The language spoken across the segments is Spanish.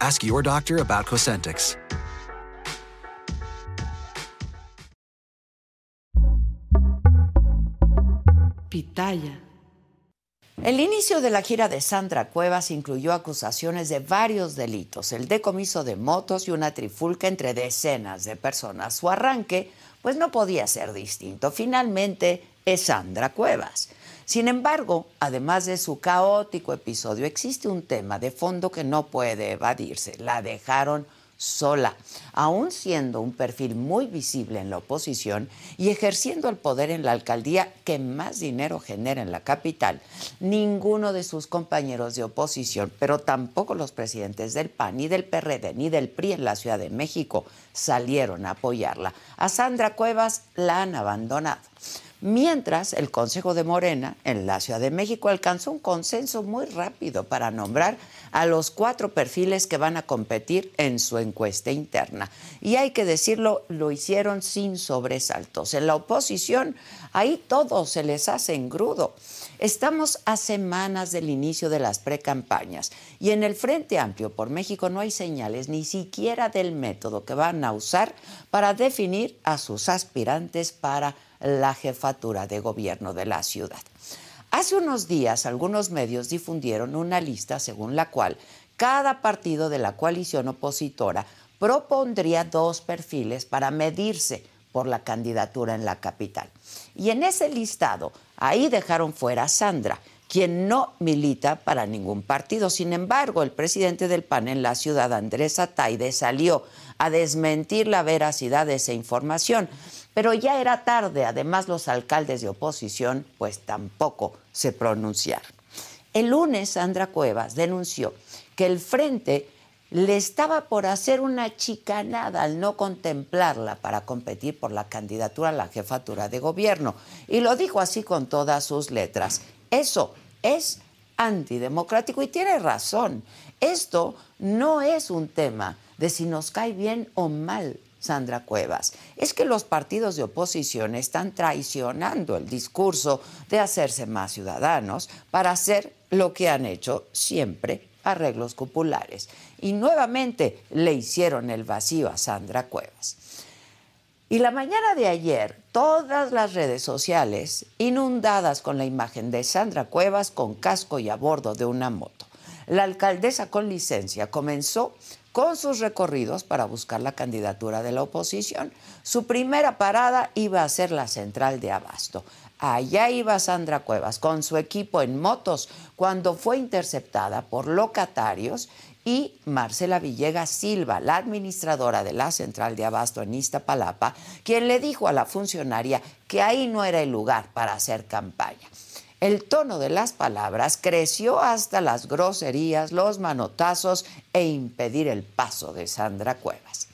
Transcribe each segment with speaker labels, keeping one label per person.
Speaker 1: Ask your doctor about Cosentix.
Speaker 2: Pitaya.
Speaker 3: El inicio de la gira de Sandra Cuevas incluyó acusaciones de varios delitos, el decomiso de motos y una trifulca entre decenas de personas. Su arranque, pues no podía ser distinto. Finalmente es Sandra Cuevas. Sin embargo, además de su caótico episodio, existe un tema de fondo que no puede evadirse. La dejaron sola, aún siendo un perfil muy visible en la oposición y ejerciendo el poder en la alcaldía que más dinero genera en la capital. Ninguno de sus compañeros de oposición, pero tampoco los presidentes del PAN, ni del PRD, ni del PRI en la Ciudad de México salieron a apoyarla. A Sandra Cuevas la han abandonado. Mientras, el Consejo de Morena en la Ciudad de México alcanzó un consenso muy rápido para nombrar a los cuatro perfiles que van a competir en su encuesta interna. Y hay que decirlo, lo hicieron sin sobresaltos. En la oposición, ahí todo se les hace engrudo. Estamos a semanas del inicio de las precampañas y en el Frente Amplio por México no hay señales ni siquiera del método que van a usar para definir a sus aspirantes para la jefatura de gobierno de la ciudad. Hace unos días algunos medios difundieron una lista según la cual cada partido de la coalición opositora propondría dos perfiles para medirse por la candidatura en la capital. Y en ese listado, ahí dejaron fuera a Sandra, quien no milita para ningún partido. Sin embargo, el presidente del PAN en la ciudad, Andrés Ataide, salió a desmentir la veracidad de esa información. Pero ya era tarde, además los alcaldes de oposición pues tampoco se pronunciaron. El lunes Sandra Cuevas denunció que el frente le estaba por hacer una chicanada al no contemplarla para competir por la candidatura a la jefatura de gobierno. Y lo dijo así con todas sus letras. Eso es antidemocrático y tiene razón. Esto no es un tema de si nos cae bien o mal Sandra Cuevas. Es que los partidos de oposición están traicionando el discurso de hacerse más ciudadanos para hacer lo que han hecho siempre, arreglos cupulares. Y nuevamente le hicieron el vacío a Sandra Cuevas. Y la mañana de ayer, todas las redes sociales inundadas con la imagen de Sandra Cuevas con casco y a bordo de una moto. La alcaldesa con licencia comenzó con sus recorridos para buscar la candidatura de la oposición. Su primera parada iba a ser la central de Abasto. Allá iba Sandra Cuevas con su equipo en motos cuando fue interceptada por locatarios y Marcela Villegas Silva, la administradora de la central de Abasto en Iztapalapa, quien le dijo a la funcionaria que ahí no era el lugar para hacer campaña. El tono de las palabras creció hasta las groserías, los manotazos e impedir el paso de Sandra Cuevas.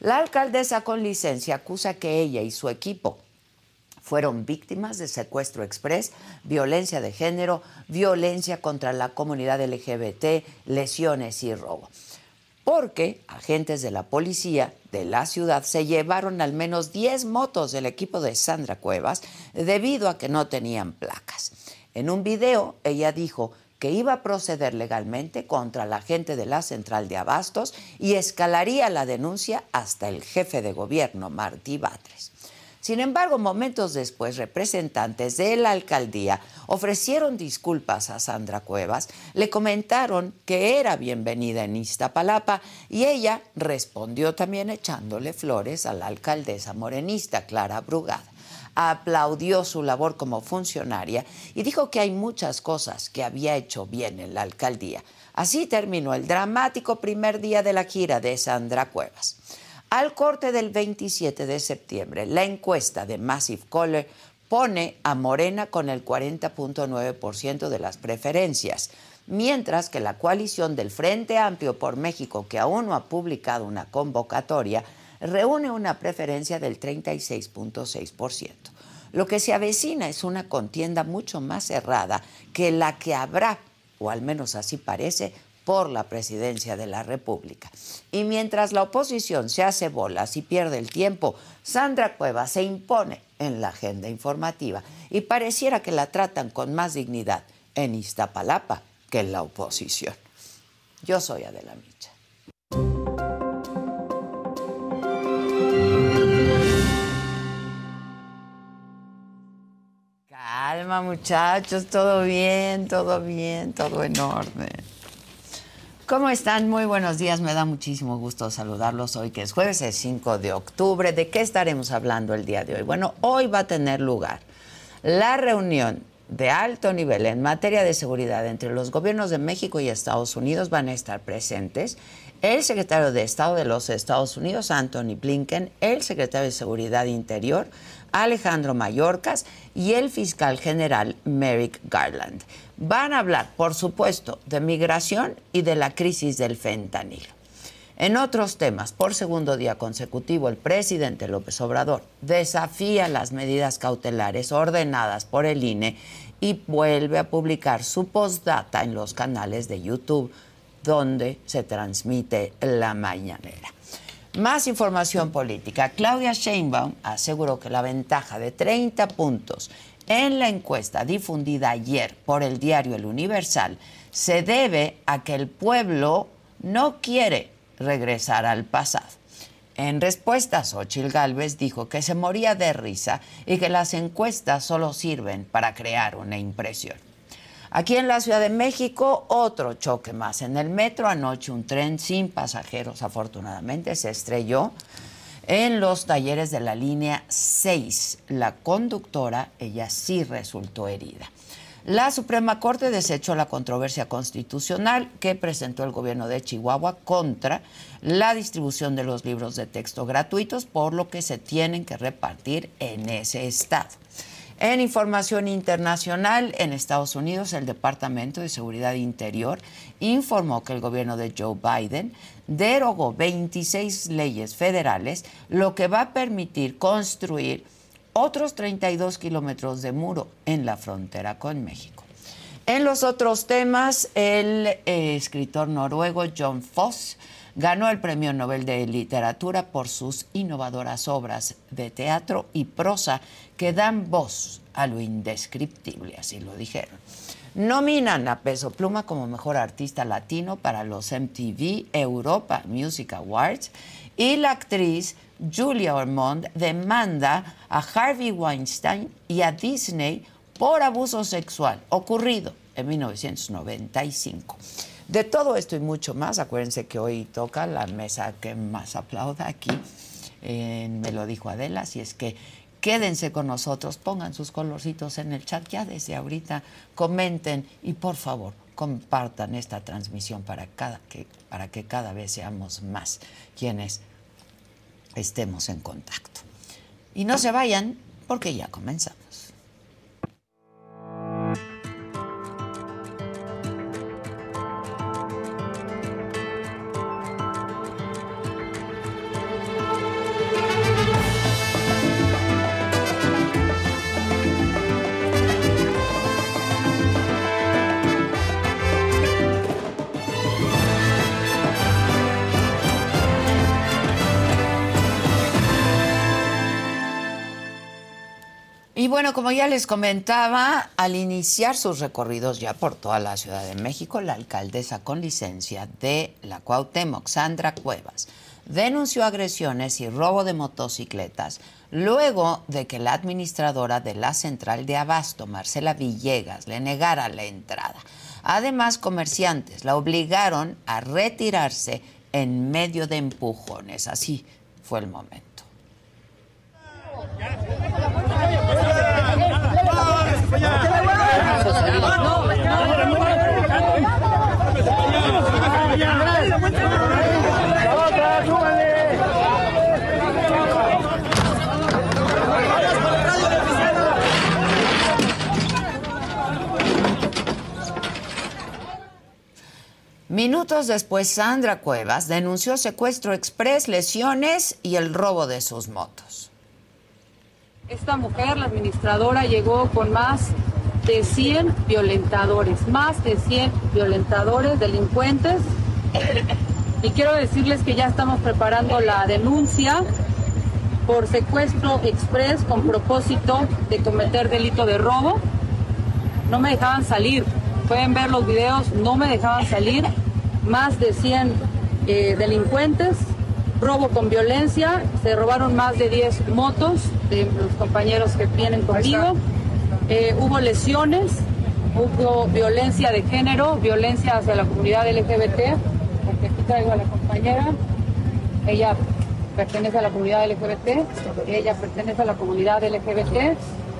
Speaker 3: La alcaldesa con licencia acusa que ella y su equipo fueron víctimas de secuestro express, violencia de género, violencia contra la comunidad LGBT, lesiones y robo. Porque agentes de la policía de la ciudad se llevaron al menos 10 motos del equipo de Sandra Cuevas debido a que no tenían placas. En un video ella dijo que iba a proceder legalmente contra la gente de la central de abastos y escalaría la denuncia hasta el jefe de gobierno, Martí Batres. Sin embargo, momentos después, representantes de la alcaldía ofrecieron disculpas a Sandra Cuevas, le comentaron que era bienvenida en Iztapalapa y ella respondió también echándole flores a la alcaldesa morenista, Clara Brugada aplaudió su labor como funcionaria y dijo que hay muchas cosas que había hecho bien en la alcaldía. Así terminó el dramático primer día de la gira de Sandra Cuevas. Al corte del 27 de septiembre, la encuesta de Massive Caller pone a Morena con el 40.9% de las preferencias, mientras que la coalición del Frente Amplio por México, que aún no ha publicado una convocatoria, reúne una preferencia del 36.6%. Lo que se avecina es una contienda mucho más cerrada que la que habrá, o al menos así parece, por la presidencia de la República. Y mientras la oposición se hace bolas y pierde el tiempo, Sandra Cueva se impone en la agenda informativa y pareciera que la tratan con más dignidad en Iztapalapa que en la oposición. Yo soy Adela Micha. Calma, muchachos, todo bien, todo bien, todo en orden. ¿Cómo están? Muy buenos días, me da muchísimo gusto saludarlos hoy que es jueves el 5 de octubre. ¿De qué estaremos hablando el día de hoy? Bueno, hoy va a tener lugar la reunión de alto nivel en materia de seguridad entre los gobiernos de México y Estados Unidos. Van a estar presentes el secretario de Estado de los Estados Unidos, Anthony Blinken, el secretario de Seguridad Interior, Alejandro Mayorkas y el fiscal general Merrick Garland. Van a hablar, por supuesto, de migración y de la crisis del fentanilo. En otros temas, por segundo día consecutivo, el presidente López Obrador desafía las medidas cautelares ordenadas por el INE y vuelve a publicar su postdata en los canales de YouTube donde se transmite la mañanera. Más información política. Claudia Sheinbaum aseguró que la ventaja de 30 puntos en la encuesta difundida ayer por el diario El Universal se debe a que el pueblo no quiere regresar al pasado. En respuesta, Xochitl Gálvez dijo que se moría de risa y que las encuestas solo sirven para crear una impresión. Aquí en la Ciudad de México, otro choque más. En el metro anoche un tren sin pasajeros, afortunadamente, se estrelló en los talleres de la línea 6. La conductora, ella sí resultó herida. La Suprema Corte desechó la controversia constitucional que presentó el gobierno de Chihuahua contra la distribución de los libros de texto gratuitos, por lo que se tienen que repartir en ese estado. En información internacional, en Estados Unidos, el Departamento de Seguridad Interior informó que el gobierno de Joe Biden derogó 26 leyes federales, lo que va a permitir construir otros 32 kilómetros de muro en la frontera con México. En los otros temas, el eh, escritor noruego John Foss ganó el Premio Nobel de Literatura por sus innovadoras obras de teatro y prosa que dan voz a lo indescriptible, así lo dijeron. Nominan a Peso Pluma como mejor artista latino para los MTV Europa Music Awards y la actriz Julia Ormond demanda a Harvey Weinstein y a Disney por abuso sexual ocurrido en 1995. De todo esto y mucho más, acuérdense que hoy toca la mesa que más aplauda aquí. Eh, me lo dijo Adela, así es que quédense con nosotros, pongan sus colorcitos en el chat ya desde ahorita, comenten y por favor compartan esta transmisión para, cada, que, para que cada vez seamos más quienes estemos en contacto. Y no se vayan porque ya comenzamos. Y bueno, como ya les comentaba, al iniciar sus recorridos ya por toda la Ciudad de México, la alcaldesa con licencia de la Cuauhtémoc, Sandra Cuevas, denunció agresiones y robo de motocicletas luego de que la administradora de la central de abasto, Marcela Villegas, le negara la entrada. Además, comerciantes la obligaron a retirarse en medio de empujones. Así fue el momento. Minutos después, Sandra Cuevas denunció secuestro express, lesiones y el robo de sus motos.
Speaker 4: Esta mujer, la administradora, llegó con más de 100 violentadores, más de 100 violentadores, delincuentes. Y quiero decirles que ya estamos preparando la denuncia por secuestro express con propósito de cometer delito de robo. No me dejaban salir. Pueden ver los videos, no me dejaban salir. Más de 100 eh, delincuentes, robo con violencia, se robaron más de 10 motos de los compañeros que vienen conmigo. Eh, hubo lesiones, hubo violencia de género, violencia hacia la comunidad LGBT, porque aquí traigo a la compañera, ella pertenece a la comunidad LGBT, ella pertenece a la comunidad LGBT,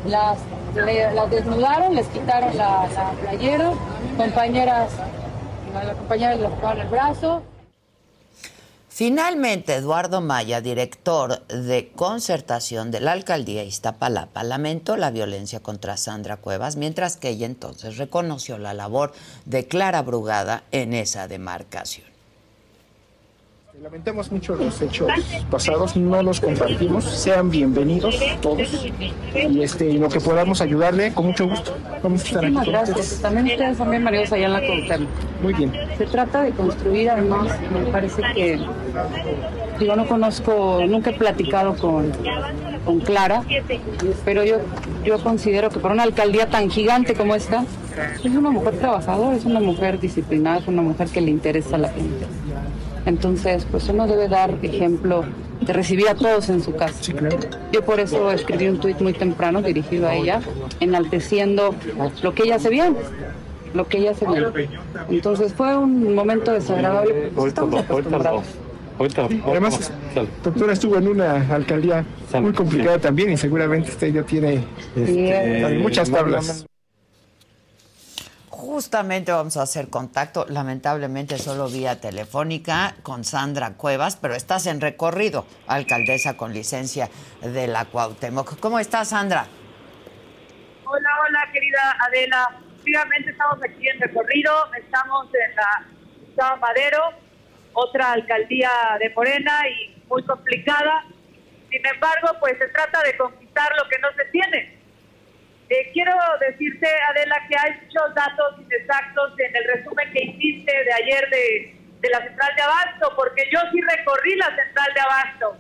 Speaker 4: las, le- las desnudaron, les quitaron la, la playera, compañeras, a la compañera les tocaron el brazo.
Speaker 3: Finalmente, Eduardo Maya, director de concertación de la alcaldía de Iztapalapa, lamentó la violencia contra Sandra Cuevas, mientras que ella entonces reconoció la labor de Clara Brugada en esa demarcación.
Speaker 5: Lamentamos mucho los hechos pasados, no los compartimos. Sean bienvenidos todos. Y este, y lo que podamos ayudarle, con mucho gusto. Vamos a estar aquí.
Speaker 4: Muchísimas
Speaker 5: con
Speaker 4: gracias.
Speaker 5: ustedes.
Speaker 4: También ustedes son bienvenidos allá en la Cuauhtémoc.
Speaker 5: Muy bien.
Speaker 4: Se trata de construir, además, me parece que. Digo, no conozco, nunca he platicado con, con Clara, pero yo, yo considero que para una alcaldía tan gigante como esta, es una mujer trabajadora, es una mujer disciplinada, es una mujer que le interesa a la gente. Entonces, pues uno debe dar ejemplo de recibir a todos en su casa. Yo por eso escribí un tuit muy temprano dirigido a ella, enalteciendo lo que ella hace bien, lo que ella hace bien. Entonces fue un momento desagradable. pues, Estamos acostumbrados.
Speaker 5: Además, doctora estuvo en una alcaldía muy complicada también y seguramente usted ya tiene este, muchas tablas.
Speaker 3: Justamente vamos a hacer contacto, lamentablemente solo vía telefónica, con Sandra Cuevas, pero estás en recorrido, alcaldesa con licencia de la Cuauhtémoc. ¿Cómo estás, Sandra?
Speaker 6: Hola, hola, querida Adela. Efectivamente, estamos aquí en recorrido. Estamos en la Gustavo Madero, otra alcaldía de Morena y muy complicada. Sin embargo, pues se trata de conquistar lo que no se tiene. Eh, quiero decirte, Adela, que hay muchos datos inexactos en el resumen que hiciste de ayer de, de la central de abasto, porque yo sí recorrí la central de abasto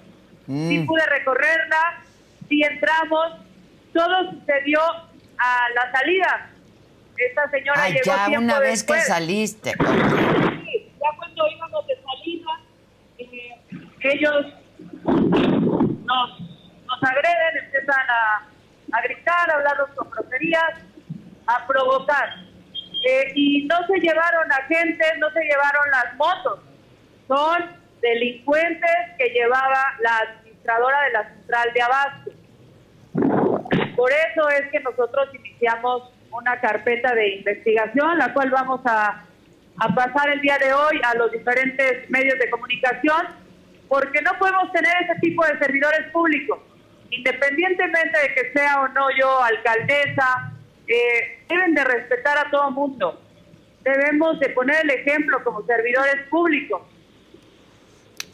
Speaker 6: sí
Speaker 3: Mm.
Speaker 6: pude recorrerla, sí entramos, todo sucedió a la salida. Esta señora
Speaker 3: Ay,
Speaker 6: llegó
Speaker 3: Ah, ya
Speaker 6: tiempo
Speaker 3: una vez que
Speaker 6: después.
Speaker 3: saliste.
Speaker 6: Sí, ya cuando íbamos de salida, eh, ellos nos, nos agreden, empiezan a, a gritar, a hablarnos con groserías, a provocar. Eh, y no se llevaron agentes, no se llevaron las motos. Son delincuentes que llevaba la administradora de la central de abasto. Por eso es que nosotros iniciamos una carpeta de investigación, la cual vamos a, a pasar el día de hoy a los diferentes medios de comunicación, porque no podemos tener ese tipo de servidores públicos, independientemente de que sea o no yo alcaldesa, eh, deben de respetar a todo mundo, debemos de poner el ejemplo como servidores públicos.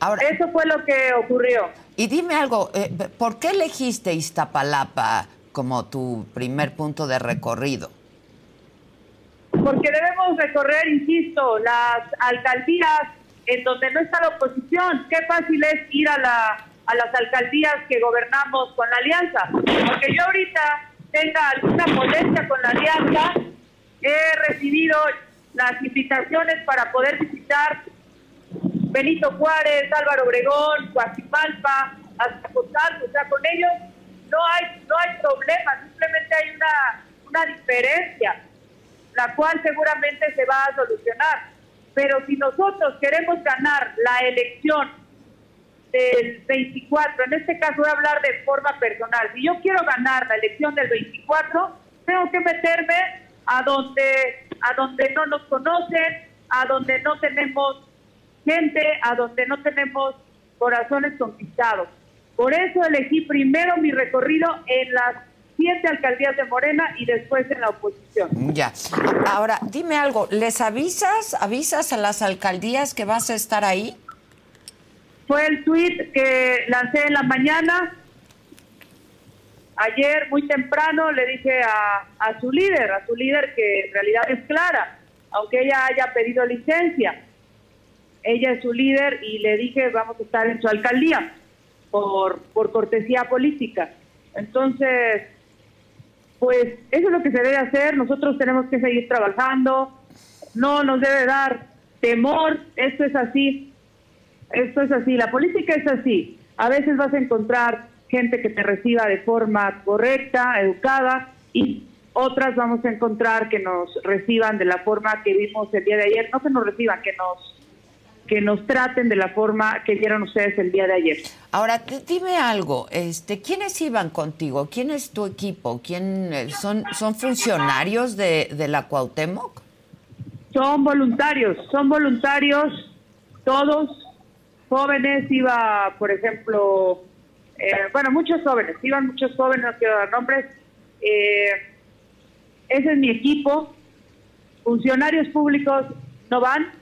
Speaker 3: Ahora,
Speaker 6: Eso fue lo que ocurrió.
Speaker 3: y dime algo, eh, ¿por qué elegiste Iztapalapa como tu primer punto de recorrido?
Speaker 6: porque debemos recorrer, insisto, las alcaldías en donde no está la oposición. Qué fácil es ir a, la, a las alcaldías que gobernamos con la alianza. Porque yo ahorita tenga alguna molestia con la alianza, he recibido las invitaciones para poder visitar Benito Juárez, Álvaro Obregón, Guacimalpa, hasta Cotalco, o sea, con ellos no hay, no hay problema, simplemente hay una, una diferencia, la cual seguramente se va a solucionar. Pero si nosotros queremos ganar la elección del 24, en este caso voy a hablar de forma personal, si yo quiero ganar la elección del 24, tengo que meterme a donde, a donde no nos conocen, a donde no tenemos gente, a donde no tenemos corazones conquistados. Por eso elegí primero mi recorrido en las siete alcaldías de Morena y después en la oposición.
Speaker 3: Ya. Ahora, dime algo, ¿les avisas, avisas a las alcaldías que vas a estar ahí?
Speaker 6: Fue el tweet que lancé en la mañana. Ayer, muy temprano, le dije a, a su líder, a su líder que en realidad es Clara, aunque ella haya pedido licencia. Ella es su líder y le dije, vamos a estar en su alcaldía por, por cortesía política. Entonces, pues eso es lo que se debe hacer. Nosotros tenemos que seguir trabajando. No nos debe dar temor. Esto es así. Esto es así. La política es así. A veces vas a encontrar gente que te reciba de forma correcta, educada, y otras vamos a encontrar que nos reciban de la forma que vimos el día de ayer. No que nos reciban, que nos que nos traten de la forma que vieron ustedes el día de ayer.
Speaker 3: Ahora, d- dime algo, este, ¿quiénes iban contigo? ¿Quién es tu equipo? ¿Quién eh, son, son funcionarios de, de la Cuauhtémoc?
Speaker 6: Son voluntarios, son voluntarios, todos jóvenes, iba, por ejemplo, eh, bueno, muchos jóvenes, iban muchos jóvenes, no quiero dar nombres. eh, ese es mi equipo. Funcionarios públicos no van.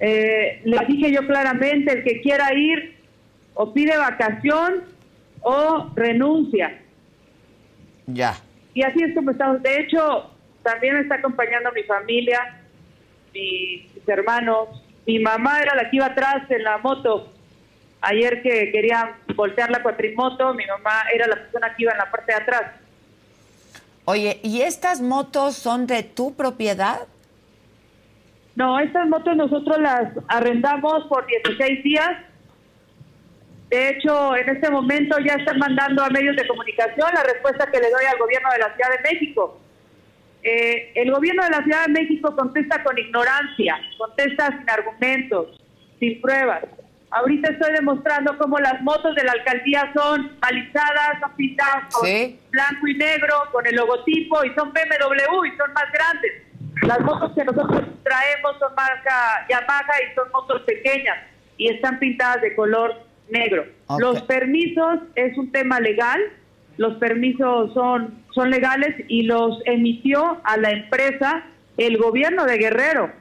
Speaker 6: Eh, le dije yo claramente, el que quiera ir o pide vacación o renuncia.
Speaker 3: Ya.
Speaker 6: Y así es como estamos. De hecho, también me está acompañando mi familia, mi- mis hermanos. Mi mamá era la que iba atrás en la moto. Ayer que quería voltear la cuatrimoto, mi mamá era la persona que iba en la parte de atrás.
Speaker 3: Oye, ¿y estas motos son de tu propiedad?
Speaker 6: No, estas motos nosotros las arrendamos por 16 días. De hecho, en este momento ya están mandando a medios de comunicación la respuesta que le doy al gobierno de la Ciudad de México. Eh, el gobierno de la Ciudad de México contesta con ignorancia, contesta sin argumentos, sin pruebas. Ahorita estoy demostrando cómo las motos de la alcaldía son balizadas, son pintadas con
Speaker 3: Sí.
Speaker 6: blanco y negro, con el logotipo, y son BMW y son más grandes. Las motos que nosotros traemos son marca Yamaha y son motos pequeñas y están pintadas de color negro.
Speaker 3: Ok.
Speaker 6: Los permisos es un tema legal, los permisos son, son legales y los emitió a la empresa el gobierno de Guerrero,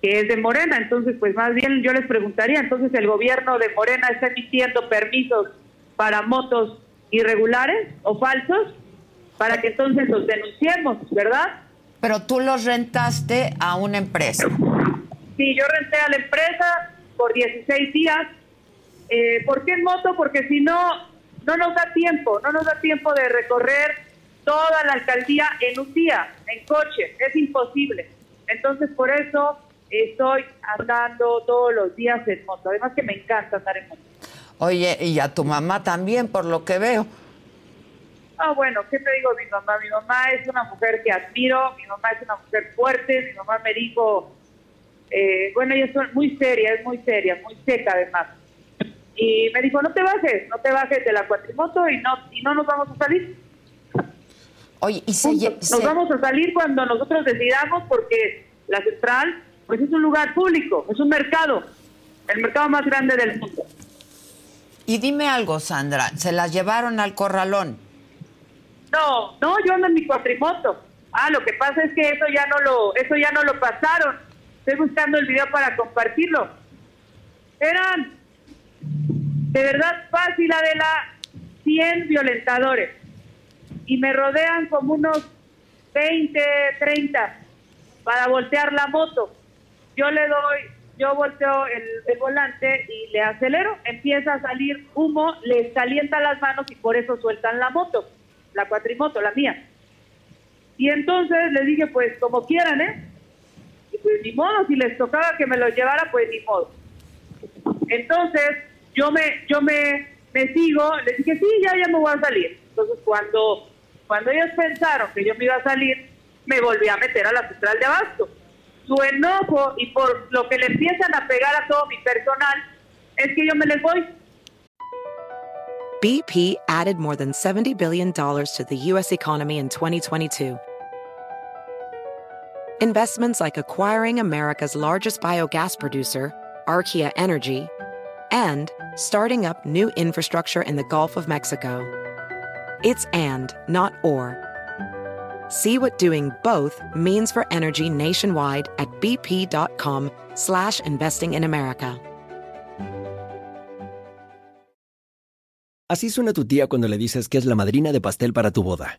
Speaker 6: que es de Morena. Entonces, pues más bien yo les preguntaría, entonces el gobierno de Morena está emitiendo permisos para motos irregulares o falsos para que entonces los denunciemos, ¿verdad?
Speaker 3: Pero tú los rentaste a una empresa.
Speaker 6: Sí, yo renté a la empresa por 16 días. Eh, ¿Por qué en moto? Porque si no, no nos da tiempo, no nos da tiempo de recorrer toda la alcaldía en un día, en coche, es imposible. Entonces, por eso estoy andando todos los días en moto. Además que me encanta andar en moto.
Speaker 3: Oye, y a tu mamá también, por lo que veo.
Speaker 6: Ah, bueno, ¿qué te digo de mi mamá? Mi mamá es una mujer que admiro, mi mamá es una mujer fuerte, mi mamá me dijo, eh, bueno, ella es muy seria, es muy seria, muy seca además. Y me dijo, no te bajes, no te bajes de la cuatrimoto y no, y no nos vamos a salir.
Speaker 3: Oye, y se,
Speaker 6: Punto.
Speaker 3: lle-
Speaker 6: Nos
Speaker 3: se-
Speaker 6: vamos a salir cuando nosotros decidamos porque la central pues es un lugar público, es un mercado, el mercado más grande del mundo.
Speaker 3: y dime algo, Sandra, ¿se las llevaron al corralón?
Speaker 6: No, no, yo ando en mi cuatrimoto. Ah, lo que pasa es que eso ya no lo, eso ya no lo pasaron. Estoy buscando el video para compartirlo. Eran de verdad fácil, Adela, 100 violentadores. Y me rodean como unos 20, 30 para voltear la moto. Yo le doy, yo volteo el, el volante y le acelero. Empieza a salir humo, les calienta las manos y por eso sueltan la moto. la cuatrimoto, la mía. Y entonces les dije, pues como quieran, ¿eh? Y pues ni modo, si les tocaba que me lo llevara, pues ni modo. Entonces yo me, yo me, me sigo, les dije, sí, ya, ya me voy a salir. Entonces cuando, cuando ellos pensaron que yo me iba a salir, me volví a meter a la central de abasto. Su enojo y por lo que le empiezan a pegar a todo mi personal es que yo me les voy.
Speaker 7: BP added more than $70 billion to the U.S. economy in 2022. Investments like acquiring America's largest biogas producer, Archaea Energy, and starting up new infrastructure in the Gulf of Mexico. It's and, not or. See what doing both means for energy nationwide at bp.com slash investing in America.
Speaker 8: Así suena tu tía cuando le dices que es la madrina de pastel para tu boda.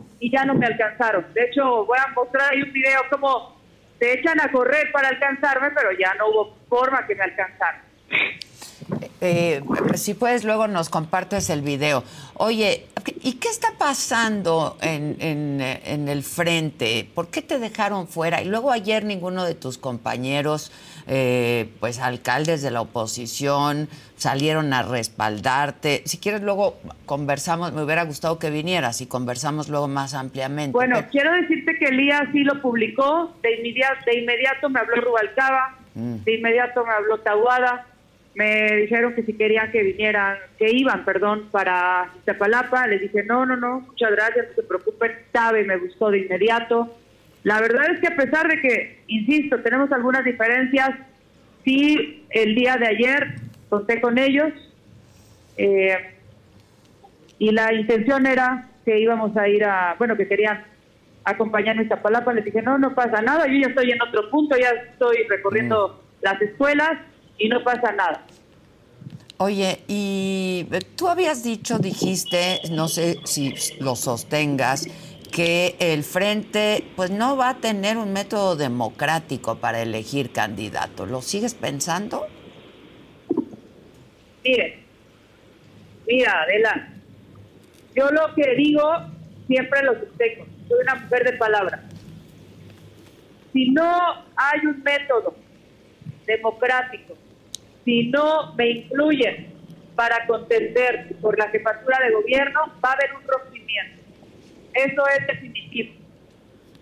Speaker 6: y ya no me alcanzaron. De hecho, voy a mostrar ahí un video como se echan a correr para alcanzarme, pero ya no hubo forma que me alcanzaran.
Speaker 3: Eh, si puedes, luego nos compartes el video. Oye, ¿y qué está pasando en, en, en el frente? ¿Por qué te dejaron fuera? Y luego ayer ninguno de tus compañeros, eh, pues alcaldes de la oposición, salieron a respaldarte. Si quieres, luego conversamos. Me hubiera gustado que vinieras y conversamos luego más ampliamente.
Speaker 6: Bueno,
Speaker 3: Pero-
Speaker 6: quiero decirte que Elías sí lo publicó, de inmediato, de inmediato me habló Rubalcaba, de inmediato me habló Tahuada, me dijeron que si querían que vinieran, que iban, perdón, para Iztapalapa, les dije, no, no, no, muchas gracias, no se preocupen, Tabe me buscó de inmediato. La verdad es que a pesar de que, insisto, tenemos algunas diferencias, sí, el día de ayer conté con ellos, eh, y la intención era que íbamos a ir a, bueno, que querían acompañarme a Iztapalapa, les dije, no, no pasa nada, yo ya estoy en otro punto, ya estoy recorriendo las escuelas y no pasa nada.
Speaker 3: Oye, y eh, tú habías dicho, dijiste, no sé si lo sostengas, que el frente pues no va a tener un método democrático para elegir candidatos. ¿Lo sigues pensando?
Speaker 6: Mire, mira, Adela, yo lo que digo siempre lo sostengo. Soy una mujer de palabra. Si no hay un método democrático, si no me incluyen para contender por la jefatura de gobierno, va a haber un rompimiento. Eso es definitivo.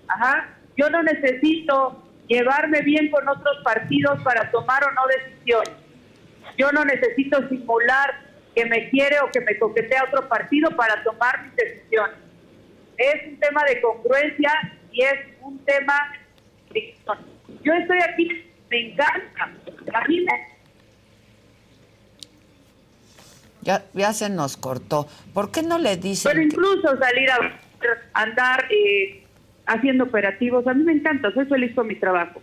Speaker 6: Ajá. Yo no necesito llevarme bien con otros partidos para tomar o no decisiones. Yo no necesito simular que me quiere o que me coquetea otro partido para tomar mis decisiones. Es un tema de congruencia y es un tema de convicción. Yo estoy aquí, me encanta. A mí me-
Speaker 3: Ya, ya se nos cortó. ¿Por qué no le dicen?
Speaker 6: Pero
Speaker 3: que-
Speaker 6: incluso salir a andar eh, haciendo operativos, a mí me encanta, soy feliz con mi trabajo.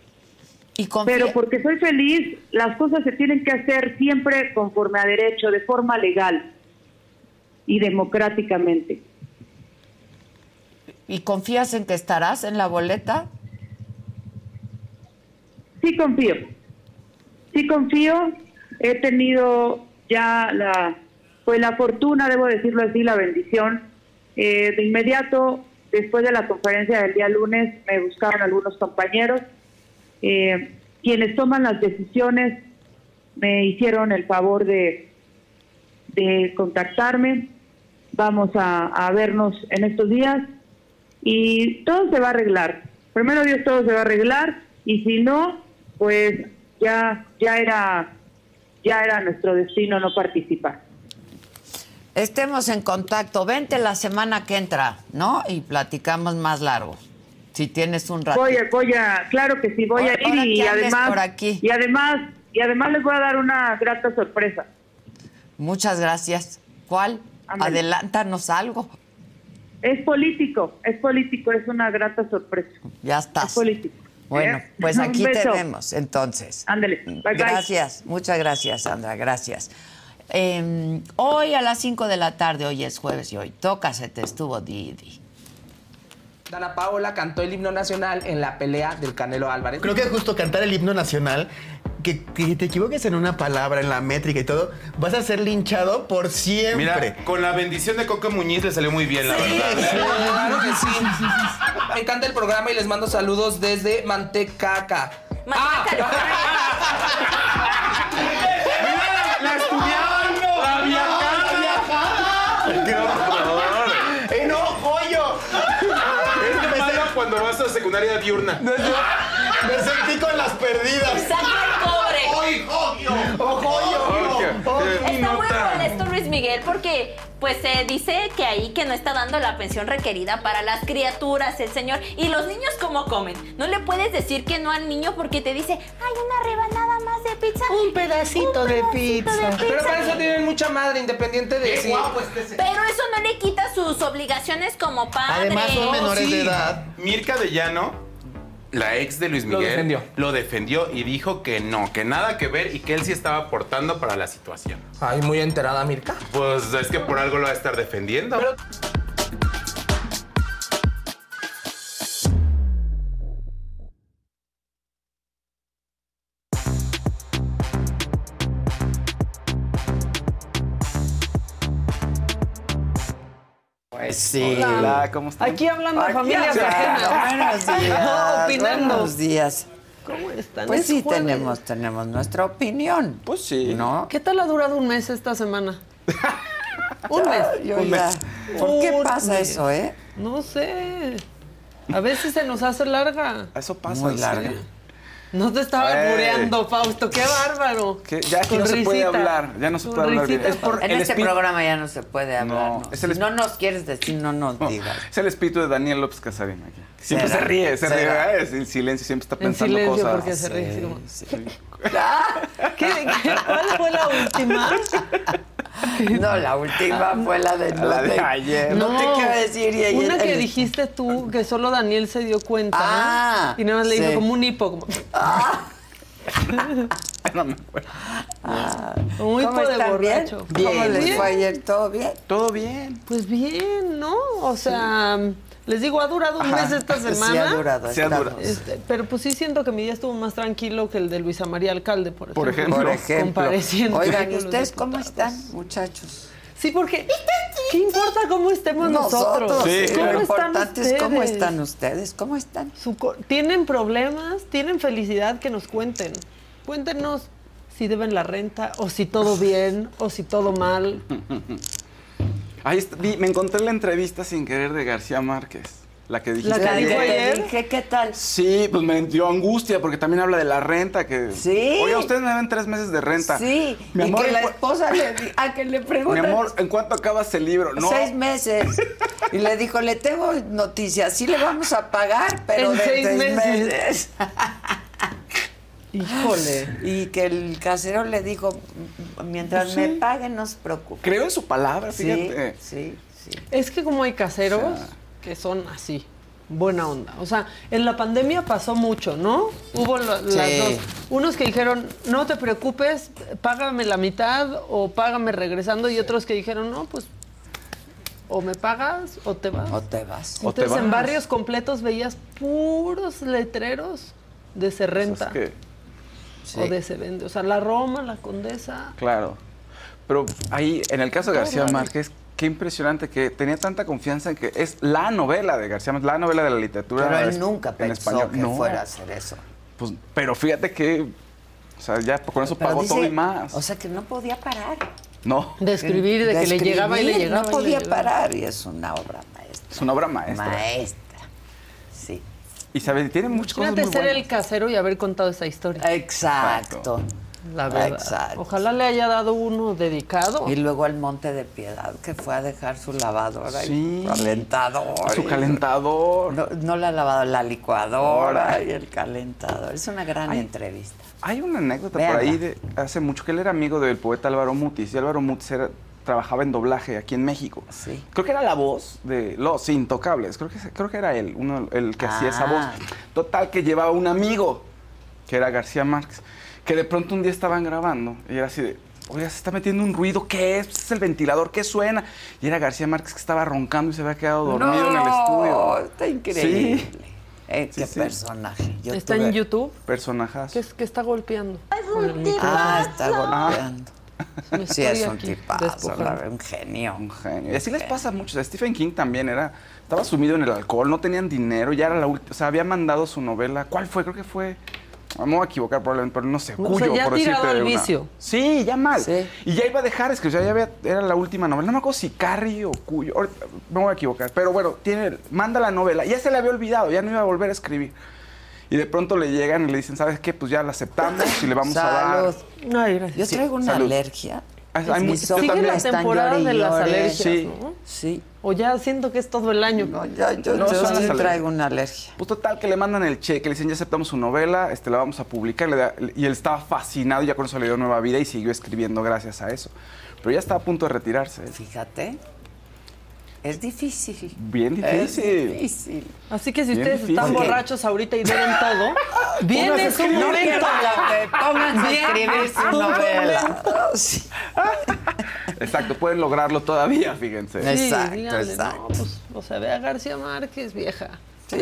Speaker 3: y confía-
Speaker 6: Pero porque soy feliz, las cosas se tienen que hacer siempre conforme a derecho, de forma legal y democráticamente.
Speaker 3: ¿Y confías en que estarás en la boleta?
Speaker 6: Sí confío. Sí confío. He tenido ya la, pues la fortuna, debo decirlo así, la bendición. Eh, de inmediato, después de la conferencia del día lunes, me buscaron algunos compañeros. Eh, quienes toman las decisiones me hicieron el favor de, de contactarme. Vamos a, a vernos en estos días y todo se va a arreglar. Primero Dios todo se va a arreglar y si no, pues ya ya era ya era nuestro destino no participar.
Speaker 3: Estemos en contacto. Vente la semana que entra, ¿no? Y platicamos más largo. Si tienes un rato.
Speaker 6: Voy a, voy a, claro que sí, voy
Speaker 3: Ahora-
Speaker 6: a
Speaker 3: ahora
Speaker 6: ir y
Speaker 3: que andes
Speaker 6: además
Speaker 3: por aquí.
Speaker 6: y además y además les voy a dar una grata sorpresa.
Speaker 3: Muchas gracias. ¿Cuál?
Speaker 6: Ándale.
Speaker 3: Adelántanos algo.
Speaker 6: Es político, es político, es una grata sorpresa.
Speaker 3: Ya estás.
Speaker 6: Es político.
Speaker 3: Bueno,
Speaker 6: ¿eh?
Speaker 3: pues
Speaker 6: Un
Speaker 3: aquí
Speaker 6: beso.
Speaker 3: tenemos, entonces.
Speaker 6: Ándele, bye, bye.
Speaker 3: Gracias, muchas gracias, Sandra, gracias. Eh, hoy a las 5 de la tarde, hoy es jueves y hoy toca, se te estuvo Didi.
Speaker 9: Dana Paola cantó el himno nacional en la pelea del Canelo Álvarez.
Speaker 10: Creo que justo cantar el himno nacional, que, que te equivoques en una palabra, en la métrica y todo, vas a ser linchado por siempre.
Speaker 11: Mira, con la bendición de Coco Muñiz le salió muy bien, la verdad.
Speaker 9: Claro que sí. Me encanta el programa y les mando saludos desde Mantecaca.
Speaker 6: ¡La estudiando!
Speaker 9: ¡La
Speaker 11: ¡Qué horror!
Speaker 10: ¡Eh, no, joyo!
Speaker 11: Es que me pasa cuando vas a secundaria diurna.
Speaker 10: Me sentí con las perdidas.
Speaker 12: pobre! Está muy molesto Luis Miguel porque pues se dice que ahí que no está dando la pensión requerida para las criaturas, el señor. Y los niños cómo comen. No le puedes decir que no al niño porque te dice, hay una rebanada más de pizza. Un pedacito, de, pizza.
Speaker 9: Pero para eso tienen mucha madre, independiente de
Speaker 12: Qué
Speaker 9: si.
Speaker 12: guapo este. Pero eso no le quita sus obligaciones como padre.
Speaker 10: Además, son menores
Speaker 11: Sí.
Speaker 10: de edad.
Speaker 11: Mirka de Llano, la ex de Luis
Speaker 9: Lo
Speaker 11: Miguel,
Speaker 9: defendió.
Speaker 11: lo defendió y dijo que no, que nada que ver y que él sí estaba aportando para la situación.
Speaker 9: Ay, muy enterada, Mirka.
Speaker 11: Pues es que por algo lo va a estar defendiendo.
Speaker 3: Pues sí.
Speaker 13: Hola, ¿cómo están? Aquí hablando de familias ajenas.
Speaker 3: Buenos días.
Speaker 13: Opinando.
Speaker 3: Buenos días.
Speaker 13: ¿Cómo están?
Speaker 3: Pues
Speaker 13: Es
Speaker 3: sí,
Speaker 13: jueves.
Speaker 3: tenemos, tenemos nuestra opinión. Pues sí. ¿No?
Speaker 13: ¿Qué tal ha durado un mes esta semana? un mes.
Speaker 3: Yo ya- ¿Por qué
Speaker 13: Un
Speaker 3: pasa
Speaker 13: mes.
Speaker 3: eso, eh?
Speaker 13: No sé. A veces se nos hace larga.
Speaker 14: Eso pasa.
Speaker 3: Muy
Speaker 14: ¿en
Speaker 3: larga.
Speaker 14: serio?
Speaker 13: No te estaba
Speaker 14: Ey.
Speaker 13: albureando, Fausto. Qué bárbaro.
Speaker 14: Que ya aquí no se puede hablar, ya no se puede hablar bien. Es por
Speaker 3: en
Speaker 14: el
Speaker 3: este
Speaker 14: espí-
Speaker 3: programa ya no se puede hablar.
Speaker 14: No,
Speaker 3: ¿no?
Speaker 14: es
Speaker 3: Si
Speaker 14: el
Speaker 3: no nos quieres decir, no nos digas.
Speaker 14: Es el espíritu de Daniel López Casarín aquí. Siempre
Speaker 3: Será,
Speaker 14: se ríe, se
Speaker 3: será.
Speaker 14: ríe. ¿verdad? En silencio, siempre está
Speaker 13: En
Speaker 14: pensando
Speaker 13: silencio
Speaker 14: cosas.
Speaker 13: porque se ríe. así como-
Speaker 3: ¿Qué,
Speaker 13: cuál fue la última?
Speaker 3: No, la última fue la de,
Speaker 14: La de
Speaker 3: no te-
Speaker 14: ayer.
Speaker 3: No, te quiero decir. y ayer-
Speaker 13: Una que
Speaker 3: el-
Speaker 13: dijiste tú que solo Daniel se dio cuenta.
Speaker 3: Ah,
Speaker 13: y nada más le
Speaker 3: sí.
Speaker 13: hizo como un hipo. como-
Speaker 14: No me acuerdo.
Speaker 13: Ah, Un hipo
Speaker 3: ¿Cómo
Speaker 13: de
Speaker 3: están? ¿Bien?
Speaker 13: borracho.
Speaker 3: ¿Cómo les
Speaker 13: Bien.
Speaker 3: fue ayer? ¿Todo bien?
Speaker 14: Todo bien.
Speaker 13: Pues bien, ¿no? O sea, les digo, ha durado un
Speaker 3: Ajá.
Speaker 13: mes esta
Speaker 3: Sí ha
Speaker 13: semana.
Speaker 3: durado, Sí ha estamos. durado.
Speaker 13: Este, pero pues sí siento que mi día estuvo más tranquilo que el de Luisa María Alcalde, por ejemplo.
Speaker 3: Por ejemplo. Por ejemplo.
Speaker 13: Compareciendo
Speaker 3: Oigan, ¿y
Speaker 13: con los
Speaker 3: ustedes cómo
Speaker 13: diputados.
Speaker 3: están, muchachos?
Speaker 13: Sí, porque ¿qué importa cómo estemos nosotros? ¿Cómo
Speaker 3: lo
Speaker 13: están
Speaker 3: importante es cómo
Speaker 13: ustedes?
Speaker 3: están ustedes, cómo están.
Speaker 13: Su co- ¿Tienen problemas? ¿Tienen felicidad? Que nos cuenten. Cuéntenos si deben la renta, o si todo bien, o si todo mal.
Speaker 14: Ahí está- vi- me encontré la entrevista sin querer de García Márquez. La que dijiste.
Speaker 3: que
Speaker 14: ayer.
Speaker 3: te dije, ¿qué tal?
Speaker 14: Sí, pues me dio angustia porque también habla de la renta que.
Speaker 3: Sí.
Speaker 14: Oiga, ustedes me deben tres meses de renta.
Speaker 3: Sí,
Speaker 14: Ah, Mi amor,
Speaker 3: y que
Speaker 14: ¿en
Speaker 3: la
Speaker 14: cu-
Speaker 3: esposa le di- a que le
Speaker 14: Mi
Speaker 3: preguntan
Speaker 14: amor, ¿en cuánto acabas el libro? No.
Speaker 3: seis meses. Y le dijo, le tengo noticias, sí le vamos a pagar, pero
Speaker 13: En
Speaker 3: de
Speaker 13: seis
Speaker 3: seis
Speaker 13: meses.
Speaker 3: meses.
Speaker 13: Híjole.
Speaker 3: Y que el casero le dijo, mientras
Speaker 13: Pues
Speaker 3: me
Speaker 13: sí.
Speaker 3: paguen, no se preocupe.
Speaker 14: Creo en su palabra,
Speaker 3: Sí,
Speaker 14: fíjate.
Speaker 3: Sí, sí.
Speaker 13: Es que como hay caseros que son así, buena onda. O sea, en la pandemia pasó mucho, ¿no? Hubo lo- las
Speaker 3: Sí.
Speaker 13: dos. Unos que dijeron, no te preocupes, págame la mitad o págame regresando. Y otros que dijeron, no, pues o me pagas o
Speaker 9: Ah.
Speaker 13: te vas.
Speaker 3: O te vas.
Speaker 14: O te
Speaker 13: Entonces en
Speaker 14: vas.
Speaker 13: barrios completos veías puros letreros de se renta
Speaker 14: que-
Speaker 13: o de se vende. O sea, la Roma, la Condesa.
Speaker 14: Claro. Pero ahí, en el caso de
Speaker 13: Todo
Speaker 14: García
Speaker 13: mal.
Speaker 14: Márquez, qué impresionante que tenía tanta confianza en que es la novela de García Márquez, la novela de la literatura.
Speaker 3: Pero él
Speaker 14: es-
Speaker 3: nunca
Speaker 14: en
Speaker 3: pensó
Speaker 14: español.
Speaker 3: que
Speaker 14: No,
Speaker 3: fuera a hacer eso.
Speaker 14: pues, pero fíjate que, o sea, ya con eso
Speaker 3: Pero
Speaker 14: pagó todo
Speaker 3: dice,
Speaker 14: y más.
Speaker 3: O sea, que no podía parar.
Speaker 14: no.
Speaker 13: De escribir, de, que le
Speaker 3: escribir,
Speaker 13: llegaba y le
Speaker 3: No
Speaker 13: llegaba. y le
Speaker 3: podía
Speaker 13: llegaba.
Speaker 3: parar y es una obra maestra.
Speaker 14: Es una obra maestra.
Speaker 3: Maestra. Sí.
Speaker 14: Y sabes, tiene muchas cosas muy
Speaker 13: Imagínate ser
Speaker 14: buenas.
Speaker 13: el casero y haber contado esa historia.
Speaker 3: Exacto.
Speaker 13: La verdad.
Speaker 3: Exacto.
Speaker 13: Ojalá le haya dado uno dedicado.
Speaker 3: Y luego al Monte de Piedad, que fue a dejar su lavadora
Speaker 14: Sí.
Speaker 3: y calentador.
Speaker 14: Su
Speaker 3: y-
Speaker 14: calentador.
Speaker 3: No, no la lavadora, la licuadora y el calentador. Es una gran
Speaker 14: Ay.
Speaker 3: entrevista.
Speaker 14: Hay una anécdota
Speaker 3: Véanla.
Speaker 14: por ahí de hace mucho que él era amigo del poeta Álvaro Mutis. Y Álvaro Mutis era trabajaba en doblaje aquí en México. Creo que era la voz de Los Intocables. Creo que, creo que era él, uno, el que hacía esa voz.
Speaker 3: Ah.
Speaker 14: Total, que llevaba un amigo, que era García Márquez, que de pronto un día estaban grabando y era así de, oiga, se está metiendo un ruido, ¿qué es? ¿Es el ventilador? ¿Qué suena? Y era García Márquez que estaba roncando y se había quedado dormido en el estudio.
Speaker 3: Está increíble.
Speaker 14: Sí.
Speaker 3: Eh,
Speaker 14: Sí,
Speaker 3: qué
Speaker 14: sí.
Speaker 3: personaje. Yo
Speaker 13: ¿Está
Speaker 3: tuve-
Speaker 13: en YouTube?
Speaker 14: Personajazo.
Speaker 13: ¿Qué, es- qué está golpeando?
Speaker 3: Ah, está golpeando.
Speaker 13: Me
Speaker 3: Sí,
Speaker 13: estoy
Speaker 3: es un
Speaker 13: aquí
Speaker 3: tipazo, la
Speaker 13: despojando.
Speaker 3: verdad, un genio. Un genio.
Speaker 14: Y así les pasa a muchos. A Stephen King también era. Estaba sumido en el alcohol, no tenían dinero, ya era la última. O sea, había mandado su novela. ¿Cuál fue? Creo que fue. ah, Me voy a equivocar probablemente, pero no sé.
Speaker 13: O
Speaker 14: Cuyo,
Speaker 13: sea, ya
Speaker 14: por
Speaker 13: ha tirado
Speaker 14: decirte
Speaker 13: al
Speaker 14: una.
Speaker 13: vicio.
Speaker 14: Sí, ya mal. Y ya iba a dejar, es que ya había, era la última novela. No me acuerdo si Carrie o Cuyo. ahorita me voy a equivocar. Pero bueno, tiene, manda la novela. Ya se le había olvidado, ya no iba a volver a escribir. Y de pronto le llegan y le dicen, ¿sabes qué? Pues ya la aceptamos y le Ah, vamos a dar.
Speaker 3: Salud. Yo
Speaker 14: Sí,
Speaker 3: traigo una
Speaker 14: salud.
Speaker 3: alergia.
Speaker 14: Ah, hay
Speaker 3: Mis
Speaker 14: mucho- yo
Speaker 3: ojos
Speaker 13: Sigue
Speaker 14: también.
Speaker 13: la
Speaker 3: están
Speaker 13: temporada
Speaker 3: llore y
Speaker 13: de las
Speaker 3: llore.
Speaker 13: alergias,
Speaker 14: Sí.
Speaker 13: ¿no?
Speaker 3: Sí.
Speaker 13: O ya siento que es todo el año. No,
Speaker 3: ya, yo,
Speaker 14: No, son las alergias.
Speaker 3: traigo una alergia.
Speaker 14: Pues total, que le mandan el cheque, le dicen, ya aceptamos su novela, este, la vamos a publicar, le da- y él estaba fascinado, ya con eso le dio nueva vida y siguió escribiendo gracias a eso. Pero ya estaba a punto de retirarse.
Speaker 3: Fíjate. Es difícil.
Speaker 14: Bien difícil.
Speaker 3: Es difícil.
Speaker 13: Así que si
Speaker 14: Bien
Speaker 13: ustedes están
Speaker 14: difícil.
Speaker 13: borrachos ahorita y beben todo, viene
Speaker 3: Pónganse
Speaker 13: su
Speaker 3: a escribir.
Speaker 13: momento.
Speaker 3: Pónganse a escribir
Speaker 13: ah,
Speaker 3: su novela. Sí.
Speaker 14: Exacto, pueden lograrlo todavía, fíjense.
Speaker 13: Sí,
Speaker 3: Exacto,
Speaker 13: díganle,
Speaker 3: exacto.
Speaker 13: No, pues, o sea, ve a García Márquez, vieja.
Speaker 3: Sí,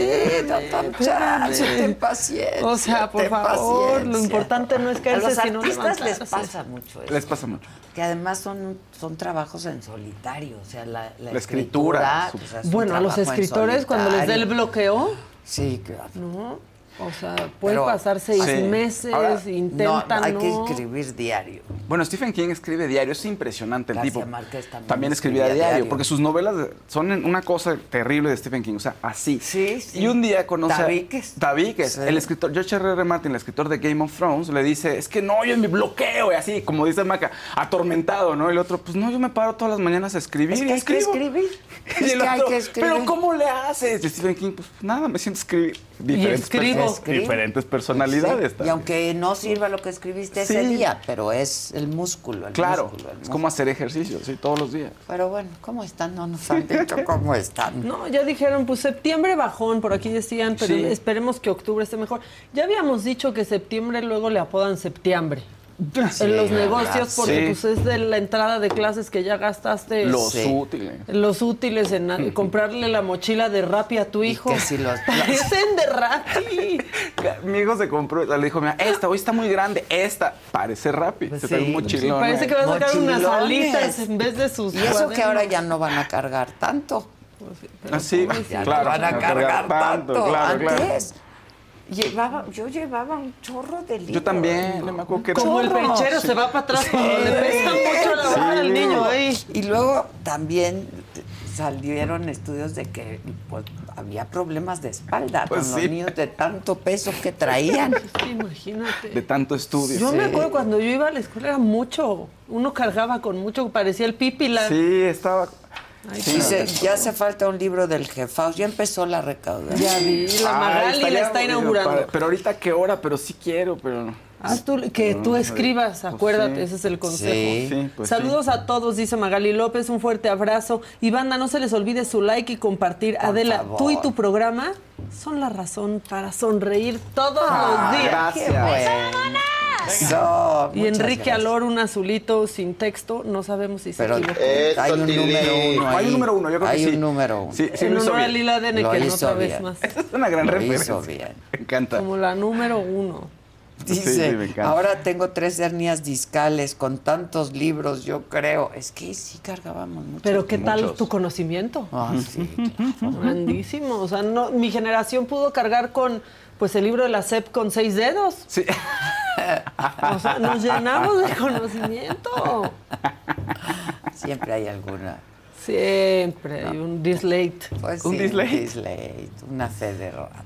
Speaker 3: no tan chance, ten paciencia.
Speaker 13: O sea, por
Speaker 3: ten
Speaker 13: favor, lo
Speaker 3: paciencia.
Speaker 13: importante no es
Speaker 3: A
Speaker 13: caerse,
Speaker 3: los
Speaker 13: sino
Speaker 3: artistas les
Speaker 13: levantarse.
Speaker 3: pasa mucho eso.
Speaker 14: Les pasa mucho.
Speaker 3: Que además son, son trabajos en solitario. O sea, la, la
Speaker 14: La
Speaker 3: escritura.
Speaker 14: escritura, su-
Speaker 3: pues, es un
Speaker 13: Bueno, a los
Speaker 3: trabajo en
Speaker 13: escritores cuando les dé el
Speaker 3: solitario.
Speaker 13: bloqueo,
Speaker 3: Sí, claro.
Speaker 13: ¿no? O sea, pueden
Speaker 3: Pero-
Speaker 13: pasar seis
Speaker 14: Sí.
Speaker 13: meses,
Speaker 14: Ahora,
Speaker 13: intentan,
Speaker 3: no, hay
Speaker 13: no,
Speaker 3: que escribir diario.
Speaker 14: Bueno, Stephen King escribe diario, es impresionante el
Speaker 3: García
Speaker 14: tipo.
Speaker 3: Márquez también
Speaker 14: escribía,
Speaker 3: escribía
Speaker 14: diario,
Speaker 3: diario.
Speaker 14: porque sus novelas son en- una cosa terrible de Stephen King, o sea, así.
Speaker 3: Sí, sí.
Speaker 14: Y un día conoce
Speaker 3: Tabiques.
Speaker 14: a Tabiques,
Speaker 3: Sí.
Speaker 14: el escritor George R. R. Martin, el escritor de Game of Thrones, le dice, "Es que no, yo en mi bloqueo", y así, como dice Maca, atormentado, ¿no? El otro, "Pues no, yo me paro todas las mañanas a escribir
Speaker 3: Es
Speaker 14: y
Speaker 3: que hay que
Speaker 14: escribo".
Speaker 3: escribir.
Speaker 14: Y
Speaker 3: Es
Speaker 14: el
Speaker 3: que hay
Speaker 14: otro,
Speaker 3: que escribir.
Speaker 14: Pero ¿cómo le haces? Y Stephen King, pues nada, me siento a escribir.
Speaker 13: escribo.
Speaker 14: perso-
Speaker 3: Escribo.
Speaker 14: diferentes personalidades
Speaker 3: Y
Speaker 14: también.
Speaker 3: aunque no sirva lo que escribiste ese
Speaker 14: Sí.
Speaker 3: día, pero es el músculo. El
Speaker 14: Claro,
Speaker 3: músculo, el
Speaker 14: es como hacer ejercicio, sí, todos los días.
Speaker 3: Pero bueno, ¿cómo están? No nos han dicho cómo están.
Speaker 13: No, ya dijeron, pues septiembre bajón, por aquí decían, pero
Speaker 14: Sí.
Speaker 13: esperemos que octubre esté mejor. Ya habíamos dicho que septiembre luego le apodan septiembre. en los negocios, porque
Speaker 14: Ah, Sí.
Speaker 13: pues es de la entrada de clases que ya gastaste
Speaker 14: Los
Speaker 13: Sí.
Speaker 14: útiles.
Speaker 13: los útiles en a- comprarle la mochila de Rappi a tu hijo.
Speaker 3: que si los-
Speaker 13: Parecen de Rappi.
Speaker 14: Mi hijo se compró, le dijo, mira, esta hoy está muy grande, esta parece rápido. se trae un
Speaker 13: Sí,
Speaker 14: mochilón.
Speaker 13: parece
Speaker 14: ahí.
Speaker 13: que va a sacar unas
Speaker 3: Mochilones.
Speaker 13: alitas en vez de sus
Speaker 3: Y eso que ahora
Speaker 13: cuadernos.
Speaker 3: ya no van a cargar tanto.
Speaker 14: Ah, sí,
Speaker 3: Ya
Speaker 14: claro.
Speaker 3: no van a
Speaker 14: no
Speaker 3: cargar tanto.
Speaker 14: claro, claro.
Speaker 3: Antes llevaba, yo llevaba un chorro de libros.
Speaker 14: Yo también, no me acuerdo que era-
Speaker 13: Como el
Speaker 3: Chorros.
Speaker 13: pechero se va para atrás cuando le pesa mucho la barra al niño ahí.
Speaker 3: Y luego también t- salieron estudios de que pues, había problemas de espalda
Speaker 14: Pues
Speaker 3: con
Speaker 14: sí.
Speaker 3: los niños de tanto peso que traían.
Speaker 13: Sí, Imagínate.
Speaker 14: de tanto estudio.
Speaker 13: Yo
Speaker 14: sí.
Speaker 13: me acuerdo cuando yo iba a la escuela era mucho. Uno cargaba con mucho, parecía el pipila.
Speaker 14: Sí, estaba.
Speaker 13: Ay,
Speaker 14: Sí,
Speaker 3: Dice, ya hace falta un libro del jefaos. Ya empezó la recaudación.
Speaker 13: Ya vi, la
Speaker 14: Ay,
Speaker 13: Magali la
Speaker 14: estaría
Speaker 13: está
Speaker 14: bonito,
Speaker 13: inaugurando.
Speaker 14: padre. Pero ahorita qué hora, pero sí quiero, pero.
Speaker 13: Haz Ah, tú- que
Speaker 14: No,
Speaker 13: tú
Speaker 14: no,
Speaker 13: escribas,
Speaker 14: pues
Speaker 13: acuérdate,
Speaker 14: sí.
Speaker 13: ese es el consejo.
Speaker 14: Sí, sí, pues
Speaker 13: Saludos a todos, dice Magali López, un fuerte abrazo. Y banda, no se les olvide su like y compartir. Adela,
Speaker 3: favor.
Speaker 13: tú y tu programa son la razón para sonreír todos
Speaker 14: Ah,
Speaker 13: los días.
Speaker 3: Ah, Qué bueno. Eso,
Speaker 13: Y
Speaker 3: muchas
Speaker 13: Enrique
Speaker 3: gracias.
Speaker 13: Alor, un azulito sin texto, no sabemos si se
Speaker 3: Pero
Speaker 13: equivocó.
Speaker 14: eh,
Speaker 3: hay un
Speaker 14: Tilín.
Speaker 3: número uno.
Speaker 14: Hay
Speaker 3: ahí.
Speaker 14: un número uno, yo creo que
Speaker 3: Hay
Speaker 14: sí.
Speaker 3: un número uno.
Speaker 14: Sí, sí,
Speaker 13: en
Speaker 14: lo hizo
Speaker 13: honor a
Speaker 14: bien.
Speaker 13: Lila Dene,
Speaker 3: Lo
Speaker 13: que no
Speaker 3: hizo
Speaker 13: sabes
Speaker 3: bien.
Speaker 13: más.
Speaker 14: Esa es una gran
Speaker 3: Lo
Speaker 14: referencia.
Speaker 3: hizo bien.
Speaker 14: Me encanta.
Speaker 13: Como la número uno.
Speaker 3: Dice,
Speaker 14: sí, me encanta.
Speaker 3: ahora tengo tres hernias discales con tantos libros, yo creo. Es que sí cargábamos mucho.
Speaker 13: Pero ¿qué tal
Speaker 14: muchos.
Speaker 13: tu conocimiento?
Speaker 3: Ah, sí.
Speaker 13: Grandísimo. O sea, no, mi generación pudo cargar con pues el libro de la SEP con seis dedos.
Speaker 14: Sí.
Speaker 13: O sea, nos llenamos de conocimiento.
Speaker 3: Siempre hay alguna.
Speaker 13: Siempre hay un dislate.
Speaker 3: Pues
Speaker 14: ¿Un
Speaker 3: sí,
Speaker 14: dislate?
Speaker 3: dislate, Una fe de ratas.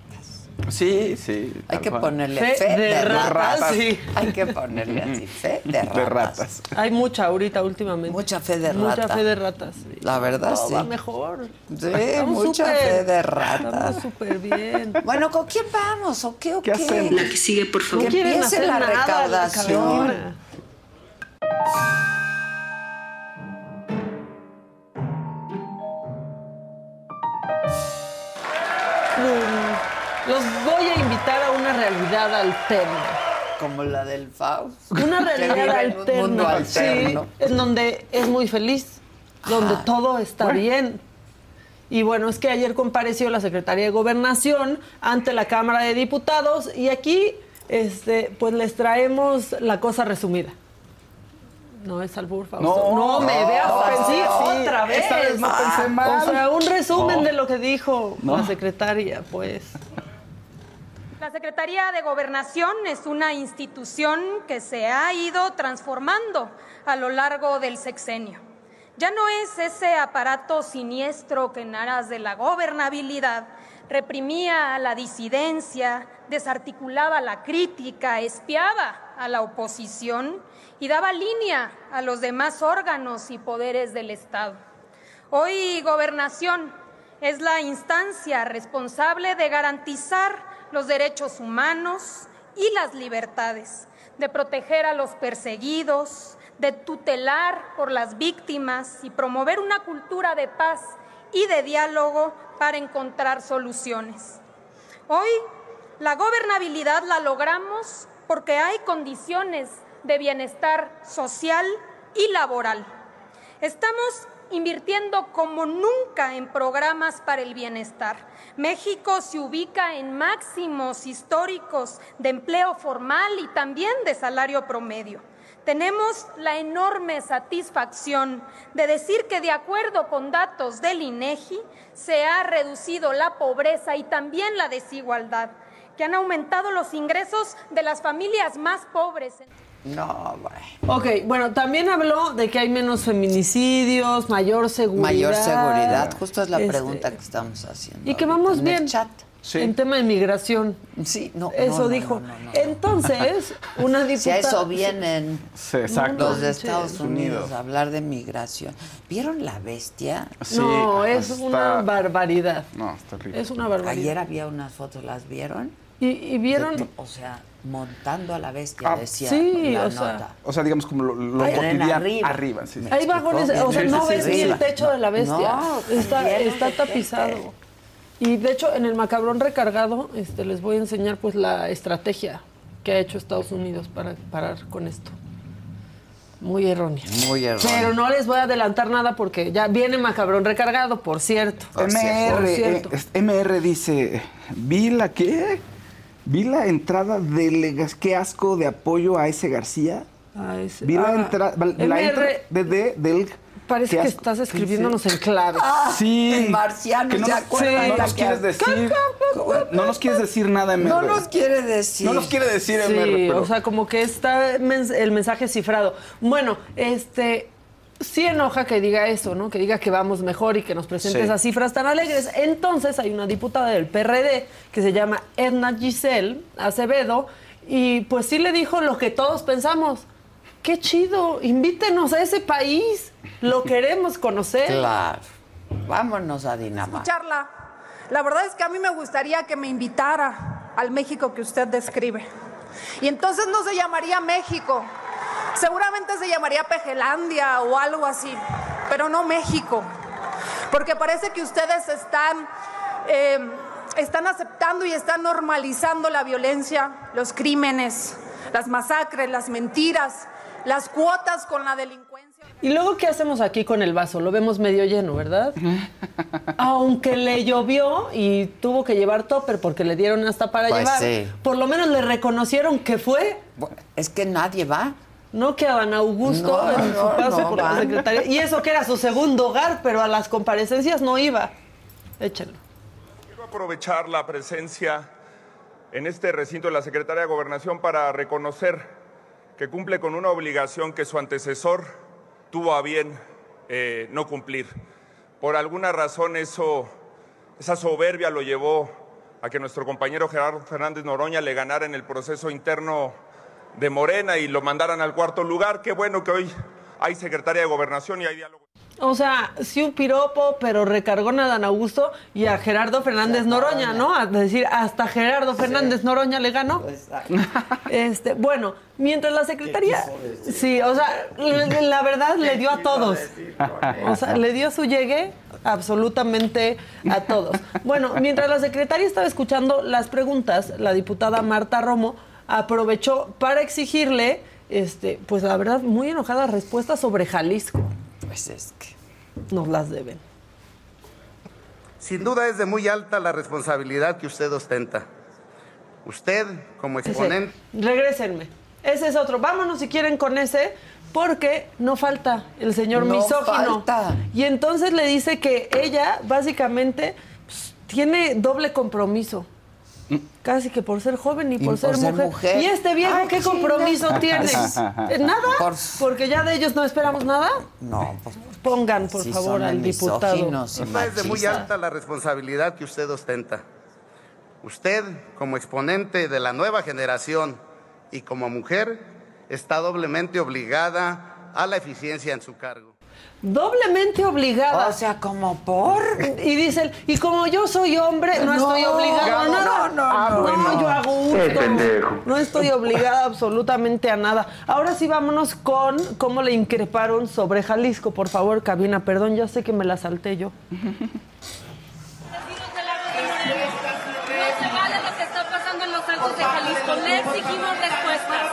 Speaker 14: Sí, sí.
Speaker 3: Hay
Speaker 14: tal
Speaker 3: que
Speaker 14: cual.
Speaker 3: ponerle fe,
Speaker 13: Fe de ratas, sí.
Speaker 3: Hay que ponerle así, fe de ratas.
Speaker 14: De ratas.
Speaker 13: Hay mucha ahorita últimamente.
Speaker 3: Mucha fe de
Speaker 13: Mucha
Speaker 3: rata.
Speaker 13: fe de ratas. sí.
Speaker 3: La verdad,
Speaker 13: Todo
Speaker 3: sí.
Speaker 13: va mejor.
Speaker 3: Sí,
Speaker 13: Estamos
Speaker 3: mucha
Speaker 13: súper-
Speaker 3: fe de
Speaker 13: Estamos
Speaker 3: ratas.
Speaker 13: súper bien.
Speaker 3: Bueno, ¿con quién vamos? ¿O qué o qué?
Speaker 14: ¿Qué hacemos?
Speaker 2: La que sigue, por favor.
Speaker 13: No
Speaker 3: Que
Speaker 13: quieren
Speaker 3: empiece
Speaker 13: hacer
Speaker 3: la
Speaker 13: nada,
Speaker 3: recaudación.
Speaker 13: cabrona. Los voy a invitar a una realidad alterna.
Speaker 3: Como la del Faust.
Speaker 13: Una
Speaker 3: Que
Speaker 13: realidad
Speaker 3: vive en un
Speaker 13: alterna.
Speaker 3: mundo alterno.
Speaker 13: Sí, en donde es muy feliz, donde todo está bien. Y bueno, es que ayer compareció la Secretaría de Gobernación ante la Cámara de Diputados y aquí este, pues les traemos la cosa resumida. No es albur, Fausto.
Speaker 15: No.
Speaker 13: No, me veas
Speaker 15: No,
Speaker 13: pensé
Speaker 15: sí,
Speaker 13: otra vez.
Speaker 15: esta vez no pensé mal.
Speaker 13: O sea, un resumen
Speaker 15: No.
Speaker 13: de lo que dijo
Speaker 15: No.
Speaker 13: la secretaria, pues.
Speaker 12: La Secretaría de Gobernación es una institución que se ha ido transformando a lo largo del sexenio. Ya no es ese aparato siniestro que en aras de la gobernabilidad reprimía a la disidencia, desarticulaba la crítica, espiaba a la oposición y daba línea a los demás órganos y poderes del Estado. Hoy Gobernación es la instancia responsable de garantizar los derechos humanos y las libertades, de proteger a los perseguidos, de tutelar por las víctimas y promover una cultura de paz y de diálogo para encontrar soluciones. Hoy la gobernabilidad la logramos porque hay condiciones de bienestar social y laboral. Estamos invirtiendo como nunca en programas para el bienestar. México se ubica en máximos históricos de empleo formal y también de salario promedio. Tenemos la enorme satisfacción de decir que de acuerdo con datos del INEGI se ha reducido la pobreza y también la desigualdad, que han aumentado los ingresos de las familias más pobres.
Speaker 3: No, bueno.
Speaker 13: Ok, bueno, también habló de que hay menos feminicidios, mayor seguridad.
Speaker 3: Mayor seguridad, justo es la
Speaker 13: Este,
Speaker 3: pregunta que estamos haciendo.
Speaker 13: Y que vamos
Speaker 3: en el
Speaker 13: bien. En tema de migración.
Speaker 3: Sí, no.
Speaker 13: Eso
Speaker 3: no, no,
Speaker 13: dijo.
Speaker 3: no, no, no.
Speaker 13: Entonces, una diputada.
Speaker 3: Si a eso vienen
Speaker 14: Sí, exacto.
Speaker 3: los de
Speaker 14: manches.
Speaker 3: Estados Unidos
Speaker 14: Unidos.
Speaker 3: a hablar de migración. ¿Vieron la bestia?
Speaker 13: no, es una barbaridad.
Speaker 14: No, está horrible.
Speaker 13: Es una barbaridad.
Speaker 3: Ayer había unas fotos, ¿las vieron?
Speaker 13: Y, y
Speaker 3: De-
Speaker 13: vieron.
Speaker 3: o sea, montando a la bestia, decía
Speaker 13: sí,
Speaker 3: la
Speaker 13: o sea,
Speaker 3: nota.
Speaker 14: Ah, O sea, digamos como lo, lo
Speaker 3: Ay,
Speaker 14: cotidiano.
Speaker 3: arriba.
Speaker 14: Arriba. sí, sí.
Speaker 13: Hay vagones, o sea, no
Speaker 14: Sí, sí,
Speaker 13: ves
Speaker 14: sí,
Speaker 13: ni
Speaker 14: sí.
Speaker 13: el techo de la bestia.
Speaker 3: No,
Speaker 13: está,
Speaker 3: vieron
Speaker 13: está
Speaker 3: de
Speaker 13: tapizado. Y de hecho, en el macabrón recargado, este, les voy a enseñar pues la estrategia que ha hecho Estados Unidos para parar con esto. Muy errónea.
Speaker 3: Muy erróneo.
Speaker 13: Pero no les voy a adelantar nada porque ya viene macabrón recargado, por cierto.
Speaker 14: MR,
Speaker 13: Por
Speaker 14: eh,
Speaker 13: cierto.
Speaker 14: es- MR dice, vi la qué? Vi la entrada de Legas- qué asco de apoyo a ese García.
Speaker 13: Ah, ese-
Speaker 14: Vi la
Speaker 13: ah,
Speaker 14: entrada
Speaker 13: MR,
Speaker 14: de, de- del
Speaker 13: Parece
Speaker 14: qué
Speaker 13: que
Speaker 14: asco.
Speaker 13: estás
Speaker 14: Sí,
Speaker 13: escribiéndonos
Speaker 14: sí.
Speaker 13: en clave.
Speaker 14: Sí.
Speaker 3: Ah, marciano,
Speaker 14: Que no,
Speaker 3: ¿se
Speaker 14: nos-
Speaker 3: acuerdan?
Speaker 14: sí, no
Speaker 3: La
Speaker 14: nos
Speaker 3: que-
Speaker 14: quieres decir. No nos quieres decir nada, MR.
Speaker 3: No nos quiere decir.
Speaker 14: No nos quiere decir,
Speaker 13: Sí,
Speaker 14: MR, pero-
Speaker 13: o sea, como que está mens- el mensaje cifrado. Bueno, este sí enoja que diga eso, ¿no? Que diga que vamos mejor y que nos presente
Speaker 11: Sí.
Speaker 13: esas cifras tan alegres. Entonces hay una diputada del PRD que se llama Edna Giselle Acevedo y pues sí le dijo lo que todos pensamos. Qué chido, invítenos a ese país. Lo queremos conocer.
Speaker 3: Claro. Vámonos a Dinamarca.
Speaker 16: escucharla. La verdad es que a mí me gustaría que me invitara al México que usted describe. Y entonces no se llamaría México. Seguramente se llamaría Pejelandia o algo así, pero no México. Porque parece que ustedes están, eh, están aceptando y están normalizando la violencia, los crímenes, las masacres, las mentiras, las cuotas con la delincuencia.
Speaker 13: ¿Y luego qué hacemos aquí con el vaso? Lo vemos medio lleno, ¿verdad? Aunque le llovió y tuvo que llevar topper porque le dieron hasta para
Speaker 3: Pues
Speaker 13: llevar,
Speaker 3: sí.
Speaker 13: por lo menos le reconocieron que fue.
Speaker 3: Es que nadie va.
Speaker 13: No que Adán Augusto
Speaker 3: No,
Speaker 13: en
Speaker 3: no,
Speaker 13: su paso
Speaker 3: no
Speaker 13: por la
Speaker 3: van.
Speaker 13: secretaría. Y eso que era su segundo hogar, pero a las comparecencias no iba. Échenlo.
Speaker 17: aprovechar la presencia en este recinto de la Secretaría de Gobernación para reconocer que cumple con una obligación que su antecesor tuvo a bien eh, no cumplir. Por alguna razón eso, esa soberbia lo llevó a que nuestro compañero Gerardo Fernández Noroña le ganara en el proceso interno de Morena y lo mandaran al cuarto lugar. Qué bueno que hoy hay Secretaría de Gobernación y hay diálogo.
Speaker 13: O sea, sí un piropo, pero recargó a Dan Augusto y a Gerardo Fernández Noroña, ¿no? Es decir, hasta Gerardo Fernández Noroña le ganó. Este, bueno, mientras la secretaría. Sí, o sea, la, la verdad le dio a todos. O sea, le dio su llegue absolutamente a todos. Bueno, mientras la secretaria estaba escuchando las preguntas, la diputada Marta Romo aprovechó para exigirle, este, pues la verdad, muy enojadas respuestas sobre Jalisco.
Speaker 3: Pues es que
Speaker 13: nos las deben.
Speaker 11: Sin duda es de muy alta la responsabilidad que usted ostenta. Usted, como
Speaker 13: Ese.
Speaker 11: exponente...
Speaker 13: Regrésenme. Ese es otro. Vámonos si quieren con ese, porque no falta el señor
Speaker 3: No
Speaker 13: misógino.
Speaker 3: falta.
Speaker 13: Y entonces le dice que ella, básicamente, pues, tiene doble compromiso.
Speaker 3: Mm.
Speaker 13: Casi que por ser joven y, por, ser, mujer. ¿Y este viejo
Speaker 3: Ay,
Speaker 13: qué
Speaker 3: chinga.
Speaker 13: compromiso tiene? Eh, ¿Nada?
Speaker 3: Por-
Speaker 13: Porque ya de ellos no esperamos nada.
Speaker 3: No, pues,
Speaker 13: Pongan, por favor, al diputado.
Speaker 11: Sin duda es de muy alta la responsabilidad que usted ostenta. Usted, como exponente de la nueva generación y como mujer, está doblemente obligada a la eficiencia en su cargo.
Speaker 13: Doblemente obligada.
Speaker 3: O sea, como por.
Speaker 13: Y dicen, y como yo soy hombre, no, estoy obligado a nada.
Speaker 3: No, no, no.
Speaker 13: No, yo hago
Speaker 9: Eh,
Speaker 18: Qué
Speaker 13: hurto.
Speaker 18: pendejo.
Speaker 13: No estoy obligada absolutamente a nada. Ahora sí vámonos con cómo le increparon sobre Jalisco, por favor, cabina. Perdón, ya sé que me la salté yo.
Speaker 4: No se vale lo que está pasando en los altos de Jalisco. Le exigimos respuestas.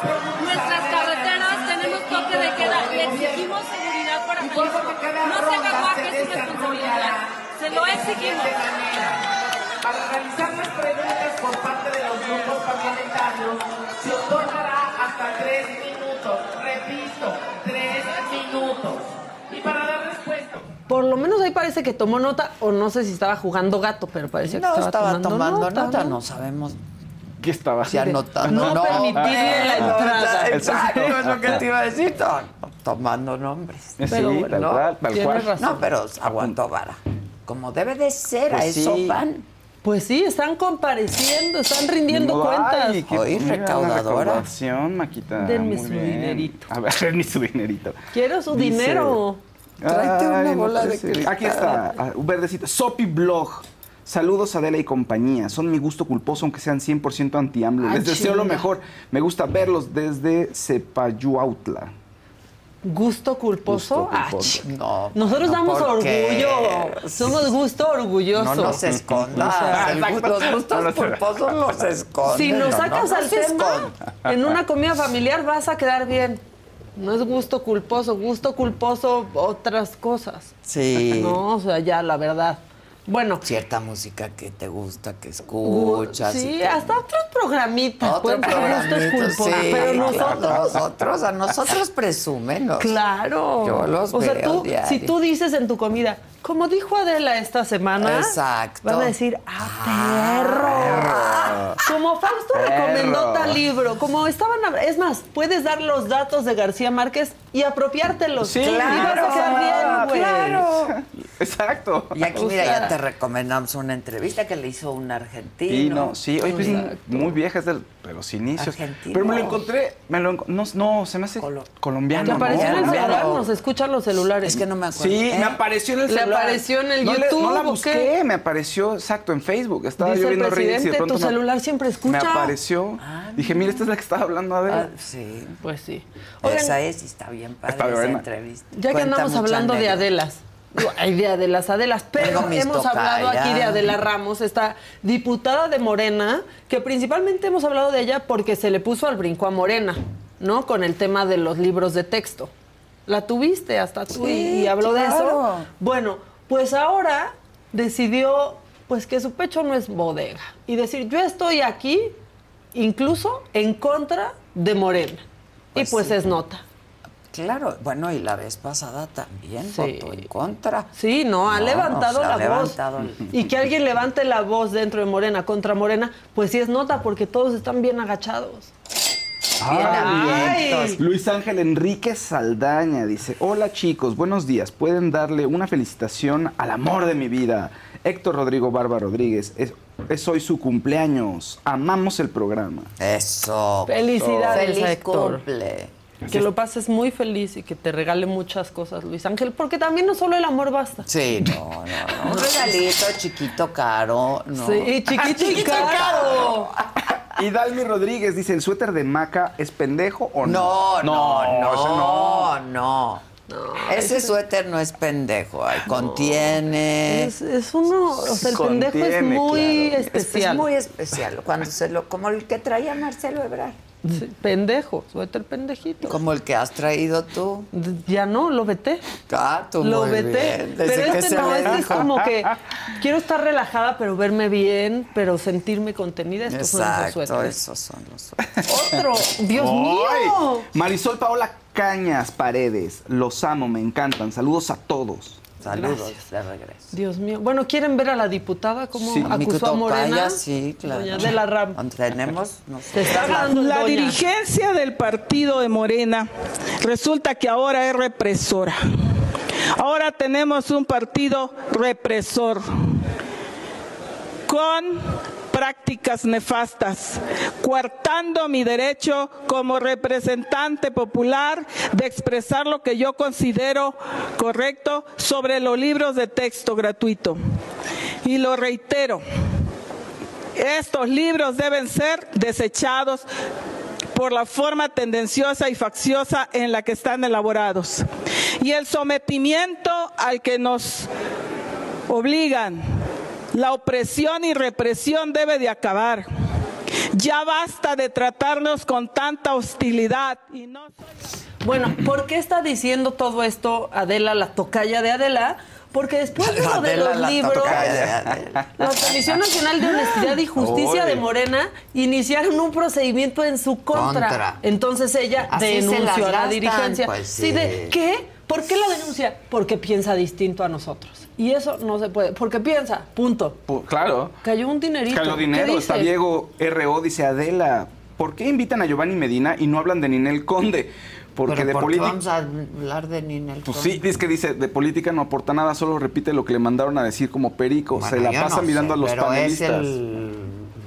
Speaker 4: Nuestras carreteras tenemos toque de queda. Le exigimos seguridad para Jalisco. No se haga que es su responsabilidad. Se lo exigimos.
Speaker 19: Para realizar las preguntas por parte de los grupos parlamentarios, se otorgará hasta tres minutos. Repito, tres minutos. Y para dar respuesta.
Speaker 13: Por lo menos ahí parece que tomó nota, o no sé si estaba jugando gato, pero parecía que
Speaker 3: No,
Speaker 13: estaba,
Speaker 3: estaba
Speaker 13: tomando,
Speaker 3: tomando
Speaker 13: nota.
Speaker 3: nota, no sabemos.
Speaker 14: ¿Qué estaba
Speaker 3: Se anotando.
Speaker 13: No permitirle la entrada.
Speaker 3: ah, Exacto, es lo que te iba a decir. to- Tomando nombres.
Speaker 14: Sí, Pero tal bueno, cual, tal tienes cual. razón.
Speaker 3: No, pero aguantó vara. Como debe de ser, a
Speaker 13: Pues
Speaker 3: eso
Speaker 13: sí.
Speaker 3: van.
Speaker 13: Pues sí, están compareciendo, están rindiendo
Speaker 14: Ni modo,
Speaker 13: cuentas.
Speaker 14: ay, qué- mira, una recaudación, Maquita.
Speaker 13: Denme
Speaker 14: muy
Speaker 13: su
Speaker 14: bien.
Speaker 13: dinerito.
Speaker 14: A ver, denme su dinerito.
Speaker 13: Quiero su
Speaker 14: Dice-
Speaker 13: dinero.
Speaker 14: Ay, no puede ser. Aquí está, ah, un verdecito. Sopi Blog. Saludos Adela y compañía. Son mi gusto culposo, aunque sean 100% anti-AMLO.
Speaker 13: Ah,
Speaker 14: Les deseo lo
Speaker 13: chinga.
Speaker 14: mejor. Me gusta verlos desde Cepayuautla.
Speaker 13: ¿Gusto culposo?
Speaker 14: Gusto
Speaker 13: Ah,
Speaker 14: culposo.
Speaker 13: chi- Nosotros damos
Speaker 14: ¿por qué?
Speaker 13: orgullo. Somos gusto orgulloso.
Speaker 3: No nos escondas. El gu- los gustos culposos los escondes.
Speaker 13: Si nos
Speaker 3: No, Ah,
Speaker 13: sacas
Speaker 3: no
Speaker 13: al
Speaker 3: se
Speaker 13: tema,
Speaker 3: esconde.
Speaker 13: en una comida familiar vas a quedar bien. No es gusto culposo, gusto culposo, otras cosas.
Speaker 3: Sí.
Speaker 13: No, o sea, ya, la verdad. Bueno.
Speaker 3: Cierta música que te gusta, que escuchas. y
Speaker 13: sí, pues,
Speaker 3: que-
Speaker 13: hasta otros programitas.
Speaker 3: Otro
Speaker 13: pueden ser gustos
Speaker 3: programito,
Speaker 13: culposos,
Speaker 3: sí,
Speaker 13: pero
Speaker 3: claro,
Speaker 13: nosotros.
Speaker 3: nosotros, a nosotros presúmenos.
Speaker 13: Claro.
Speaker 3: Yo los
Speaker 13: o sea,
Speaker 3: veo
Speaker 13: tú,
Speaker 3: diario.
Speaker 13: si tú dices en tu comida, como dijo Adela esta semana,
Speaker 3: Exacto.
Speaker 13: van a decir, ah, perro. Como Fausto
Speaker 3: Perro.
Speaker 13: recomendó tal libro, como estaban, hab- es más, puedes dar los datos de García Márquez y apropiártelos.
Speaker 14: Sí,
Speaker 13: y vas a quedar bien, güey.
Speaker 3: claro.
Speaker 14: Exacto.
Speaker 3: Y aquí,
Speaker 14: O
Speaker 3: mira,
Speaker 14: sea,
Speaker 3: ya te recomendamos una entrevista que le hizo un argentino.
Speaker 14: Y no, sí, oye, pues,
Speaker 3: Exacto.
Speaker 14: muy vieja, es de de los inicios.
Speaker 3: Argentino.
Speaker 14: Pero me lo encontré, me lo enco- no, no, se me hace colombiano.
Speaker 13: Le apareció en el
Speaker 14: ¿no?
Speaker 13: celular,
Speaker 14: Claro.
Speaker 13: nos escuchan los celulares.
Speaker 3: Es que no me acuerdo. ¿eh?
Speaker 14: Sí, me apareció en el
Speaker 13: ¿eh? Le
Speaker 14: celular.
Speaker 13: apareció en el
Speaker 14: No le-
Speaker 13: YouTube.
Speaker 14: no la
Speaker 13: ¿o
Speaker 14: busqué,
Speaker 13: qué?
Speaker 14: me apareció, exacto, en Facebook. Estaba
Speaker 13: Dice
Speaker 14: yo
Speaker 13: el
Speaker 14: viendo Reels y de
Speaker 13: presidente,
Speaker 14: pronto
Speaker 13: tu
Speaker 14: me-
Speaker 13: celular siempre escucha.
Speaker 14: Me apareció. Dije, mira, esta es la que estaba hablando Adela.
Speaker 3: Ah, sí.
Speaker 13: Pues sí. Oigan-
Speaker 3: Esa es, y está bien padre
Speaker 14: Está
Speaker 3: esa
Speaker 14: buena.
Speaker 3: entrevista.
Speaker 13: Ya que andamos hablando de Adelas. Hay de Adelas, Adelas, pero
Speaker 3: Traigo mis
Speaker 13: hemos hablado
Speaker 3: tocayas.
Speaker 13: aquí de Adela Ramos, esta diputada de Morena, que principalmente hemos hablado de ella porque se le puso al brinco a Morena, ¿no? Con el tema de los libros de texto. La tuviste hasta tú y-
Speaker 3: Sí,
Speaker 13: y habló de eso.
Speaker 3: claro.
Speaker 13: Bueno, pues ahora decidió pues que su pecho no es bodega y decir, "Yo estoy aquí incluso en contra de Morena." y
Speaker 3: Pues
Speaker 13: pues
Speaker 3: sí.
Speaker 13: es nota.
Speaker 3: Claro, bueno, y la vez pasada también
Speaker 13: Sí.
Speaker 3: votó en contra.
Speaker 13: Sí, no, ha
Speaker 3: Ah. No, o
Speaker 13: levantado
Speaker 3: sea,
Speaker 13: la
Speaker 3: ha levantado
Speaker 13: voz.
Speaker 3: el-
Speaker 13: Y que alguien levante la voz dentro de Morena contra Morena, pues sí es nota porque todos están bien agachados. ah,
Speaker 14: Ay.
Speaker 13: Ay.
Speaker 14: Luis Ángel Enrique Saldaña dice, hola chicos, buenos días, pueden darle una felicitación al amor de mi vida. Héctor Rodrigo Barba Rodríguez, es, es hoy su cumpleaños, amamos el programa.
Speaker 3: Eso.
Speaker 13: Felicidades,
Speaker 3: Oh, pues, Feliz
Speaker 13: a Héctor.
Speaker 3: cumple.
Speaker 13: Que lo pases muy feliz y que te regale muchas cosas, Luis Ángel, porque también no solo el amor basta.
Speaker 3: Sí, no, no, no. Un regalito chiquito, caro. No. Ah,
Speaker 13: Sí, chiquito y caro.
Speaker 14: Y Dalmi Rodríguez dice, ¿el suéter de maca es pendejo o
Speaker 3: No,
Speaker 14: no?
Speaker 3: no, no,
Speaker 14: eso no.
Speaker 3: no. Ese suéter no es pendejo, ay, contiene.
Speaker 13: Es, es uno, o sea, el pendejo es
Speaker 3: Contiene,
Speaker 13: muy
Speaker 3: claro. Es-
Speaker 13: especial.
Speaker 3: Es muy especial. Cuando se lo, como el que traía Marcelo Ebrard.
Speaker 13: Sí, Pendejo, suéter pendejito.
Speaker 3: Como el que has traído tú.
Speaker 13: Ya no, lo vete.
Speaker 3: Ah, tú
Speaker 13: lo
Speaker 3: muy
Speaker 13: vete.
Speaker 3: bien, desde
Speaker 13: Pero
Speaker 3: que
Speaker 13: este
Speaker 3: se
Speaker 13: no,
Speaker 3: le
Speaker 13: este es
Speaker 3: dijo.
Speaker 13: como que quiero estar relajada, pero verme bien, pero sentirme contenida. Estos son los
Speaker 3: Exacto,
Speaker 13: suéteres.
Speaker 3: esos son los suéteres.
Speaker 13: Otro, Dios mío.
Speaker 9: Marisol Paola Cañas Paredes, los amo, me encantan. Saludos a todos.
Speaker 3: Saludos de regreso.
Speaker 13: Dios mío. Bueno, ¿quieren ver a la diputada cómo
Speaker 9: Sí.
Speaker 3: Mi
Speaker 13: acusó a Morena?
Speaker 3: Tocaya, sí, claro.
Speaker 13: Doña de la Ram.
Speaker 3: Tenemos
Speaker 20: Te
Speaker 3: nosotros.
Speaker 20: está hablando La dirigencia del partido de Morena resulta que ahora es represora. Ahora tenemos un partido represor con prácticas nefastas, coartando mi derecho como representante popular de expresar lo que yo considero correcto sobre los libros de texto gratuito. Y lo reitero, estos libros deben ser desechados por la forma tendenciosa y facciosa en la que están elaborados. Y el sometimiento al que nos obligan, la opresión y represión debe de acabar. Ya basta de tratarnos con tanta hostilidad y no
Speaker 13: Bueno, ¿por qué está diciendo todo esto Adela, la tocaya de Adela? Porque después de lo de
Speaker 3: Adela,
Speaker 13: los
Speaker 3: la
Speaker 13: libros,
Speaker 3: tocaya de Adela.
Speaker 13: la Comisión Nacional de Honestidad y Justicia
Speaker 3: Oy.
Speaker 13: de Morena iniciaron un procedimiento en su contra.
Speaker 3: Contra.
Speaker 13: Entonces ella
Speaker 3: Así se las
Speaker 13: denunció a la
Speaker 3: gastan,
Speaker 13: dirigencia.
Speaker 3: pues,
Speaker 13: Sí,
Speaker 3: sí.
Speaker 13: de, ¿Qué? ¿Por qué la denuncia? Porque piensa distinto a nosotros. Y eso no se puede. Porque piensa, punto.
Speaker 9: Pu- claro.
Speaker 13: Cayó un dinerito.
Speaker 9: Carlos
Speaker 13: ¿Qué
Speaker 9: Dinero,
Speaker 13: dice?
Speaker 9: está Diego R.O. dice Adela, ¿por qué invitan a Giovanni Medina y no hablan de Ninel Conde? Porque
Speaker 3: Pero
Speaker 9: de
Speaker 3: ¿por qué
Speaker 9: política.
Speaker 3: vamos a hablar de Ninel
Speaker 9: Pues
Speaker 3: Conde?
Speaker 9: sí, es que dice, de política no aporta nada, solo repite lo que le mandaron a decir como perico. Se la
Speaker 3: yo
Speaker 9: pasa
Speaker 3: no
Speaker 9: mirando
Speaker 3: sé,
Speaker 9: a los
Speaker 3: pero
Speaker 9: panelistas.
Speaker 3: Es el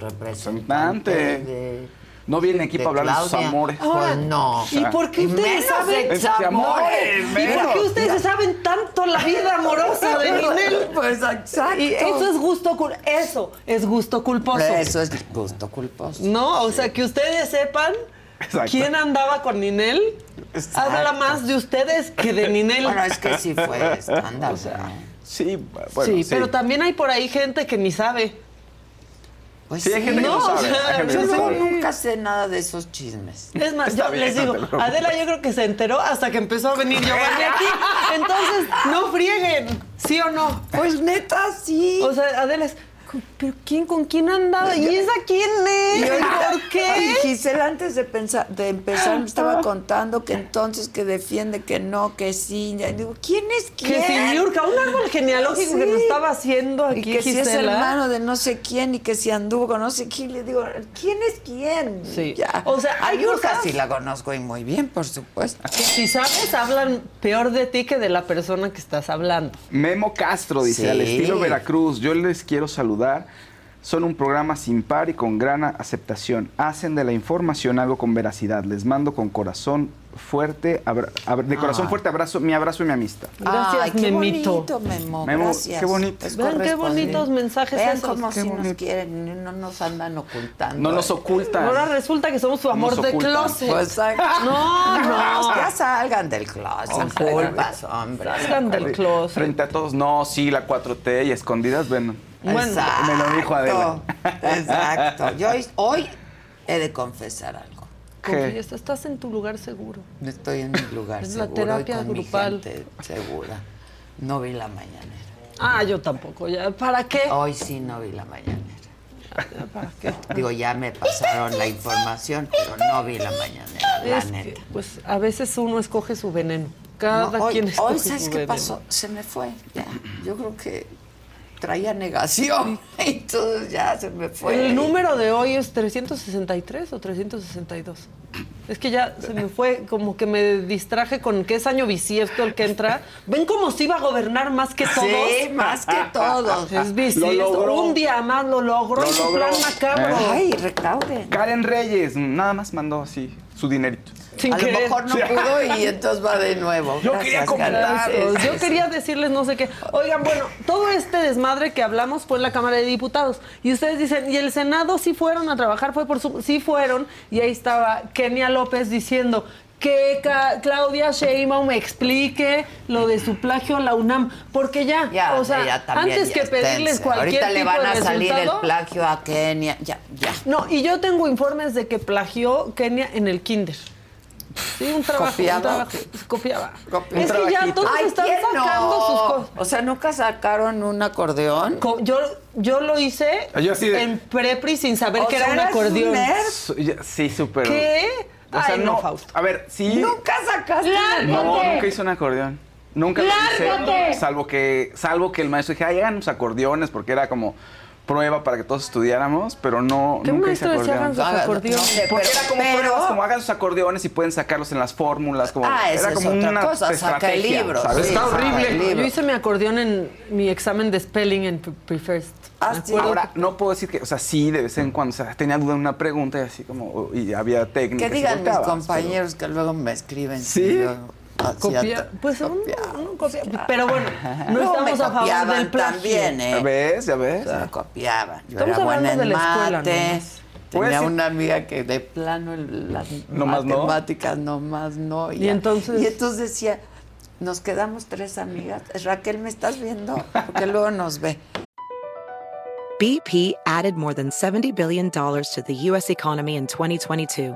Speaker 3: representante de,
Speaker 9: No viene aquí
Speaker 3: de
Speaker 9: para hablar de sus
Speaker 3: Claudia.
Speaker 9: amores.
Speaker 3: Pues no.
Speaker 13: ¿Y por qué ustedes
Speaker 3: Menos
Speaker 13: saben?
Speaker 3: ex- amores,
Speaker 13: ¿Y por
Speaker 3: menos.
Speaker 13: qué ustedes saben tanto la vida amorosa de Ninel?
Speaker 3: Pues exacto.
Speaker 13: Y eso es gusto cul- eso es gusto culposo.
Speaker 3: Eso es gusto culposo.
Speaker 13: No, o sea que ustedes sepan
Speaker 3: Exacto.
Speaker 13: quién andaba con Ninel.
Speaker 3: Exacto.
Speaker 13: Habla más de ustedes que de Ninel.
Speaker 3: Bueno, es que sí fue escándalo.
Speaker 13: O sea,
Speaker 3: ¿no?
Speaker 9: Sí, bueno,
Speaker 13: sí, pero también hay por ahí gente que ni sabe.
Speaker 3: Pues
Speaker 9: Sí, hay gente que no
Speaker 13: o
Speaker 9: sabe, hay
Speaker 13: sea,
Speaker 9: gente
Speaker 13: yo
Speaker 9: que no
Speaker 13: no-
Speaker 9: sabe.
Speaker 3: Nunca sé nada de esos chismes.
Speaker 13: Es más,
Speaker 3: Está
Speaker 13: yo
Speaker 3: bien,
Speaker 13: les digo,
Speaker 3: no te preocupes.
Speaker 13: Adela yo creo que se enteró hasta que empezó a venir Giovanni aquí. Entonces, no frieguen, ¿sí o no?
Speaker 3: Pues neta, sí.
Speaker 13: O sea, Adela es, "¿Con- ¿pero quién, con quién andaba? ¿Y esa quién es?
Speaker 3: Y hoy-
Speaker 13: ¿Por qué?
Speaker 3: Y Gisela antes de, pensar, de empezar me estaba contando que entonces que defiende, que no, que sí. Ya digo, ¿quién es quién?
Speaker 13: Que si Niurka, un árbol genealógico que
Speaker 3: Sí.
Speaker 13: nos estaba haciendo aquí
Speaker 3: Y que si es
Speaker 13: Gisela.
Speaker 3: hermano de no sé quién y que si anduvo con no sé quién, le digo, ¿quién es quién?
Speaker 13: Sí.
Speaker 3: Ya.
Speaker 13: O sea, hay
Speaker 3: A Niurka
Speaker 13: cosas-
Speaker 3: sí la conozco y muy bien, por supuesto.
Speaker 13: Que si sabes, hablan peor de ti que de la persona que estás hablando.
Speaker 9: Memo Castro dice,
Speaker 3: Sí.
Speaker 9: al estilo Veracruz, yo les quiero saludar. Son un programa sin par y con gran aceptación. Hacen de la información algo con veracidad. Les mando con corazón fuerte, abra- abra- de corazón
Speaker 3: Ah.
Speaker 9: fuerte abrazo, mi abrazo y mi amistad.
Speaker 13: Gracias,
Speaker 3: Ay, qué
Speaker 13: Memito.
Speaker 3: bonito, Memo.
Speaker 9: Memo,
Speaker 3: gracias.
Speaker 9: qué bonito.
Speaker 3: Es
Speaker 13: Vean qué
Speaker 3: correspondiente.
Speaker 13: bonitos mensajes
Speaker 3: Vean
Speaker 13: esos.
Speaker 3: cómo
Speaker 13: Qué
Speaker 3: si nos
Speaker 13: bonito.
Speaker 3: quieren, no nos andan ocultando.
Speaker 9: No nos ocultan.
Speaker 13: Ahora resulta que somos su amor
Speaker 3: Nos
Speaker 13: de
Speaker 3: ocultan.
Speaker 13: closet.
Speaker 3: Pues, exacto.
Speaker 13: no, no.
Speaker 3: Ya salgan del closet. culpas, hombre.
Speaker 13: Salgan del closet.
Speaker 9: Frente a todos, no, sí, la 4T y a escondidas, bueno.
Speaker 13: Bueno.
Speaker 9: me lo dijo Adela.
Speaker 3: Exacto. Yo hoy, hoy he de confesar algo.
Speaker 9: ¿Qué?
Speaker 13: Confiesa, estás en tu lugar seguro.
Speaker 3: Estoy en mi lugar
Speaker 13: Es la
Speaker 3: seguro
Speaker 13: terapia
Speaker 3: y con mi
Speaker 13: grupal.
Speaker 3: gente segura. No vi la mañanera.
Speaker 13: Ah, yo tampoco. Ya. ¿Para qué?
Speaker 3: Hoy sí no vi la mañanera.
Speaker 13: ¿Para qué?
Speaker 3: Digo, ya me pasaron la información, pero no vi la mañanera, la
Speaker 13: Es que,
Speaker 3: neta.
Speaker 13: pues a veces uno escoge su veneno. Cada
Speaker 3: No, hoy,
Speaker 13: quien
Speaker 3: hoy,
Speaker 13: escoge
Speaker 3: ¿sabes
Speaker 13: su
Speaker 3: qué
Speaker 13: veneno.
Speaker 3: pasó? Se me fue. Ya. Yo creo que traía negación. Entonces ya se me fue.
Speaker 13: El número de hoy es 363 o 362. Es que ya se me fue, como que me distraje con que es año bisiesto el que entra. ¿Ven cómo se iba a gobernar más que todos?
Speaker 3: Sí, más que todos.
Speaker 13: Es bisiesto.
Speaker 9: Lo logró.
Speaker 13: Un día más lo logró
Speaker 9: Lo
Speaker 13: en su
Speaker 9: logró.
Speaker 13: plan macabro.
Speaker 9: ¿Eh?
Speaker 3: Ay, recauden.
Speaker 9: Karen Reyes, nada más mandó así su dinerito.
Speaker 13: Sin
Speaker 3: a lo
Speaker 13: querer.
Speaker 3: mejor no pudo y entonces va de nuevo.
Speaker 9: Yo quería
Speaker 3: Carla.
Speaker 9: comentar.
Speaker 13: Pues
Speaker 3: Sí,
Speaker 13: yo
Speaker 3: sí,
Speaker 13: quería decirles no sé qué. Oigan, bueno, todo este desmadre que hablamos fue en la Cámara de Diputados. Y ustedes dicen, ¿y el Senado sí fueron a trabajar? Fue por su... Sí fueron. Y ahí estaba Kenia López diciendo que Ca- Claudia Sheinbaum explique lo de su plagio a la UNAM, porque ya, o sea,
Speaker 3: Ya también,
Speaker 13: antes
Speaker 3: ya
Speaker 13: que
Speaker 3: esténse.
Speaker 13: pedirles cualquier
Speaker 3: Ahorita le
Speaker 13: tipo
Speaker 3: van
Speaker 13: de
Speaker 3: a salir el
Speaker 13: resultado-
Speaker 3: plagio a Kenia. Ya, ya.
Speaker 13: No, y yo tengo informes de que plagió Kenia en el kinder. Sí, un trabajo,
Speaker 3: Copiaba.
Speaker 13: un trabajo. Copiaba.
Speaker 3: Un
Speaker 13: es que ya
Speaker 3: trabajito.
Speaker 13: todos
Speaker 3: Ay,
Speaker 13: están
Speaker 3: ¿quién no?
Speaker 13: sacando sus cosas.
Speaker 3: O sea, nunca sacaron un acordeón.
Speaker 13: Co- Yo, yo lo hice
Speaker 14: Yo así de-
Speaker 13: en prepri sin saber
Speaker 3: O
Speaker 13: que
Speaker 3: sea,
Speaker 13: era un
Speaker 3: eras un
Speaker 13: acordeón.
Speaker 3: nerd.
Speaker 14: Su- ya- Sí, súper.
Speaker 13: ¿Qué?
Speaker 14: O sea,
Speaker 13: Ay, no,
Speaker 14: no,
Speaker 13: Fausto.
Speaker 14: A ver, sí.
Speaker 3: sacaste
Speaker 14: No, nunca hice un acordeón. Nunca lo
Speaker 3: ¡Lárgate!
Speaker 14: hice. Salvo que, salvo que el maestro dije, ay, hagan unos acordeones, porque era como prueba para que todos estudiáramos, pero no,
Speaker 13: ¿Qué
Speaker 14: nunca hice
Speaker 13: maestro decía hagan
Speaker 14: acordeón.
Speaker 13: sus acordeones?
Speaker 14: Porque era como pruebas, como hagan sus acordeones y pueden sacarlos en las fórmulas. Como,
Speaker 3: Ah, esa
Speaker 14: era
Speaker 3: es
Speaker 14: como
Speaker 3: otra
Speaker 14: una
Speaker 3: cosa, saca el
Speaker 14: estrategia,
Speaker 3: libro,
Speaker 14: ¿sabes?
Speaker 3: sí,
Speaker 14: Está
Speaker 3: saca el
Speaker 14: horrible.
Speaker 13: Yo hice mi acordeón en mi examen de spelling en pre- Prefirst. Me acuerdo
Speaker 14: Ahora, no puedo decir que, o sea, sí, de vez en cuando, o sea, tenía duda en una pregunta y así como, y había técnicas.
Speaker 3: Que
Speaker 14: y
Speaker 3: digan mis
Speaker 14: volteabas,
Speaker 3: compañeros que luego me escriben.
Speaker 14: Sí.
Speaker 13: Copia, pues uno, uno copia. Pero bueno, no
Speaker 3: Luego
Speaker 13: estamos
Speaker 3: me
Speaker 13: a favor
Speaker 3: copiaban
Speaker 13: del plagio.
Speaker 3: también, ¿eh?
Speaker 14: ¿Ya ves? ¿Ya ves?
Speaker 3: copiaban. Yo
Speaker 13: Estamos
Speaker 3: era buena
Speaker 13: hablando
Speaker 3: en
Speaker 13: de la escuela,
Speaker 3: mates.
Speaker 14: Voy a
Speaker 3: Tenía
Speaker 14: decir-
Speaker 3: una amiga que de plano el- las
Speaker 14: Nomás Pues no.
Speaker 3: matemáticas nomás no.
Speaker 13: Y entonces-
Speaker 3: y entonces decía, nos quedamos tres amigas. Raquel, ¿me estás viendo? Porque luego nos ve.
Speaker 7: BP added more than $70 billion to the U.S. economy in 2022.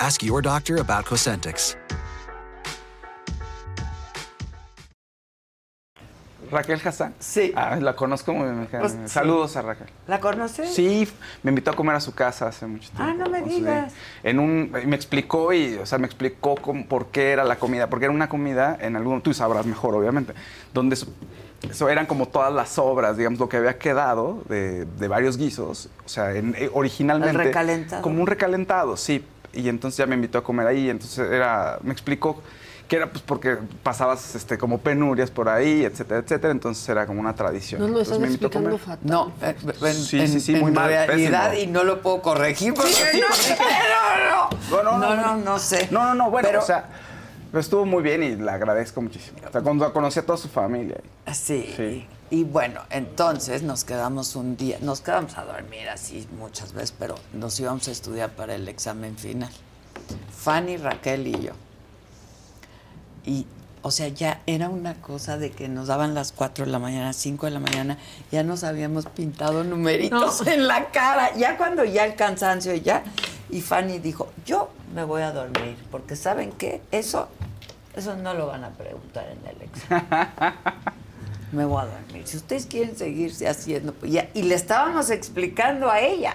Speaker 18: Ask your doctor about Cosentix.
Speaker 14: Raquel Hassan. Sí. la conozco muy bien.
Speaker 3: Pues, sí.
Speaker 14: Saludos a Raquel.
Speaker 3: ¿La conoces?
Speaker 14: Sí, me invitó a comer a su casa hace mucho tiempo.
Speaker 3: Ah, no me
Speaker 14: Entonces,
Speaker 3: digas.
Speaker 14: En un, me explicó y, o sea, me explicó cómo- por qué era la comida, porque era una comida en algún, tú sabrás mejor, obviamente, donde so- so- eran como todas las obras, digamos, lo que había quedado de, de varios guisos, o sea, en- eh, originalmente
Speaker 3: El recalentado.
Speaker 14: como un recalentado, sí. Y entonces ya me invitó a comer ahí, entonces era, me explicó que era pues porque pasabas este como penurias por ahí, etcétera, etcétera, entonces era como una tradición.
Speaker 13: Nos lo
Speaker 14: Entonces
Speaker 13: están
Speaker 14: me invitó a comer.
Speaker 13: explicando fatal.
Speaker 3: No, eh, en,
Speaker 14: Sí,
Speaker 3: en-
Speaker 14: sí, sí,
Speaker 3: en
Speaker 14: muy mal,
Speaker 3: realidad
Speaker 14: pésimo.
Speaker 3: y no lo puedo corregir porque no, sé, no, no, no, no, no sé.
Speaker 14: No, no, no, bueno,
Speaker 3: Pero-
Speaker 14: o sea, pero estuvo muy bien y la agradezco muchísimo. O sea, cuando conocí a toda su familia.
Speaker 3: Ah, Sí. Y bueno, entonces nos quedamos un día, nos quedamos a dormir así muchas veces, pero nos íbamos a estudiar para el examen final. Fanny, Raquel y yo. Y, o sea, ya era una cosa de que nos daban las 4 de la mañana, 5 de la mañana, ya nos habíamos pintado numeritos
Speaker 13: No.
Speaker 3: en la cara, ya cuando ya el cansancio ya. Y Fanny dijo, yo me voy a dormir, porque ¿saben qué? Eso, eso no lo van a preguntar en el examen. Me voy a dormir. Si ustedes quieren seguirse haciendo, pues ya. Y le estábamos explicando a ella.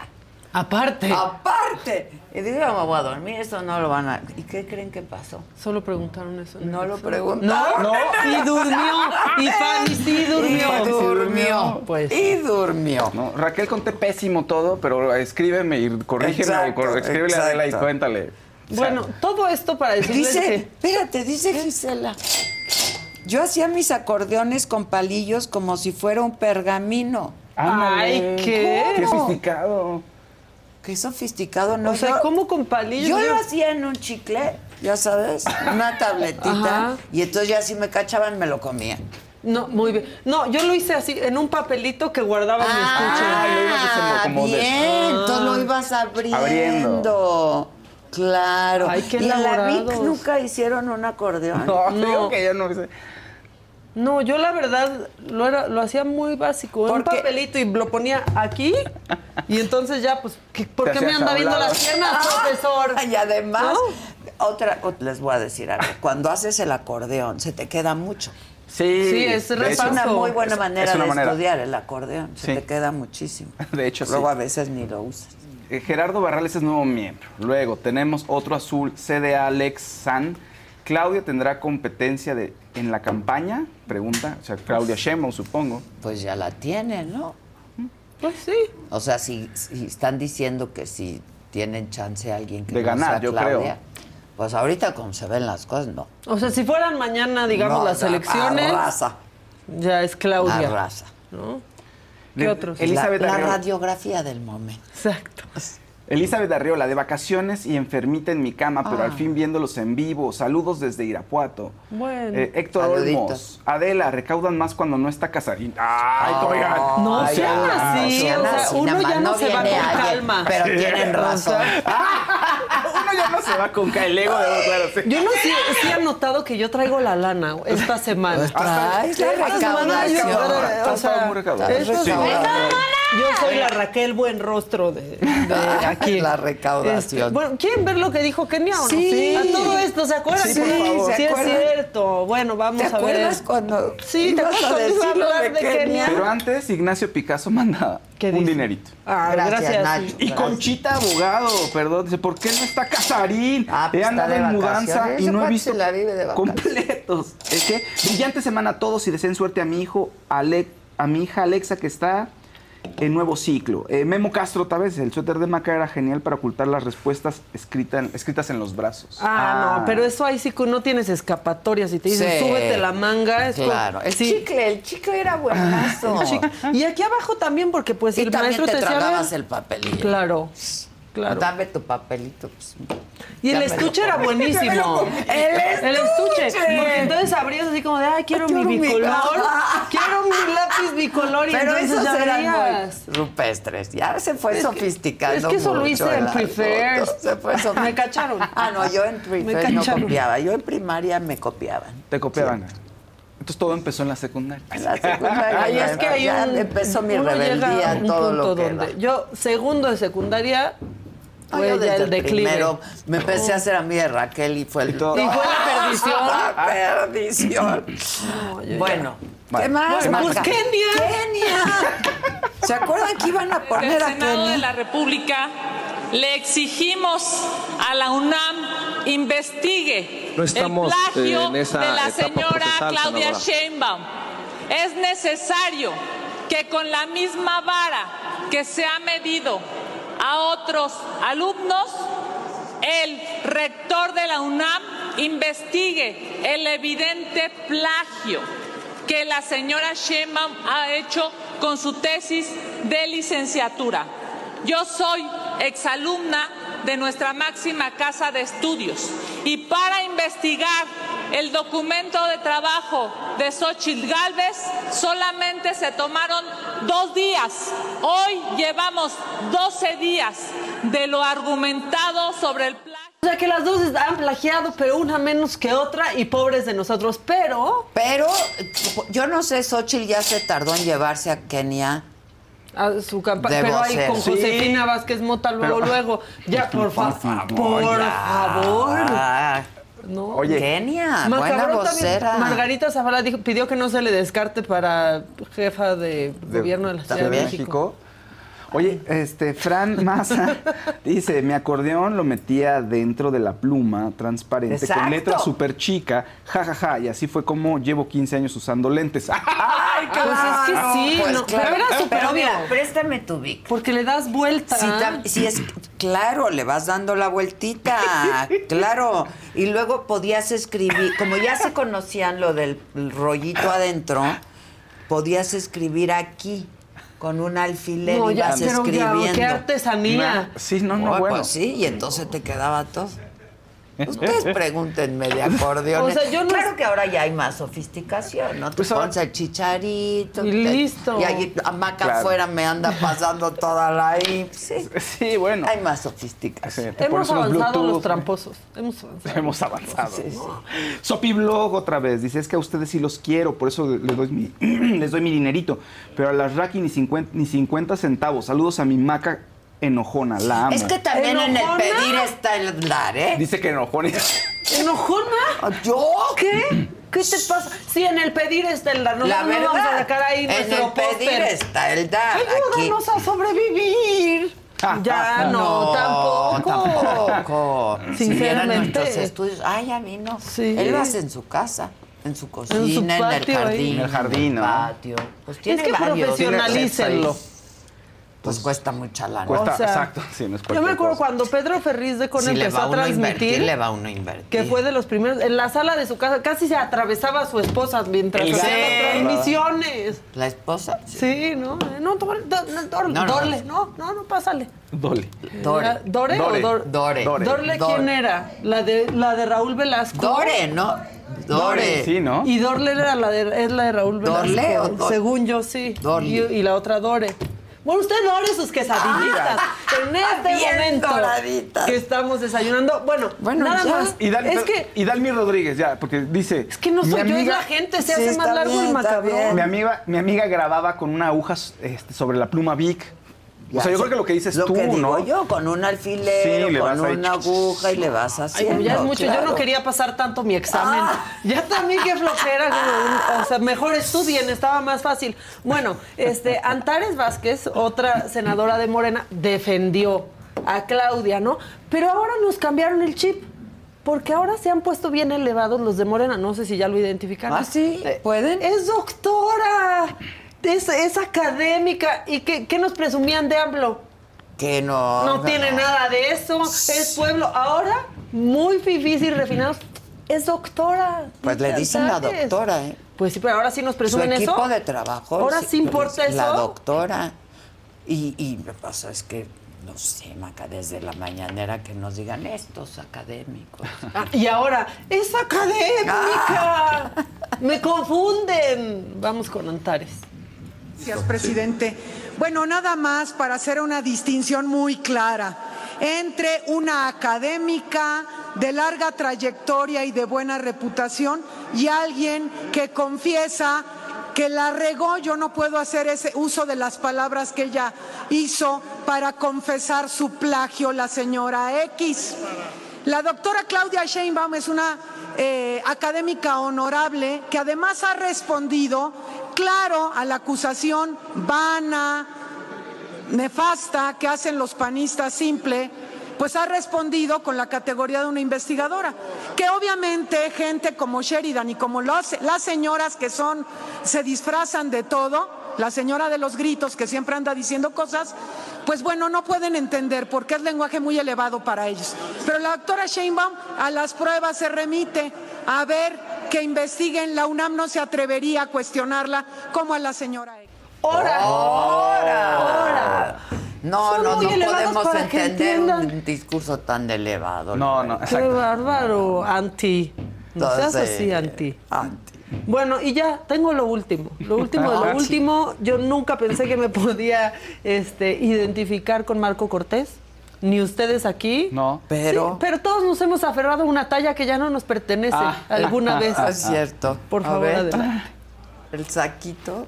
Speaker 13: Aparte.
Speaker 3: Aparte. Y digo, yo me voy a dormir, eso no lo van a. ¿Y qué creen que pasó?
Speaker 13: Solo preguntaron eso.
Speaker 3: No lo
Speaker 13: No,
Speaker 3: preguntaron.
Speaker 13: no. Y durmió. Y Fanny sí durmió.
Speaker 3: Y durmió.
Speaker 13: Pues.
Speaker 3: Y durmió.
Speaker 14: No, Raquel conté pésimo todo, pero escríbeme y corrígeme o
Speaker 3: Exacto,
Speaker 14: cor- escríbele a Adela y
Speaker 3: exacto.
Speaker 14: cuéntale. O sea,
Speaker 13: Bueno, todo esto para decirles
Speaker 3: Dice,
Speaker 13: que... ¿Eh?
Speaker 3: espérate, dice Gisela. Yo hacía mis acordeones con palillos como si fuera un pergamino.
Speaker 14: ándale. Qué
Speaker 3: ¿Cómo?
Speaker 14: sofisticado.
Speaker 3: Qué sofisticado, no
Speaker 13: o sea,
Speaker 3: yo-
Speaker 13: ¿cómo con palillos?
Speaker 3: Yo lo
Speaker 13: Digo,
Speaker 3: hacía en un chicle, ya sabes, una tabletita,
Speaker 13: Ajá.
Speaker 3: y entonces ya si me cachaban me lo comía.
Speaker 13: No, muy bien. No, yo lo hice así, en un papelito que guardaba en mi estuche.
Speaker 14: lo ibas haciendo como
Speaker 3: Ah,
Speaker 14: de-
Speaker 13: Ah.
Speaker 3: bien, entonces lo ibas abriendo.
Speaker 14: Abriendo.
Speaker 3: Claro.
Speaker 13: Ay, qué
Speaker 3: y en la
Speaker 13: elaborados.
Speaker 3: VIC nunca hicieron un acordeón.
Speaker 14: No,
Speaker 13: No.
Speaker 14: digo que yo no sé.
Speaker 13: No, yo la verdad lo, era- lo hacía muy básico. Un papelito y lo ponía aquí. Y entonces ya, pues, ¿qué- ¿por
Speaker 3: Te
Speaker 13: qué me
Speaker 3: hacías
Speaker 13: anda
Speaker 3: a un
Speaker 13: viendo
Speaker 3: lado.
Speaker 13: las piernas, profesor?
Speaker 3: Y además, otra, ot- les voy a decir
Speaker 14: Ah.
Speaker 3: algo. Cuando haces el acordeón, se te queda mucho.
Speaker 14: Sí,
Speaker 13: Sí, es de hecho.
Speaker 3: es una
Speaker 13: repaso.
Speaker 3: muy buena
Speaker 14: Es- es
Speaker 3: manera
Speaker 14: una
Speaker 3: de
Speaker 14: manera.
Speaker 3: estudiar el acordeón. Se
Speaker 14: Sí.
Speaker 3: te queda muchísimo.
Speaker 14: De hecho,
Speaker 3: Luego
Speaker 14: sí.
Speaker 3: a veces ni lo usas.
Speaker 14: Eh, Gerardo Barrales es nuevo miembro. Luego tenemos otro azul, CDA Alex San. Claudia tendrá competencia de, en la campaña, pregunta. O sea, Claudia Sheinbaum, supongo.
Speaker 3: Pues ya la tiene, ¿no?
Speaker 13: Pues sí.
Speaker 3: O sea, si, si están diciendo que si tienen chance alguien que
Speaker 14: De
Speaker 3: no
Speaker 14: ganar,
Speaker 3: sea
Speaker 14: yo
Speaker 3: Claudia,
Speaker 14: creo.
Speaker 3: Pues ahorita como se ven las cosas, no.
Speaker 13: O sea, si fueran mañana, digamos,
Speaker 3: No,
Speaker 13: las
Speaker 3: la-
Speaker 13: elecciones.
Speaker 3: arrasa.
Speaker 13: Ya es Claudia.
Speaker 3: Arrasa.
Speaker 13: ¿No?
Speaker 14: ¿Qué otros? Elizabeth
Speaker 3: la, la
Speaker 14: Arreola.
Speaker 3: radiografía del momento.
Speaker 13: Exacto.
Speaker 14: Elizabeth Arriola, de vacaciones y enfermita en mi cama, pero
Speaker 3: Ah.
Speaker 14: al fin viéndolos en vivo. Saludos desde Irapuato.
Speaker 13: Bueno.
Speaker 14: Eh, Héctor Olmos,
Speaker 3: Saluditos.
Speaker 14: Adela, recaudan más cuando no está Casarín. ¡Ay, oigan!
Speaker 13: No
Speaker 14: Ay,
Speaker 13: sean
Speaker 14: ya.
Speaker 13: así, o sea,
Speaker 3: así,
Speaker 13: uno
Speaker 3: nada
Speaker 13: ya
Speaker 3: más,
Speaker 13: no,
Speaker 3: no
Speaker 13: se va con
Speaker 3: viene alguien,
Speaker 13: calma.
Speaker 3: pero tienen razón.
Speaker 14: Uno ya no se va con ca- el ego de uno, claro, sí.
Speaker 13: Yo no sé si han notado que yo traigo la lana güey, esta semana.
Speaker 3: traes la
Speaker 13: Esta semana yo-
Speaker 3: recaudación.
Speaker 13: o sea,
Speaker 14: Estás muy recaudadora.
Speaker 13: esta
Speaker 14: Sí.
Speaker 13: semana este,
Speaker 14: Recaudadora.
Speaker 13: Yo soy la Raquel Buen Rostro de, de aquí.
Speaker 3: La
Speaker 13: Este,
Speaker 3: recaudación.
Speaker 13: bueno, ¿quieren ver lo que dijo Kenia o no?
Speaker 3: Sí.
Speaker 13: A todo esto, ¿se acuerdan?
Speaker 3: Sí, por favor.
Speaker 13: sí
Speaker 3: ¿se
Speaker 13: es
Speaker 3: acuerdan?
Speaker 13: cierto. Bueno, vamos
Speaker 3: ¿Te
Speaker 13: a ver.
Speaker 3: acuerdas cuando
Speaker 13: Sí, ¿te
Speaker 3: ibas
Speaker 13: acuerdas
Speaker 3: a
Speaker 13: cuando iba a
Speaker 3: decir lo
Speaker 13: hablar de Kenia?
Speaker 14: Pero antes, Ignacio Picasso manda un dinerito.
Speaker 13: Ah, gracias.
Speaker 3: Gracias, Nacho.
Speaker 14: Y Conchita Abogado, perdón, dice, ¿por qué no está Casarín?
Speaker 3: Ah, pues
Speaker 14: He
Speaker 3: está
Speaker 14: andado
Speaker 3: de
Speaker 14: en mudanza
Speaker 3: vacaciones.
Speaker 14: y
Speaker 3: Ese
Speaker 14: no he
Speaker 3: cuate
Speaker 14: visto
Speaker 3: se la vive de vacaciones.
Speaker 14: completos. Es que brillante semana a todos y deseen suerte a mi hijo, Ale- a mi hija Alexa que está en nuevo ciclo. Eh, Memo Castro, otra vez, el suéter de Maca era genial para ocultar las respuestas escrita- escritas en los brazos.
Speaker 13: Ah, no, pero eso ahí sí que no tienes escapatoria. Si te dicen,
Speaker 3: Sí.
Speaker 13: súbete la manga. Es como-
Speaker 3: Claro, el
Speaker 13: sí.
Speaker 3: chicle, el chicle era buenazo.
Speaker 13: El chicle. Y aquí abajo también, porque pues
Speaker 3: y
Speaker 13: el
Speaker 3: también
Speaker 13: maestro
Speaker 3: te,
Speaker 13: te decía.
Speaker 3: tragabas
Speaker 13: "A ver".
Speaker 3: el papelillo.
Speaker 13: Claro, claro.
Speaker 3: Dame tu papelito. pues,
Speaker 13: Y
Speaker 3: ya
Speaker 13: el
Speaker 3: me lo
Speaker 13: estuche era
Speaker 3: comí. Ya me lo
Speaker 13: buenísimo.
Speaker 3: comí.
Speaker 13: El estuche. Porque entonces abrías así como de, ay, quiero,
Speaker 3: Quiero
Speaker 13: mi
Speaker 3: mi
Speaker 13: bicolor.
Speaker 3: gama.
Speaker 13: quiero mi lápiz bicolor. Y
Speaker 3: Pero
Speaker 13: entonces
Speaker 3: esos
Speaker 13: ya
Speaker 3: eran
Speaker 13: abrías.
Speaker 3: muy rupestres. Ya se fue
Speaker 13: Es que-
Speaker 3: sofisticando.
Speaker 13: es que eso lo
Speaker 3: mucho
Speaker 13: hice en
Speaker 3: el
Speaker 13: Preferred.
Speaker 3: asunto. Se fue sof-
Speaker 13: Me cacharon.
Speaker 3: Ah, no, yo en
Speaker 13: Me
Speaker 3: Preferred no
Speaker 13: cacharon.
Speaker 3: copiaba. Yo en primaria me copiaban.
Speaker 14: Te copiaban. Entonces todo empezó en la secundaria.
Speaker 3: En la secundaria
Speaker 13: Ay,
Speaker 3: ya
Speaker 13: es que
Speaker 3: era-
Speaker 13: hay
Speaker 3: ya
Speaker 13: un-
Speaker 3: empezó mi
Speaker 13: uno llega
Speaker 3: rebeldía
Speaker 13: a
Speaker 3: en
Speaker 13: un
Speaker 3: todo
Speaker 13: punto
Speaker 3: lo que
Speaker 13: donde
Speaker 3: era.
Speaker 13: yo segundo de secundaria
Speaker 3: No,
Speaker 13: fue
Speaker 3: yo
Speaker 13: ya
Speaker 3: desde
Speaker 13: el declive.
Speaker 3: primero me empecé a hacer amiga de Raquel y fue el...
Speaker 14: todo-
Speaker 13: Y fue la perdición.
Speaker 3: La perdición. bueno,
Speaker 14: Vale.
Speaker 3: ¿qué más,
Speaker 13: Bueno,
Speaker 3: Maca?
Speaker 13: pues, Kenia.
Speaker 3: Kenia. ¿Se acuerdan que iban a
Speaker 5: Desde
Speaker 3: poner
Speaker 5: el
Speaker 3: a
Speaker 5: Senado de
Speaker 3: Kenia?
Speaker 5: la República le exigimos a la UNAM investigue
Speaker 9: No estamos,
Speaker 5: el plagio
Speaker 9: eh, en esa
Speaker 5: de la
Speaker 9: etapa
Speaker 5: señora
Speaker 9: procesal,
Speaker 5: Claudia
Speaker 9: senadora.
Speaker 5: Sheinbaum. Es necesario que con la misma vara que se ha medido a otros alumnos, el rector de la UNAM investigue el evidente plagio que la señora Sheinbaum ha hecho con su tesis de licenciatura. Yo soy exalumna de nuestra máxima casa de estudios y para investigar el documento de trabajo de Xochitl Galvez solamente se tomaron dos días. Hoy llevamos 12 días de lo argumentado sobre el plan.
Speaker 13: O sea que las dos han plagiado, pero una menos que otra y pobres de nosotros. Pero
Speaker 3: Pero yo no sé, Xochitl ya se tardó en llevarse a Kenia.
Speaker 13: a su campa-
Speaker 3: Debo
Speaker 13: pero ahí
Speaker 3: ser.
Speaker 13: con
Speaker 3: Sí.
Speaker 13: Josefina Vázquez Mota luego
Speaker 3: Pero-
Speaker 13: luego. Ya por favor, por favor.
Speaker 3: Ah,
Speaker 13: No.
Speaker 3: Oye, Kenia, buena
Speaker 13: Macabrón también,
Speaker 3: vocera.
Speaker 13: Margarita Zavala dijo- pidió que no se le descarte para jefa de, gobierno de la Ciudad de México.
Speaker 14: Oye, este, Fran Maza dice, mi acordeón lo metía dentro de la pluma transparente
Speaker 3: Exacto.
Speaker 14: con letra súper chica, jajaja, y así fue como llevo 15 años usando lentes.
Speaker 3: ¡Ay,
Speaker 13: Pues es que sí, no, pero era súper
Speaker 3: Pero
Speaker 13: obvio.
Speaker 3: mira, préstame tu Vic.
Speaker 13: Porque le das vuelta.
Speaker 3: Si, tam- si es claro, le vas dando la vueltita, claro. Y luego podías escribir, como ya se conocían lo del rollito adentro, podías escribir aquí con un alfiler
Speaker 13: No,
Speaker 3: y
Speaker 13: ya,
Speaker 3: vas
Speaker 13: pero ya,
Speaker 3: escribiendo.
Speaker 13: qué artesanía.
Speaker 14: sí, no,
Speaker 3: Oh,
Speaker 14: no, bueno.
Speaker 3: Pues sí, y entonces te quedaba todo. Ustedes pregúntenme de acordeones.
Speaker 13: O sea, yo no-
Speaker 3: Claro que ahora ya hay más sofisticación, ¿no? Tú
Speaker 13: Pues ahora-
Speaker 3: pones el chicharito.
Speaker 13: Y
Speaker 3: te-
Speaker 13: listo.
Speaker 3: Y ahí ah, a Maca
Speaker 13: Claro.
Speaker 3: afuera me anda pasando toda la IP. Sí, bueno. Hay más sofisticación.
Speaker 13: Hemos avanzado los tramposos. Hemos avanzado.
Speaker 9: Hemos avanzado.
Speaker 3: Sí, sí.
Speaker 9: Sopiblog otra vez. Dice, es que a ustedes sí los quiero, por eso les doy mi, les doy mi dinerito. Pero a las Raki ni 50, ni 50 centavos. Saludos a mi maca enojona, la amo.
Speaker 3: Es que también en el
Speaker 13: ¿Enojona?
Speaker 3: pedir está el dar, ¿eh?
Speaker 9: Dice que enojona.
Speaker 13: ¿Enojona?
Speaker 3: ¿Yo?
Speaker 13: ¿Qué? ¿Qué te pasa? Sí, en el pedir está el dar. Nosotros
Speaker 3: la
Speaker 13: no
Speaker 3: verdad,
Speaker 13: vamos a sacar ahí
Speaker 3: en
Speaker 13: nuestro
Speaker 3: el pedir
Speaker 13: póster.
Speaker 3: está el dar. Aquí.
Speaker 13: Ayúdanos a sobrevivir. Ya no, tampoco.
Speaker 3: tampoco. Si vieran
Speaker 13: Sinceramente.
Speaker 3: nuestros estudios, ay, ya vino.
Speaker 13: Sí.
Speaker 3: Él lo hace en su casa, en su cocina, en,
Speaker 13: En su
Speaker 3: el
Speaker 13: patio ahí.
Speaker 3: jardín.
Speaker 13: En el
Speaker 9: jardín, ¿no?
Speaker 3: patio. Pues tiene
Speaker 13: Es que
Speaker 3: varios.
Speaker 13: profesionalícenlo.
Speaker 3: Pues cuesta mucha lana.
Speaker 9: Cuesta,
Speaker 13: O sea,
Speaker 9: exacto. Sí, no es
Speaker 13: Yo me
Speaker 9: cualquier
Speaker 13: acuerdo cuando Pedro Ferriz de Con
Speaker 3: Si pues, le
Speaker 13: empezó
Speaker 3: va
Speaker 13: a
Speaker 3: uno a invertir,
Speaker 13: transmitir.
Speaker 3: le va uno a invertir.
Speaker 13: que fue de los primeros, en la sala de su casa, casi se atravesaba a su esposa mientras
Speaker 3: El
Speaker 13: hacía
Speaker 3: gato.
Speaker 13: las transmisiones.
Speaker 3: La esposa.
Speaker 13: Sí, ¿no? Eh, No, dor- do- no, dor-
Speaker 3: No, no.
Speaker 13: dorle, no, no, no, pásale.
Speaker 9: Dole.
Speaker 13: Era-
Speaker 3: Dore.
Speaker 13: ¿Dore, o Dor-
Speaker 3: Eh, Dore.
Speaker 13: Dorle, ¿quién era? La de, la de Raúl Velasco.
Speaker 3: Dore, ¿no? Dore.
Speaker 9: Sí, ¿no?
Speaker 13: Y Dorle era la de, es la de Raúl Velasco.
Speaker 3: ¿Dorle o Dor-
Speaker 13: Según yo, sí.
Speaker 3: Dorle.
Speaker 13: Y, y la otra Dore. Bueno, usted Dore sus quesadillitas.
Speaker 9: Ah.
Speaker 13: en este
Speaker 3: bien
Speaker 13: momento
Speaker 3: doraditas.
Speaker 13: que estamos desayunando. Bueno,
Speaker 3: Bueno,
Speaker 13: nada
Speaker 3: ya.
Speaker 13: más.
Speaker 9: Y, Dal-
Speaker 13: es que
Speaker 9: y Dalmi Rodríguez, ya, porque dice.
Speaker 13: Es que no soy yo, es la gente, se
Speaker 3: Sí,
Speaker 13: hace más
Speaker 3: está
Speaker 13: largo
Speaker 3: bien,
Speaker 13: el
Speaker 3: está bien.
Speaker 13: macabrón.
Speaker 9: Mi amiga, mi amiga grababa con una aguja este, sobre la pluma Vic. O sea, yo creo que lo que dices
Speaker 3: lo
Speaker 9: tú,
Speaker 3: que digo
Speaker 9: ¿no?
Speaker 3: yo, con un alfiler,
Speaker 9: Sí, le
Speaker 3: con
Speaker 9: vas ahí.
Speaker 3: una aguja y le vas
Speaker 13: Ay,
Speaker 3: haciendo.
Speaker 13: pero ya es mucho, yo
Speaker 3: claro. Ah.
Speaker 13: no quería pasar tanto mi examen. Ya también qué flojera, como un- o sea, mejor estudien, estaba más fácil. Bueno, este Antares Vázquez, otra senadora de Morena, defendió a Claudia, ¿no? Pero ahora nos cambiaron el chip. Porque ahora se han puesto bien elevados los de Morena, no sé si ya lo identificaron. Eh,
Speaker 3: Ah, sí, pueden.
Speaker 13: Es doctora, es, es académica. ¿Y qué, qué nos presumían de AMLO?
Speaker 3: Que no.
Speaker 13: No tiene nada de eso. Es pueblo. Ahora, muy fifís y refinados. Es doctora.
Speaker 3: Pues le dicen la
Speaker 13: ¿sabes?
Speaker 3: doctora, ¿eh?
Speaker 13: Pues sí, pero ahora sí nos
Speaker 3: Su
Speaker 13: presumen
Speaker 3: equipo
Speaker 13: eso.
Speaker 3: de trabajo.
Speaker 13: Ahora sí importa
Speaker 3: pues, La
Speaker 13: eso.
Speaker 3: doctora. Y, y me pasa es que, no sé, Maca, desde la mañanera que nos digan estos académicos.
Speaker 13: Ah, y ahora, es académica. Me confunden. Vamos con Antares.
Speaker 8: Gracias, presidente. Bueno, nada más para hacer una distinción muy clara entre una académica de larga trayectoria y de buena reputación y alguien que confiesa que la regó, yo no puedo hacer ese uso de las palabras que ella hizo para confesar su plagio, la señora X. La doctora Claudia Sheinbaum es una eh, académica honorable que además ha respondido, claro, a la acusación vana, nefasta que hacen los panistas simple, pues ha respondido con la categoría de una investigadora. Que obviamente gente como Sheridan y como las, las señoras que son, se disfrazan de todo, la señora de los gritos que siempre anda diciendo cosas, pues bueno, no pueden entender porque es lenguaje muy elevado para ellos. Pero la doctora Sheinbaum a las pruebas se remite a ver que investiguen, la UNAM no se atrevería a cuestionarla como a la señora.
Speaker 13: Ahora.
Speaker 3: Oh. ¡Ahora! No,
Speaker 13: Son
Speaker 3: no,
Speaker 13: muy
Speaker 3: no
Speaker 13: elevados
Speaker 3: podemos
Speaker 13: para que
Speaker 3: entender un
Speaker 13: entiendan.
Speaker 3: discurso tan elevado.
Speaker 9: No, no,
Speaker 13: Qué
Speaker 9: exacto.
Speaker 13: bárbaro, anti. No seas
Speaker 3: Entonces,
Speaker 13: así, anti.
Speaker 3: Anti.
Speaker 13: Bueno, y ya, tengo lo último. Lo último de
Speaker 3: Ah,
Speaker 13: lo
Speaker 3: sí.
Speaker 13: último, yo nunca pensé que me podía este, identificar con Marco Cortés, ni ustedes aquí.
Speaker 9: No.
Speaker 3: Pero-
Speaker 13: Sí, pero todos nos hemos aferrado a una talla que ya no nos pertenece
Speaker 9: Ah.
Speaker 13: alguna vez.
Speaker 3: Es cierto.
Speaker 13: Por
Speaker 3: A
Speaker 13: favor,
Speaker 3: ver,
Speaker 13: adelante.
Speaker 3: El saquito.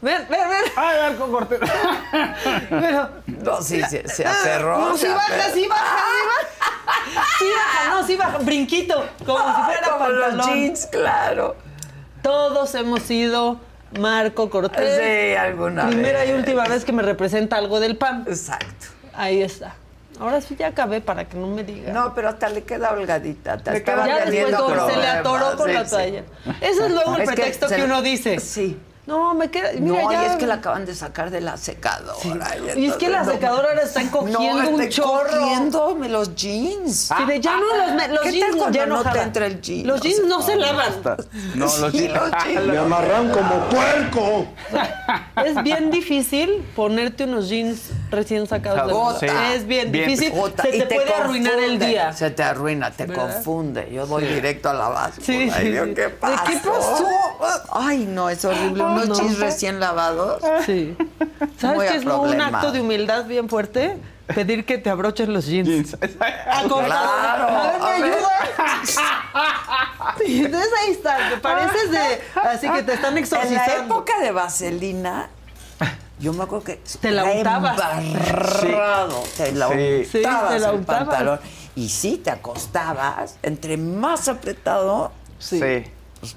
Speaker 13: Ven, ven, ven.
Speaker 9: Ay, Marco Cortés.
Speaker 13: Pero,
Speaker 3: No, sí, se, se aferró.
Speaker 13: no,
Speaker 3: se
Speaker 13: sí baja,
Speaker 3: aferró.
Speaker 13: sí baja, sí baja. Sí baja, no, sí baja. Brinquito, como si
Speaker 3: Ay,
Speaker 13: fuera
Speaker 3: como los
Speaker 13: pantalón.
Speaker 3: jeans, claro.
Speaker 13: Todos hemos sido Marco Cortés.
Speaker 3: Sí, alguna
Speaker 13: Primera y
Speaker 3: vez.
Speaker 13: última vez que me representa algo del PAN.
Speaker 3: Exacto.
Speaker 13: Ahí está. Ahora sí ya acabé para que no me digan.
Speaker 3: No, pero hasta le queda holgadita. Hasta
Speaker 9: Le
Speaker 3: estaba
Speaker 9: queda-
Speaker 13: ya después
Speaker 3: teniendo
Speaker 13: como se le atoró
Speaker 3: problemas,
Speaker 13: con
Speaker 3: sí,
Speaker 13: la
Speaker 3: sí.
Speaker 13: toalla. Ese es luego el
Speaker 3: Es que
Speaker 13: pretexto que,
Speaker 3: se le-
Speaker 13: uno dice.
Speaker 3: Sí.
Speaker 13: No, me queda. Mira,
Speaker 3: no,
Speaker 13: ya.
Speaker 3: y es que la acaban de sacar de la secadora.
Speaker 13: Y es que la
Speaker 3: entonces, no-
Speaker 13: secadora ahora está cogiendo
Speaker 3: no,
Speaker 13: un
Speaker 3: estoy
Speaker 13: chorro.
Speaker 3: cogiéndome los
Speaker 9: Ah,
Speaker 3: jeans.
Speaker 13: Sí, de ya no los, me- los
Speaker 3: ¿Qué
Speaker 13: jeans
Speaker 3: tal cuando
Speaker 13: ya no,
Speaker 3: no te
Speaker 13: jalan.
Speaker 3: entra el jean?
Speaker 13: Los
Speaker 3: O
Speaker 13: jeans
Speaker 3: sea,
Speaker 13: no se lavan.
Speaker 9: No, los
Speaker 3: Sí,
Speaker 9: jeans.
Speaker 14: Ah,
Speaker 3: los jeans.
Speaker 9: Me amarran como puerco.
Speaker 13: Es bien difícil ponerte unos jeans recién sacados
Speaker 3: Gota.
Speaker 13: del Es bien, difícil.
Speaker 3: Gota.
Speaker 13: Se
Speaker 3: Y
Speaker 13: te, puede arruinar el
Speaker 3: confunde,
Speaker 13: día.
Speaker 3: Se te arruina, te
Speaker 13: ¿Verdad?
Speaker 3: confunde. Yo voy
Speaker 13: Sí.
Speaker 3: directo a la base.
Speaker 13: Sí,
Speaker 3: Ay,
Speaker 13: sí,
Speaker 3: Dios,
Speaker 13: sí.
Speaker 3: ¿qué
Speaker 13: ¿De
Speaker 3: pasó?
Speaker 13: qué pasó?
Speaker 3: Ay, no, es horrible.
Speaker 13: Ay,
Speaker 3: Unos
Speaker 13: no.
Speaker 3: chis recién lavados.
Speaker 13: Sí. ¿Sabes
Speaker 3: Muy
Speaker 13: qué
Speaker 3: a
Speaker 13: es lo- un
Speaker 3: problema.
Speaker 13: acto de humildad bien fuerte? Pedir que te abroches los jeans. A comprar-
Speaker 3: Claro,
Speaker 13: A ver,
Speaker 3: a
Speaker 13: ¿me
Speaker 3: ver.
Speaker 13: ayudas? Sí, Entonces ahí está, te pareces de. Así que te están exorcizando.
Speaker 3: En la época de Vaselina, yo me acuerdo que
Speaker 13: Te la untabas.
Speaker 3: embarrado, te la
Speaker 13: Sí. Sí, te la
Speaker 3: untabas el
Speaker 13: untabas.
Speaker 3: pantalón. Y sí, te acostabas, entre más apretado,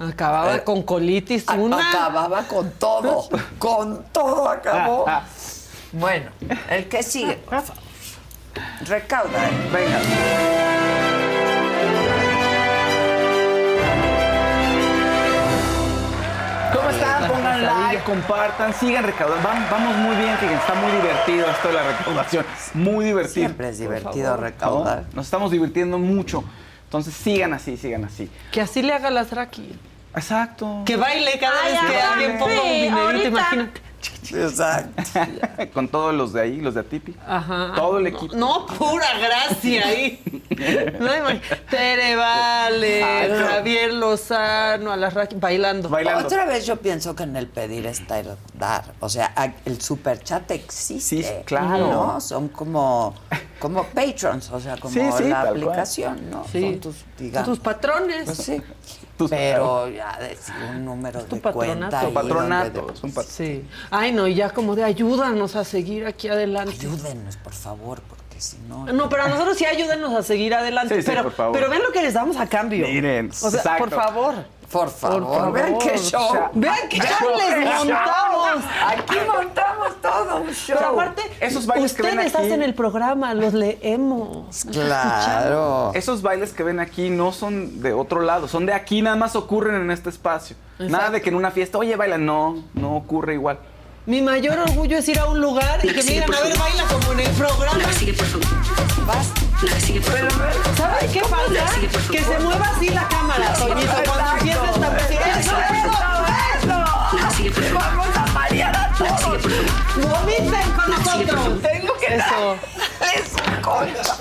Speaker 13: Acababa
Speaker 3: Eh,
Speaker 13: con colitis
Speaker 3: a-
Speaker 13: una.
Speaker 3: acababa con todo, con todo acabó. Bueno, el que sigue, por favor. Recauda, eh.
Speaker 14: Venga. ¿Cómo están? Pongan like, compartan, sigan recaudando. Vam- Vamos muy bien, fíjense, está muy divertido esto de la recaudación. Muy divertido.
Speaker 3: Siempre es
Speaker 14: Por
Speaker 3: divertido
Speaker 14: favor,
Speaker 3: recaudar.
Speaker 14: ¿no? Nos estamos divirtiendo mucho. Entonces sigan así, sigan así.
Speaker 13: Que así le haga la Sraki.
Speaker 14: Exacto.
Speaker 13: Que baile cada
Speaker 21: Ay,
Speaker 13: vez que
Speaker 21: aparte,
Speaker 13: alguien ponga un dinerito,
Speaker 21: ahorita.
Speaker 13: imagínate.
Speaker 3: Exacto.
Speaker 14: Con todos los de ahí, los de Atipi.
Speaker 13: Ajá.
Speaker 14: Todo el equipo.
Speaker 13: No, pura gracia ahí. No, imagínate. Tere Vale,
Speaker 3: Ay, no.
Speaker 13: Javier Lozano, a la Sraki bailando.
Speaker 3: Otra vez yo pienso que en el pedir está el dar. O sea, a- el superchat existe.
Speaker 14: Sí, sí, claro.
Speaker 3: ¿no? Son como, como patrons, o sea, como
Speaker 14: Sí, sí,
Speaker 3: la
Speaker 14: tal
Speaker 3: aplicación,
Speaker 14: cual.
Speaker 3: ¿no?
Speaker 14: Sí.
Speaker 3: Son tus, digamos.
Speaker 13: Tus patrones.
Speaker 3: Pues sí.
Speaker 14: Tus-
Speaker 3: Pero ya decir un número de cuenta.
Speaker 13: patronato.
Speaker 3: ahí
Speaker 14: Patronato,
Speaker 3: donde-
Speaker 14: es un pat-
Speaker 13: Sí. Ay, no, y ya como de ayúdanos a seguir aquí adelante.
Speaker 3: Ayúdenos, por favor, porque si no.
Speaker 13: No, pero a nosotros sí ayúdenos a seguir adelante.
Speaker 14: Sí, sí,
Speaker 13: pero,
Speaker 14: por favor.
Speaker 13: pero ven lo que les damos a cambio.
Speaker 14: Miren,
Speaker 13: O sea,
Speaker 14: exacto.
Speaker 13: por favor.
Speaker 3: Por favor,
Speaker 13: favor.
Speaker 3: vean qué
Speaker 13: O
Speaker 3: show.
Speaker 13: sea, vean qué show les
Speaker 3: qué
Speaker 13: montamos.
Speaker 3: Aquí montamos todo un show.
Speaker 13: O sea, aparte,
Speaker 14: Esos bailes que ven
Speaker 13: ustedes
Speaker 14: aquí-
Speaker 13: hacen el programa, los leemos. los
Speaker 3: Claro.
Speaker 14: Esos bailes que ven aquí no son de otro lado, son de aquí, nada más ocurren en este espacio. Nada de que en una fiesta, oye, baila, no, no ocurre igual.
Speaker 13: Mi mayor orgullo es ir a un lugar y que me
Speaker 3: sigue,
Speaker 13: digan,
Speaker 3: por
Speaker 13: a ver, baila como en el programa. ¿Sabes qué pasa? Que se mueva así la cámara, Toñito, cuando empieza esta música. ¡Eso,
Speaker 3: eso! ¡Vamos a marear a todos!
Speaker 13: eso! ¡Vomiten con nosotros!
Speaker 3: Tengo que
Speaker 13: Eso.
Speaker 3: darles concha.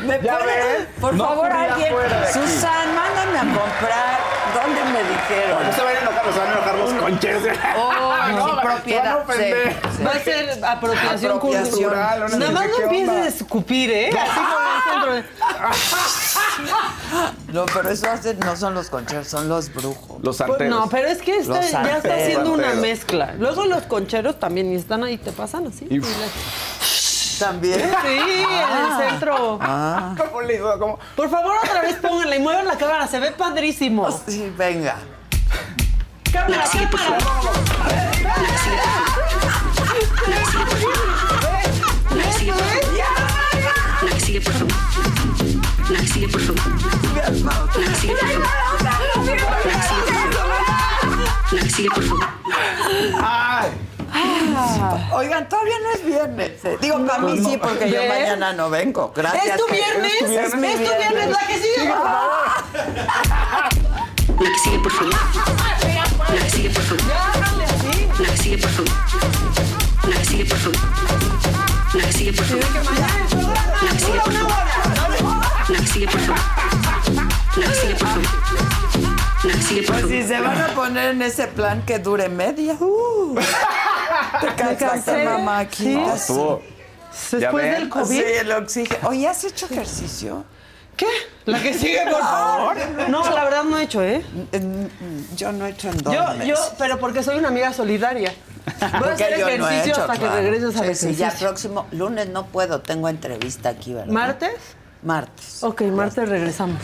Speaker 3: ¿Me
Speaker 14: Ya
Speaker 3: pueden-
Speaker 14: ves,
Speaker 3: Por
Speaker 14: no
Speaker 3: favor,
Speaker 14: ocurrirá
Speaker 3: alguien.
Speaker 14: fuera de aquí.
Speaker 3: Susan, mándame a comprar. ¿Dónde me dijeron?
Speaker 14: No se van a enojar, se van a enojar los conches.
Speaker 3: Oh,
Speaker 14: No,
Speaker 3: sin
Speaker 14: se van a
Speaker 3: propiedad.
Speaker 14: ofender.
Speaker 3: sí, sí.
Speaker 13: Va a ser apropiación
Speaker 3: Apropiación.
Speaker 13: cultural.
Speaker 14: Ahora
Speaker 13: Nada
Speaker 14: sí,
Speaker 13: más
Speaker 14: ¿de
Speaker 13: no
Speaker 14: qué
Speaker 13: empieces
Speaker 14: onda?
Speaker 13: a escupir, ¿eh? Así como el centro
Speaker 3: No, pero eso hacen, no son los concheros, son los brujos.
Speaker 14: Los
Speaker 13: de- Pues
Speaker 14: anteros.
Speaker 13: No, pero es que esta-
Speaker 3: Los
Speaker 13: ya está
Speaker 3: santeros.
Speaker 13: haciendo una
Speaker 14: Santeros.
Speaker 13: mezcla. Luego los concheros también están ahí, te pasan así.
Speaker 14: Y-
Speaker 13: Y la-
Speaker 3: También.
Speaker 13: Sí, en el centro.
Speaker 3: Ah.
Speaker 14: ¿Cómo le hizo? ¿Cómo?
Speaker 13: Por favor, otra vez pónganla y muevan la cámara, se ve padrísimo.
Speaker 3: Oh, Sí, venga.
Speaker 13: Cámara,
Speaker 14: Pues,
Speaker 13: cámara.
Speaker 14: ¡Ay!
Speaker 3: Oigan, todavía no es viernes. eh. Digo, para mí sí, porque yo
Speaker 13: Pues ¿Ves?
Speaker 3: mañana no vengo. Gracias.
Speaker 13: ¿Es tu
Speaker 3: que-
Speaker 13: viernes?
Speaker 3: Es tu viernes, mi
Speaker 13: ¿Es tu viernes la que sigue? por favor.
Speaker 3: Pues si se van a poner en ese plan que dure media. te cansaste,
Speaker 13: Uh. cansé.
Speaker 3: mamá, aquí.
Speaker 13: Sí.
Speaker 3: Ah, sí.
Speaker 14: Estuvo. Ya
Speaker 13: Después
Speaker 14: ven.
Speaker 13: del COVID.
Speaker 3: Sí, el oxígeno. Oye, ¿has hecho ejercicio? Ah.
Speaker 13: ¿Qué? La que sigue, por favor. No, la verdad no he hecho, ¿eh?
Speaker 3: Mm, Yo no he hecho en dos
Speaker 13: Yo,
Speaker 3: meses.
Speaker 13: yo, pero porque soy una amiga solidaria. Voy a
Speaker 3: Porque
Speaker 13: hacer
Speaker 3: yo
Speaker 13: ejercicio
Speaker 3: no he hecho,
Speaker 13: hasta
Speaker 3: claro.
Speaker 13: que regreses a
Speaker 3: Sí,
Speaker 13: ver
Speaker 3: sí, ya próximo lunes no puedo, tengo entrevista aquí, ¿verdad?
Speaker 13: ¿Martes?
Speaker 3: Martes.
Speaker 13: Ok, martes regresamos.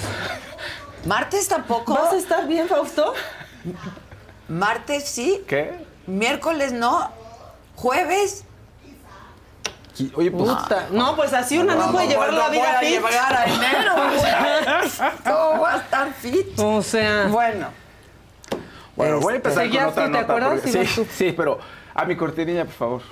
Speaker 3: Martes tampoco.
Speaker 13: ¿Vas a estar bien, Fausto?
Speaker 3: Martes sí,
Speaker 14: ¿Qué?
Speaker 3: miércoles no, jueves
Speaker 14: Qui- Oye, pues.
Speaker 13: Puta. No, pues así una no puede llevar la vida
Speaker 3: voy a
Speaker 13: fit.
Speaker 3: llevar a enero. güey. ¿Cómo voy a estar fit?
Speaker 13: O sea,
Speaker 3: Bueno.
Speaker 14: Bueno, voy a
Speaker 3: Este,
Speaker 14: empezar con
Speaker 13: ¿seguías
Speaker 14: otra
Speaker 13: tú, te
Speaker 14: nota.
Speaker 13: acuerdas?
Speaker 14: porque-
Speaker 13: Ibas
Speaker 14: sí, sí, pero a mi cortinilla, por favor.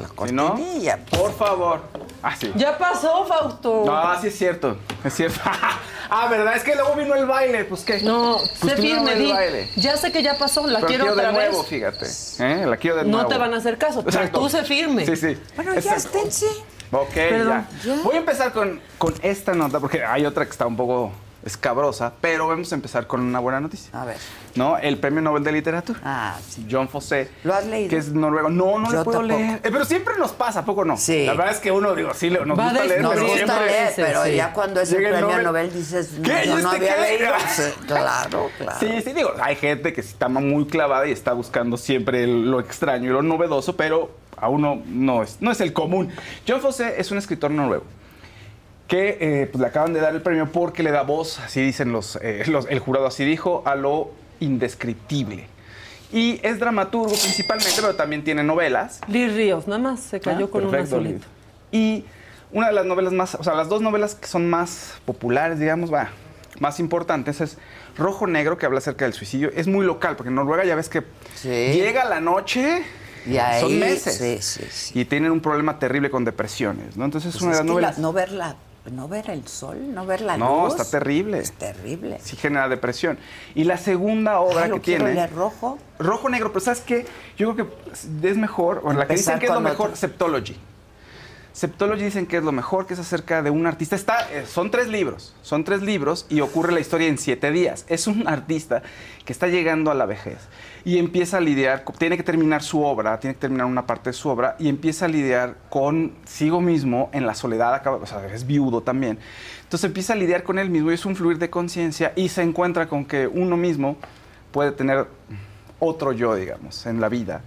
Speaker 3: La
Speaker 14: Si no,
Speaker 3: cortinilla.
Speaker 14: por favor. Ah, sí.
Speaker 13: Ya pasó, Fausto.
Speaker 14: No, sí es cierto. Es cierto. ah, ¿verdad? Es que luego vino el baile. Pues qué.
Speaker 13: No,
Speaker 14: Pues
Speaker 13: sé
Speaker 14: primero
Speaker 13: firme,
Speaker 14: el
Speaker 13: di,
Speaker 14: baile.
Speaker 13: Ya sé que ya pasó, la
Speaker 14: Pero
Speaker 13: quiero,
Speaker 14: de
Speaker 13: otra vez.
Speaker 14: nuevo, fíjate. ¿Eh? La quiero de nuevo.
Speaker 13: No te van a hacer caso, pero
Speaker 14: Exacto.
Speaker 13: tú sé firme.
Speaker 14: Sí, sí.
Speaker 3: Bueno, ya
Speaker 14: Exacto.
Speaker 3: esténse.
Speaker 14: Ok,
Speaker 13: Perdón. Ah.
Speaker 14: ya. Voy a empezar con, con esta nota, porque hay otra que está un poco escabrosa, pero vamos a empezar con una buena noticia.
Speaker 3: A ver.
Speaker 14: ¿No? El premio Nobel de Literatura.
Speaker 3: Ah,
Speaker 14: John Fosse.
Speaker 3: ¿Lo has leído?
Speaker 14: Que es noruego. No, no
Speaker 3: Yo
Speaker 14: lo puedo
Speaker 3: tampoco.
Speaker 14: leer. Eh, pero siempre nos pasa, ¿a poco no?
Speaker 3: Sí.
Speaker 14: La verdad es que uno, digo, sí, le- nos
Speaker 3: Va
Speaker 14: gusta leer,
Speaker 3: Nos
Speaker 14: pero
Speaker 3: gusta
Speaker 14: siempre-
Speaker 3: leer, pero ya cuando es el
Speaker 14: Llega
Speaker 3: premio Nobel, dices, no,
Speaker 14: ¿Qué?
Speaker 3: yo
Speaker 14: ¿Y
Speaker 3: no
Speaker 14: este
Speaker 3: había
Speaker 14: qué?
Speaker 3: leído. Sí, claro, claro.
Speaker 14: Sí, sí, digo, hay gente que sí está muy clavada y está buscando siempre el- lo extraño y lo novedoso, pero a uno no es, no es el común. John Fosse es un escritor noruego que eh, pues, le acaban de dar el premio porque le da voz, así dicen los, eh, los- el jurado así dijo, a lo indescriptible. Y es dramaturgo principalmente, pero también tiene novelas.
Speaker 13: Liz Ríos, nada más se cayó
Speaker 14: Ah,
Speaker 13: con
Speaker 14: perfecto,
Speaker 13: una solita.
Speaker 14: Y una de las novelas más, o sea, las dos novelas que son más populares, digamos, va, más importantes es Rojo Negro, que habla acerca del suicidio. Es muy local, porque en Noruega ya ves que llega la noche,
Speaker 3: Y ahí,
Speaker 14: son meses.
Speaker 3: sí, sí, sí.
Speaker 14: Y tienen un problema terrible con depresiones, ¿no? Entonces es
Speaker 3: Pues
Speaker 14: una
Speaker 3: es
Speaker 14: de las
Speaker 3: que la-
Speaker 14: novelas.
Speaker 3: no ver la, no ver el sol, no ver la
Speaker 14: no,
Speaker 3: luz.
Speaker 14: está terrible. Es
Speaker 3: terrible.
Speaker 14: Sí genera depresión. Y la segunda obra
Speaker 3: Ah, lo
Speaker 14: que
Speaker 3: quiero
Speaker 14: tiene.
Speaker 3: leer rojo.
Speaker 14: Rojo negro, pero ¿sabes qué? Yo creo que es mejor, o la que
Speaker 3: Empezar
Speaker 14: dicen que es lo
Speaker 3: con
Speaker 14: mejor,
Speaker 3: otro.
Speaker 14: Septology. Septology dicen que es lo mejor, que es acerca de un artista. Está, eh, son tres libros, son tres libros y ocurre la historia en siete días. Es un artista que está llegando a la vejez y empieza a lidiar, co- tiene que terminar su obra, tiene que terminar una parte de su obra y empieza a lidiar consigo mismo en la soledad, acaba, o sea, es viudo también. Entonces empieza a lidiar con él mismo y es un fluir de conciencia y se encuentra con que uno mismo puede tener otro yo, digamos, en la vida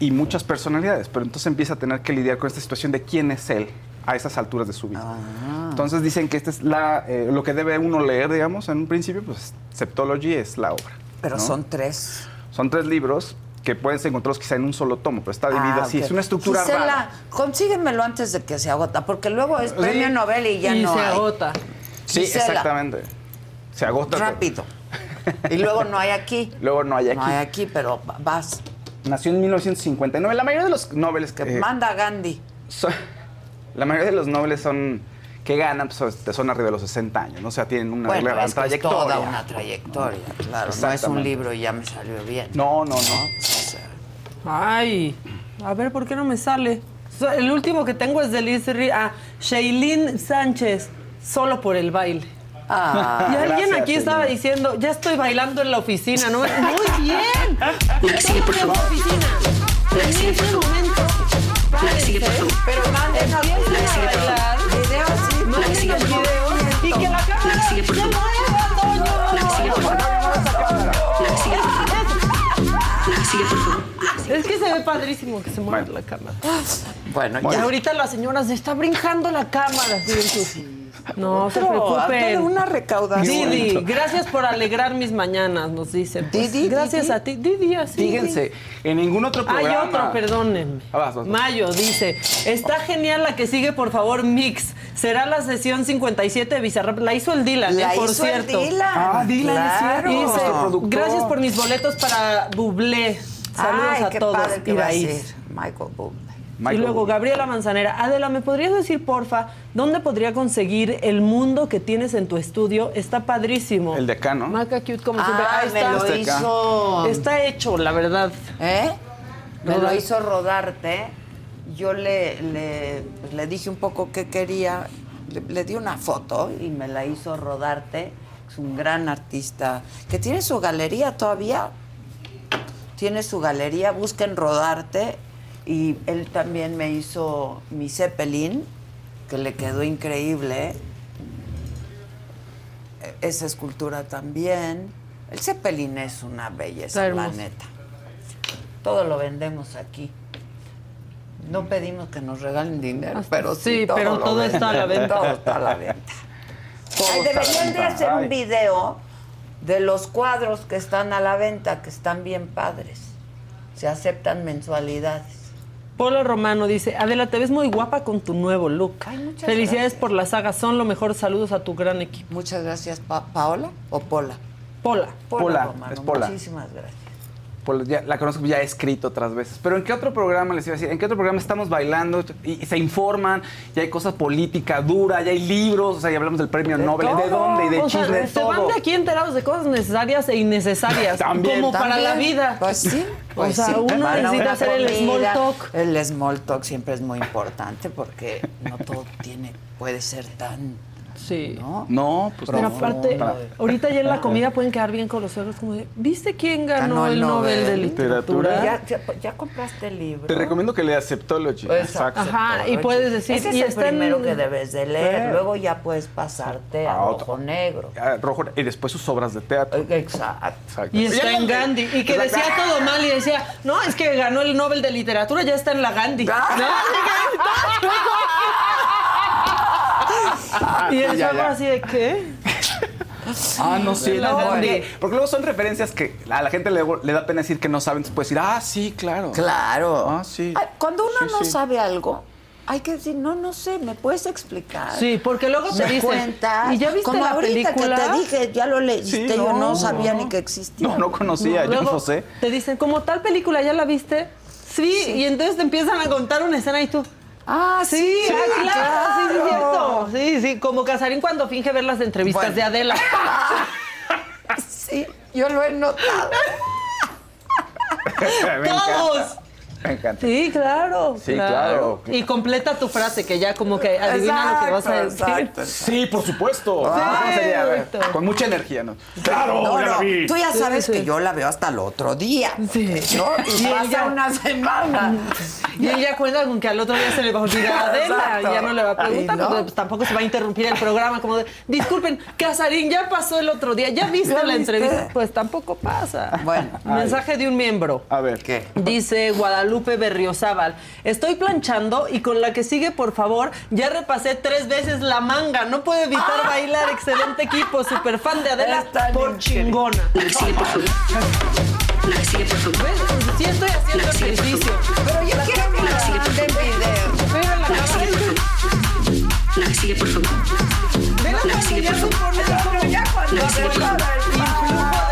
Speaker 14: y muchas personalidades, pero entonces empieza a tener que lidiar con esta situación de quién es él a esas alturas de su vida.
Speaker 3: Ah.
Speaker 14: Entonces dicen que este es la, eh, lo que debe uno leer, digamos, en un principio, pues Septology es la obra.
Speaker 3: Pero
Speaker 14: ¿no?
Speaker 3: son tres.
Speaker 14: Son tres libros que pueden ser encontrados quizá en un solo tomo, pero está dividido
Speaker 3: Ah,
Speaker 14: así,
Speaker 3: ok.
Speaker 14: es una estructura
Speaker 3: Gisela,
Speaker 14: rara.
Speaker 3: consíguemelo antes de que se agota, porque luego es
Speaker 14: Sí.
Speaker 3: premio Nobel y ya
Speaker 14: Y
Speaker 3: no
Speaker 14: se
Speaker 3: hay.
Speaker 14: agota. Sí,
Speaker 3: Gisela,
Speaker 14: exactamente. Se agota. todo.
Speaker 3: Rápido. Y luego no hay aquí.
Speaker 14: Luego no hay aquí.
Speaker 3: No hay aquí, pero va- vas.
Speaker 14: Nació en 1959. La mayoría de los noveles que... eh,
Speaker 3: Manda Gandhi.
Speaker 14: son- la mayoría de los nobles son que ganan, pues son- son arriba de los 60 años, ¿no? O sea, tienen una
Speaker 3: bueno,
Speaker 14: gran
Speaker 3: es que es
Speaker 14: trayectoria.
Speaker 3: toda una trayectoria, claro. No es un
Speaker 14: Exactamente.
Speaker 3: libro y ya me salió bien.
Speaker 14: No, no, no.
Speaker 13: Ay, a ver, ¿por qué no me sale? So- El último que tengo es de Liz Ríos. Ah, Shailene Sánchez, solo por el baile.
Speaker 3: Ah,
Speaker 13: y alguien
Speaker 3: gracias,
Speaker 13: aquí estaba
Speaker 3: Shailene.
Speaker 13: diciendo, ya estoy bailando en la oficina, ¿no? Muy bien. Todo en la oficina. En este momento.
Speaker 3: Pero manden a bailar.
Speaker 13: Manden los videos y que la cámara se Es que se ve padrísimo que se mueva la cámara.
Speaker 3: Bueno,
Speaker 13: Y
Speaker 3: ya.
Speaker 13: ahorita la señora se está brincando la cámara. así en su- No se
Speaker 3: Otro
Speaker 14: ah,
Speaker 3: acto de
Speaker 13: preocupen.
Speaker 3: una recaudación.
Speaker 13: Didi,
Speaker 14: bonito.
Speaker 13: gracias por alegrar mis mañanas, nos dicen. Pues,
Speaker 14: Didi,
Speaker 13: gracias
Speaker 14: Didi.
Speaker 13: a ti. Didi, así.
Speaker 14: Fíjense, en ningún otro
Speaker 13: Hay
Speaker 14: programa.
Speaker 13: otro, perdónenme.
Speaker 14: Ah, vas, vas, vas.
Speaker 13: Mayo dice, está genial la que sigue, por favor, Mix. Será la sesión 57 de Bizarrap. La hizo el Dylan,
Speaker 3: La
Speaker 13: eh, por
Speaker 3: hizo el
Speaker 13: cierto.
Speaker 3: Dylan. Ah, Dylan, es cierto.
Speaker 13: Dice,
Speaker 3: Nuestro productor.
Speaker 13: gracias por mis boletos para Bublé. Saludos
Speaker 3: Ay,
Speaker 13: a
Speaker 3: qué
Speaker 13: todos.
Speaker 3: padre que va a
Speaker 13: Iraíz.
Speaker 3: ser Michael Bublé.
Speaker 13: y luego Gabriela Manzanera, Adela, ¿me podrías decir, porfa, dónde podría conseguir el mundo que tienes en tu estudio? Está padrísimo.
Speaker 14: El de acá, ¿no?
Speaker 13: Maca Cute, como
Speaker 3: Ah,
Speaker 13: siempre. Ahí
Speaker 3: me
Speaker 13: está.
Speaker 3: lo Este acá. hizo.
Speaker 13: Está hecho, la verdad.
Speaker 3: ¿Eh? Me lo
Speaker 13: Rodarte.
Speaker 3: hizo rodarte. Yo le, le, pues, le dije un poco qué quería. Le, le di una foto y me la hizo rodarte. Es un gran artista que tiene su galería todavía. Tiene su galería, busquen rodarte. Y él también me hizo mi Zeppelin, que le quedó increíble. ¿eh? E- Esa escultura también. El Zeppelin es una belleza,
Speaker 13: Está
Speaker 3: la
Speaker 13: hermoso.
Speaker 3: neta. Todo lo vendemos aquí. No pedimos que nos regalen dinero, pero sí,
Speaker 13: sí, pero
Speaker 3: lo
Speaker 13: todo está a la
Speaker 3: venden,
Speaker 13: venta.
Speaker 3: Todo está a la venta.
Speaker 14: Todo
Speaker 3: Ay,
Speaker 14: está a la
Speaker 3: deberían de
Speaker 14: venta.
Speaker 3: hacer un
Speaker 14: Ay.
Speaker 3: video de los cuadros que están a la venta, que están bien padres. Se aceptan mensualidades.
Speaker 13: Polo Romano dice, Adela, te ves muy guapa con tu nuevo look.
Speaker 3: muchas
Speaker 13: Felicidades por la saga, son lo mejor. Saludos a tu gran equipo.
Speaker 3: Muchas gracias, Pa- Paola o Pola.
Speaker 13: Pola.
Speaker 14: Pola,
Speaker 3: Romano,
Speaker 14: es Pola.
Speaker 3: Muchísimas gracias.
Speaker 14: pues ya la conozco, ya he escrito otras veces. Pero ¿en qué otro programa les iba a decir? ¿En qué otro programa estamos bailando y, y se informan? Ya hay cosa política dura, ya hay libros, o sea, ya hablamos del premio
Speaker 13: De
Speaker 14: Nobel, ¿de
Speaker 13: todo.
Speaker 14: dónde? Y de
Speaker 13: O sea,
Speaker 14: chisme, de
Speaker 13: Se van
Speaker 14: todo.
Speaker 13: de aquí enterados de cosas necesarias e innecesarias.
Speaker 14: También.
Speaker 13: como para
Speaker 3: También.
Speaker 13: la vida.
Speaker 3: Pues sí. pues
Speaker 13: o sea,
Speaker 3: sí. Van
Speaker 13: uno
Speaker 3: a
Speaker 13: necesita
Speaker 3: una
Speaker 13: hacer el small
Speaker 3: comida.
Speaker 13: talk.
Speaker 3: El small talk siempre es muy importante porque no todo tiene, puede ser tan.
Speaker 13: Sí.
Speaker 3: No,
Speaker 14: no pues
Speaker 13: Pero
Speaker 3: no.
Speaker 13: aparte, ahorita ya en la comida pueden quedar bien con los suegros, como de, ¿viste quién ganó, el Nobel, de Literatura?
Speaker 3: Ya, ya- ya compraste el libro.
Speaker 14: Te recomiendo que leas Septology.
Speaker 3: Exacto.
Speaker 13: Ajá, y puedes decir,
Speaker 3: Ese es
Speaker 13: y
Speaker 3: el
Speaker 13: está en-
Speaker 3: primero que debes de leer.
Speaker 14: Claro.
Speaker 3: Luego ya puedes pasarte a,
Speaker 14: A otro.
Speaker 3: Rojo Negro.
Speaker 14: Ah, Rojo, y después sus obras de teatro.
Speaker 3: Exacto.
Speaker 13: Y
Speaker 14: Pues
Speaker 13: está en Gandhi. Y que decía todo mal y decía, no, es que ganó el Nobel de Literatura, ya está en la Gandhi.
Speaker 14: Ah.
Speaker 13: ¿No? y el
Speaker 14: Ah, Ya,
Speaker 13: suegro
Speaker 14: ya.
Speaker 13: así de, ¿qué?
Speaker 14: Ah, no,
Speaker 13: Sí,
Speaker 14: sí,
Speaker 13: la
Speaker 14: no,
Speaker 13: verdad.
Speaker 14: porque, porque luego son referencias que a la gente le, le da pena decir que no saben, entonces puedes decir, ah, sí, claro.
Speaker 3: Claro.
Speaker 14: Ah, sí.
Speaker 3: Ay, Cuando uno
Speaker 14: Sí,
Speaker 3: no
Speaker 14: sí.
Speaker 3: sabe algo, hay que decir, no, no sé, ¿me puedes explicar?
Speaker 13: Sí, porque luego te
Speaker 3: ¿Me
Speaker 13: dicen,
Speaker 3: cuentas?
Speaker 13: ¿y ya viste
Speaker 3: Como
Speaker 13: la
Speaker 3: ahorita que
Speaker 13: película?
Speaker 3: te dije, ya lo leíste,
Speaker 13: Sí,
Speaker 3: yo
Speaker 13: no,
Speaker 3: no sabía
Speaker 13: no.
Speaker 3: ni que existía.
Speaker 14: No, no conocía, yo
Speaker 13: luego
Speaker 14: no sé.
Speaker 13: Te dicen, como tal película, ¿ya la viste? Sí, y entonces te empiezan a contar una escena y tú.
Speaker 3: Ah,
Speaker 13: sí,
Speaker 3: sí,
Speaker 13: ah, claro, sí, sí,
Speaker 3: claro.
Speaker 13: cierto. Sí, sí, como Casarín cuando finge ver las entrevistas de Adela.
Speaker 3: Sí, yo lo he notado.
Speaker 14: Me encanta,
Speaker 13: Todos.
Speaker 14: Me encanta.
Speaker 13: Sí, claro.
Speaker 14: Sí, claro, claro.
Speaker 13: Y completa tu frase, que ya como que adivina lo que vas a decir.
Speaker 14: Sí, por supuesto. ¿Cómo sería? A ver, Con mucha energía, ¿no? Claro,
Speaker 3: No,
Speaker 14: ya la
Speaker 3: no,
Speaker 14: vi.
Speaker 3: tú ya sabes que yo la veo hasta el otro día. ¿no? Y,
Speaker 13: Y él
Speaker 3: pasa
Speaker 13: ya-
Speaker 3: una semana.
Speaker 13: Y él ya cuenta con que al otro día se le va a olvidar a Adela,
Speaker 3: Exacto.
Speaker 13: ya no le va a preguntar,
Speaker 3: Ay, ¿no?
Speaker 13: porque, pues, tampoco se va a interrumpir el programa como de, disculpen, Casarín, ya pasó el otro día, ¿ya viste
Speaker 3: ¿Ya
Speaker 13: la
Speaker 3: viste?
Speaker 13: entrevista? Pues tampoco pasa.
Speaker 3: Bueno.
Speaker 13: Mensaje de un miembro.
Speaker 14: A ver. ¿Qué?
Speaker 13: Dice Guadalupe Berriozábal, estoy planchando y con la que sigue, por favor, ya repasé tres veces la manga, no puedo evitar
Speaker 3: ¡Ah!
Speaker 13: bailar, excelente equipo, super fan de Adela, por chingona. La que sigue, por favor. La que sigue, por favor. Sí estoy haciendo ejercicio.
Speaker 3: Pero yo quiero que me manden video.
Speaker 13: Pero la cámara es-
Speaker 6: La que sigue, por favor.
Speaker 13: Ve la
Speaker 6: La que sigue,
Speaker 13: familia
Speaker 6: por favor.
Speaker 13: suponemos
Speaker 3: Pero ya cuando
Speaker 6: La que sigue, por favor.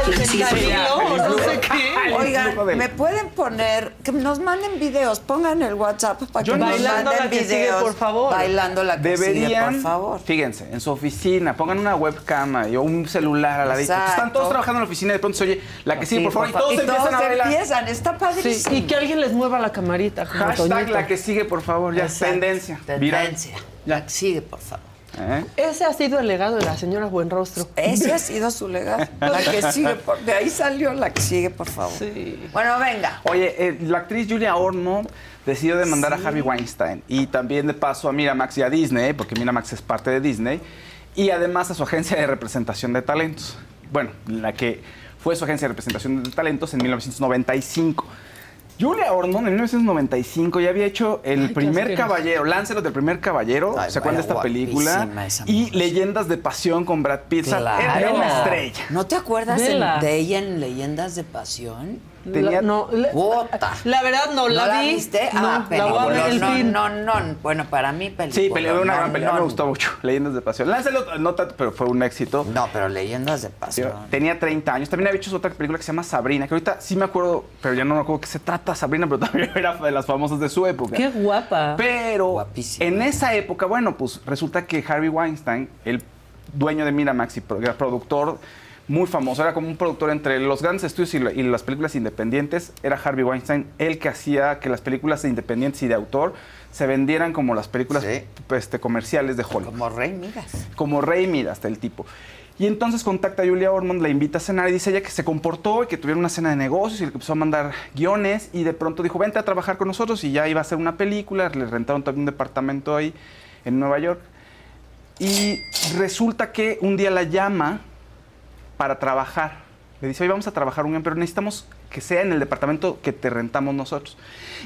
Speaker 13: el
Speaker 6: La que sigue, por
Speaker 13: fentanilo,
Speaker 6: favor.
Speaker 13: o no sé qué.
Speaker 14: flujo
Speaker 3: Oigan,
Speaker 14: del-
Speaker 3: me pueden poner, que nos manden videos, pongan el WhatsApp para que
Speaker 14: Yo no-
Speaker 3: nos
Speaker 13: Bailando
Speaker 3: manden
Speaker 13: la que sigue,
Speaker 3: videos.
Speaker 13: por favor.
Speaker 3: Bailando la que sigue,
Speaker 14: Deberían,
Speaker 3: por favor.
Speaker 14: fíjense, en su oficina, pongan una webcam ahí, o un celular a la vista.
Speaker 3: Exacto.
Speaker 14: Están todos trabajando en la oficina y de pronto se oye la que sigue, por favor, y todos empiezan a bailar.
Speaker 3: empiezan, está
Speaker 13: Sí,
Speaker 3: padrísimo.
Speaker 13: y que alguien les mueva la camarita. como
Speaker 14: Hashtag
Speaker 13: Toñito.
Speaker 14: la que sigue, por favor, ya.
Speaker 3: Exacto.
Speaker 14: Tendencia. Viral.
Speaker 3: Tendencia. La que sigue, por favor.
Speaker 14: ¿Eh?
Speaker 13: Ese ha sido el legado de la señora Buenrostro.
Speaker 3: Ese ha sido su legado. La que sigue, por, de ahí salió la que sigue, por favor.
Speaker 13: Sí.
Speaker 3: Bueno, venga.
Speaker 14: Oye, eh, la actriz Julia Ormond decidió demandar
Speaker 3: Sí.
Speaker 14: a Harvey Weinstein y también de paso a Miramax y a Disney, porque Miramax es parte de Disney, y además a su agencia de representación de talentos. Bueno, la que fue su agencia de representación de talentos en 1995. Julia Ormond en 1995 ya había hecho El primer
Speaker 13: asqueroso.
Speaker 14: caballero, Lancelot del primer caballero,
Speaker 3: Ay,
Speaker 14: ¿se acuerdan de
Speaker 3: vaya
Speaker 14: esta película?
Speaker 3: guapísima esa
Speaker 14: Y Leyendas de pasión con Brad Pitt, O sea, era una estrella.
Speaker 3: ¿No te acuerdas en-
Speaker 13: Vela.
Speaker 3: de ella en Leyendas de Pasión?
Speaker 13: La,
Speaker 14: Tenía-
Speaker 13: no, la,
Speaker 3: Bota.
Speaker 13: la verdad no,
Speaker 3: ¿No
Speaker 13: la
Speaker 3: la,
Speaker 13: vi.
Speaker 3: viste?
Speaker 13: No,
Speaker 3: ah,
Speaker 13: la voy a ver el
Speaker 3: no,
Speaker 13: fin.
Speaker 3: no, no. Bueno, para mí, película.
Speaker 14: Sí, peleó una
Speaker 3: no,
Speaker 14: gran pelea.
Speaker 3: no,
Speaker 14: me gustó mucho. Leyendas de Pasión. Lancelot, no tanto, pero fue un éxito.
Speaker 3: No, pero Leyendas de
Speaker 14: Yo
Speaker 3: Pasión.
Speaker 14: Tenía 30 años. También había hecho otra película que se llama Sabrina, que ahorita sí me acuerdo, pero ya no me acuerdo qué se trata Sabrina, pero también era de las famosas de su época.
Speaker 13: Qué guapa.
Speaker 14: Pero
Speaker 3: Guapísima.
Speaker 14: en esa época, bueno, pues resulta que Harvey Weinstein, el dueño de Miramax y pro- era productor muy famoso, era como un productor entre los grandes estudios y, la- y las películas independientes, era Harvey Weinstein el que hacía que las películas independientes y de autor se vendieran como las películas
Speaker 3: Sí.
Speaker 14: este, comerciales de Hollywood
Speaker 3: Como Rey Midas.
Speaker 14: como rey Midas, hasta el tipo. Y entonces contacta a Julia Ormond, la invita a cenar y dice ella que se comportó y que tuvieron una cena de negocios y le empezó a mandar guiones y de pronto dijo, vente a trabajar con nosotros y ya iba a hacer una película, le rentaron también un departamento ahí en Nueva York. Y resulta que un día la llama para trabajar. Le dice, hoy vamos a trabajar un guión, pero necesitamos que sea en el departamento que te rentamos nosotros.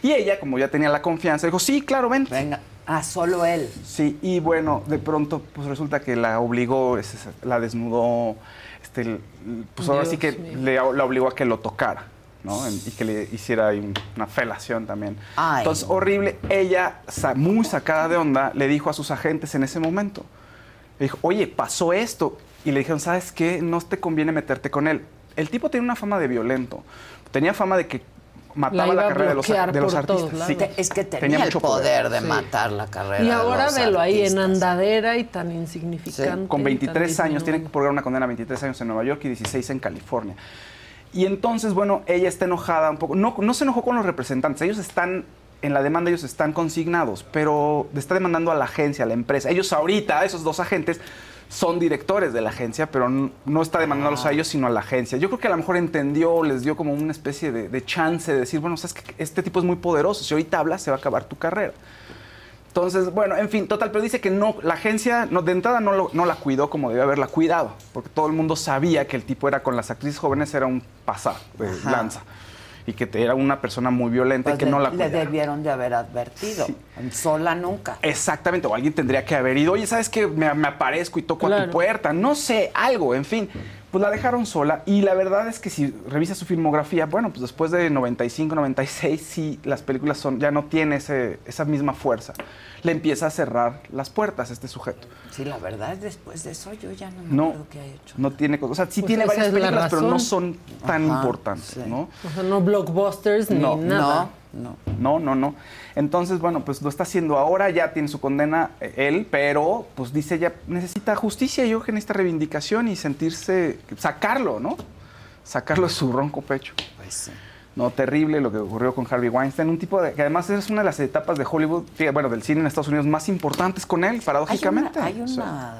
Speaker 14: Y ella, como ya tenía la confianza, dijo, sí, claro, vente.
Speaker 3: Venga. Ah, solo él.
Speaker 14: Sí, y bueno, de pronto, pues resulta que la obligó, es- es- la desnudó, este, l- l- pues ahora
Speaker 13: Dios
Speaker 14: sí que
Speaker 13: mío.
Speaker 14: le, la obligó a que lo tocara, ¿no? En- Y que le hiciera ahí un- una felación también.
Speaker 3: Ay.
Speaker 14: Entonces, horrible. Ella, sa- muy sacada de onda, le dijo a sus agentes en ese momento, le dijo, oye, pasó esto. Y le dijeron, ¿sabes qué? No te conviene meterte con él. El tipo tiene una fama de violento. tenía fama de que mataba la,
Speaker 13: iba a
Speaker 14: carrera de los,
Speaker 13: bloquear
Speaker 14: de los
Speaker 13: por todos
Speaker 14: artistas. Sí.
Speaker 13: lados. Te- es que
Speaker 3: tenía el poder de
Speaker 14: Sí.
Speaker 3: matar la carrera.
Speaker 13: Y
Speaker 3: de
Speaker 13: ahora
Speaker 3: los
Speaker 13: velo ahí en
Speaker 3: artistas.
Speaker 13: andadera y tan insignificante.
Speaker 14: Con
Speaker 13: y
Speaker 14: 23
Speaker 13: tan
Speaker 14: años, tiene que
Speaker 13: disminuido.
Speaker 14: purgar una condena a 23 años en Nueva York y 16 en California. Y entonces, bueno, ella está enojada un poco. No, no se enojó con los representantes. Ellos están, en la demanda ellos están consignados, pero le está demandando a la agencia, a la empresa. Ellos ahorita, esos dos agentes, son directores de la agencia, pero n- no está demandándolos a ellos, sino a la agencia. Yo creo que a lo mejor entendió, les dio como una especie de, de chance de decir, bueno, sabes que este tipo es muy poderoso. Si ahorita hablas, se va a acabar tu carrera. Entonces, bueno, en fin, total, pero dice que no, la agencia no, de entrada no, lo- no la cuidó como debió haberla cuidado, porque todo el mundo sabía que el tipo era con las actrices jóvenes, era un pasar de
Speaker 3: Ajá.
Speaker 14: lanza, y que te- era una persona muy violenta
Speaker 3: Pues
Speaker 14: y que
Speaker 3: le,
Speaker 14: no la
Speaker 3: le
Speaker 14: cuidaba.
Speaker 3: debieron de haber advertido. Sola nunca.
Speaker 14: Exactamente, o alguien tendría que haber ido, oye, ¿sabes qué? Me, me aparezco y toco a
Speaker 3: Claro.
Speaker 14: tu puerta, no sé, algo, en fin. Pues la dejaron sola y la verdad es que si revisas su filmografía, bueno, pues después de 95, 96, sí, las películas son, ya no tiene ese- esa misma fuerza. Le empieza a cerrar las puertas este sujeto.
Speaker 3: Sí, la verdad, después de eso yo ya no me
Speaker 14: No,
Speaker 3: acuerdo qué ha hecho.
Speaker 14: no tiene cosas. O sea, sí
Speaker 13: Pues
Speaker 14: tiene
Speaker 13: esa
Speaker 14: varias
Speaker 13: es la
Speaker 14: películas, pero no
Speaker 13: razón.
Speaker 14: son tan
Speaker 13: Ajá,
Speaker 14: importantes, ¿no?
Speaker 13: O sea, no blockbusters
Speaker 14: No,
Speaker 13: ni nada.
Speaker 3: no,
Speaker 14: no, no, no. Entonces, bueno, pues lo está haciendo ahora, ya tiene su condena eh, él, pero pues dice ella, necesita justicia, yo creo que necesita reivindicación y sentirse, sacarlo, ¿no? Sacarlo de su ronco pecho.
Speaker 3: Pues sí.
Speaker 14: No, terrible lo que ocurrió con Harvey Weinstein, un tipo de- que además es una de las etapas de Hollywood, que, bueno, del cine en Estados Unidos más importantes con él, paradójicamente.
Speaker 3: Hay, una,
Speaker 14: O
Speaker 3: hay,
Speaker 14: sea,
Speaker 3: una-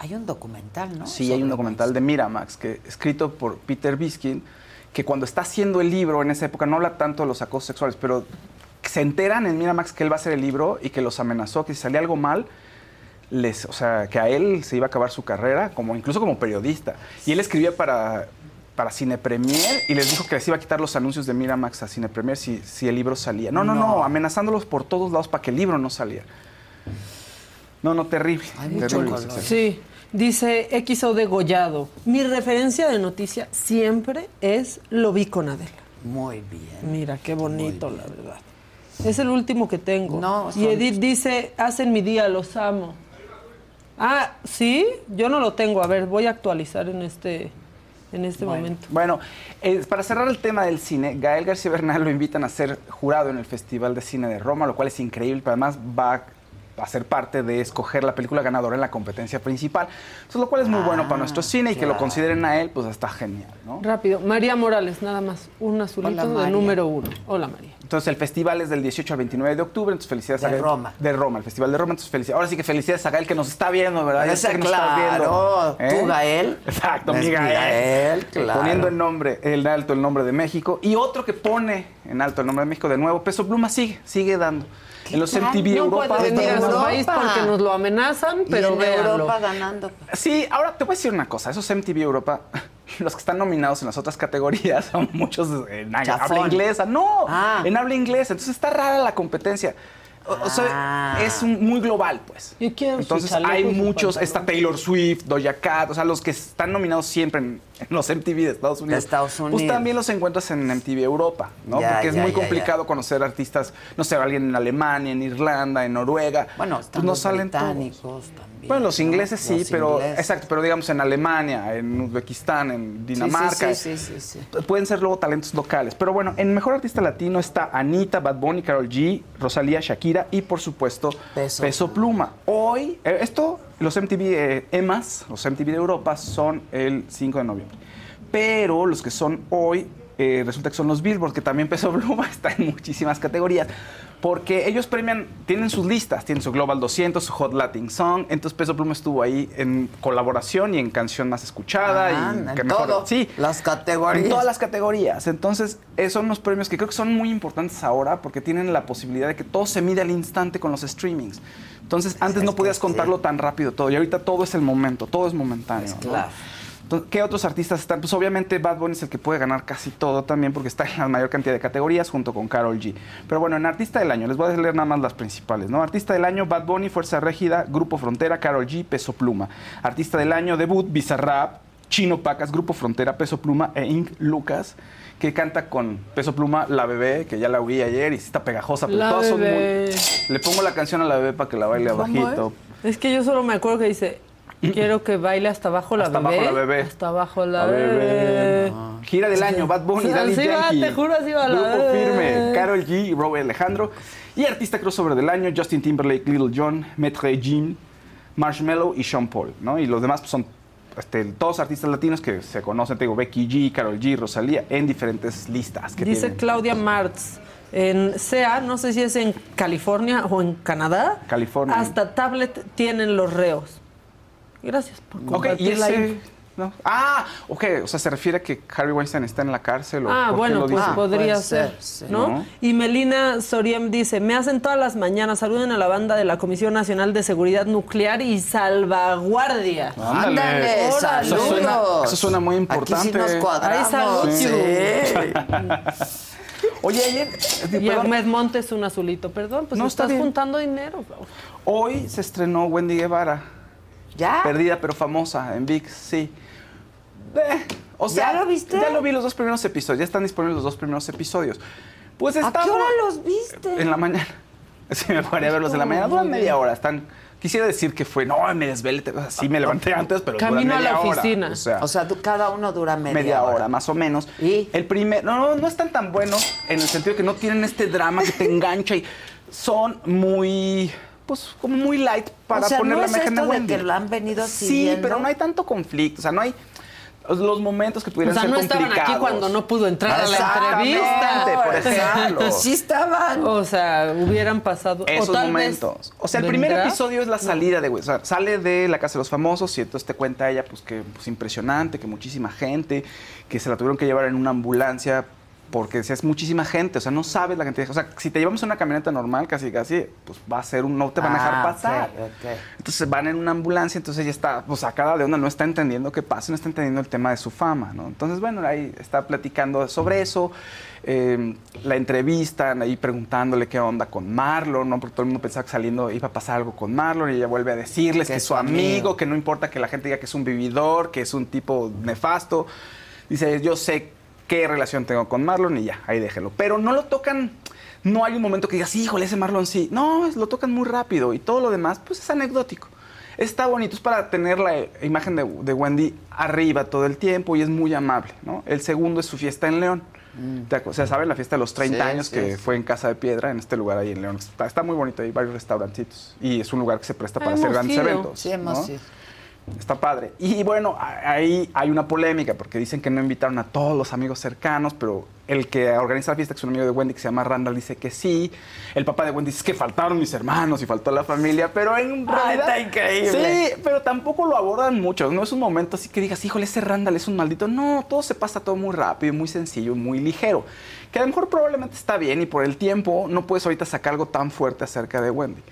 Speaker 3: hay un documental, ¿no?
Speaker 14: Sí, hay un documental de Miramax, que, escrito por Peter Biskin, que cuando está haciendo el libro en esa época no habla tanto de los acosos sexuales, pero se enteran en Miramax que él va a hacer el libro y que los amenazó, que si salía algo mal, les, o sea, que a él se iba a acabar su carrera, como, incluso como periodista. Y él escribía para, para Cine Premier y les dijo que les iba a quitar los anuncios de Miramax a Cine Premier si, si el libro salía. No, no, no,
Speaker 3: No.
Speaker 14: amenazándolos por todos lados para que el libro no saliera. No, no, terrible. terrible los excesos.
Speaker 13: Sí, dice XO Degollado. Mi referencia de noticia siempre es Lo vi con Adela.
Speaker 3: Muy bien.
Speaker 13: Mira, qué bonito, la verdad. Es el último que tengo.
Speaker 3: son-
Speaker 13: y Edith dice, hacen mi día, los amo. Ah, ¿sí? Yo no lo tengo. A ver, voy a actualizar en este, en este
Speaker 14: Bueno.
Speaker 13: momento.
Speaker 14: Bueno, eh, para cerrar el tema del cine, Gael García Bernal lo invitan a ser jurado en el Festival de Cine de Roma, lo cual es increíble, pero además va a ser parte de escoger la película ganadora en la competencia principal. Entonces, lo cual es muy bueno para nuestro cine y que lo
Speaker 13: claro.
Speaker 14: consideren a él, pues está genial, ¿no?
Speaker 13: Rápido. María Morales, nada más. Un azulito
Speaker 14: Hola,
Speaker 13: de
Speaker 14: María.
Speaker 13: número uno. Hola, María.
Speaker 14: Entonces el festival es del 18 al 29 de octubre, entonces felicidades a
Speaker 3: De
Speaker 14: Gael.
Speaker 3: Roma.
Speaker 14: De Roma, el festival de Roma, entonces felicidades. Ahora sí que felicidades a Gael que nos está viendo, ¿verdad? Ya
Speaker 3: Ese,
Speaker 14: sé que nos estás ¿eh?
Speaker 3: claro. Tú, Gael.
Speaker 14: Exacto,
Speaker 3: Es
Speaker 14: mi
Speaker 3: mi
Speaker 14: Gael.
Speaker 3: Gael, claro.
Speaker 14: Poniendo en nombre, en alto el nombre de México. Y otro que pone en alto el nombre de México de nuevo, Peso Pluma sigue, sigue dando. En los
Speaker 13: tal?
Speaker 14: MTV
Speaker 13: No
Speaker 14: Europa.
Speaker 13: puede venir a su
Speaker 14: Europa.
Speaker 13: país porque nos lo amenazan, pero véanlo.
Speaker 3: ganando.
Speaker 14: Sí, ahora te voy a decir una cosa. Esos MTV Europa, los que están nominados en las otras categorías, son muchos en habla
Speaker 3: Chafón. Ah.
Speaker 14: inglesa. No, en habla inglesa. Entonces está rara la competencia. O, o sea,
Speaker 3: Ah.
Speaker 14: es un- muy global, pues. Entonces
Speaker 13: chaleco
Speaker 14: hay
Speaker 13: y su
Speaker 14: muchos,
Speaker 13: pantalón.
Speaker 14: está Taylor Swift, Doja Cat, o sea, los que están nominados siempre en, en los MTV de Estados Unidos.
Speaker 3: Estados
Speaker 14: Pues
Speaker 3: Unidos.
Speaker 14: también los encuentras en MTV Europa, ¿no?
Speaker 3: Ya,
Speaker 14: Porque es
Speaker 3: ya,
Speaker 14: muy
Speaker 3: ya, ya.
Speaker 14: complicado conocer artistas, no sé, alguien en Alemania, en Irlanda, en Noruega. Bueno,
Speaker 3: Están
Speaker 14: pues no
Speaker 3: los
Speaker 14: salen todos.
Speaker 3: británicos también.
Speaker 14: Bueno, los ingleses sí,
Speaker 3: Los
Speaker 14: pero
Speaker 3: ingleses.
Speaker 14: exacto, pero digamos en Alemania, en Uzbekistán, en Dinamarca.
Speaker 3: Sí, sí, sí, sí, sí.
Speaker 14: Pueden ser luego talentos locales. Pero bueno, en Mejor Artista Latino está Anita, Bad Bunny, Carol G, Rosalía, Shakira y por supuesto Peso, Pluma. Hoy, eh, esto, los MTV eh, EMAs, los MTV de Europa, son el 5 de noviembre. Pero los que son hoy, eh, resulta que son los Billboard, que también Peso Pluma está en muchísimas categorías. Porque ellos premian, tienen sus listas, tienen su Global 200, su Hot Latin Song. Entonces Peso Pluma estuvo ahí en colaboración y en canción más escuchada.
Speaker 3: Ah,
Speaker 14: y
Speaker 3: en
Speaker 14: que mejor-
Speaker 3: todo.
Speaker 14: Sí,
Speaker 3: Las categorías.
Speaker 14: en todas las categorías. Entonces, eh, son unos premios que creo que son muy importantes ahora porque tienen la posibilidad de que todo se mide al instante con los streamings. Entonces, antes no podías contarlo tan rápido todo y ahorita todo es el momento, todo es momentáneo. ¿no?
Speaker 3: claro.
Speaker 14: Entonces, ¿Qué otros artistas están? Pues obviamente Bad Bunny es el que puede ganar casi todo también porque está en la mayor cantidad de categorías junto con Carol G. Pero bueno, en Artista del Año, les voy a leer nada más las principales, ¿no? Artista del Año, Bad Bunny, Fuerza Régida, Grupo Frontera, Carol G, Peso Pluma. Artista del Año, debut, Bizarrap, Chino Pacas, Grupo Frontera, Peso Pluma e Inc. Lucas, que canta con Peso Pluma, La Bebé, que ya la oí ayer y sí está pegajosa, pero
Speaker 13: La
Speaker 14: todas son
Speaker 13: Bebé.
Speaker 14: muy... Le pongo la canción a La Bebé para que la baile
Speaker 13: ¿Cómo
Speaker 14: abajito.
Speaker 13: Es que yo solo me acuerdo que dice, quiero que baile hasta abajo la
Speaker 14: Hasta
Speaker 13: bebé.
Speaker 14: abajo la bebé.
Speaker 13: Hasta abajo la,
Speaker 14: La
Speaker 13: bebé.
Speaker 14: bebé. Gira del año, Bad Bunny,
Speaker 13: Sí,
Speaker 14: Daddy
Speaker 13: sí va,
Speaker 14: Yankee,
Speaker 13: te juro, sí va la-
Speaker 14: Grupo Firme, Karol G, y Robbie Alejandro. Y artista crossover del año, Justin Timberlake, Little John, Metre Jean, Marshmello y Sean Paul, ¿no? Y los demás pues, son este, todos artistas latinos que se conocen, te digo, Becky G, Karol G, Rosalía, en diferentes listas que
Speaker 13: Dice
Speaker 14: tienen.
Speaker 13: Claudia Martz. En SEA, no sé si es en California o en Canadá,
Speaker 14: California.
Speaker 13: hasta tablet tienen los reos. Gracias por
Speaker 14: Ok, y
Speaker 13: compartir la info.
Speaker 14: ese... no. Ah, ok, o sea, se refiere a que Harvey Weinstein está en la cárcel. o
Speaker 13: Ah,
Speaker 14: por qué
Speaker 13: bueno,
Speaker 14: lo
Speaker 13: pues
Speaker 14: dice?
Speaker 13: podría ser, ¿no? Y Melina Soriem dice, me hacen todas las mañanas, saluden a la banda de la Comisión Nacional de Seguridad Nuclear y Salvaguardia.
Speaker 14: Ándale.
Speaker 3: Ándale,
Speaker 14: Órale. Eso suena-
Speaker 3: saludos.
Speaker 14: eso suena muy importante.
Speaker 3: Aquí sí nos cuadramos.
Speaker 13: Ay, salud,
Speaker 3: Sí.
Speaker 14: Oye, ayer...
Speaker 13: Y Ahmed Montes un azulito, perdón, pues
Speaker 14: No, está
Speaker 13: estás
Speaker 14: bien.
Speaker 13: juntando dinero.
Speaker 14: Hoy se estrenó Wendy Guevara.
Speaker 3: ¿Ya?
Speaker 14: Perdida pero famosa en VIX, sí. Eh, o sea, ¿Ya lo viste? Ya lo vi los dos primeros episodios, ya están disponibles los dos primeros episodios. Pues
Speaker 3: ¿A
Speaker 14: está
Speaker 3: qué
Speaker 14: bu-
Speaker 3: hora los viste?
Speaker 14: En la mañana. Sí, me paré a verlos en la mañana. Duran media hora. Están. Quisiera decir que fue, no, me desvelé. o sea, Sí, me levanté antes, pero duran
Speaker 3: Camino a la
Speaker 14: media hora.
Speaker 3: oficina.
Speaker 14: O sea,
Speaker 3: O sea, tú- cada uno dura media,
Speaker 14: media, hora. más o menos. ¿Y? El primer. No, no, no están tan buenos en el sentido que no tienen este drama que te engancha y son muy. Pues como muy light para
Speaker 3: O sea,
Speaker 14: poner
Speaker 3: ¿no
Speaker 14: la
Speaker 3: es
Speaker 14: imagen
Speaker 3: esto
Speaker 14: de
Speaker 3: de
Speaker 14: Wendy.
Speaker 3: que lo han venido
Speaker 14: Sí,
Speaker 3: siguiendo?
Speaker 14: pero no hay tanto conflicto. O sea, no hay. pues, Los momentos que pudieran
Speaker 13: O sea,
Speaker 14: ser
Speaker 13: no estaban aquí
Speaker 14: complicados.
Speaker 13: cuando no pudo entrar a la
Speaker 14: Exactamente,
Speaker 13: entrevista.
Speaker 14: por ejemplo.
Speaker 13: Sí estaban. O sea, hubieran pasado. o
Speaker 14: esos
Speaker 13: tal vez
Speaker 14: momentos. O sea, el primer
Speaker 13: vendrá.
Speaker 14: episodio es la salida de güey. O sea, sale de la casa de los famosos y entonces te cuenta ella, pues que pues, impresionante, que muchísima gente, que se la tuvieron que llevar en una ambulancia porque decía, es muchísima gente. O sea, no sabes la cantidad. de- O sea, si te llevamos en una camioneta normal, casi, casi, pues va a ser un. No te van a dejar
Speaker 3: Ah,
Speaker 14: pasar.
Speaker 3: ok, ok.
Speaker 14: Entonces van en una ambulancia, entonces ella está pues, sacada de onda, no está entendiendo qué pasa, no está entendiendo el tema de su fama, ¿no? Entonces, bueno, ahí está platicando sobre eso, eh, la entrevistan, ahí preguntándole qué onda con Marlon, ¿no? Porque todo el mundo pensaba que saliendo iba a pasar algo con Marlon y ella vuelve a decirles que, es su amigo,
Speaker 3: amigo.
Speaker 14: que no importa que la gente diga que es un vividor, que es un tipo nefasto. Dice, yo sé qué relación tengo con Marlon y ya, ahí déjelo. Pero no lo tocan... No hay un momento que digas, híjole, ese Marlon sí. No, es- lo tocan muy rápido y todo lo demás, pues es anecdótico. Está bonito, es para tener la eh, imagen de, de Wendy arriba todo el tiempo y es muy amable, ¿no? El segundo es su fiesta en León. ¿Te acu- O sea, ¿saben la fiesta de los 30
Speaker 3: Mm. Sí,
Speaker 14: años
Speaker 3: sí,
Speaker 14: que
Speaker 3: sí.
Speaker 14: fue en Casa de Piedra, en este lugar ahí en León? Está, está muy bonito, hay varios restaurancitos y es un lugar que se presta para
Speaker 3: Ah,
Speaker 14: hacer
Speaker 3: hemos
Speaker 14: grandes
Speaker 3: ido.
Speaker 14: eventos.
Speaker 3: Sí, hemos
Speaker 14: ¿no?
Speaker 3: ido.
Speaker 14: Está padre. Y bueno, a- ahí hay una polémica porque dicen que no invitaron a todos los amigos cercanos, pero el que organiza la fiesta, que es un amigo de Wendy que se llama Randall, dice que sí. El papá de Wendy dice que faltaron mis hermanos y faltó la familia, pero en
Speaker 3: Ay, está
Speaker 14: realidad...
Speaker 3: increíble.
Speaker 14: Sí, pero tampoco lo abordan mucho. No es un momento así que digas, híjole, ese Randall es un maldito. No, todo se pasa todo muy rápido, muy sencillo, muy ligero. Que a lo mejor probablemente está bien y por el tiempo no puedes ahorita sacar algo tan fuerte acerca de Wendy.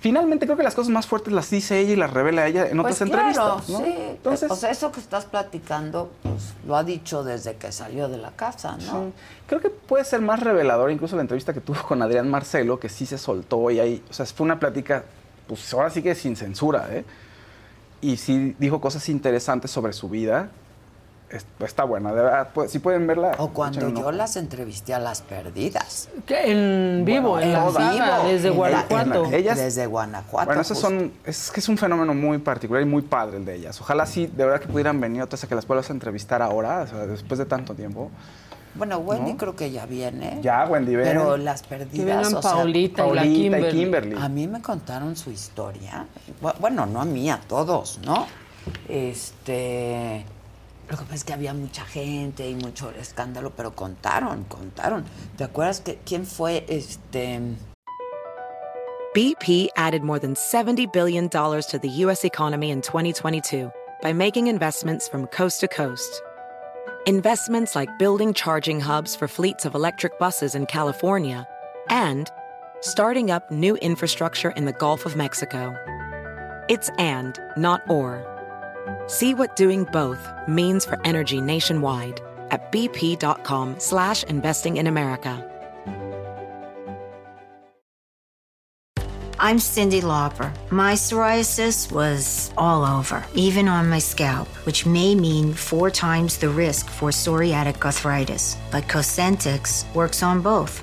Speaker 14: Finalmente creo que las cosas más fuertes las dice ella y las revela ella en otras
Speaker 3: Pues claro,
Speaker 14: entrevistas. ¿no?
Speaker 3: sí. o sea, eso que estás platicando, pues lo ha dicho desde que salió de la casa, ¿no?
Speaker 14: Sí. Creo que puede ser más revelador incluso la entrevista que tuvo con Adrián Marcelo, que sí se soltó y ahí, o sea, fue una plática, pues ahora sí que sin censura, ¿eh? Y sí dijo cosas interesantes sobre su vida. Es- Está buena, de verdad, pues, si pueden verla. O
Speaker 3: Cuando yo las entrevisté a las perdidas.
Speaker 13: ¿Qué? En vivo, en la sala, desde Guanajuato.
Speaker 3: desde Guanajuato. pues,
Speaker 14: Bueno, esos
Speaker 3: justo.
Speaker 14: son, es que es un fenómeno muy particular y muy padre el de ellas. Ojalá sí, de verdad que pudieran venir otras a que las puedas entrevistar ahora, o sea, después de tanto tiempo.
Speaker 3: Bueno, Wendy
Speaker 14: ¿No?
Speaker 3: creo que ya viene.
Speaker 14: Ya, Wendy, ven.
Speaker 3: Pero las
Speaker 14: Que
Speaker 3: perdidas.
Speaker 14: vengan
Speaker 3: o sea,
Speaker 14: Paulita y la Paulita y Kimberly. Kimberly.
Speaker 3: A mí me contaron su historia. Bu- Bueno, no a mí, a todos, ¿no? Este. Lo que pasa es que había mucha gente y mucho escándalo, pero contaron, contaron. ¿Te acuerdas que quién fue este?
Speaker 7: BP added more than $70 billion to the U.S. economy in 2022 by making investments from coast to coast. Investments like building charging hubs for fleets of electric buses in California and starting up new infrastructure in the Gulf of Mexico. It's and, not or. See what doing both means for energy nationwide at bp.com slash investing in America.
Speaker 1: I'm Cindy Lauper. My psoriasis was all over, even on my scalp, which may mean four times the risk for psoriatic arthritis. But Cosentix works on both.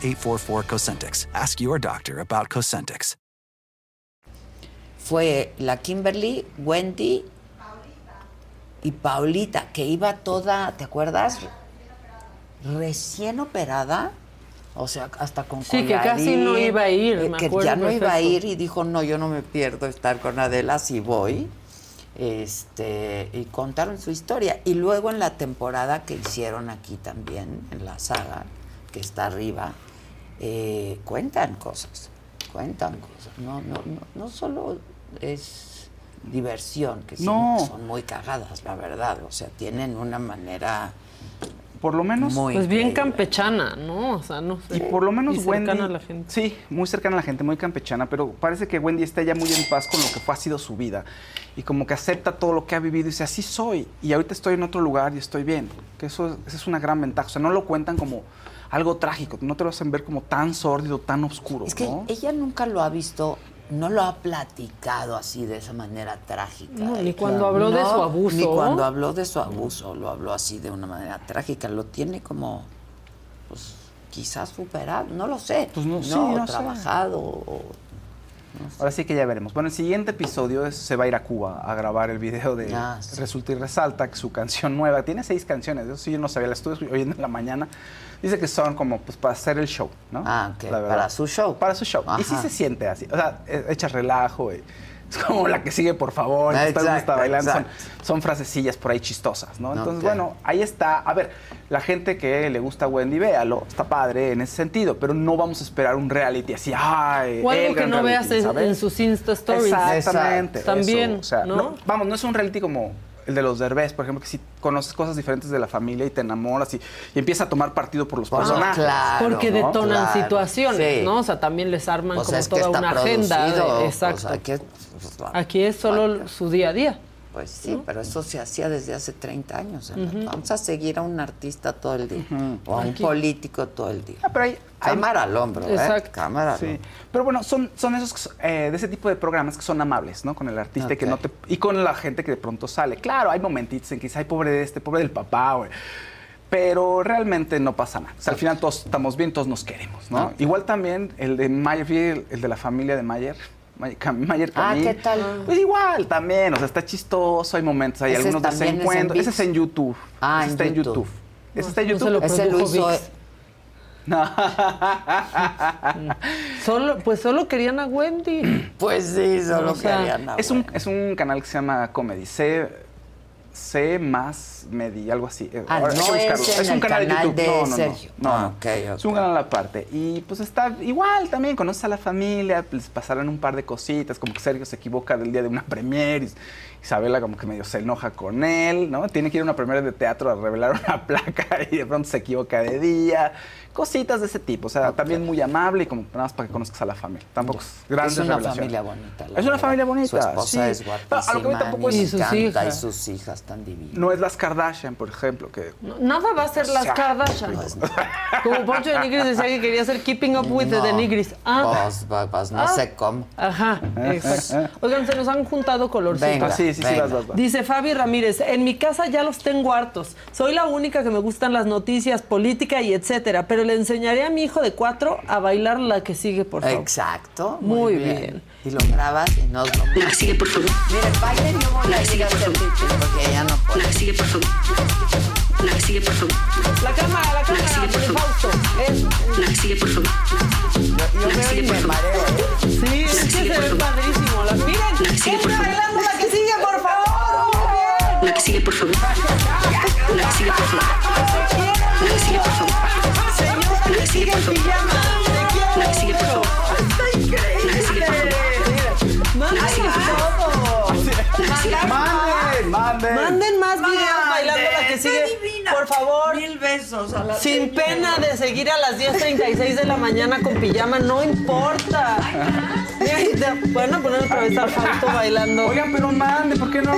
Speaker 18: 844 Cosentix. Ask your doctor about Cosentix.
Speaker 3: Fue la Kimberly, Wendy y Paulita, que iba toda, ¿te acuerdas? Recién operada. O sea, hasta con
Speaker 13: Sí, que casi
Speaker 3: collarín,
Speaker 13: no iba a ir,
Speaker 3: eh,
Speaker 13: me
Speaker 3: que
Speaker 13: acuerdo
Speaker 3: ya no iba a ir
Speaker 13: perfecto.
Speaker 3: y dijo, no, yo no me pierdo estar con Adela si voy. Este, y contaron su historia. Y luego en la temporada que hicieron aquí también, en la saga, que está arriba, eh, cuentan cosas, cuentan cosas. No, no, no, no solo es diversión, que sí,
Speaker 14: No.
Speaker 3: son muy cagadas, la verdad. O sea, tienen una manera...
Speaker 14: Por lo menos.
Speaker 3: Muy
Speaker 13: Pues bien campechana, ¿no? O sea, no sé.
Speaker 14: Y por lo menos
Speaker 13: Y
Speaker 14: Wendy.
Speaker 13: cercana a la gente.
Speaker 14: Sí, muy cercana a la gente, muy campechana, pero parece que Wendy está ya muy en paz con lo que fue, ha sido su vida. Y como que acepta todo lo que ha vivido y dice, así soy. Y ahorita estoy en otro lugar y estoy bien. Que eso, esa es una gran ventaja. O sea, no lo cuentan como algo trágico, no te lo hacen ver como tan sórdido, tan oscuro.
Speaker 3: Es que
Speaker 14: ¿no?
Speaker 3: ella nunca lo ha visto, no lo ha platicado así de esa manera trágica.
Speaker 13: No,
Speaker 3: Eh,
Speaker 13: ni cuando habló de su abuso.
Speaker 3: Ni cuando habló de su abuso, lo habló así de una manera trágica. Lo tiene como, pues, quizás superado, no lo sé.
Speaker 14: Pues no, sí,
Speaker 3: o
Speaker 14: no sé.
Speaker 3: trabajado. o-
Speaker 14: Ahora sí que ya veremos. Bueno, el siguiente episodio es- se va a ir a Cuba a grabar el video de
Speaker 3: Ah, sí.
Speaker 14: Resulta y Resalta, que su canción nueva. Tiene seis canciones, eso sí yo no sabía, la estuve oyendo en la mañana. Dice que son como pues, para hacer el show, ¿no? Ah,
Speaker 3: ok, para su
Speaker 14: show. Para su show. Y sí
Speaker 3: Ajá.
Speaker 14: se siente así. O sea, e- echas relajo. y es como la que sigue, por favor.
Speaker 3: Ah,
Speaker 14: Estás gusta
Speaker 3: exacto,
Speaker 14: bailando. Son,
Speaker 3: exacto.
Speaker 14: son frasecillas por ahí chistosas, ¿no? Entonces,
Speaker 3: Ok.
Speaker 14: bueno, ahí está. A ver, la gente que le gusta a Wendy, véalo. Está padre en ese sentido, pero no vamos a esperar un reality así, ¡ay!
Speaker 13: O
Speaker 14: el
Speaker 13: algo que
Speaker 14: gran
Speaker 13: no
Speaker 14: reality,
Speaker 13: veas en,
Speaker 14: ¿sabes?
Speaker 13: en sus Insta Stories.
Speaker 14: Exactamente. eso,
Speaker 13: También,
Speaker 14: o sea,
Speaker 13: ¿no?
Speaker 14: no- Vamos, no es un reality como el de los Derbez, por ejemplo, que si conoces cosas diferentes de la familia y te enamoras y, y empiezas a tomar partido por los personajes.
Speaker 13: Porque
Speaker 14: ¿no?
Speaker 13: detonan
Speaker 14: Claro,
Speaker 13: situaciones,
Speaker 14: sí.
Speaker 13: ¿no? O sea, también les arman
Speaker 3: O
Speaker 13: como
Speaker 3: sea, es que
Speaker 13: toda
Speaker 3: está
Speaker 13: una
Speaker 3: producido.
Speaker 13: agenda. de-
Speaker 3: o sea,
Speaker 13: exacto.
Speaker 3: que- pues, va-
Speaker 13: Aquí es solo su día a día.
Speaker 3: Pues sí, pero eso se hacía desde hace 30 años. ¿no?
Speaker 13: Ujú.
Speaker 3: Vamos a seguir a un artista todo el día, o a un
Speaker 14: Aquí.
Speaker 3: político todo el día.
Speaker 14: ah, pero hay- hay-
Speaker 3: Cámara al hombro, ¿eh?
Speaker 14: Exacto.
Speaker 3: Cámara al
Speaker 14: Sí.
Speaker 3: hombro.
Speaker 14: Pero bueno, son, son esos eh, de ese tipo de programas que son amables, ¿no? Con el artista y que no te, y con la gente que de pronto sale. Claro, hay momentitos en que dices, ay, pobre de este, pobre del papá, güey. Pero realmente no pasa nada. O sea, al final todos estamos bien, todos nos queremos,
Speaker 3: Ah,
Speaker 14: ¿no? Igual también el de Mayer, vi el, el de la familia de Mayer. May- Cam- Mayer
Speaker 3: Ah,
Speaker 14: Camil.
Speaker 3: ¿qué tal?
Speaker 14: Pues igual también, o sea, está chistoso, hay momentos, hay
Speaker 3: Ese
Speaker 14: algunos
Speaker 3: también es en
Speaker 14: desencuentros.
Speaker 3: ViX.
Speaker 14: ese es en YouTube.
Speaker 3: Ah,
Speaker 14: ese
Speaker 3: en
Speaker 14: está en
Speaker 3: YouTube.
Speaker 14: YouTube. Ese está en YouTube.
Speaker 3: Ese lo hizo
Speaker 13: Solo, pues solo querían a Wendy.
Speaker 3: Pues sí, solo
Speaker 13: O sea,
Speaker 3: querían a
Speaker 14: es un, es un canal que se llama Comedy. C, C más Medi, algo así. Eh,
Speaker 3: Ah,
Speaker 14: ahora hay
Speaker 3: no
Speaker 14: que
Speaker 3: es
Speaker 14: buscarlo.
Speaker 3: en el canal de Sergio.
Speaker 14: No,
Speaker 3: Ah,
Speaker 14: no. Es un canal aparte. Y pues está igual también, conoces a la familia, les pasaron un par de cositas, como que Sergio se equivoca del día de una premiere, y Isabela como que medio se enoja con él, ¿no? Tiene que ir a una premiere de teatro a revelar una placa y de pronto se equivoca de día. Cositas de ese tipo, o sea, también muy amable y como nada más para que conozcas a la familia. Tampoco es grande
Speaker 3: Es una familia bonita. la
Speaker 14: Es una
Speaker 3: verdad.
Speaker 14: familia bonita.
Speaker 3: Su esposa
Speaker 14: sí.
Speaker 3: es
Speaker 14: Pero a lo que voy
Speaker 3: guapísima.
Speaker 14: tampoco
Speaker 3: me
Speaker 14: es-
Speaker 3: encanta, y sus hijas tan divinas.
Speaker 14: No es las Kardashian, por ejemplo, que
Speaker 13: No, Nada va a ser las
Speaker 3: Pues,
Speaker 14: O sea,
Speaker 13: Kardashian. Como Poncho de Nigris decía que quería hacer Keeping Up with the Nigris. Ah,
Speaker 3: Pues, pues, pues, no
Speaker 13: Ah.
Speaker 3: sé cómo.
Speaker 13: Ajá, exacto. Oigan, se nos han juntado colorcitos.
Speaker 3: Venga, Ah, sí, sí, sí, venga. vas, vas, vas.
Speaker 13: Dice Fabi Ramírez, en mi casa ya los tengo hartos. Soy la única que me gustan las noticias, política y etcétera, pero le enseñaré a mi hijo de cuatro a bailar la que sigue, por favor.
Speaker 3: Exacto.
Speaker 13: Muy, bien.
Speaker 3: Y lo grabas y nos lo La sigue, por favor. Mire, bailen yo voy a ir a hacer pipí, porque ella no puede. La sigue, por favor. La sigue, por favor.
Speaker 13: La cámara, la cámara, el pauso.
Speaker 9: La que sigue, por favor.
Speaker 3: La que sigue, por favor.
Speaker 13: Sí, es que se ve padrísimo. La, miren, gente bailando la que sigue, por favor.
Speaker 9: La que sigue, por favor. La que sigue, por favor. La que sigue, por favor. La que sigue, por favor. La que sigue, por favor. La que sigue, por favor.
Speaker 13: favor.
Speaker 3: Mil besos a la
Speaker 13: Sin
Speaker 3: señora.
Speaker 13: pena de seguir a las 10.36 de la mañana con pijama, no importa. Mira, y te- Bueno, poner otra vez al Fausto bailando.
Speaker 14: Oigan, pero mande, ¿por qué no?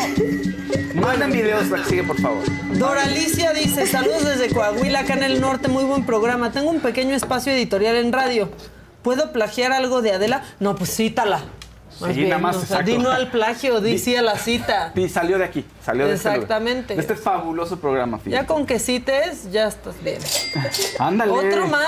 Speaker 14: Manden videos, la que sigue, por favor.
Speaker 13: Doralicia dice, saludos desde Coahuila, acá en el norte, muy buen programa. Tengo un pequeño espacio editorial en radio. ¿Puedo plagiar algo de Adela? No, pues cítala.
Speaker 14: Sí, nada más,
Speaker 13: o sea,
Speaker 14: exacto.
Speaker 13: di no al plagio, di
Speaker 14: Di-
Speaker 13: sí a la cita.
Speaker 14: Y salió de aquí, salió de este lugar.
Speaker 13: Exactamente.
Speaker 14: De este fabuloso programa,
Speaker 13: Ya
Speaker 14: fíjate.
Speaker 13: con que cites, ya estás bien.
Speaker 14: Ándale.
Speaker 13: ¿Otro más?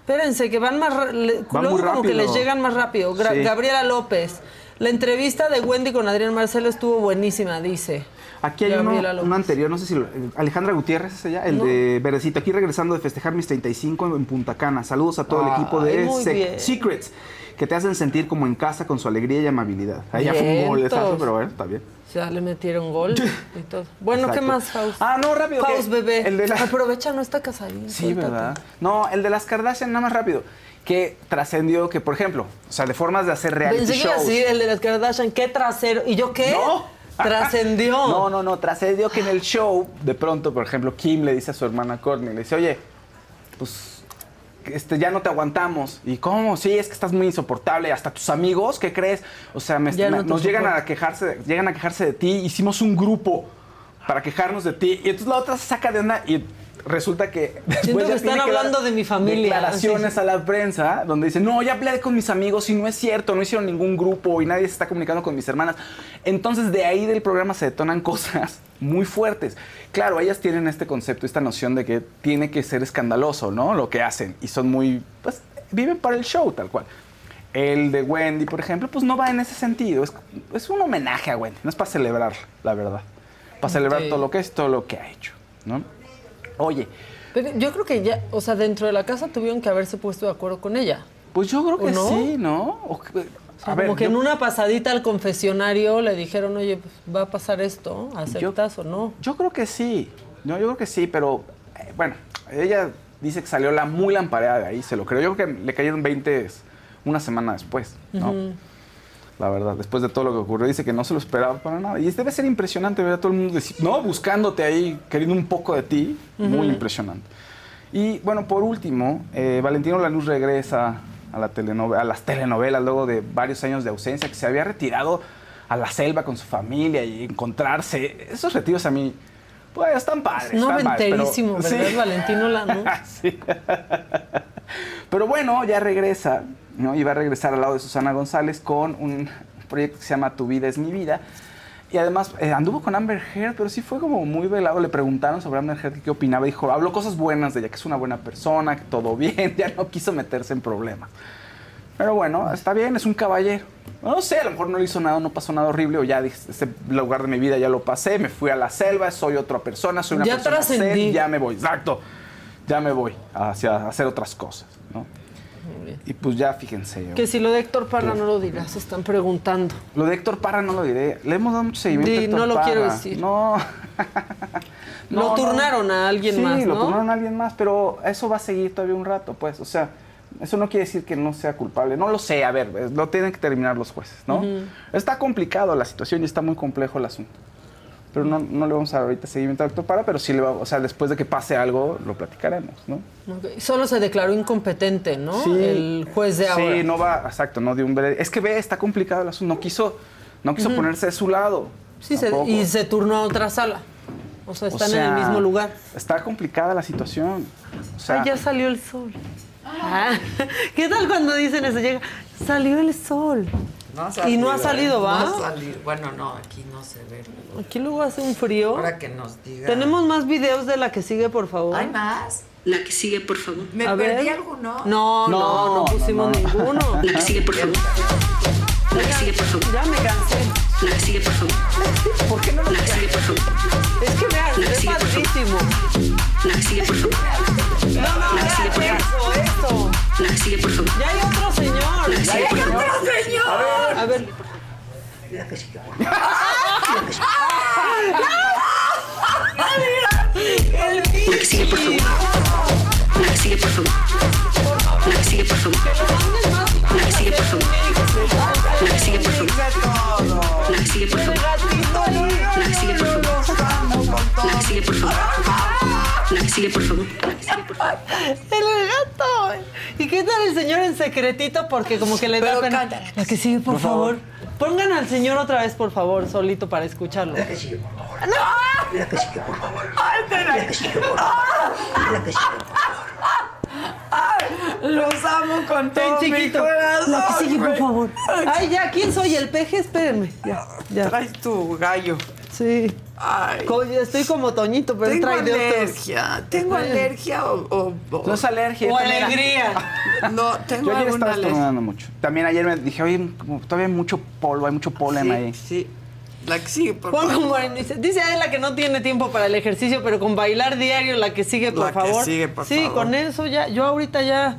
Speaker 13: Espérense, que van más... ra- le-
Speaker 14: Va
Speaker 13: luego
Speaker 14: muy
Speaker 13: como que
Speaker 14: rápido.
Speaker 13: les llegan más rápido. Gra-
Speaker 14: Sí.
Speaker 13: Gabriela López. La entrevista de Wendy con Adrián Marcelo estuvo buenísima, dice.
Speaker 14: Aquí hay uno,
Speaker 13: Gabriela López.
Speaker 14: uno anterior, no sé si lo, eh, Alejandra Gutiérrez es ella, el
Speaker 13: No.
Speaker 14: de Verdecito. Aquí regresando de festejar mis 35 en Punta Cana. Saludos a todo el equipo
Speaker 13: Ay,
Speaker 14: de
Speaker 13: muy
Speaker 14: Sec-
Speaker 13: bien.
Speaker 14: Secrets, que te hacen sentir como en casa con su alegría y amabilidad. Ahí ya fue un
Speaker 13: Vientos.
Speaker 14: molestazo, pero bueno, está bien.
Speaker 13: Ya le metieron gol y todo. Bueno, ¿qué
Speaker 14: Exacto.
Speaker 13: más, Faust?
Speaker 14: Ah, no, rápido.
Speaker 13: Faust,
Speaker 14: que
Speaker 13: bebé.
Speaker 14: el de la-
Speaker 13: Aprovecha, no está casadito.
Speaker 14: Sí, ¿verdad? No, el de las Kardashian, nada más rápido. Que trascendió que, por ejemplo, o sea, de formas de hacer reality
Speaker 13: Pensé que iba a
Speaker 14: shows.
Speaker 13: decir el de las Kardashian, qué trasero. ¿Y yo qué?
Speaker 14: No.
Speaker 13: Trascendió.
Speaker 14: No, no, no, trascendió que en el show, de pronto, por ejemplo, Kim le dice a su hermana Courtney, le dice, oye, pues este, ya no te aguantamos. ¿Y cómo? Sí, es que estás muy insoportable. Hasta tus amigos, ¿qué crees? O sea, me-
Speaker 13: Ya
Speaker 14: me-
Speaker 13: no te
Speaker 14: nos llegan a,
Speaker 13: soporto.
Speaker 14: quejarse, llegan a quejarse de ti. Hicimos un grupo para quejarnos de ti. Y entonces la otra se saca de onda y resulta que... después
Speaker 13: que
Speaker 14: ya
Speaker 13: están
Speaker 14: tiene dar
Speaker 13: hablando de mi familia.
Speaker 14: Declaraciones a la prensa donde dice, no, ya hablé con mis amigos y no es cierto, no hicieron ningún grupo y nadie se está comunicando con mis hermanas. Entonces de ahí del programa se detonan cosas muy fuertes. Claro, ellas tienen este concepto, esta noción de que tiene que ser escandaloso, ¿no? Lo que hacen y son muy, pues, viven para el show tal cual. El de Wendy, por ejemplo, pues no va en ese sentido. Es, es un homenaje a Wendy, no es para celebrar, la verdad. Para celebrar
Speaker 13: Ok.
Speaker 14: todo lo que es, todo lo que ha hecho, ¿no? Oye,
Speaker 13: Pero yo creo que ya, o sea, dentro de la casa tuvieron que haberse puesto de acuerdo con ella.
Speaker 14: pues yo creo
Speaker 13: ¿O
Speaker 14: que
Speaker 13: no?
Speaker 14: sí, ¿no? O que-
Speaker 13: O sea, como que
Speaker 14: yo-
Speaker 13: en una pasadita al confesionario le dijeron, oye, pues, va a pasar esto, aceptas o no.
Speaker 14: Yo creo que sí. No, yo creo que sí, pero eh, bueno, ella dice que salió la muy lampareada de ahí, se lo creo. Yo creo que le cayeron 20 una semana después, ¿no?
Speaker 13: Ujú.
Speaker 14: La verdad, después de todo lo que ocurrió, dice que no se lo esperaba para nada. Y debe ser impresionante ver a todo el mundo decir, no, buscándote ahí, queriendo un poco de ti. Muy
Speaker 13: Ujú.
Speaker 14: impresionante. Y bueno, por último, eh, Valentino Lanús regresa a, la telenove- a las telenovelas luego de varios años de ausencia, que se había retirado a la selva con su familia y encontrarse. Esos retiros a mí, pues están padres.
Speaker 13: No
Speaker 14: están padres, pero-
Speaker 13: noventerísimo, ¿verdad?
Speaker 14: Sí.
Speaker 13: Valentino Lanús.
Speaker 14: Pero bueno, ya regresa, ¿no? Y va a regresar al lado de Susana González con un proyecto que se llama Tu vida es mi vida. Y además eh, anduvo con Amber Heard, pero sí fue como muy velado. Le preguntaron sobre Amber Heard que qué opinaba. Dijo, habló cosas buenas de ella, que es una buena persona, que todo bien. Ya no quiso meterse en problemas. Pero bueno, está bien, es un caballero. No sé, a lo mejor no le hizo nada, no pasó nada horrible. O ya dije, este lugar de mi vida ya lo pasé, me fui a la selva, soy otra persona, soy una
Speaker 13: Ya
Speaker 14: persona zen,
Speaker 13: trascendí.
Speaker 14: ya me voy. Exacto, ya me voy hacia a hacer otras cosas, ¿no? Y pues ya fíjense.
Speaker 13: Que si lo de Héctor Parra no lo dirás, están preguntando.
Speaker 14: Lo de Héctor Parra no lo diré. Le hemos dado mucho seguimiento.
Speaker 13: Di,
Speaker 14: a Héctor
Speaker 13: no lo
Speaker 14: Parra.
Speaker 13: quiero decir.
Speaker 14: No.
Speaker 13: Lo
Speaker 14: no.
Speaker 13: turnaron a alguien más,
Speaker 14: Sí, lo
Speaker 13: ¿no?
Speaker 14: turnaron a alguien más, pero eso va a seguir todavía un rato, pues. O sea, eso no quiere decir que no sea culpable. No lo sé, a ver, es- lo tienen que terminar los jueces, ¿no?
Speaker 13: Ujú.
Speaker 14: Está complicado la situación y está muy complejo el asunto. Pero no, no le vamos a dar ahorita seguimiento a Héctor Parra, pero sí le vamos, o sea, después de que pase algo, lo platicaremos, ¿no?
Speaker 13: Ok, Solo se declaró incompetente, ¿no?
Speaker 14: Sí.
Speaker 13: El juez de ahora.
Speaker 14: Sí, no va, exacto, no de un vered- Es que ve, está complicado el asunto. No quiso, no quiso
Speaker 13: Ujú.
Speaker 14: ponerse de su lado.
Speaker 13: Sí, se-
Speaker 14: tampoco.
Speaker 13: y se turnó a otra sala. O sea,
Speaker 14: O
Speaker 13: están en
Speaker 14: sea,
Speaker 13: el mismo lugar.
Speaker 14: Está complicada la situación. O sea,
Speaker 13: Ay, ya salió el sol. Ah, ¿Qué tal cuando dicen eso? Llega, salió el sol.
Speaker 3: No ha
Speaker 13: y no ha salido,
Speaker 3: ¿eh?
Speaker 13: ¿va?
Speaker 3: No ha salido. Bueno, no, aquí no se ve.
Speaker 13: Aquí luego hace un frío.
Speaker 3: Ahora que nos diga.
Speaker 13: Tenemos más videos de la que sigue, por favor.
Speaker 3: ¿Hay más?
Speaker 6: La que sigue, por favor.
Speaker 3: ¿Me
Speaker 13: A ver.
Speaker 3: perdí alguno?
Speaker 13: No, no, no,
Speaker 6: No, no,
Speaker 13: pusimos
Speaker 6: no, no.
Speaker 13: ninguno.
Speaker 6: La que sigue, por favor. La que sigue, por favor.
Speaker 13: Ya me cansé.
Speaker 6: La que sigue, por favor.
Speaker 13: ¿Por qué no lo
Speaker 6: La que sigue, por favor.
Speaker 13: Es que vean,
Speaker 6: La que
Speaker 13: es
Speaker 6: sigue, por favor.
Speaker 13: padrísimo.
Speaker 6: La que sigue, por favor.
Speaker 13: No, no,
Speaker 6: La que sigue, por
Speaker 13: vean eso, eso.
Speaker 6: La que sigue, por favor.
Speaker 13: Ya hay otro señor.
Speaker 6: La que sigue, por favor.
Speaker 3: señor!
Speaker 13: A ver,
Speaker 6: La que sigue, por favor.
Speaker 13: el
Speaker 6: La que sigue, por favor. La que sigue, por favor. La que sigue, por favor. La que sigue, por favor. La que sigue, por favor. La que sigue, por favor. La que sigue, por favor. La que sigue, por favor.
Speaker 9: sigue, por favor.
Speaker 13: El gato. ¿Y qué tal el señor en secretito? Porque como que le da pena. La que sigue, por,
Speaker 9: Por
Speaker 13: favor.
Speaker 9: favor.
Speaker 13: Pongan al señor otra vez, por favor, solito para escucharlo. La
Speaker 9: que sigue,
Speaker 13: por favor.
Speaker 9: ¡No! La que sigue, por favor. La que sigue, por favor. La que sigue, por favor.
Speaker 3: Los amo con
Speaker 9: Oh,
Speaker 3: todo mi corazón,
Speaker 13: La que sigue, por
Speaker 3: güey.
Speaker 13: favor. Ay, ya, ¿quién soy? El peje, espérenme. Ya, ya.
Speaker 3: Traes tu gallo.
Speaker 13: Sí.
Speaker 3: Ay.
Speaker 13: Co- Estoy como Toñito, pero
Speaker 3: Tengo
Speaker 13: trae de otro.
Speaker 3: alergia, tengo
Speaker 13: Ay.
Speaker 3: alergia o, o- o-
Speaker 13: No es alergia, O también era. alegría.
Speaker 3: No, tengo
Speaker 14: Yo ayer
Speaker 3: alguna
Speaker 14: estaba
Speaker 3: alergia.
Speaker 14: estornudando mucho. También ayer me dije, oye, como todavía hay mucho polvo, hay mucho polen ahí.
Speaker 3: Sí, la que sigue, por
Speaker 13: Juanjo
Speaker 3: favor.
Speaker 13: Moreno dice, dice Adela que no tiene tiempo para el ejercicio, pero con bailar diario la que sigue, por
Speaker 3: La que
Speaker 13: favor.
Speaker 3: sigue, por
Speaker 13: sí,
Speaker 3: favor.
Speaker 13: con eso ya, yo ahorita ya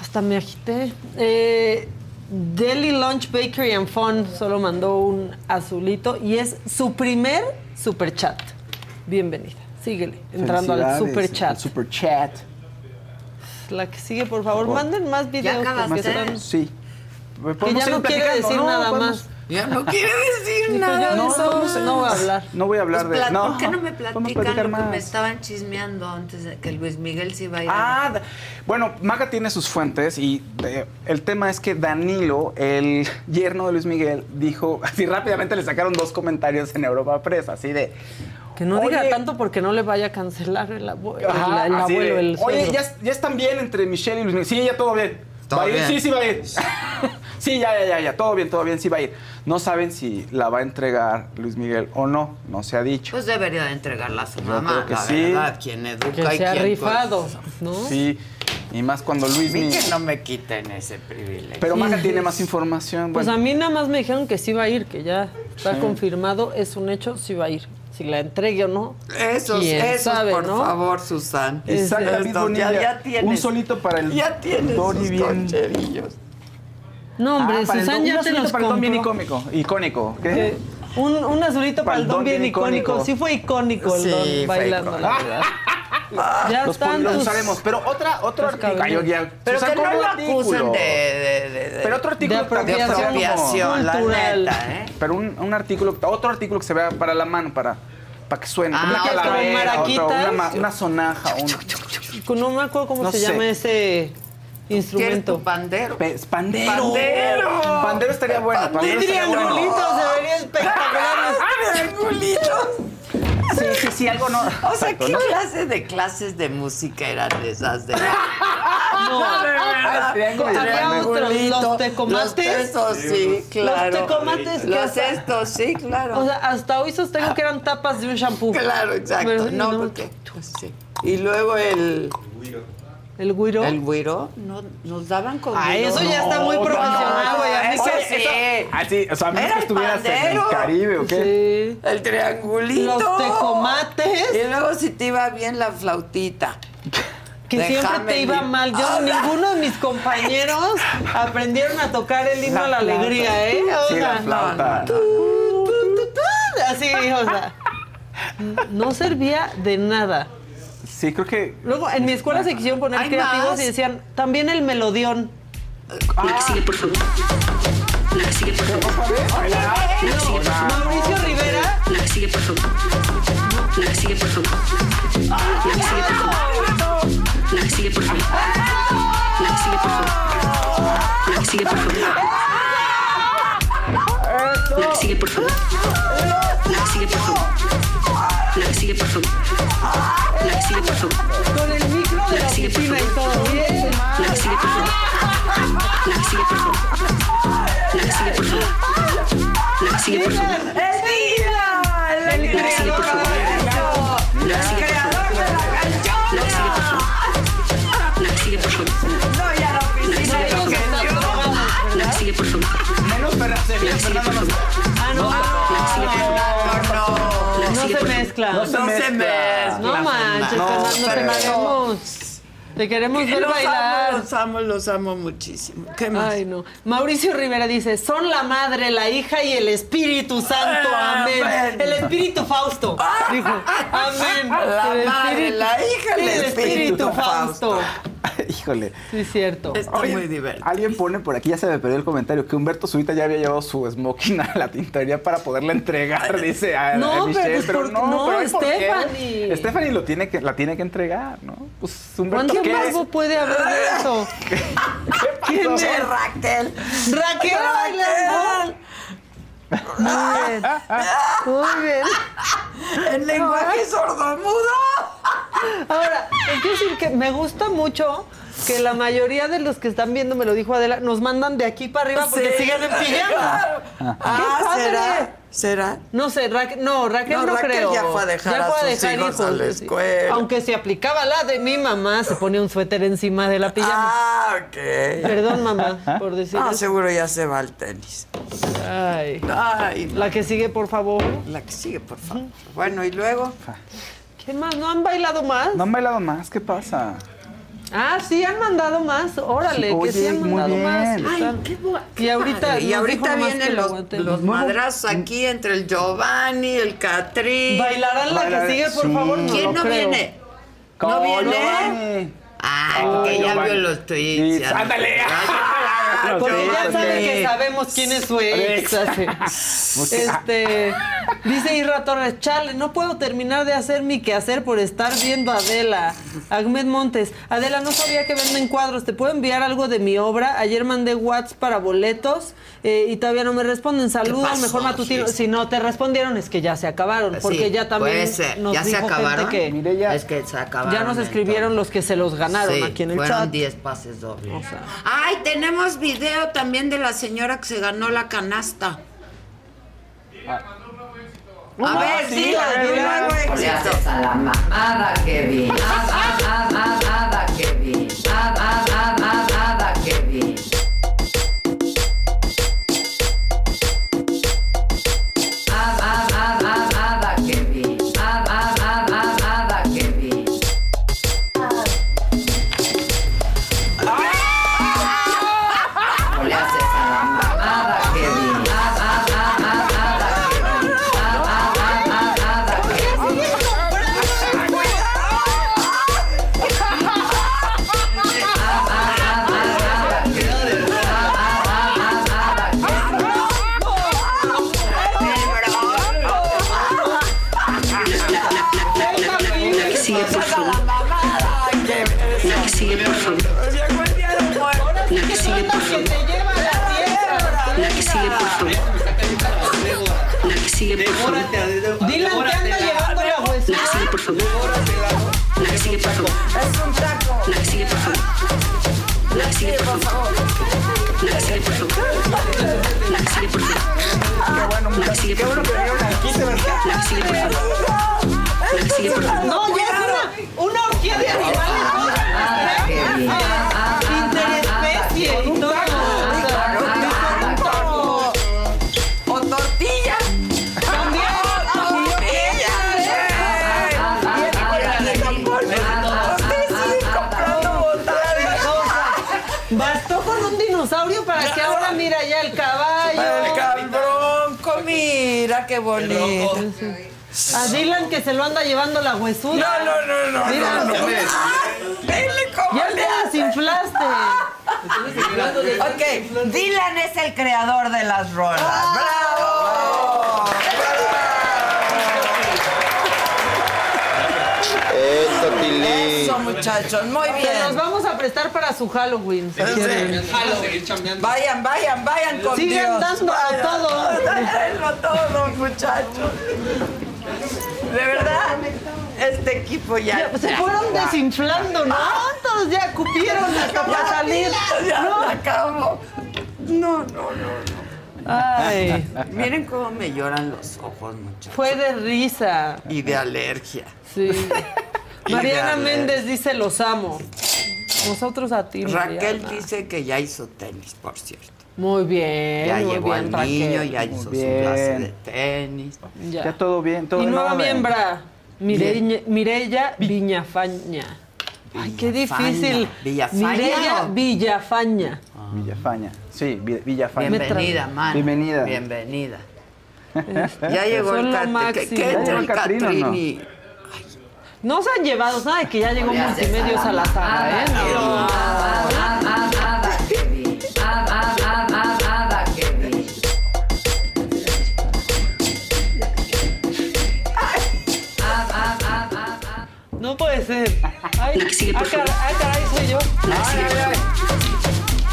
Speaker 13: hasta me agité. Eh, Deli Lunch Bakery and Fun solo mandó un azulito y es su primer super chat. Bienvenida. Síguele, entrando al
Speaker 14: Felicidades,
Speaker 13: super chat.
Speaker 14: al super chat.
Speaker 13: La que sigue, por favor, manden más videos. porque están-
Speaker 14: Sí. Pues
Speaker 13: Que ya no quiere decir nada más.
Speaker 3: Ya no quiere
Speaker 13: Dijo,
Speaker 3: decir nada
Speaker 13: ya
Speaker 3: de
Speaker 13: no,
Speaker 3: eso.
Speaker 13: vamos a- no va a hablar.
Speaker 14: No voy a hablar de...
Speaker 3: Pues,
Speaker 14: No.
Speaker 3: ¿por qué no me
Speaker 14: Vamos a platicar
Speaker 3: platican lo que
Speaker 14: más.
Speaker 3: me estaban chismeando antes de que Luis Miguel se iba a ir?
Speaker 14: Ah, da- bueno, Maga tiene sus fuentes y eh, el tema es que Danilo, el yerno de Luis Miguel, dijo, así rápidamente le sacaron dos comentarios en Europa Press, así de...
Speaker 13: Que no diga
Speaker 14: Oye.
Speaker 13: tanto porque no le vaya a cancelar el, abue-
Speaker 14: Ajá,
Speaker 13: el- el
Speaker 14: así de,
Speaker 13: abuelo. el
Speaker 14: Oye,
Speaker 13: suegro".
Speaker 14: ya, ya están bien entre Michelle y Luis Miguel. Sí, ya todo bien.
Speaker 10: Todo
Speaker 14: va a ir,
Speaker 10: bien.
Speaker 14: sí, sí va a ir. sí, ya, ya, ya, ya, todo bien, todo bien, sí va a ir. No saben si la va a entregar Luis Miguel o no, no se ha dicho.
Speaker 3: Pues debería de entregarla a su
Speaker 14: Yo
Speaker 3: mamá,
Speaker 14: creo que
Speaker 3: la
Speaker 14: sí.
Speaker 3: verdad, quien educa y
Speaker 13: que se ha
Speaker 3: quien
Speaker 13: rifado, ¿no?
Speaker 14: Sí, y más cuando Luis
Speaker 3: Vi
Speaker 14: Miguel...
Speaker 3: que no me quiten ese privilegio.
Speaker 14: Pero Maga
Speaker 13: Sí.
Speaker 14: tiene más información.
Speaker 13: Pues
Speaker 14: bueno.
Speaker 13: a mí nada más me dijeron que sí va a ir, que ya está
Speaker 14: Sí.
Speaker 13: confirmado, es un hecho, sí va a ir. Si la entregue o no.
Speaker 3: Esos,
Speaker 13: quién
Speaker 3: esos,
Speaker 13: sabe,
Speaker 3: por
Speaker 13: ¿no?
Speaker 3: favor, Susan.
Speaker 14: Exacto, David
Speaker 3: Esto, ya,
Speaker 14: Bonilla.
Speaker 3: Este, ya tienes.
Speaker 14: Un solito para el
Speaker 3: Ya tienes
Speaker 14: Dory
Speaker 3: sus
Speaker 14: bien-
Speaker 3: concherillos.
Speaker 13: No, Ah, hombre,
Speaker 14: Ah, para el
Speaker 13: Susan
Speaker 14: don- un
Speaker 13: ya te
Speaker 14: azulito
Speaker 13: los
Speaker 14: para el don bien
Speaker 13: compró.
Speaker 14: icónico, icónico. ¿qué?
Speaker 13: Eh, Un, un azulito para el don bien icónico. Sí fue icónico el
Speaker 14: Sí,
Speaker 13: don
Speaker 14: fue
Speaker 13: bailando,
Speaker 14: icónico. Ah.
Speaker 13: la verdad. ya
Speaker 14: los
Speaker 13: están
Speaker 14: pol- los
Speaker 13: tus-
Speaker 14: usaremos. Pero otra, otro
Speaker 13: tus
Speaker 14: artículo. Ay, yo Pues ya-
Speaker 3: Pero
Speaker 14: Susan,
Speaker 3: que no
Speaker 14: ¿cómo
Speaker 3: lo
Speaker 14: artículo?
Speaker 3: acusen de, de, de, de-
Speaker 14: Pero otro artículo
Speaker 13: de apropiación
Speaker 14: también está
Speaker 3: apropiación, la
Speaker 13: cultural.
Speaker 3: neta, ¿eh?
Speaker 14: Pero un, un artículo, otro artículo que se vea para la mano, para, para que suene.
Speaker 3: Ah,
Speaker 14: una
Speaker 3: otro,
Speaker 14: calavera, otro, una,
Speaker 13: maraquitas.
Speaker 14: ma- una sonaja, un
Speaker 13: No me acuerdo cómo
Speaker 14: No
Speaker 13: se
Speaker 14: sé.
Speaker 13: llama ese
Speaker 3: ¿Quieres tu
Speaker 13: instrumento.
Speaker 3: pandero?
Speaker 14: pe- pandero.
Speaker 3: Pandero.
Speaker 14: Pandero estaría bueno. Pandero estaría
Speaker 13: Tendrían
Speaker 14: bueno.
Speaker 13: rulitos, se vería espectacular.
Speaker 14: Sí, sí, sí, algo no.
Speaker 3: O sea,
Speaker 14: Exacto,
Speaker 3: ¿qué
Speaker 14: ¿no?
Speaker 3: clase de clases de música eran esas de
Speaker 13: No,
Speaker 3: de verdad.
Speaker 14: triángulo y
Speaker 13: Había
Speaker 14: triángulo.
Speaker 13: otros, los
Speaker 3: Los
Speaker 13: tecomates.
Speaker 3: Esos sí, claro.
Speaker 13: Los tecomates que
Speaker 3: Los
Speaker 13: hasta-
Speaker 3: estos, sí, claro.
Speaker 13: O sea, hasta hoy sostengo que eran tapas de un shampoo.
Speaker 3: claro, exacto.
Speaker 13: Pero-
Speaker 3: no, porque. pues, sí. Y luego el.
Speaker 13: El guiro.
Speaker 3: El güiro. No, nos daban con.
Speaker 13: Ah,
Speaker 3: güiro.
Speaker 13: eso ya está muy
Speaker 3: No,
Speaker 13: profesional, güey, a mí
Speaker 3: eso
Speaker 13: que-
Speaker 3: sí.
Speaker 14: Así, Ah, o sea, a
Speaker 3: Era
Speaker 14: menos que
Speaker 3: el
Speaker 14: estuvieras en
Speaker 3: pandero.
Speaker 14: el Caribe o qué.
Speaker 13: Sí.
Speaker 3: El triangulito.
Speaker 13: Los tecomates.
Speaker 3: Y luego si te iba bien la flautita.
Speaker 13: Que
Speaker 3: Déjame
Speaker 13: siempre te iba
Speaker 3: ir.
Speaker 13: mal. Yo, ninguno de mis compañeros aprendieron a tocar el himno a la
Speaker 14: flauta.
Speaker 13: alegría, ¿eh? O
Speaker 14: Sí, la
Speaker 13: sea,
Speaker 14: flauta.
Speaker 13: tu, tu, tu, Así, o sea. No servía de nada.
Speaker 14: Sí, creo que.
Speaker 13: Luego, en mi escuela se quisieron poner
Speaker 3: ¿Hay
Speaker 13: creativos
Speaker 3: más?
Speaker 13: y decían, también el melodión.
Speaker 9: La que sigue, por favor. La que sigue, por favor. La que sigue, por favor.
Speaker 13: Mauricio Rivera.
Speaker 9: La que sigue, por favor. La que sigue, por favor. La que sigue, por favor. La que sigue, por favor. La que sigue, por favor. La que sigue, por favor. La que sigue, por favor. La que sigue, por favor. La que sigue, por favor. La que sigue, por favor.
Speaker 13: Con el micro de
Speaker 9: La
Speaker 13: la
Speaker 9: que sigue, por
Speaker 13: oficina y todo. Bien.
Speaker 9: La que sigue, por favor. La que sigue, por favor. La que sigue, por favor. La que sigue, por favor.
Speaker 3: ¡Es vida!
Speaker 9: El creador de la La que sigue, por favor.
Speaker 3: No, ya la oficina
Speaker 9: La que sigue, por favor. La que sigue, por favor.
Speaker 14: Menos para
Speaker 9: La que sigue, por favor.
Speaker 13: Ah, no.
Speaker 9: La que sigue, por favor. La que
Speaker 13: No
Speaker 9: sigue,
Speaker 13: se
Speaker 9: por favor.
Speaker 13: mezclan.
Speaker 3: No se mezcla.
Speaker 13: No manches,
Speaker 14: No,
Speaker 13: Fernando, te
Speaker 14: pero-
Speaker 13: queremos. Te queremos ver
Speaker 3: Los
Speaker 13: bailar.
Speaker 3: amo, los amo, los amo muchísimo. ¿Qué más?
Speaker 13: Ay, no. Mauricio Rivera dice, son la madre, la hija y el Espíritu Santo. Amén.
Speaker 3: Amén. Ah.
Speaker 13: El Espíritu Fausto. Dijo, amén.
Speaker 3: La madre,
Speaker 13: El Espíritu-
Speaker 3: la hija, el Espíritu Fausto.
Speaker 14: Híjole.
Speaker 13: Sí, es cierto.
Speaker 3: Está
Speaker 14: Oye,
Speaker 3: muy divertido.
Speaker 14: Alguien pone por aquí, ya se me perdió el comentario, que Humberto Zurita ya había llevado su smoking a la tintorería para poderla entregar, dice a,
Speaker 13: No,
Speaker 14: a
Speaker 13: pero
Speaker 14: Michelle.
Speaker 13: pues
Speaker 14: Pero,
Speaker 13: por-
Speaker 14: no,
Speaker 13: no,
Speaker 14: pero hay por qué.
Speaker 13: Stephanie.
Speaker 3: Este-
Speaker 14: Stephanie lo tiene que, la tiene que entregar, ¿no? Pues Humberto,
Speaker 13: ¿Qué
Speaker 14: ¿qué?
Speaker 13: más puede haber de eso? ¿Quién
Speaker 14: pasó?
Speaker 13: es?
Speaker 3: Raquel.
Speaker 13: Raquel bailando.
Speaker 3: Muy bien.
Speaker 13: Muy bien.
Speaker 3: Ah. El lenguaje sordomudo.
Speaker 13: Ahora, es decir que me gusta mucho que la mayoría de los que están viendo, me lo dijo Adela, nos mandan de aquí para arriba porque
Speaker 3: Sí.
Speaker 13: siguen en pijama.
Speaker 3: Ah,
Speaker 13: padre!
Speaker 3: ¿será? ¿Será?
Speaker 13: No sé, Raquel, no, Raquel no,
Speaker 3: No, Raquel
Speaker 13: creo.
Speaker 3: ya fue a dejar a sus hijos a la
Speaker 13: sí.
Speaker 3: escuela.
Speaker 13: Aunque se aplicaba la de mi mamá, se ponía un suéter encima de la pijama.
Speaker 3: Ah, ok.
Speaker 13: Perdón, mamá, por decir
Speaker 3: Ah,
Speaker 13: eso.
Speaker 3: seguro ya se va al tenis.
Speaker 13: Ay.
Speaker 3: Ay,
Speaker 13: La que sigue, por favor.
Speaker 3: La que sigue, por favor. Bueno, y luego.
Speaker 13: ¿Quién más? ¿No han bailado más?
Speaker 14: No han bailado más, ¿qué pasa?
Speaker 13: Ah, sí, han mandado más. Órale, que sí
Speaker 14: Oye,
Speaker 13: han
Speaker 14: muy
Speaker 13: mandado
Speaker 14: bien.
Speaker 13: más.
Speaker 3: Ay, qué
Speaker 13: Y ahorita,
Speaker 3: Y
Speaker 13: nos
Speaker 3: ahorita
Speaker 13: dijo nomás que
Speaker 3: vienen
Speaker 13: lo
Speaker 3: los,
Speaker 13: aguante.
Speaker 3: los madrazos aquí entre el Giovanni, el Catrín.
Speaker 13: ¿Bailarán la que sigue, por favor? No
Speaker 3: ¿Quién
Speaker 13: lo
Speaker 3: no
Speaker 13: creo.
Speaker 3: viene? ¿No viene? Ay, que ya
Speaker 14: Giovanni.
Speaker 3: vio los tweets.
Speaker 14: Sí,
Speaker 3: ya no-
Speaker 14: ándale.
Speaker 3: Ay,
Speaker 13: Porque ya
Speaker 3: sí,
Speaker 13: sabe
Speaker 3: sí.
Speaker 13: que sabemos quién es su ex. hace. Este, dice Irra Torres, chale, no puedo terminar de hacer mi quehacer por estar viendo a Adela. Ahmed Montes, Adela, no sabía que venden cuadros, ¿te puedo enviar algo de mi obra? Ayer mandé Whats para boletos eh, y todavía no me responden. Saludos,
Speaker 3: pasó,
Speaker 13: mejor matutino.
Speaker 3: Gis?
Speaker 13: Si no te respondieron es que ya se acabaron, porque
Speaker 3: Sí,
Speaker 13: ya también
Speaker 3: puede ser.
Speaker 13: nos
Speaker 3: ya se
Speaker 13: dijo gente
Speaker 3: acabaron.
Speaker 13: que
Speaker 3: Es que se acabaron.
Speaker 13: ya nos escribieron los que se los ganaron
Speaker 3: Sí,
Speaker 13: aquí en el
Speaker 3: fueron
Speaker 13: chat.
Speaker 3: 10 pases dobles. Ay, tenemos video también de la señora que se ganó la canasta. A
Speaker 13: Ah,
Speaker 3: ver,
Speaker 13: sí,
Speaker 3: sí, la
Speaker 13: la
Speaker 3: de
Speaker 13: de
Speaker 3: nuevo
Speaker 13: la-
Speaker 3: éxito.
Speaker 9: Pues Le haces a la mamada que vi. Ah, ah, ah, ah, nada que vi. Ah, ah, ah, ah, nada que vi. Ah, ah, ah, ah, nada que vi. Ah, ah, ah, ah, nada que vi. Le haces a la mamada que vi. Ah, ah, ah, ah, nada que vi. Ah, ah, ah, ah, nada que vi. La que sigue, por favor. La que sigue, por favor. La que sigue, por favor. La que sigue, por favor. La que sigue, por favor.
Speaker 13: Dylan que anda llevando la
Speaker 9: La que sigue, por favor. La que sigue, por favor. La que sigue, por favor. La que sigue, por favor. La que sigue, por favor. La que sigue, por favor. La que sigue, por favor. La que sigue, por favor. La que sigue, por favor.
Speaker 13: No, ya es una, una orgía de animales. Interespecie y todo.
Speaker 3: O tortilla.
Speaker 13: Bastó con un dinosaurio para que ahora mira ya el caballo.
Speaker 3: Bronco, mira qué bonito.
Speaker 13: A Dylan que se lo anda llevando la huesuda.
Speaker 3: No, no, no, no.
Speaker 13: Mira,
Speaker 3: no, no. Dile cómo
Speaker 13: ya
Speaker 3: le
Speaker 13: te
Speaker 3: hace.
Speaker 13: desinflaste.
Speaker 3: Ok, Dylan es el creador de las rolas. ¡Bravo!
Speaker 11: Eso,
Speaker 3: Eso, muchachos. Muy
Speaker 13: Te nos
Speaker 3: bien.
Speaker 13: vamos a prestar para su Halloween. si quieren.
Speaker 3: Vayan, vayan, vayan con
Speaker 13: Sigan
Speaker 3: Dios.
Speaker 13: dando a
Speaker 3: Vayan.
Speaker 13: todo.
Speaker 3: Denlo todo, muchachos. De verdad, este equipo ya...
Speaker 13: Ya, se fueron
Speaker 3: ya. Ah.
Speaker 13: desinflando, ¿no? Todos ya cupieron hasta para salir.
Speaker 3: Ya,
Speaker 13: ¿no?
Speaker 3: la acabo. No, no, no.
Speaker 13: Ay,
Speaker 3: Miren cómo me lloran los ojos, muchachos.
Speaker 13: fue de risa.
Speaker 3: Y de alergia.
Speaker 13: Sí. Mariana
Speaker 3: Ideal, ¿eh?
Speaker 13: Méndez dice, los amo. Nosotros a ti,
Speaker 3: Raquel
Speaker 13: Mariana.
Speaker 3: dice que ya hizo tenis, por cierto.
Speaker 13: Muy bien,
Speaker 3: Ya
Speaker 13: muy
Speaker 3: llevó
Speaker 13: bien,
Speaker 3: al
Speaker 13: Raquel.
Speaker 3: niño, ya hizo
Speaker 14: bien.
Speaker 3: su clase de tenis.
Speaker 13: Ya.
Speaker 14: Ya todo bien, todo
Speaker 13: y
Speaker 14: en
Speaker 13: nueva
Speaker 14: orden.
Speaker 13: miembra, Mireña- Mireya Viñafaña. Ay, qué
Speaker 3: Villafaña.
Speaker 13: difícil.
Speaker 3: ¿Villafaña
Speaker 13: Mireya
Speaker 3: o?
Speaker 13: Villafaña.
Speaker 14: Villafaña. Sí, Vi- Villafaña.
Speaker 3: Bienvenida, man.
Speaker 14: Bienvenida.
Speaker 3: Bienvenida. Ya llegó
Speaker 13: son
Speaker 3: el
Speaker 13: lo
Speaker 3: Catrín. ¿Qué,
Speaker 13: máximo.
Speaker 3: qué
Speaker 14: ¿Ya llegó
Speaker 3: entre
Speaker 14: el
Speaker 3: el
Speaker 14: Catrín o no?
Speaker 3: Catrín y-
Speaker 13: No se han llevado, ¿sabes? Que ya llegó
Speaker 3: Ya se Ah,
Speaker 13: Multimedios a la sala, ¿eh? No.
Speaker 9: ah, Ah,
Speaker 6: sigue, por favor.
Speaker 13: Ah, caray, soy yo.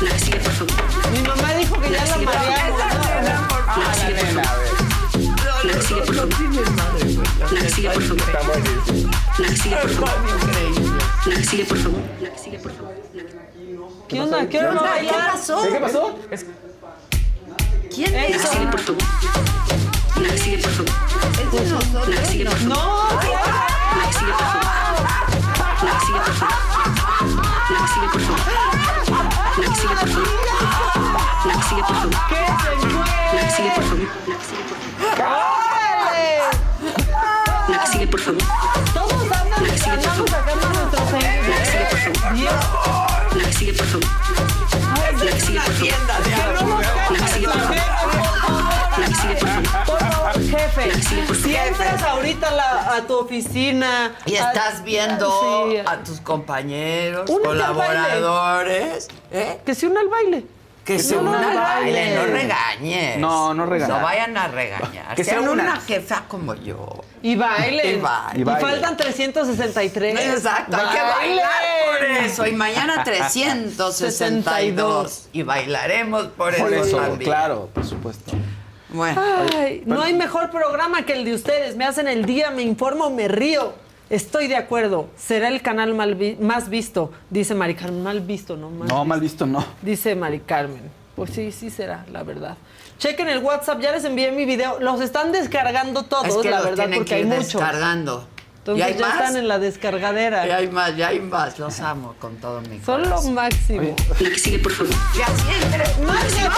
Speaker 6: La que sigue, por favor. La que sigue, por favor.
Speaker 13: Mi mamá dijo que ya la
Speaker 6: sigue, por favor. La que sigue, por favor. La que sigue, por favor. La que sigue, por favor. La que sigue, por favor. La que sigue, por favor. La que sigue, por favor.
Speaker 13: ¿Qué onda? ¿Qué onda?
Speaker 6: ¿Qué pasó?
Speaker 13: ¿Qué
Speaker 14: pasó?
Speaker 3: ¿Quién
Speaker 6: La que
Speaker 3: es?
Speaker 6: sigue, por favor. La que sigue, por favor. La que sigue, por favor.
Speaker 13: No,
Speaker 6: La que sigue, por favor. La que sigue, por favor. La que sigue, por favor. La que sigue, por favor. La que sigue, por favor. La que sigue, por favor. La que sigue, por favor.
Speaker 13: Todos andan andamos sacando nuestros
Speaker 6: La que sigue, por favor. La que sigue, por favor. La que sigue, por favor. La que sigue, por favor.
Speaker 13: Por favor, jefe, si entras ahorita a la- a tu oficina
Speaker 3: Y
Speaker 13: a-
Speaker 3: estás viendo
Speaker 13: Sí.
Speaker 3: a tus compañeros,
Speaker 13: Únete al baile.
Speaker 3: colaboradores.
Speaker 13: Que se una al baile.
Speaker 3: Que se una al baile, no regañes.
Speaker 14: No, no regañes.
Speaker 3: No vayan a regañar.
Speaker 14: Que
Speaker 3: Que
Speaker 14: se
Speaker 3: sean
Speaker 14: unan.
Speaker 3: una jefa como yo.
Speaker 13: Y bailen.
Speaker 3: Y bailen.
Speaker 13: Y faltan 363.
Speaker 3: Exacto, hay que
Speaker 13: Bailen.
Speaker 3: bailar por eso. Y mañana 362. Y bailaremos por,
Speaker 14: Por
Speaker 3: eso,
Speaker 14: eso,
Speaker 3: también.
Speaker 14: claro, por supuesto.
Speaker 3: Bueno.
Speaker 13: Ay, no hay mejor programa que el de ustedes. Me hacen el día, me informo, me río. Estoy de acuerdo. Será el canal mal vi- más visto, dice Mari Carmen. Mal visto, ¿no? Mal
Speaker 14: No, mal visto no.
Speaker 13: Dice Mari Carmen. Pues sí, sí será, la verdad. Chequen el WhatsApp, ya les envié mi video. Los están descargando todos,
Speaker 3: es que
Speaker 13: la
Speaker 3: los
Speaker 13: verdad,
Speaker 3: tienen
Speaker 13: porque
Speaker 3: que
Speaker 13: hay
Speaker 3: ir
Speaker 13: mucho.
Speaker 3: descargando.
Speaker 13: Entonces
Speaker 3: ¿Y hay
Speaker 13: ya
Speaker 3: más?
Speaker 13: están en la descargadera.
Speaker 3: Ya hay más, ya hay más. Los amo con todo mi corazón.
Speaker 13: Son lo máximo.
Speaker 6: La que sigue, por favor.
Speaker 3: Ya siempre.
Speaker 13: ¡Más
Speaker 6: La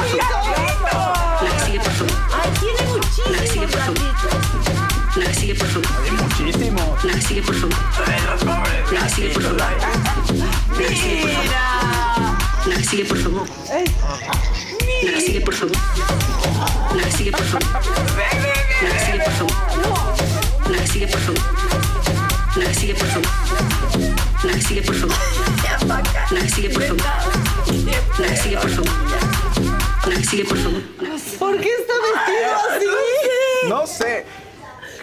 Speaker 6: que sigue, por favor.
Speaker 21: Ay, tiene
Speaker 6: La que sigue, por
Speaker 21: muchísimos
Speaker 6: favor.
Speaker 21: ratitos.
Speaker 6: La que sigue, por favor.
Speaker 14: Muchísimo.
Speaker 6: La que sigue, por favor. La que sigue, por favor. La que sigue, por favor. La que sigue, por favor. La que sigue, por favor. La que sigue, por favor. La que sigue, por favor. La que sigue, por favor. La que sigue, por favor. La que sigue, por favor. La que sigue, por favor. La que sigue, por favor. La que sigue, por favor.
Speaker 13: ¿Por qué está vestido así?
Speaker 14: No sé.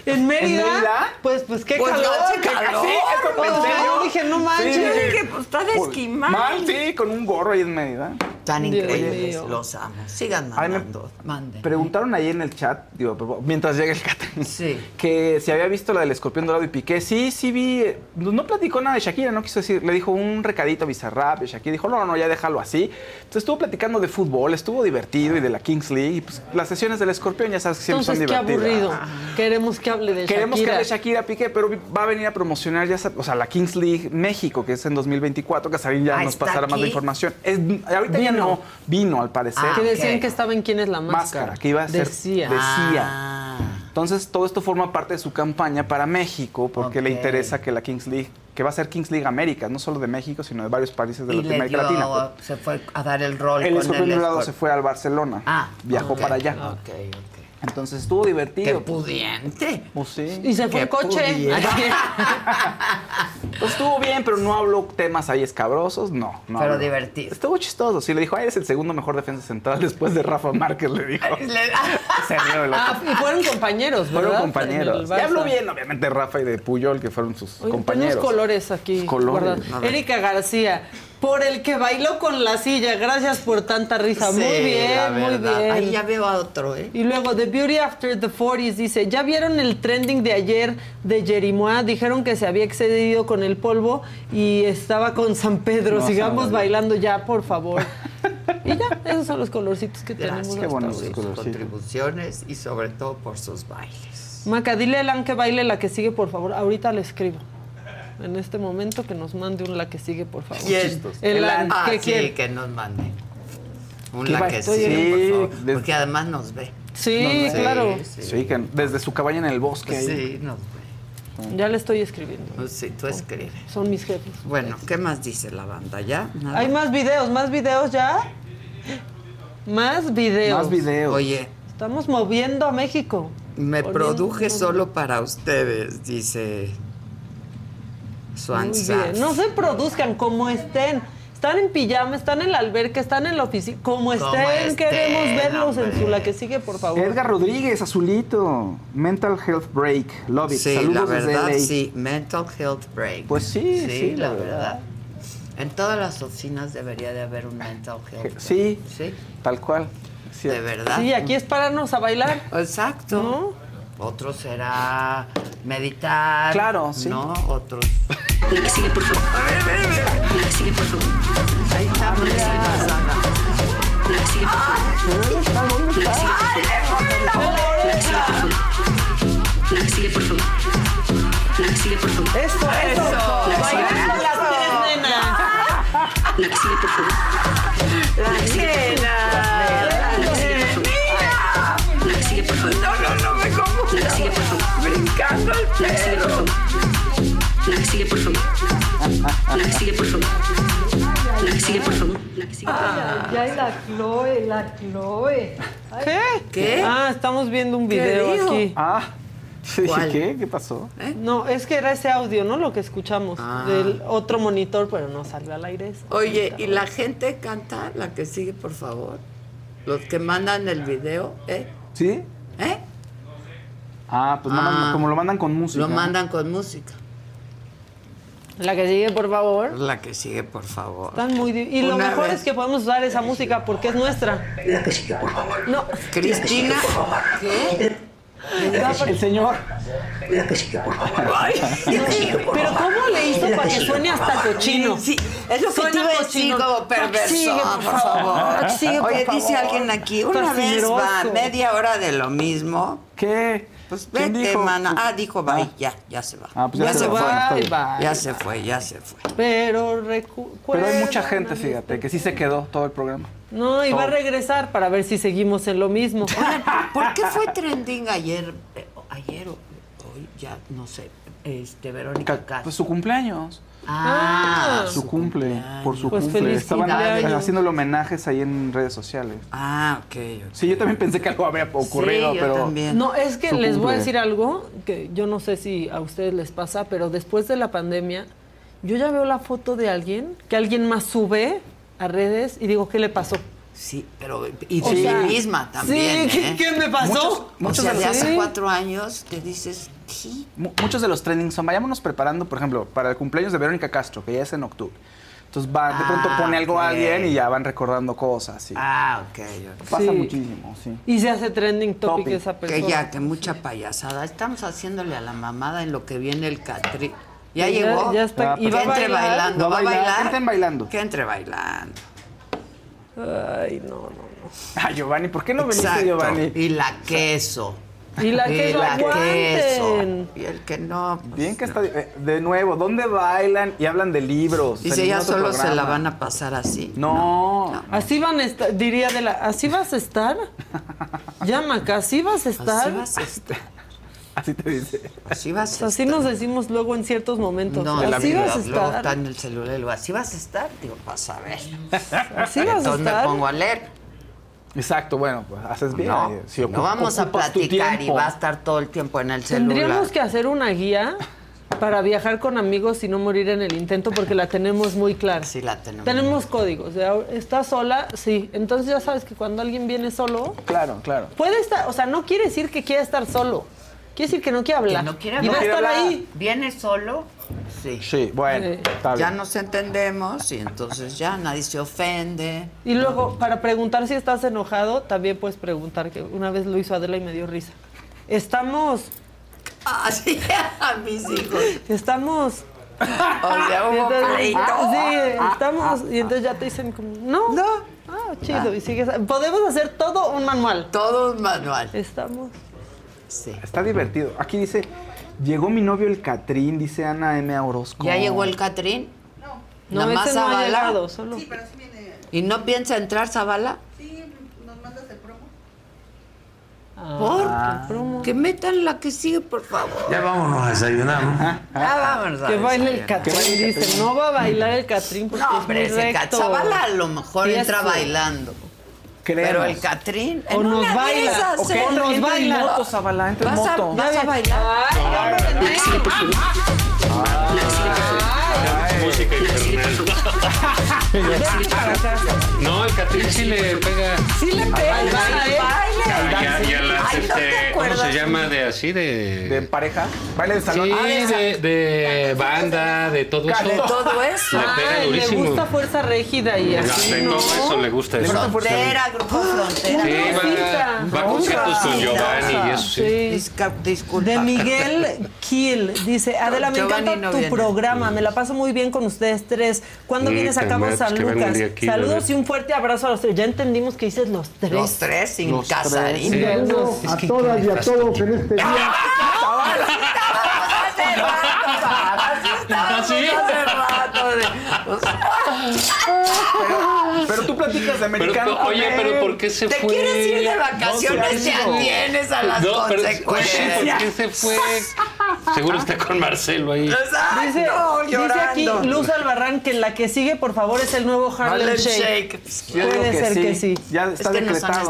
Speaker 13: ¿En Mérida?
Speaker 14: ¿En Mérida?
Speaker 13: Pues, pues qué
Speaker 3: Pues, no,
Speaker 13: calor.
Speaker 3: hace calor.
Speaker 14: Sí, es lo que
Speaker 13: Pues,
Speaker 14: pensé
Speaker 13: yo
Speaker 14: yo.
Speaker 13: dije, no
Speaker 14: Sí,
Speaker 13: manches.
Speaker 14: dije,
Speaker 21: pues, está de
Speaker 14: por-
Speaker 21: esquimal.
Speaker 14: Mal, sí, con un gorro ahí en medida.
Speaker 3: Tan
Speaker 13: Dios
Speaker 3: increíbles.
Speaker 13: mío.
Speaker 3: Los amo. Sigan
Speaker 14: Ay, me-
Speaker 3: mandando. Manden.
Speaker 14: Preguntaron ahí en el chat, digo, mientras llega el catering,
Speaker 3: Sí.
Speaker 14: que si había visto la del escorpión dorado y piqué. Sí, sí vi. eh, No no platicó nada de Shakira, no quiso decir. Le dijo un recadito a Bizarrap y Shakira dijo, no, no, ya déjalo así. Entonces estuvo platicando de fútbol, estuvo divertido y de la Kings League. Y pues las sesiones del escorpión ya sabes que siempre
Speaker 13: Entonces, qué
Speaker 14: son divertidas. Ah.
Speaker 13: aburrido. Queremos que hable de
Speaker 14: Queremos que
Speaker 13: Shakira.
Speaker 14: hable Shakira Piqué, pero va a venir a promocionar ya, sa- o sea, la Kings League México, que es en 2024, que Sarín ya
Speaker 3: Ah,
Speaker 14: nos
Speaker 3: ¿está
Speaker 14: pasará más
Speaker 3: aquí?
Speaker 14: la información. Es- ahorita
Speaker 13: Vino.
Speaker 14: ya no vino, al parecer.
Speaker 3: Ah,
Speaker 13: Que decían
Speaker 3: ok.
Speaker 13: que estaba en quién es la máscara.
Speaker 14: máscara, que iba a ser
Speaker 13: Decía. Ah.
Speaker 3: Ah.
Speaker 14: decía. Entonces, todo esto forma parte de su campaña para México, porque le
Speaker 3: Ok.
Speaker 14: interesa que la Kings League, que va a ser Kings League Américas, no solo de México, sino de varios países de
Speaker 3: Y le
Speaker 14: Latinoamérica
Speaker 3: dio,
Speaker 14: Latina.
Speaker 3: se fue a dar el rol
Speaker 14: El
Speaker 3: con el
Speaker 14: escorpión dorado
Speaker 3: escorpión.
Speaker 14: se fue al Barcelona,
Speaker 3: Ah,
Speaker 14: viajó
Speaker 3: ok,
Speaker 14: para allá.
Speaker 3: Ok, ok.
Speaker 14: Entonces, estuvo
Speaker 3: Qué
Speaker 14: divertido.
Speaker 3: pudiente.
Speaker 14: Pues sí.
Speaker 13: Y se fue
Speaker 3: Qué
Speaker 13: en coche.
Speaker 3: pudiera.
Speaker 14: Pues estuvo bien, pero no habló temas ahí escabrosos, no. no
Speaker 3: Pero
Speaker 14: habló.
Speaker 3: divertido.
Speaker 14: Estuvo chistoso. Sí, le dijo, "Ay, eres el segundo mejor defensa central después de Rafa Márquez, le dijo. Se rió de la
Speaker 13: Ah, y fueron compañeros, ¿verdad?
Speaker 14: Fueron
Speaker 13: En el
Speaker 14: compañeros.
Speaker 13: Barça.
Speaker 14: Ya habló bien, obviamente, Rafa y de Puyol, que fueron sus
Speaker 13: Oye,
Speaker 14: Pues, compañeros. Pues,
Speaker 13: Tenemos colores aquí.
Speaker 14: Colores.
Speaker 13: guardados.
Speaker 14: A ver.
Speaker 13: Erika García, por el que bailó con la silla, gracias por tanta risa.
Speaker 3: Sí,
Speaker 13: muy
Speaker 3: la
Speaker 13: bien, muy
Speaker 3: verdad.
Speaker 13: bien.
Speaker 3: Ahí ya veo a otro, ¿eh?
Speaker 13: Y luego The Beauty After the 40s dice, ¿ya vieron el trending de ayer de Jerimois? Dijeron que se había excedido con el polvo y estaba con San Pedro.
Speaker 14: No,
Speaker 13: Sigamos
Speaker 14: San Pedro.
Speaker 13: bailando ya, por favor. y ya, esos son los colorcitos que
Speaker 3: Gracias
Speaker 13: tenemos.
Speaker 14: Qué
Speaker 13: hasta
Speaker 14: bueno.
Speaker 3: por
Speaker 14: bonitos
Speaker 3: sus
Speaker 14: colorcitos.
Speaker 3: contribuciones y sobre todo por sus bailes.
Speaker 13: Maca, dile a Elan que baile la que sigue, por favor. Ahorita le escribo. En este momento que nos mande un la que sigue, por favor.
Speaker 3: ¿Quién?
Speaker 13: Elan,
Speaker 3: Ah, sí,
Speaker 13: ¿qué quiere?
Speaker 3: que nos mande. Un
Speaker 14: Qué
Speaker 3: la que
Speaker 14: baile.
Speaker 3: sí,
Speaker 14: Sí,
Speaker 3: por favor.
Speaker 14: de-
Speaker 3: Porque además nos ve.
Speaker 13: Sí,
Speaker 3: Nos ve,
Speaker 13: claro.
Speaker 3: Sí,
Speaker 14: Sí, que desde su cabaña en el bosque. ahí.
Speaker 3: Sí, nos ve.
Speaker 13: Ya le estoy escribiendo.
Speaker 3: Pues Sí, tú escribes.
Speaker 13: Oh, Son mis jefes.
Speaker 3: Bueno, ¿qué más dice la banda? ¿Ya? Nada.
Speaker 13: Hay más videos, más videos ya. Más videos.
Speaker 14: Más videos.
Speaker 3: Oye,
Speaker 13: Estamos moviendo a México.
Speaker 3: me
Speaker 13: Volviendo-
Speaker 3: produje solo para ustedes, dice
Speaker 13: Muy
Speaker 3: Swan
Speaker 13: bien.
Speaker 3: Sass.
Speaker 13: No se produzcan como estén. Están en pijama, están en la alberca, están en la oficina. Como estén, queremos verlos en su la que sigue, por favor.
Speaker 14: Edgar Rodríguez, azulito. Mental Health Break. Love it.
Speaker 3: Sí,
Speaker 14: Saludos
Speaker 3: la verdad,
Speaker 14: desde LA.
Speaker 3: sí. Mental Health Break.
Speaker 14: Pues sí,
Speaker 3: sí,
Speaker 14: sí,
Speaker 3: la,
Speaker 14: la
Speaker 3: verdad.
Speaker 14: verdad.
Speaker 3: En todas las oficinas debería de haber un Mental Health Break.
Speaker 14: Sí,
Speaker 3: Sí,
Speaker 14: tal cual.
Speaker 3: de verdad.
Speaker 13: Sí, aquí es pararnos a bailar.
Speaker 3: Exacto. Otro será meditar.
Speaker 14: Claro, sí.
Speaker 3: No, otro.
Speaker 9: La que sigue, por favor. La que sigue, por favor.
Speaker 3: Ahí está,
Speaker 9: La que sigue, por favor. La que sigue, por favor. La que sigue, por favor. La que sigue, por favor. La que sigue, por favor. La que sigue, por favor.
Speaker 13: Eso, eso. Bailando las tres nenas.
Speaker 9: La que sigue, por favor. La que sigue, por favor. La que sigue, por favor. La que sigue, por favor. La que sigue, por favor. La que sigue, por favor. La que sigue, por favor. La que sigue, por favor. La que sigue, por favor. La que sigue, por favor.
Speaker 22: Ya es la Chloe, la Chloe. Ay,
Speaker 13: ¿Qué?
Speaker 3: ¿Qué?
Speaker 13: Ah, estamos viendo un
Speaker 3: ¿Qué
Speaker 13: video
Speaker 3: dijo?
Speaker 13: aquí.
Speaker 14: Ah, sí,
Speaker 3: ¿Cuál? ¿Eh?
Speaker 14: ¿qué? ¿Qué pasó?
Speaker 13: No, es que era ese audio, ¿no? Lo que escuchamos del otro monitor, pero no salió al aire. eso.
Speaker 3: Ah. Oye, ¿y la gente canta la que sigue, por favor? Los que mandan el video, ¿eh?
Speaker 14: ¿Sí?
Speaker 3: ¿Eh?
Speaker 14: Ah, pues no
Speaker 3: Ah.
Speaker 14: mandan- como lo mandan con música.
Speaker 3: Lo mandan con música.
Speaker 13: La que sigue, por favor.
Speaker 3: La que sigue, por favor.
Speaker 13: Están muy di- y lo
Speaker 3: Una
Speaker 13: mejor
Speaker 3: vez.
Speaker 13: es que podemos usar esa música porque es nuestra.
Speaker 9: La que sigue, por favor.
Speaker 13: No,
Speaker 3: Cristina. ¿Qué?
Speaker 14: El señor.
Speaker 9: La que sigue, por favor. La que sigue, por
Speaker 13: pero
Speaker 9: favor.
Speaker 13: ¿cómo le hizo
Speaker 9: La
Speaker 13: para que
Speaker 9: sigue,
Speaker 13: suene
Speaker 9: por
Speaker 13: hasta
Speaker 9: favor.
Speaker 13: cochino?
Speaker 3: Sí, es lo que
Speaker 13: Suena
Speaker 3: te iba a decir
Speaker 13: cochino.
Speaker 3: como perverso,
Speaker 13: Sigue,
Speaker 3: por, favor.
Speaker 13: Sigue, por
Speaker 3: Oye,
Speaker 13: favor.
Speaker 3: dice alguien aquí, una
Speaker 13: Está
Speaker 3: vez va
Speaker 13: asqueroso.
Speaker 3: media hora de lo mismo.
Speaker 14: ¿Qué?
Speaker 3: Pues
Speaker 14: ¿Quién
Speaker 3: vete,
Speaker 14: dijo?
Speaker 3: mana. Ah, dijo, bye, ya, ya se va.
Speaker 14: Ah, pues ya se va, está bien.
Speaker 13: Bye,
Speaker 3: Ya
Speaker 13: bye.
Speaker 3: se fue, ya se fue.
Speaker 13: Pero recuerda.
Speaker 14: Pero hay mucha gente, fíjate, que sí se quedó todo el programa.
Speaker 13: No, y va a
Speaker 14: Todo.
Speaker 13: regresar para ver si seguimos en lo mismo.
Speaker 3: ¿Por qué fue trending ayer? eh, ayer o hoy, ya no sé. Este, Verónica Castro.
Speaker 14: Pues su cumpleaños.
Speaker 3: ah,
Speaker 14: su cumple, por su
Speaker 13: Pues
Speaker 14: cumple. Estaban
Speaker 13: felicidades.
Speaker 14: haciéndole homenajes ahí en redes sociales.
Speaker 3: ah, ok. ok.
Speaker 14: Sí, yo también pensé que algo había ocurrido,
Speaker 3: yo
Speaker 14: pero.
Speaker 3: también.
Speaker 13: No, es que
Speaker 14: Su
Speaker 13: les voy a
Speaker 14: cumple.
Speaker 13: decir algo que yo no sé si a ustedes les pasa, pero después de la pandemia, yo ya veo la foto de alguien que alguien más sube a redes y digo, ¿qué le pasó?
Speaker 3: Sí, pero. Y
Speaker 13: O
Speaker 3: de sí
Speaker 13: sea,
Speaker 3: misma también.
Speaker 13: sí, ¿qué-
Speaker 3: ¿eh?
Speaker 13: qué me pasó?
Speaker 3: Muchos, muchos
Speaker 14: O sea,
Speaker 3: de
Speaker 14: sí.
Speaker 3: hace cuatro años te dices, sí.
Speaker 14: Mu- muchos de los trending son, vayámonos preparando, por ejemplo, para el cumpleaños de Verónica Castro, que ya es en octubre. Entonces va, de pronto
Speaker 3: Ah,
Speaker 14: pone algo
Speaker 3: ok.
Speaker 14: a alguien y ya van recordando cosas. sí.
Speaker 3: Ah, ok, ok.
Speaker 14: Pasa
Speaker 13: Sí.
Speaker 14: muchísimo, sí.
Speaker 13: Y se hace trending topic,
Speaker 14: Topic.
Speaker 13: esa persona.
Speaker 3: Que ya, que mucha payasada. Estamos haciéndole a la mamada en lo que viene el catri. Ya,
Speaker 13: Ya-
Speaker 3: llegó.
Speaker 13: ya está-
Speaker 3: Que
Speaker 13: ¿y va a
Speaker 3: entre
Speaker 13: bailar?
Speaker 3: bailando.
Speaker 14: Ah, Va
Speaker 3: Va
Speaker 14: a
Speaker 3: a
Speaker 14: bailar,
Speaker 3: bailar.
Speaker 14: que entren bailando.
Speaker 3: Que entre bailando.
Speaker 13: Ay, no, no, no.
Speaker 14: Ah, Giovanni, ¿por qué no
Speaker 3: Exacto.
Speaker 14: viniste, Giovanni?
Speaker 3: Y la queso.
Speaker 13: Y la que
Speaker 3: y
Speaker 13: lo
Speaker 3: la queso.
Speaker 13: aguanten.
Speaker 3: Y el que no. pues,
Speaker 14: Bien que está. eh, De nuevo, ¿dónde bailan? Y hablan de libros.
Speaker 3: Dice,
Speaker 14: en
Speaker 3: ya
Speaker 14: otro
Speaker 3: solo se la
Speaker 14: programa.
Speaker 3: van a pasar así.
Speaker 14: No.
Speaker 13: Así van a estar, diría de la, así vas a estar. Llama acá, así vas a estar.
Speaker 3: Así vas a estar.
Speaker 14: Así te dice.
Speaker 3: Así vas a
Speaker 13: Así
Speaker 3: estar.
Speaker 13: nos decimos luego en ciertos momentos.
Speaker 3: No,
Speaker 13: así
Speaker 3: sí,
Speaker 13: vas a
Speaker 3: luego
Speaker 13: estar.
Speaker 3: está en el celular y luego, así vas a estar. Digo, vas a ver.
Speaker 13: Así vas a
Speaker 3: Entonces me
Speaker 13: estar.
Speaker 3: pongo a leer.
Speaker 14: Exacto, bueno, pues haces bien.
Speaker 3: No,
Speaker 14: eh, si
Speaker 3: no
Speaker 14: ocu-
Speaker 3: vamos a
Speaker 14: ocupas tu
Speaker 3: platicar y
Speaker 14: tiempo.
Speaker 3: va a estar todo el tiempo en el celular.
Speaker 13: Tendríamos que hacer una guía para viajar con amigos y no morir en el intento porque la tenemos muy clara.
Speaker 3: Sí, la tenemos.
Speaker 13: Tenemos códigos. de ahora, ¿Estás sola? Sí. Entonces ya sabes que cuando alguien viene solo,
Speaker 14: Claro, claro.
Speaker 13: puede estar, o sea, no quiere decir que quiera estar solo. Quiere decir que no quiere
Speaker 3: Que
Speaker 13: hablar.
Speaker 3: no quiere
Speaker 13: y va a
Speaker 3: hablar.
Speaker 13: estar ahí.
Speaker 3: ¿Viene solo? Sí.
Speaker 14: Sí, bueno,
Speaker 13: Eh,
Speaker 14: está
Speaker 3: Ya
Speaker 14: bien.
Speaker 3: nos entendemos y entonces ya nadie se ofende.
Speaker 13: Y luego, para preguntar si estás enojado, también puedes preguntar, que una vez lo hizo Adela y me dio risa. Estamos,
Speaker 3: Así Ah, a mis hijos.
Speaker 13: estamos
Speaker 3: O sea,
Speaker 13: Y
Speaker 3: hubo
Speaker 13: entonces-
Speaker 3: pleito.
Speaker 13: sí, estamos. Y entonces ya te dicen como, no.
Speaker 3: No.
Speaker 13: Ah, chido. Y sigues. Podemos hacer todo un manual.
Speaker 3: Todo un manual.
Speaker 13: Estamos.
Speaker 3: Sí.
Speaker 14: Está divertido. Aquí dice, llegó mi novio el Catrín, dice Ana M. Orozco.
Speaker 3: ¿Ya llegó el Catrín?
Speaker 13: No,
Speaker 3: Nada más
Speaker 13: ese no ha
Speaker 3: Zavala.
Speaker 13: llegado, solo.
Speaker 3: ¿Y no piensa entrar Zavala?
Speaker 13: Ah, El promo.
Speaker 3: Que metan la que sigue, por favor.
Speaker 11: Ya vámonos a desayunar, ¿no?
Speaker 3: Ya vámonos. a
Speaker 13: Ah, Que baile el
Speaker 3: desayunar.
Speaker 13: Catrín, dice. No va a bailar el Catrín porque
Speaker 3: No,
Speaker 13: es muy
Speaker 3: hombre, ese Cat-
Speaker 13: recto.
Speaker 3: Zavala a lo mejor
Speaker 13: Tieso.
Speaker 3: entra bailando.
Speaker 14: Creemos.
Speaker 3: Pero el Catrín.
Speaker 13: O
Speaker 3: en
Speaker 13: nos
Speaker 3: una
Speaker 13: baila,
Speaker 3: de esas,
Speaker 13: o
Speaker 3: ¿eh?
Speaker 13: que entra- nos
Speaker 14: Entra en
Speaker 13: baila.
Speaker 14: moto, Zavala, entra en
Speaker 3: ¿Vas a,
Speaker 14: moto.
Speaker 3: vas a bailar?
Speaker 9: La que sigue, por favor. La que sigue, por favor. Música internet.
Speaker 2: No, el Catrín sí le pega.
Speaker 13: Sí le pega.
Speaker 2: Al
Speaker 13: baile.
Speaker 2: Al baile. Y a, y a las,
Speaker 13: Ay, no te
Speaker 2: este, ¿cómo
Speaker 13: acuerdas.
Speaker 2: se llama? De así, de... ¿De
Speaker 14: pareja? ¿Baile de salón?
Speaker 2: Sí,
Speaker 14: Ah, de
Speaker 2: de, de banda, de todo eso.
Speaker 13: Dale, Ah, todo eso.
Speaker 2: Le pega
Speaker 13: Ay, le
Speaker 2: durísimo.
Speaker 13: gusta fuerza rígida y
Speaker 2: No,
Speaker 13: así.
Speaker 2: tengo eso, le gusta eso.
Speaker 3: Frontera, grupo frontera.
Speaker 2: Sí, va- va a conciertos con Giovanni y eso sí.
Speaker 3: disculpa.
Speaker 13: De Miguel Kiel dice, Adela, me
Speaker 3: Giovanni
Speaker 13: encanta
Speaker 3: no
Speaker 13: tu
Speaker 3: viene.
Speaker 13: programa, me la paso muy bien con ustedes tres. ¿Cuándo
Speaker 2: Mm,
Speaker 13: vienes a Cabo
Speaker 2: carnal,
Speaker 13: San
Speaker 2: pues que venga un
Speaker 13: Lucas?
Speaker 2: día aquí,
Speaker 13: Saludos
Speaker 2: ¿verdad?
Speaker 13: y un fuerte abrazo a los tres. Ya entendimos que dices los tres.
Speaker 3: Los tres sin Los tres. casarín.
Speaker 13: Sí.
Speaker 3: Saludos
Speaker 13: Es
Speaker 3: a
Speaker 13: que-
Speaker 3: todas
Speaker 13: ¿qué
Speaker 3: y a
Speaker 13: estás
Speaker 23: Todos en este día.
Speaker 3: Así hace rato de-
Speaker 14: Pero, pero tú platicas de americano.
Speaker 2: Pero, oye, pero ¿por qué se
Speaker 14: ¿Te
Speaker 2: fue?
Speaker 14: quieres ir de
Speaker 3: vacaciones? Te atienes a las
Speaker 2: pero-
Speaker 3: consecuencias.
Speaker 2: oye, ¿por qué se fue? Seguro está con Marcelo ahí.
Speaker 13: Dice, dice aquí
Speaker 2: llorando.
Speaker 13: Luz Albarrán que la que sigue, por favor, es el nuevo Harlem,
Speaker 2: Harlem
Speaker 13: Shake.
Speaker 2: Shake.
Speaker 13: Puede ser que sí.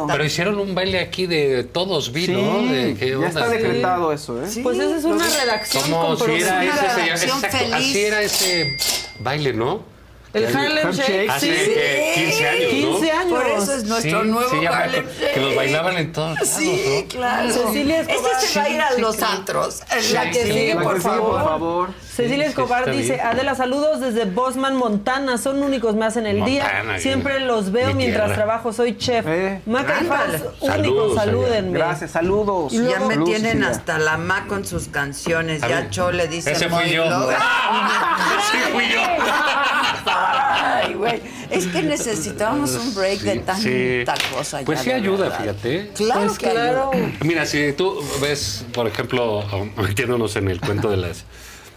Speaker 2: Pero hicieron un baile aquí de todos vi, ¿no? De, ¿qué
Speaker 14: ya
Speaker 2: onda?
Speaker 14: está decretado eso, ¿eh?
Speaker 13: Pues esa es una redacción
Speaker 2: Como si era
Speaker 13: comprometida.
Speaker 2: ese, se llama- exacto, así era ese baile, ¿no?
Speaker 13: El
Speaker 2: Que-
Speaker 13: Harlem Shake,
Speaker 2: Hace
Speaker 13: sí.
Speaker 2: eh, 15 años, ¿no?
Speaker 13: 15 años. Por eso
Speaker 3: es
Speaker 2: Sí, sí, ya me acuerdo, Que los bailaban en todos lados,
Speaker 3: Sí, claro.
Speaker 13: Cecilia
Speaker 3: Este
Speaker 13: Escobar.
Speaker 3: se va a ir a
Speaker 13: Sí,
Speaker 3: los
Speaker 13: claro.
Speaker 3: antros.
Speaker 13: Sí,
Speaker 3: La que
Speaker 13: sí,
Speaker 3: sigue,
Speaker 13: la que
Speaker 3: por
Speaker 13: sigue,
Speaker 3: favor.
Speaker 13: por favor. Cecilia
Speaker 2: Sí, sí,
Speaker 13: Escobar
Speaker 2: está
Speaker 13: dice,
Speaker 2: bien.
Speaker 13: Adela, saludos desde Bosman, Montana. Son únicos, me hacen el
Speaker 2: Montana,
Speaker 13: día. Siempre los veo
Speaker 2: mi
Speaker 13: mientras
Speaker 2: tierra.
Speaker 13: trabajo, soy chef.
Speaker 10: Eh,
Speaker 13: Maca y
Speaker 3: ándale.
Speaker 13: fans, únicos,
Speaker 2: Saludos,
Speaker 13: salúdenme.
Speaker 14: Gracias, saludos.
Speaker 3: Ya me
Speaker 14: Saludos,
Speaker 3: tienen
Speaker 14: Cecilia.
Speaker 3: hasta la ma con sus canciones.
Speaker 14: A
Speaker 3: Ya
Speaker 14: ver,
Speaker 3: Chole dice
Speaker 14: ese fui
Speaker 3: "Muy
Speaker 14: yo". ¡Ah,
Speaker 3: loca".
Speaker 6: Sí, fui yo.
Speaker 3: Ay, güey. Es que necesitábamos un break de tanta
Speaker 2: Sí.
Speaker 3: cosa. ya,
Speaker 2: Pues sí
Speaker 3: la
Speaker 2: ayuda,
Speaker 3: verdad.
Speaker 2: fíjate.
Speaker 3: Claro
Speaker 13: Pues
Speaker 3: que
Speaker 13: claro.
Speaker 3: ayuda.
Speaker 2: Mira, si tú ves, por ejemplo, metiéndonos en el cuento de las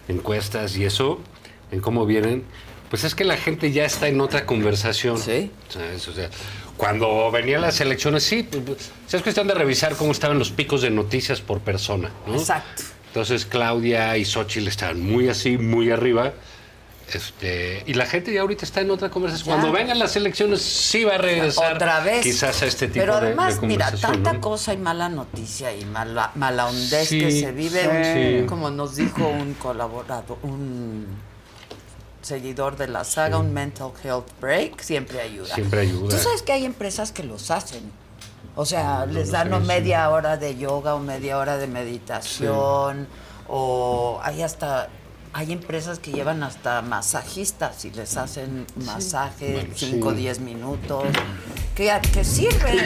Speaker 2: encuestas y eso, en cómo vienen, pues es que la gente ya está en otra conversación. Sí. O sea, cuando venían las elecciones, sí, pues, pues, es cuestión de revisar cómo estaban los picos de noticias por persona, ¿no?
Speaker 3: Exacto.
Speaker 2: Entonces Claudia y Xochitl estaban muy así, muy arriba. Este, y la gente ya ahorita está en otra conversación.
Speaker 3: Ya.
Speaker 2: Cuando vengan las elecciones, sí va a regresar.
Speaker 3: Otra vez.
Speaker 2: Quizás a este tipo
Speaker 3: Pero
Speaker 2: de- de,
Speaker 3: además, mira,
Speaker 2: conversación,
Speaker 3: tanta
Speaker 2: ¿no?
Speaker 3: cosa y mala noticia y mala, mala hondez
Speaker 2: Sí,
Speaker 3: que se vive,
Speaker 2: sí.
Speaker 3: un- como nos dijo un colaborador, un seguidor de la saga, un mental health break, siempre ayuda.
Speaker 2: Siempre ayuda.
Speaker 3: Tú sabes que hay empresas que los hacen. O sea, les
Speaker 2: lo
Speaker 3: dan
Speaker 2: sé,
Speaker 3: o
Speaker 2: sí.
Speaker 3: media hora de yoga o media hora de meditación, o hay hasta... Hay empresas que llevan hasta masajistas y les hacen masaje
Speaker 2: Bueno,
Speaker 3: 5 o
Speaker 2: sí.
Speaker 3: 10 minutos. Que, que sirve.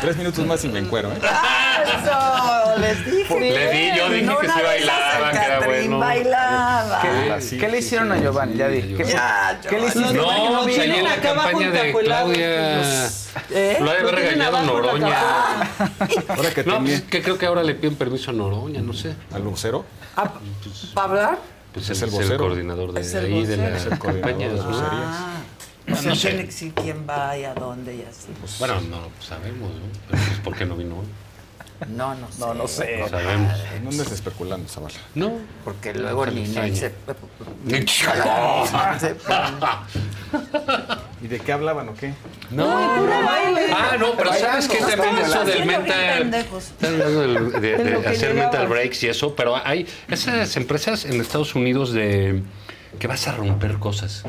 Speaker 10: Tres minutos más y me encuero, ¿eh?
Speaker 3: Eso, les dije.
Speaker 10: Le di, yo dije
Speaker 3: No,
Speaker 10: que sí
Speaker 3: una vez
Speaker 10: bailaba,
Speaker 3: hace
Speaker 10: que era
Speaker 3: Catrín
Speaker 10: bueno.
Speaker 3: bailaba.
Speaker 14: ¿Qué,
Speaker 10: Ah,
Speaker 14: qué le hicieron a Giovanni? ya dije. ¿Qué,
Speaker 3: Ya,
Speaker 14: ¿qué le hiciste?
Speaker 2: No,
Speaker 14: Giovanni?
Speaker 2: salió la campaña de Claudia.
Speaker 14: ¿Eh?
Speaker 2: Lo ha de
Speaker 14: Lo
Speaker 2: haber
Speaker 14: tienen
Speaker 2: regañado
Speaker 14: abajo la
Speaker 2: Noroña.
Speaker 10: Ahora que
Speaker 2: No,
Speaker 10: tenía-
Speaker 2: pues, que creo que ahora le piden permiso a Noroña, no sé.
Speaker 10: ¿Al vocero?
Speaker 3: ¿Para hablar?
Speaker 2: Pues
Speaker 10: Es
Speaker 2: es el,
Speaker 10: el vocero.
Speaker 2: coordinador de
Speaker 10: Es el
Speaker 2: ahí, de
Speaker 10: vocero. Es
Speaker 2: la
Speaker 10: el coordinador
Speaker 2: campaña.
Speaker 10: de las
Speaker 2: ¿no?
Speaker 10: vocerías.
Speaker 3: Ah, o sea,
Speaker 2: No sé.
Speaker 3: tiene que decir quién va y a dónde y así.
Speaker 2: Pues, Bueno, no lo sabemos, ¿no? Pero, pues, ¿Por qué no vino hoy?
Speaker 3: No, no sé.
Speaker 10: No, no sé.
Speaker 2: No sabemos.
Speaker 10: No andes especulando, Zavala.
Speaker 2: No.
Speaker 3: Porque luego
Speaker 2: Se le
Speaker 3: ni
Speaker 2: extraña.
Speaker 3: él se...
Speaker 10: ¿Y de qué hablaban o qué?
Speaker 2: No, Ah, no, pero ¿sabes qué? También eso del mental. Están hablando del- de,
Speaker 10: Es
Speaker 2: de
Speaker 10: lo que
Speaker 2: hacer
Speaker 10: llegaba.
Speaker 2: mental breaks y eso, pero hay esas empresas en Estados Unidos de que vas a romper cosas.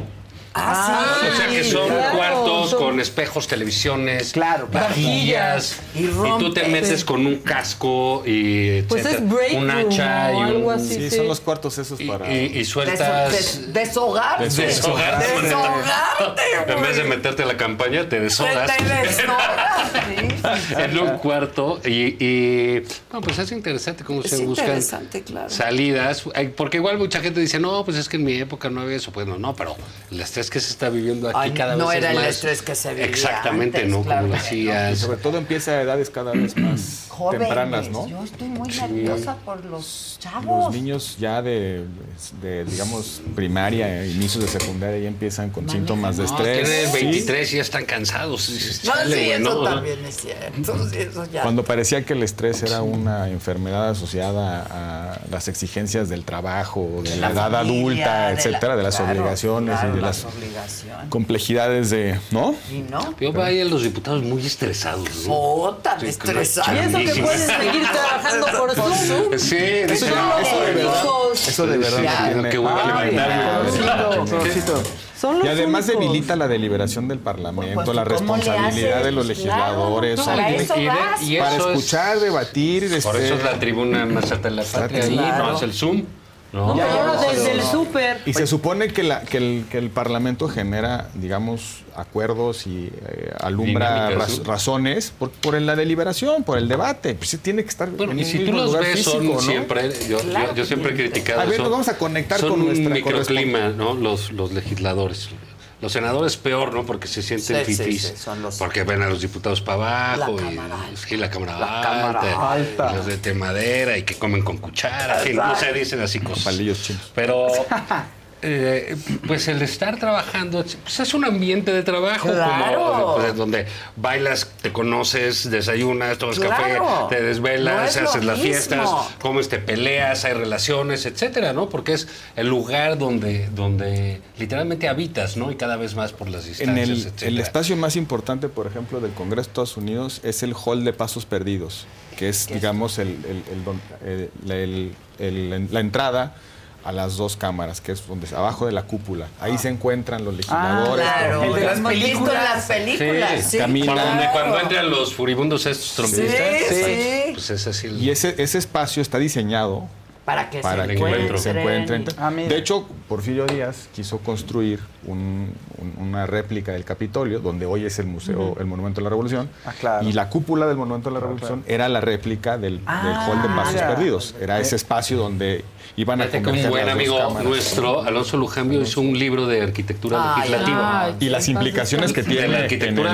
Speaker 3: Ah,
Speaker 2: O sea que son
Speaker 3: claro,
Speaker 2: cuartos
Speaker 3: son-
Speaker 2: con espejos, televisiones,
Speaker 3: vajillas.
Speaker 2: vajillas,
Speaker 3: Y
Speaker 2: y, tú te
Speaker 3: rompes.
Speaker 2: metes con un casco y
Speaker 3: Pues es
Speaker 2: etcétera,
Speaker 3: break
Speaker 2: un
Speaker 3: room
Speaker 2: hacha
Speaker 3: o
Speaker 2: y un-
Speaker 3: algo así, Sí, sí. son los
Speaker 10: cuartos esos
Speaker 2: para y, y
Speaker 3: Des-
Speaker 2: sueltas
Speaker 3: des- deshogar.
Speaker 2: Deshogarte.
Speaker 3: Deshogarte,
Speaker 2: en vez de meterte a la campaña te deshogas.
Speaker 3: Te deshogas, sí.
Speaker 2: en un cuarto y, y, bueno, pues es interesante cómo
Speaker 3: Es
Speaker 2: se buscan
Speaker 3: interesante, claro.
Speaker 2: salidas, eh, porque igual mucha gente dice, no, pues es que en mi época no había eso, pues no, no, pero el estrés que se está viviendo aquí
Speaker 3: Ay,
Speaker 2: cada
Speaker 3: no
Speaker 2: vez
Speaker 3: era
Speaker 2: es
Speaker 3: el
Speaker 2: más.
Speaker 3: estrés que se vivía
Speaker 2: Exactamente,
Speaker 3: antes,
Speaker 2: ¿no?
Speaker 3: claro
Speaker 2: Como lo
Speaker 3: que no.
Speaker 10: Y
Speaker 2: hacías.
Speaker 10: sobre todo empieza a edades cada vez más
Speaker 3: Jóvenes,
Speaker 10: tempranas, ¿no?
Speaker 3: Yo estoy muy
Speaker 10: Sí.
Speaker 3: nerviosa por los chavos.
Speaker 10: Los niños ya de, de, digamos, primaria, eh, inicios de secundaria, ya empiezan con síntomas de
Speaker 2: No,
Speaker 10: estrés.
Speaker 2: tienen
Speaker 10: Sí.
Speaker 2: 23 y ya están cansados. Dices,
Speaker 3: No,
Speaker 2: "Chale,
Speaker 3: sí,
Speaker 2: güey,
Speaker 3: eso
Speaker 2: no".
Speaker 3: también es cierto. Entonces, eso ya.
Speaker 10: Cuando parecía que el estrés era una enfermedad asociada a las exigencias del trabajo, de la,
Speaker 3: La
Speaker 10: edad
Speaker 3: familia,
Speaker 10: adulta,
Speaker 3: de la-
Speaker 10: etcétera, de las
Speaker 3: claro,
Speaker 10: obligaciones
Speaker 3: claro,
Speaker 10: y de
Speaker 3: las
Speaker 10: las
Speaker 3: obligaciones.
Speaker 10: complejidades de, ¿no?
Speaker 3: Y no. Oh,
Speaker 2: Yo veía a los diputados muy estresados. ¿no?
Speaker 3: Puta,
Speaker 2: Sí, claro,
Speaker 3: estresados.
Speaker 13: Y eso que
Speaker 2: chingísimos.
Speaker 13: pueden seguir trabajando por Zoom.
Speaker 2: Sí, eso,
Speaker 13: Son
Speaker 2: ya- eso de verdad.
Speaker 13: únicos.
Speaker 10: Eso de verdad.
Speaker 2: Ya.
Speaker 10: no tiene-
Speaker 2: Qué hueva
Speaker 10: Ay,
Speaker 2: levantarme.
Speaker 10: ya.
Speaker 2: Conocido, conocido.
Speaker 13: Son los
Speaker 10: Y además
Speaker 13: únicos.
Speaker 10: debilita la deliberación del Parlamento,
Speaker 13: Pues,
Speaker 10: la
Speaker 13: ¿cómo le
Speaker 10: responsabilidad
Speaker 13: haces?
Speaker 10: de los
Speaker 13: Claro,
Speaker 10: legisladores.
Speaker 13: para
Speaker 10: oye,
Speaker 13: eso
Speaker 10: y de-
Speaker 13: vas.
Speaker 10: y para
Speaker 2: eso es-
Speaker 10: escuchar, debatir.
Speaker 2: Por
Speaker 10: este-
Speaker 2: eso es la tribuna más alta de la patria. Ahí
Speaker 10: Claro.
Speaker 2: no es el Zoom. No,
Speaker 13: Pero ahora
Speaker 10: no,
Speaker 13: desde el
Speaker 10: no.
Speaker 13: súper.
Speaker 10: Y se supone que, la- que el, que el Parlamento genera, digamos, acuerdos y eh, alumbra
Speaker 2: Dinámicas,
Speaker 10: raz-
Speaker 2: ¿sí?
Speaker 10: razones por, por la deliberación, por el debate. Pues sí, tiene que estar en
Speaker 2: Bueno,
Speaker 10: un
Speaker 2: y si tú
Speaker 10: mismo
Speaker 2: los
Speaker 10: lugar
Speaker 2: ves,
Speaker 10: físico,
Speaker 2: son
Speaker 10: ¿no?
Speaker 2: siempre. Yo, yo- yo siempre he criticado.
Speaker 10: A ver,
Speaker 2: son-
Speaker 10: nos vamos a conectar
Speaker 2: son
Speaker 10: con nuestra
Speaker 2: un microclima, ¿no? Los, los legisladores. Los senadores peor, ¿no? Porque se sienten
Speaker 3: Sí, sí,
Speaker 2: fitis.
Speaker 3: sí, son los-
Speaker 2: Porque ven a los diputados para abajo.
Speaker 3: La
Speaker 2: y, sí, la cámara
Speaker 3: La
Speaker 2: alta.
Speaker 3: cámara alta.
Speaker 2: y eh, los de té madera y que comen con cuchara. sí, no se dicen así cosas.
Speaker 10: Palillos chinos.
Speaker 2: Pero. eh, pues el estar trabajando pues es un ambiente de trabajo
Speaker 3: Claro.
Speaker 2: como, pues, donde bailas, te conoces, desayunas, tomas
Speaker 3: Claro.
Speaker 2: café, te
Speaker 3: No es
Speaker 2: desvelas,
Speaker 3: lo
Speaker 2: haces las
Speaker 3: mismo.
Speaker 2: fiestas, comes, te peleas, hay relaciones, etcétera, ¿no? Porque es el lugar donde, donde literalmente habitas, ¿no? Y cada vez más por las
Speaker 10: En
Speaker 2: distancias,
Speaker 10: el, el
Speaker 2: etcétera.
Speaker 10: espacio más importante, por ejemplo, del Congreso de Estados Unidos es el Hall de Pasos Perdidos, que es, digamos, el, el- el don- el- la- el- el- la entrada a las dos cámaras, que es donde abajo de la cúpula. Ahí se encuentran los legisladores.
Speaker 3: Ah. claro.
Speaker 10: los
Speaker 3: El de las
Speaker 10: diputados.
Speaker 3: películas. Las películas, sí,
Speaker 2: Por
Speaker 10: Caminan.
Speaker 2: donde cuando entran los furibundos estos trompistas,
Speaker 3: Sí,
Speaker 2: pues,
Speaker 3: sí.
Speaker 2: pues es así. el-
Speaker 10: Y ese, ese espacio está diseñado
Speaker 3: Para que
Speaker 10: para
Speaker 3: se
Speaker 10: que
Speaker 3: encuentren.
Speaker 10: se encuentren.
Speaker 3: Ah, mira.
Speaker 10: de hecho, Porfirio Díaz quiso construir un- un- una réplica del Capitolio, donde hoy es el museo,
Speaker 3: Ujú. Ah,
Speaker 10: el Monumento a la Revolución, y la cúpula del Monumento a la Revolución era la réplica del, del
Speaker 2: Ah,
Speaker 10: Hall de Pasos
Speaker 2: mira.
Speaker 10: Perdidos.
Speaker 3: Eh,
Speaker 10: Era ese espacio donde iban a
Speaker 2: Fíjate que un
Speaker 10: converger
Speaker 2: buen
Speaker 10: las dos
Speaker 2: amigo
Speaker 10: cámaras.
Speaker 2: nuestro, Alonso Lujambio, hizo un libro de arquitectura
Speaker 10: Ay,
Speaker 2: legislativa.
Speaker 10: ay, Y las implicaciones que tiene
Speaker 2: De la arquitectura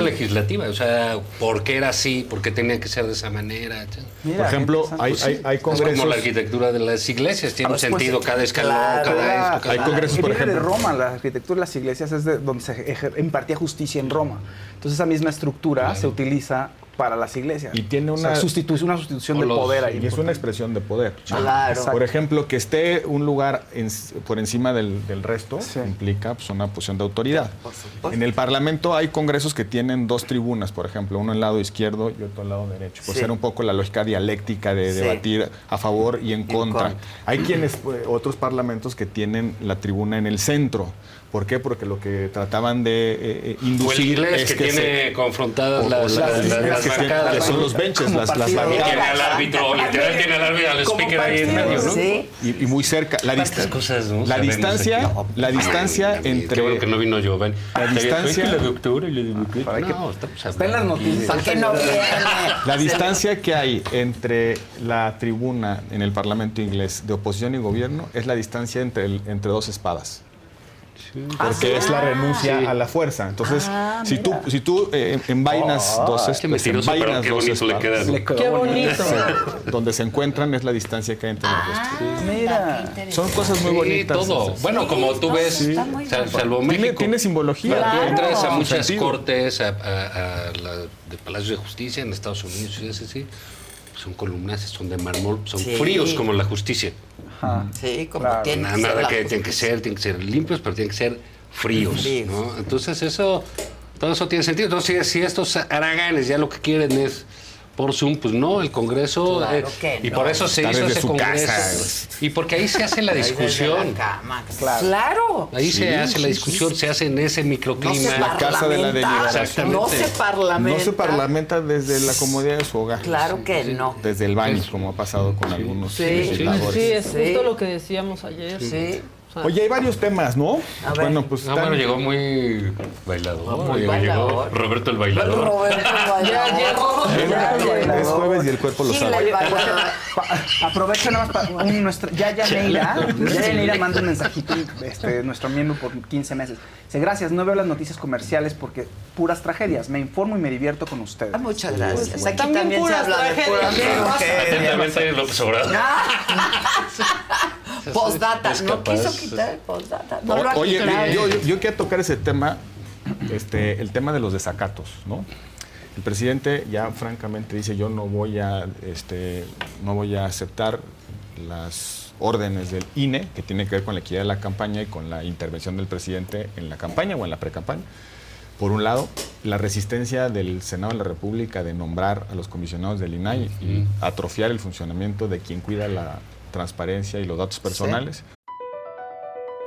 Speaker 10: en el-
Speaker 2: legislativa, o sea, por qué era así, por qué tenía que ser de esa manera. etcétera.
Speaker 10: Por ejemplo, hay, hay, hay
Speaker 2: Es como
Speaker 10: congresos...
Speaker 2: la arquitectura de las iglesias, tiene
Speaker 10: Ah, pues,
Speaker 2: un sentido
Speaker 10: sí.
Speaker 2: cada escalón,
Speaker 10: Claro.
Speaker 2: cada esto, cada
Speaker 10: Hay congresos,
Speaker 14: Y
Speaker 10: por
Speaker 14: viene de
Speaker 10: ejemplo.
Speaker 14: Roma, la arquitectura de las iglesias es de donde se ejer- impartía justicia en Roma. Entonces esa misma estructura se utiliza para las iglesias.
Speaker 10: Y tiene
Speaker 14: O sea,
Speaker 10: una-
Speaker 14: sustitu- una sustitución
Speaker 10: O
Speaker 14: de
Speaker 10: los-
Speaker 14: poder ahí.
Speaker 10: Y es una expresión de poder.
Speaker 14: Ah, Claro.
Speaker 10: Por ejemplo, que esté un lugar en- por encima del, del resto implica pues, una posición de autoridad. En el Parlamento hay congresos que tienen dos tribunas, por ejemplo, uno al lado izquierdo y otro al lado derecho. Por
Speaker 3: Sí.
Speaker 10: ser un poco la lógica dialéctica de
Speaker 3: Sí.
Speaker 10: debatir a favor y en contra.
Speaker 3: contra.
Speaker 10: Hay quienes, eh, otros parlamentos que tienen la tribuna en el centro. ¿Por qué? Porque lo que trataban de eh, eh,
Speaker 2: O el
Speaker 10: inducir
Speaker 2: inglés
Speaker 10: es
Speaker 2: que, tiene confrontadas
Speaker 10: o-
Speaker 2: las,
Speaker 10: o las
Speaker 2: las- las-
Speaker 10: líneas
Speaker 2: las
Speaker 10: que tienen-
Speaker 2: bancadas,
Speaker 10: que son
Speaker 2: ¿no?
Speaker 10: los benches, Como las- las partido. bancadas.
Speaker 2: Tiene al árbitro, literal, tiene al árbitro, al speaker ahí en medio, ¿no?
Speaker 10: Y, y muy cerca. La, dista- la
Speaker 2: Sabemos
Speaker 10: distancia,
Speaker 2: aquí.
Speaker 10: la distancia entre.
Speaker 2: Qué bueno que no vino yo, ven.
Speaker 10: La distancia-
Speaker 2: La doctora y la doctora.
Speaker 10: que-
Speaker 2: No, pues, estamos
Speaker 14: Está en las
Speaker 2: hablando.
Speaker 14: noticias.
Speaker 3: ¿Para qué no viene?
Speaker 10: La distancia que hay entre la tribuna en el Parlamento inglés de oposición y gobierno es la distancia entre, el- entre dos espadas. Porque es
Speaker 2: Ah,
Speaker 10: la renuncia a la fuerza. Entonces, si tú, si tú eh, envainas
Speaker 2: Ah,
Speaker 10: dos,
Speaker 2: qué
Speaker 10: espadas,
Speaker 2: mentiroso, pero
Speaker 10: envainas
Speaker 2: qué
Speaker 10: dos
Speaker 2: bonito le
Speaker 10: espadas,
Speaker 2: queda, ¿no? Le quedó Qué bonito. Ah,
Speaker 10: Se- donde se encuentran es la distancia que hay entre los dos.
Speaker 3: Mira.
Speaker 10: Son cosas muy
Speaker 2: Sí,
Speaker 10: bonitas.
Speaker 2: todo. Bueno, como tú ves, sal- salvo
Speaker 10: Tiene-
Speaker 2: México.
Speaker 10: Tiene simbología.
Speaker 2: Pero tú
Speaker 10: tiene
Speaker 2: entras a
Speaker 10: su
Speaker 2: muchas
Speaker 10: sentido.
Speaker 2: cortes, a, a- a la de Palacio de Justicia en Estados Unidos, y así, sí, son columnas, son de mármol, son
Speaker 3: Sí.
Speaker 2: fríos como la justicia.
Speaker 3: Sí, como tiene
Speaker 2: Nada,
Speaker 3: que ser
Speaker 2: nada
Speaker 3: la
Speaker 2: que tienen que ser, tienen que ser limpios, pero tienen que ser fríos. ¿no? Entonces eso, todo eso tiene sentido. Entonces si, si estos haraganes ya lo que quieren es por Zoom, pues no, el Congreso
Speaker 3: Claro
Speaker 2: eh,
Speaker 3: que
Speaker 2: y
Speaker 3: no.
Speaker 2: por eso se
Speaker 3: Está
Speaker 2: hizo
Speaker 3: desde
Speaker 2: ese
Speaker 3: su
Speaker 2: Congreso
Speaker 3: casa.
Speaker 2: y porque ahí se hace la
Speaker 3: Ahí desde
Speaker 2: discusión.
Speaker 3: la cama, Claro.
Speaker 2: Ahí se hace la discusión, se hace en ese
Speaker 3: No
Speaker 2: microclima.
Speaker 3: se parlamenta. No se parlamenta.
Speaker 10: No se parlamenta desde la comodidad de su hogar.
Speaker 3: Claro que no.
Speaker 10: Desde el baño, como ha pasado con algunos
Speaker 13: Sí,
Speaker 10: legisladores.
Speaker 13: sí, es
Speaker 3: Sí.
Speaker 13: justo lo que decíamos ayer.
Speaker 3: Sí.
Speaker 13: O sea,
Speaker 10: Oye, hay varios temas, ¿no? Bueno, pues.
Speaker 2: No,
Speaker 10: están-
Speaker 2: Ah, bueno, llegó muy
Speaker 3: Ah,
Speaker 2: bailador.
Speaker 10: muy
Speaker 2: llegó,
Speaker 10: bailador.
Speaker 2: llegó Roberto el bailador.
Speaker 3: Ya llegó.
Speaker 10: Es jueves, Es jueves y el cuerpo lo
Speaker 3: Sí,
Speaker 10: sabe.
Speaker 3: la-
Speaker 14: Aprovecha nada más para un- nuestra- ya Yaneira, ya Yaneira manda un mensajito, este, nuestro miembro por 15 meses. Dice, gracias, no veo las noticias comerciales porque puras tragedias, me informo y me divierto con ustedes.
Speaker 3: Ah, muchas gracias. Aquí
Speaker 13: También
Speaker 3: también se
Speaker 13: puras
Speaker 3: habla de puras
Speaker 13: tragedias.
Speaker 2: Atentamente López Obrador.
Speaker 3: Postdata.
Speaker 10: Es
Speaker 3: No
Speaker 10: capaz.
Speaker 3: quiso quitar el postdata. No lo ha
Speaker 10: O- Oye,
Speaker 3: quitado.
Speaker 10: yo, yo, yo quiero tocar ese tema, este, el tema de los desacatos, ¿no? El presidente ya francamente dice yo no voy a, este, no voy a aceptar las órdenes del INE, que tiene que ver con la equidad de la campaña y con la intervención del presidente en la campaña o en la precampaña. Por un lado, la resistencia del Senado de la República de nombrar a los comisionados del INAI y atrofiar el funcionamiento de quien cuida la transparencia y los datos personales.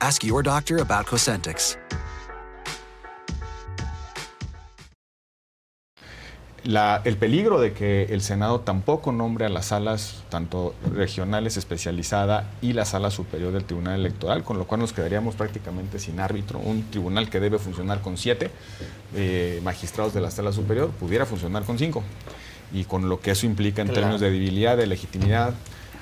Speaker 18: Ask your doctor about Cosentix.
Speaker 10: La- el peligro de que el Senado tampoco nombre a las salas, tanto regionales especializada y la sala superior del Tribunal Electoral, con lo cual nos quedaríamos prácticamente sin árbitro. Un tribunal que debe funcionar con siete eh, magistrados de la sala superior pudiera funcionar con cinco. Y con lo que eso implica en
Speaker 15: Claro.
Speaker 10: términos de debilidad, de legitimidad,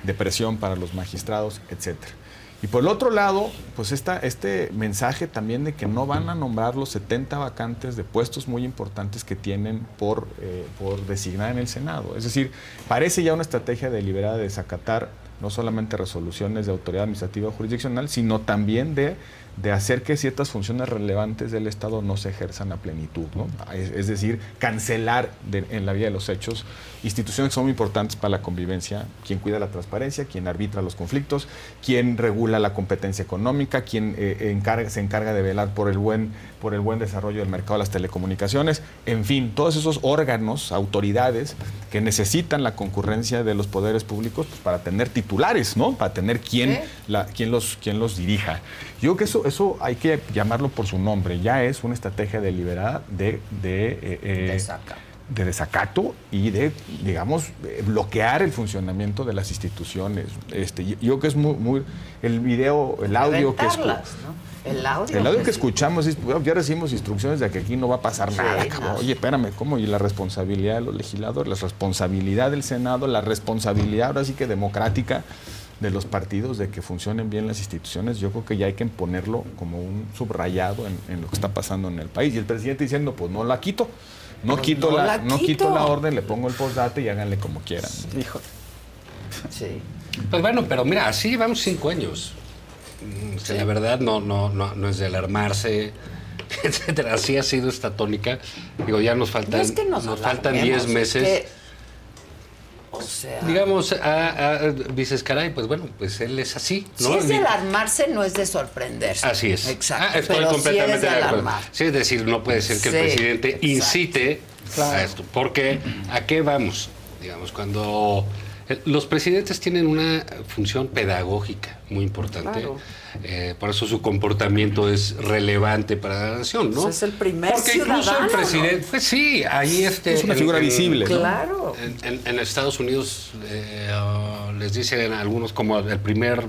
Speaker 10: de presión para los magistrados, etcétera. Y por el otro lado, pues esta, este mensaje también de que no van a nombrar los 70 vacantes de puestos muy importantes que tienen por, eh, por designar en el Senado. Es decir, parece ya una estrategia deliberada de desacatar no solamente resoluciones de autoridad administrativa o jurisdiccional, sino también de, de hacer que ciertas funciones relevantes del Estado no se ejerzan a plenitud. ¿no? Es, es decir, cancelar de- en la vía de los hechos instituciones que son muy importantes para la convivencia, quien cuida la transparencia, quien arbitra los conflictos, quien regula la competencia económica, quien eh, encarga- se encarga de velar por el, buen, por el buen desarrollo del mercado de las telecomunicaciones, en fin, todos esos órganos, autoridades que necesitan la concurrencia de los poderes públicos pues, para tener titulares, ¿no? Para tener quién, la- quién los, quién los dirija. Yo creo que eso, eso hay que llamarlo por su nombre, ya es una estrategia deliberada de... de eh, eh, de desacato y de, digamos, eh, bloquear el funcionamiento de las instituciones. Este, y- yo creo que es muy, muy- el video, el audio que escu-
Speaker 3: Reventarlas, ¿no? El audio.
Speaker 10: el audio que
Speaker 3: sí.
Speaker 10: escuchamos es, "Bueno, ya recibimos instrucciones de que aquí no va a pasar nada. cabrón". Oye, espérame, ¿cómo? Y la responsabilidad de los legisladores, la responsabilidad del Senado, la responsabilidad ahora sí que democrática de los partidos de que funcionen bien las instituciones, yo creo que ya hay que ponerlo como un subrayado en, en lo que está pasando en el país. Y el presidente diciendo, pues no la quito, no,
Speaker 3: Pues
Speaker 10: quito,
Speaker 3: no
Speaker 10: la,
Speaker 3: la
Speaker 10: no quito
Speaker 3: quito.
Speaker 10: la orden, le pongo el postdate y háganle como quieran.
Speaker 3: Híjole. Sí.
Speaker 2: Pues bueno, pero mira, así llevamos cinco años. Mm, o sea, La verdad no, no, no, no es de alarmarse, etcétera. Así ha sido esta tónica. Digo, ya nos
Speaker 3: No
Speaker 2: faltan,
Speaker 3: es que nos,
Speaker 2: faltan
Speaker 3: alarmemos,
Speaker 2: 10 meses.
Speaker 3: es que- o sea.
Speaker 2: Digamos, a, a- dices, caray, pues bueno, pues él es así, ¿no?
Speaker 3: Si es de
Speaker 2: Ni-
Speaker 3: alarmarse, no es de sorprenderse.
Speaker 2: Así es.
Speaker 3: Exacto.
Speaker 2: Ah, estoy
Speaker 3: pero sí
Speaker 2: completamente
Speaker 3: es de
Speaker 2: de acuerdo.
Speaker 3: alarmar.
Speaker 2: Sí, es decir, no puede ser que el
Speaker 3: Sí,
Speaker 2: presidente
Speaker 3: exacto.
Speaker 2: incite a esto. Porque, ¿a qué vamos? Digamos, cuando. eh, Los presidentes tienen una función pedagógica muy importante.
Speaker 3: Claro.
Speaker 2: Eh, por eso su comportamiento es relevante para la nación, ¿no?
Speaker 3: Pues es el primer
Speaker 2: Porque incluso
Speaker 3: ciudadano,
Speaker 2: el
Speaker 3: ¿no?
Speaker 2: presidente. Pues sí, ahí este.
Speaker 10: Es una figura visible, ¿no?
Speaker 3: Claro.
Speaker 2: En, en- en Estados Unidos eh, ah, les dicen a algunos como el primer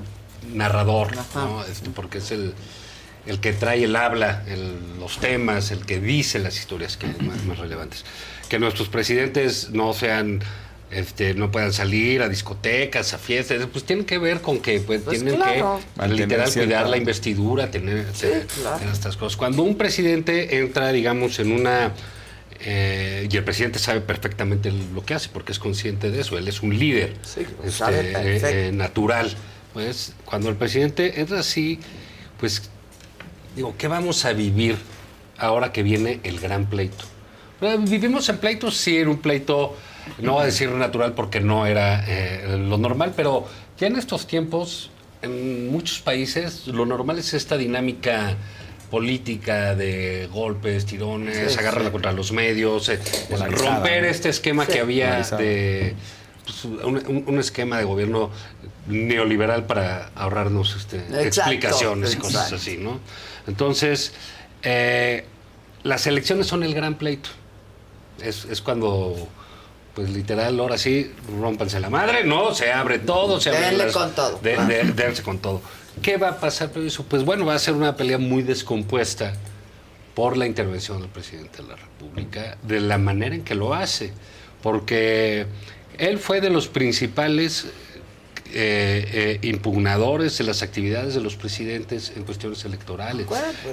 Speaker 2: narrador, ¿no? Este, porque es el, el que trae el habla, el- los temas, el que dice las historias que más, más relevantes. Que nuestros presidentes no sean, este, no puedan salir a discotecas, a fiestas, pues tienen que ver con que pues,
Speaker 3: Pues
Speaker 2: tienen
Speaker 3: claro.
Speaker 2: que
Speaker 10: Mantener
Speaker 2: literal
Speaker 10: cierta-
Speaker 2: cuidar la investidura, tener, tener estas cosas. Cuando un presidente entra, digamos, en una eh, y el presidente sabe perfectamente lo que hace porque es consciente de eso. Él es un líder este,
Speaker 3: sabe
Speaker 2: eh,
Speaker 3: perfecto.
Speaker 2: eh, natural. Pues cuando el presidente entra así, pues digo, ¿qué vamos a vivir Eh, ahora que viene el gran pleito? Bueno, Vivimos en pleitos, sí, en un pleito No voy a decir natural porque no era eh, lo normal, pero ya en estos tiempos, en muchos países, lo normal es esta dinámica política de golpes, tirones,
Speaker 15: Sí,
Speaker 2: agarrarla
Speaker 15: sí.
Speaker 2: contra los medios, eh,
Speaker 15: Polarizada,
Speaker 2: romper
Speaker 15: ¿no?
Speaker 2: este esquema
Speaker 15: Sí.
Speaker 2: que había
Speaker 15: Polarizada.
Speaker 2: de pues, un, un- un esquema de gobierno neoliberal para ahorrarnos este,
Speaker 15: Exacto,
Speaker 2: explicaciones y cosas
Speaker 15: exacto.
Speaker 2: así, ¿no? Entonces, eh, las elecciones son el gran pleito. Es, es cuando, pues literal, ahora sí, rompanse la madre, ¿no? Se abre todo, se abre
Speaker 3: Denle
Speaker 2: las-
Speaker 3: con todo.
Speaker 2: de- de- dense con todo. ¿Qué va a pasar previo a eso? Pues bueno, va a ser una pelea muy descompuesta por la intervención del presidente de la República, de la manera en que lo hace, porque él fue de los principales eh, eh, impugnadores de las actividades de los presidentes en cuestiones electorales.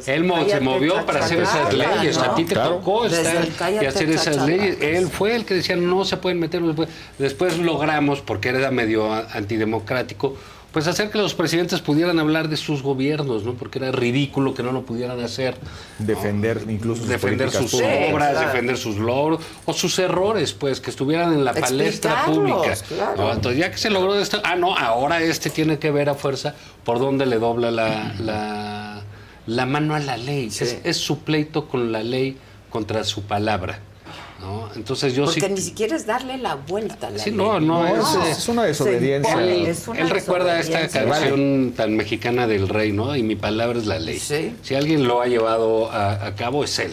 Speaker 2: Él mo- se
Speaker 15: pues, cállate,
Speaker 2: movió para hacer esas
Speaker 15: chachacala,
Speaker 2: leyes,
Speaker 15: ¿no?
Speaker 2: a ti te
Speaker 15: Claro.
Speaker 2: tocó
Speaker 15: Desde
Speaker 2: estar
Speaker 15: el cállate,
Speaker 2: y hacer esas
Speaker 15: chachacala.
Speaker 2: leyes. Él fue el que decía, no se pueden meter. no se pueden". Después logramos, porque era medio a- antidemocrático, pues hacer que los presidentes pudieran hablar de sus gobiernos, ¿no? Porque era ridículo que no lo pudieran hacer
Speaker 10: Defender incluso sus
Speaker 2: defender
Speaker 10: políticas
Speaker 2: sus
Speaker 10: públicas.
Speaker 2: obras, defender sus logros o sus errores, pues, que estuvieran en la palestra
Speaker 15: Explicarlos,
Speaker 2: pública.
Speaker 15: claro.
Speaker 2: ¿no? Entonces, ya que se logró esto, ah, no, ahora este tiene que ver a fuerza por dónde le dobla la, la, la mano a la ley. Es, es su pleito con la ley contra su palabra. ¿no? Entonces, yo
Speaker 3: Porque
Speaker 2: sí.
Speaker 3: ni siquiera es darle la vuelta. a la
Speaker 2: Sí,
Speaker 3: ley.
Speaker 2: no, no, eh, Él,
Speaker 3: Es una
Speaker 2: él recuerda esta
Speaker 3: desobediencia.
Speaker 2: canción tan mexicana del rey, ¿no? Y mi palabra es la ley. Si alguien lo ha llevado a, a cabo es él.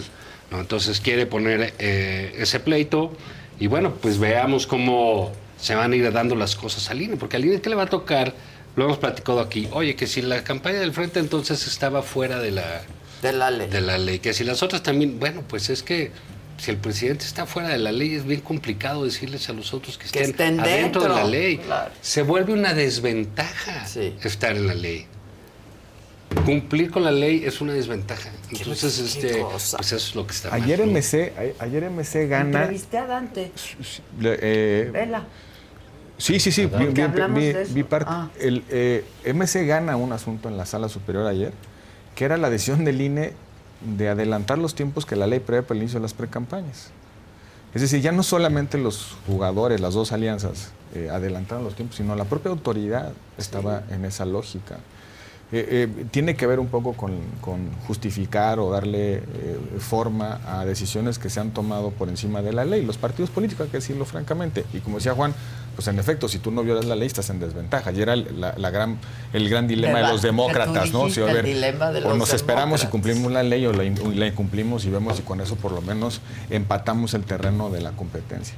Speaker 2: ¿no? Entonces quiere poner eh, ese pleito y bueno, pues veamos cómo se van a ir dando las cosas al INE, porque al INE, ¿qué le va a tocar? Lo hemos platicado aquí. Oye, que si la campaña del frente entonces estaba fuera de la,
Speaker 3: de la ley.
Speaker 2: De la ley. Que si las otras también, bueno, pues es que si el presidente está fuera de la ley es bien complicado decirles a los otros que estén,
Speaker 3: estén
Speaker 2: adentro de la
Speaker 3: dentro,
Speaker 2: ley.
Speaker 3: claro.
Speaker 2: Se vuelve una desventaja estar en la ley. Cumplir con la ley es una desventaja. Entonces, este, pues eso es lo que está mal.
Speaker 10: Ayer MC, a- ayer MC gana.
Speaker 3: Entrevisté a Dante.
Speaker 10: le- eh,
Speaker 3: Vela.
Speaker 10: Sí, sí, sí, vi,
Speaker 3: Porque
Speaker 10: vi-
Speaker 3: hablamos
Speaker 10: vi-
Speaker 3: de eso.
Speaker 10: vi parte.
Speaker 3: Ah.
Speaker 10: El, eh, MC gana un asunto en la sala superior ayer, que era la decisión del INE de adelantar los tiempos que la ley prevé para el inicio de las precampañas. Es decir, ya no solamente los jugadores, las dos alianzas, eh, adelantaron los tiempos, sino la propia autoridad estaba en esa lógica. Eh, eh, tiene que ver un poco con, con justificar o darle eh, forma a decisiones que se han tomado por encima de la ley. Los partidos políticos, hay que decirlo francamente. Y como decía Juan, pues en efecto, si tú no violas la ley, estás en desventaja. Y era el- la, la gran, el gran dilema de
Speaker 3: ¿Verdad?
Speaker 10: los
Speaker 3: Que tú
Speaker 10: demócratas, ¿no? Sí,
Speaker 3: dijiste,
Speaker 10: a
Speaker 3: el
Speaker 10: ver,
Speaker 3: dilema de
Speaker 10: o
Speaker 3: los
Speaker 10: nos esperamos y
Speaker 3: demócratas.
Speaker 10: cumplimos la ley o la, in- la incumplimos y vemos si con eso por lo menos empatamos el terreno de la competencia.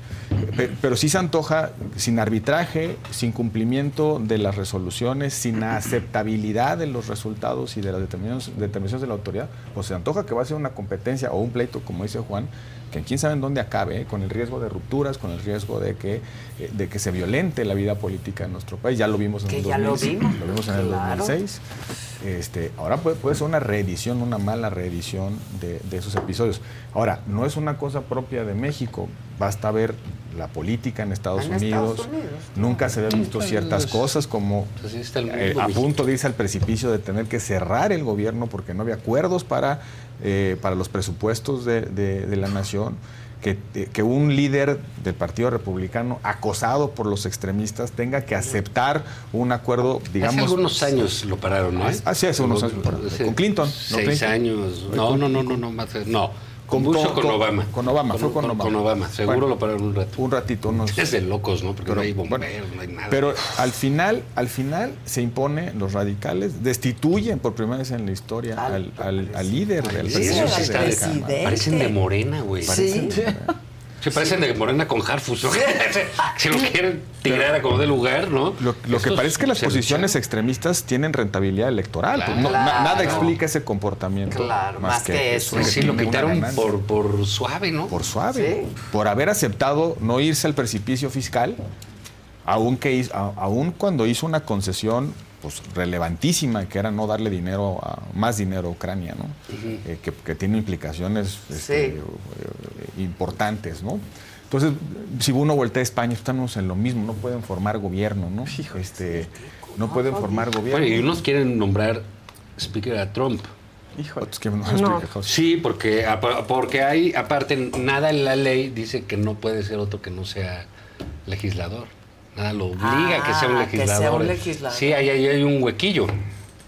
Speaker 10: Pe- Pero sí se antoja sin arbitraje, sin cumplimiento de las resoluciones, sin aceptabilidad de los resultados y de las determinaciones, determinaciones de la autoridad, pues se antoja que va a ser una competencia o un pleito, como dice Juan, que quién sabe en dónde acabe, ¿eh? con el riesgo de rupturas, con el riesgo de que, eh, de que se violente la vida política en nuestro país. Ya lo vimos en
Speaker 3: Que
Speaker 10: el
Speaker 3: ya lo
Speaker 10: 2006,
Speaker 3: vimos,
Speaker 10: lo vimos en el
Speaker 3: claro.
Speaker 10: 2006. Este, ahora puede, puede ser una reedición, una mala reedición de, de esos episodios. Ahora, no es una cosa propia de México. Basta ver la política en Estados,
Speaker 15: Ah, En
Speaker 10: Unidos.
Speaker 15: Estados Unidos.
Speaker 10: Nunca se habían visto
Speaker 15: Nunca
Speaker 10: ciertas
Speaker 15: los-
Speaker 10: cosas como
Speaker 2: Así Pues está el mundo,
Speaker 10: eh, a
Speaker 2: México.
Speaker 10: punto de irse al precipicio de tener que cerrar el gobierno porque no había acuerdos para, eh, para los presupuestos de, de- de la nación. Que, eh, que un líder del Partido Republicano acosado por los extremistas tenga que aceptar un acuerdo, digamos...
Speaker 2: algunos años lo pararon, ¿no?
Speaker 10: Así hace unos años lo pararon.
Speaker 2: Hace
Speaker 10: Con Clinton. ¿no?
Speaker 2: Seis
Speaker 10: Clinton.
Speaker 2: años.
Speaker 10: Con-
Speaker 2: No, no, no, no, no, más. No. Con,
Speaker 10: Con-
Speaker 2: Bush o
Speaker 10: con-
Speaker 2: con Obama.
Speaker 10: con Obama, fue con Obama.
Speaker 2: Seguro
Speaker 10: Bueno.
Speaker 2: lo pararon un rato.
Speaker 10: Un ratito, unos...
Speaker 2: Es de locos, ¿no? Porque
Speaker 10: Pero,
Speaker 2: no hay
Speaker 10: bueno,
Speaker 2: bomberos, no hay nada.
Speaker 10: Pero al final, al final se impone los radicales, destituyen por primera vez en la historia al, al- al líder del
Speaker 2: Sí,
Speaker 10: presidente.
Speaker 2: sí, está- Parecen de Morena, güey.
Speaker 10: Parecen-
Speaker 2: Se parecen de Morena con Harfus. ¿no? si lo quieren tirar a como de lugar, ¿no?
Speaker 10: Lo, lo que
Speaker 2: Estos
Speaker 10: parece es que las
Speaker 2: se
Speaker 10: posiciones extremistas tienen rentabilidad electoral.
Speaker 2: Claro.
Speaker 10: pues no- na- nada
Speaker 2: Claro.
Speaker 10: explica ese comportamiento.
Speaker 2: Claro, más que eso. Sí, lo
Speaker 10: tiene una
Speaker 2: quitaron
Speaker 10: ganancia.
Speaker 2: por- suave, ¿no?
Speaker 10: Por suave. Por haber aceptado no irse al precipicio fiscal, aun, que hizo- a- aun cuando hizo una concesión pues, relevantísima, que era no darle dinero a, más dinero a Ucrania, ¿no? Eh, que, que tiene implicaciones este, eh, importantes, ¿no? Entonces, si uno voltea a España, estamos en lo mismo, no pueden formar gobierno, ¿no? Este, no pueden formar gobierno.
Speaker 2: Bueno, y unos quieren nombrar speaker a Trump.
Speaker 10: Otros quieren nombrar No. speaker
Speaker 2: Sí, porque, apa- porque hay, aparte, nada en la ley dice que no puede ser otro que no sea legislador. Nada lo obliga a que sea un
Speaker 15: Ah, que sea
Speaker 2: legislador.
Speaker 15: un legislador.
Speaker 2: Sí, ahí ahí hay un huequillo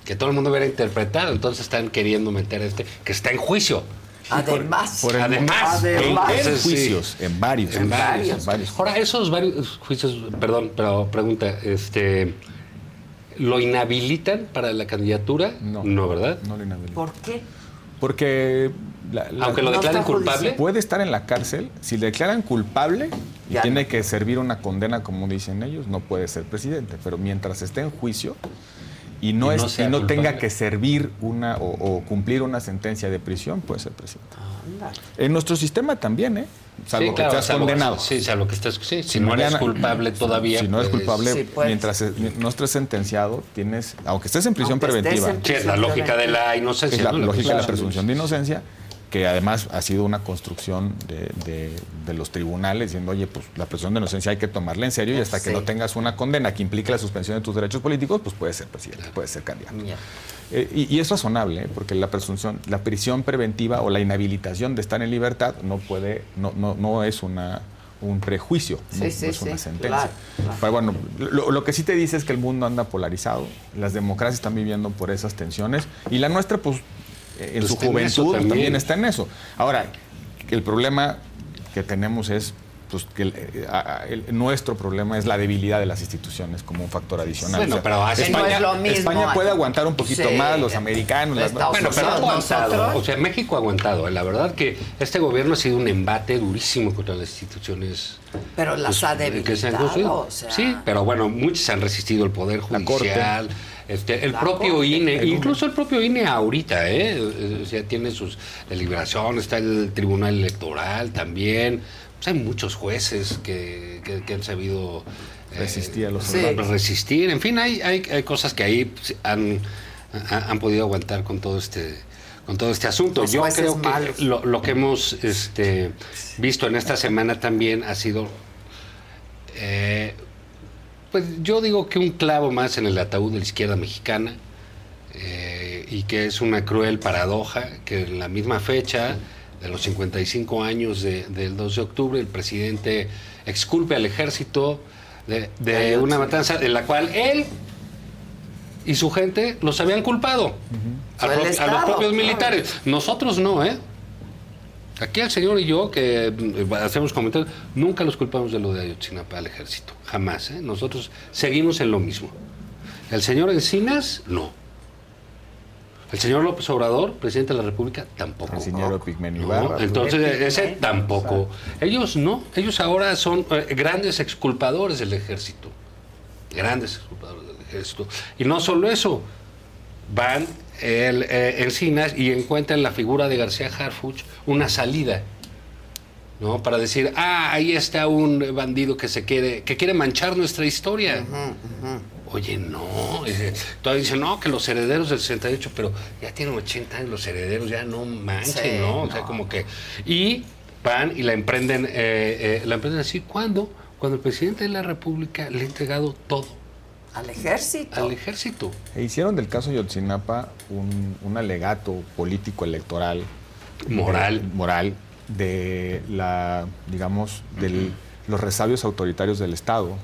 Speaker 2: que todo el mundo hubiera interpretado. Entonces están queriendo meter este, que está en juicio.
Speaker 3: Además.
Speaker 2: Por el- además,
Speaker 10: En- en,
Speaker 2: entonces, sí.
Speaker 10: juicios, en varios.
Speaker 2: En varios. Ahora, esos varios juicios, perdón, pero pregunta, este, ¿lo inhabilitan para la candidatura? No. No, ¿verdad?
Speaker 10: No lo inhabilitan.
Speaker 3: ¿Por qué?
Speaker 10: Porque. la- la-
Speaker 2: Aunque lo No declaren está culpable. judicial.
Speaker 10: Puede estar en la cárcel. Si le declaran culpable y
Speaker 2: Ya
Speaker 10: tiene que servir una condena, como dicen ellos, no puede ser presidente. Pero mientras esté en juicio y no,
Speaker 2: Y
Speaker 10: es-
Speaker 2: no sea
Speaker 10: y no tenga
Speaker 2: culpable.
Speaker 10: que servir una o, o cumplir una sentencia de prisión, puede ser presidente. En nuestro sistema también, ¿eh? Salvo
Speaker 2: Sí,
Speaker 10: que
Speaker 2: claro,
Speaker 10: seas
Speaker 2: salvo-
Speaker 10: condenado.
Speaker 2: Sí, salvo que estés. sí, si, no
Speaker 10: mañana-
Speaker 2: eres culpable todavía.
Speaker 10: Si no eres
Speaker 2: pues-
Speaker 10: culpable, mientras eh, no estés sentenciado, tienes, aunque estés en prisión
Speaker 2: Aunque estés
Speaker 10: preventiva.
Speaker 2: en Sí, es la prisión lógica de la preventiva. inocencia,
Speaker 10: Es la
Speaker 2: ¿no? La
Speaker 10: lógica de la
Speaker 2: presunción.
Speaker 10: presunción de inocencia, que además ha sido una construcción de, de- de los tribunales diciendo, oye, pues la presunción de inocencia hay que tomarla en serio y hasta que
Speaker 3: Sí.
Speaker 10: no tengas una condena que implique la suspensión de tus derechos políticos, pues puedes ser presidente, puedes ser candidato. Eh, y, y es razonable, ¿eh? porque la presunción, la prisión preventiva o la inhabilitación de estar en libertad no puede, no, no, no es una un prejuicio,
Speaker 3: Sí,
Speaker 10: no, no
Speaker 3: sí,
Speaker 10: es una
Speaker 3: sí,
Speaker 10: sentencia.
Speaker 3: claro, claro.
Speaker 10: Pero bueno, lo, lo que sí te dice es que el mundo anda polarizado, las democracias están viviendo por esas tensiones y la nuestra, pues, eh, en
Speaker 2: Pues
Speaker 10: su
Speaker 2: está en eso
Speaker 10: juventud
Speaker 2: también.
Speaker 10: también está en eso. Ahora, que el problema que tenemos es pues que el- eh, a- a- el- nuestro problema es la debilidad de las instituciones como un factor adicional.
Speaker 2: Bueno, pero hace- Que no
Speaker 10: España,
Speaker 2: es lo mismo.
Speaker 10: España puede aguantar un poquito
Speaker 2: Sí.
Speaker 10: más, los americanos, las-
Speaker 2: Bueno, pero ha aguantado. O sea, México ha aguantado. La verdad que este gobierno ha sido un embate durísimo contra las instituciones.
Speaker 3: Pero las ha
Speaker 2: Pues, de eh, que se han
Speaker 3: debilitado,
Speaker 2: construido.
Speaker 3: o sea.
Speaker 2: Sí, pero bueno, muchos han resistido el poder judicial. Este, el
Speaker 3: La
Speaker 2: propio
Speaker 3: Corte.
Speaker 2: INE,
Speaker 3: El-
Speaker 2: incluso el propio INE ahorita, ¿eh? Eh, O sea, tiene sus deliberaciones, está el Tribunal Electoral también. Pues hay muchos jueces que, que- que han sabido resistir
Speaker 10: a los
Speaker 3: soldados.
Speaker 2: resistir. En fin, hay, hay, hay cosas que ahí pues, han, ha- han podido aguantar con todo este con todo este asunto.
Speaker 3: Los
Speaker 2: Yo
Speaker 3: jueces
Speaker 2: creo
Speaker 3: malos.
Speaker 2: que lo, lo que hemos este, visto en esta semana también ha sido, eh, pues yo digo que un clavo más en el ataúd de la izquierda mexicana eh, y que es una cruel paradoja que en la misma fecha de los 55 años de- del 2 de octubre el presidente exculpe al ejército de, de una matanza de la cual él y su gente los habían culpado a,
Speaker 3: Fue el
Speaker 2: pro- a los
Speaker 3: Estado,
Speaker 2: propios
Speaker 3: claro.
Speaker 2: militares. Nosotros no, ¿eh? Aquí el señor y yo, que mm, hacemos comentarios, nunca los culpamos de lo de Ayotzinapa al ejército. Jamás, ¿eh? Nosotros seguimos en lo mismo. El señor Encinas, no. El señor López Obrador, presidente de la República, tampoco.
Speaker 10: El señor Pigmen
Speaker 2: ¿no?
Speaker 10: Ibarra.
Speaker 2: Entonces, ese tampoco. Ellos no. Ellos ahora son eh, grandes exculpadores del ejército. Grandes exculpadores del ejército. Y no solo eso. Van el, eh, Encinas y encuentran la figura de García Harfuch una salida. ¿no? Para decir, ah, ahí está un bandido que se quiere, que quiere manchar nuestra historia. Oye, no. eh, Todavía dicen, no, que los herederos del 68, pero ya tienen 80 años los herederos, ya no manchen,
Speaker 3: Sí,
Speaker 2: ¿no? O sea, como que. Y van y la emprenden, eh, eh, la emprenden así. ¿Cuándo? Cuando el presidente de la República le ha entregado todo
Speaker 3: Al ejército.
Speaker 2: al ejército.
Speaker 10: E hicieron del caso Yotzinapa un, un alegato político electoral
Speaker 2: Moral.
Speaker 10: de, moral de la digamos de los resabios autoritarios del Estado.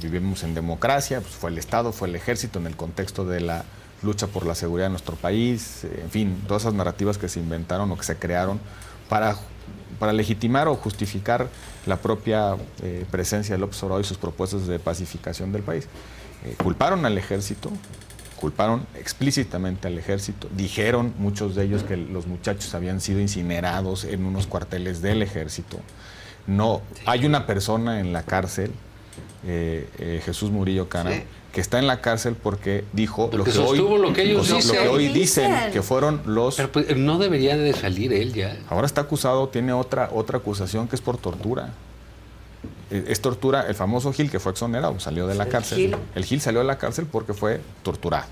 Speaker 10: Vivimos en democracia, pues fue el Estado, fue el ejército en el contexto de la lucha por la seguridad de nuestro país, eh, en fin, todas esas narrativas que se inventaron o que se crearon para para legitimar o justificar la propia eh, presencia de López Obrador y sus propuestas de pacificación del país. Eh, culparon al ejército, culparon explícitamente al ejército, dijeron muchos de ellos que los muchachos habían sido incinerados en unos cuarteles del ejército. No, hay una persona en la cárcel, eh, eh, Jesús Murillo Cana,
Speaker 2: Sí.
Speaker 10: que está en la cárcel porque dijo
Speaker 2: Porque
Speaker 10: lo que hoy,
Speaker 2: sostuvo lo que ellos
Speaker 10: lo
Speaker 2: dicen.
Speaker 10: que hoy dicen,
Speaker 2: Dicen.
Speaker 10: que fueron los
Speaker 2: Pero pues, no debería de salir él ya.
Speaker 10: Ahora está acusado, tiene otra, otra acusación que es por tortura. Eh, Es tortura, el famoso Gil que fue exonerado, salió de la
Speaker 3: El
Speaker 10: cárcel.
Speaker 3: Gil.
Speaker 10: El Gil salió de la cárcel porque fue torturado.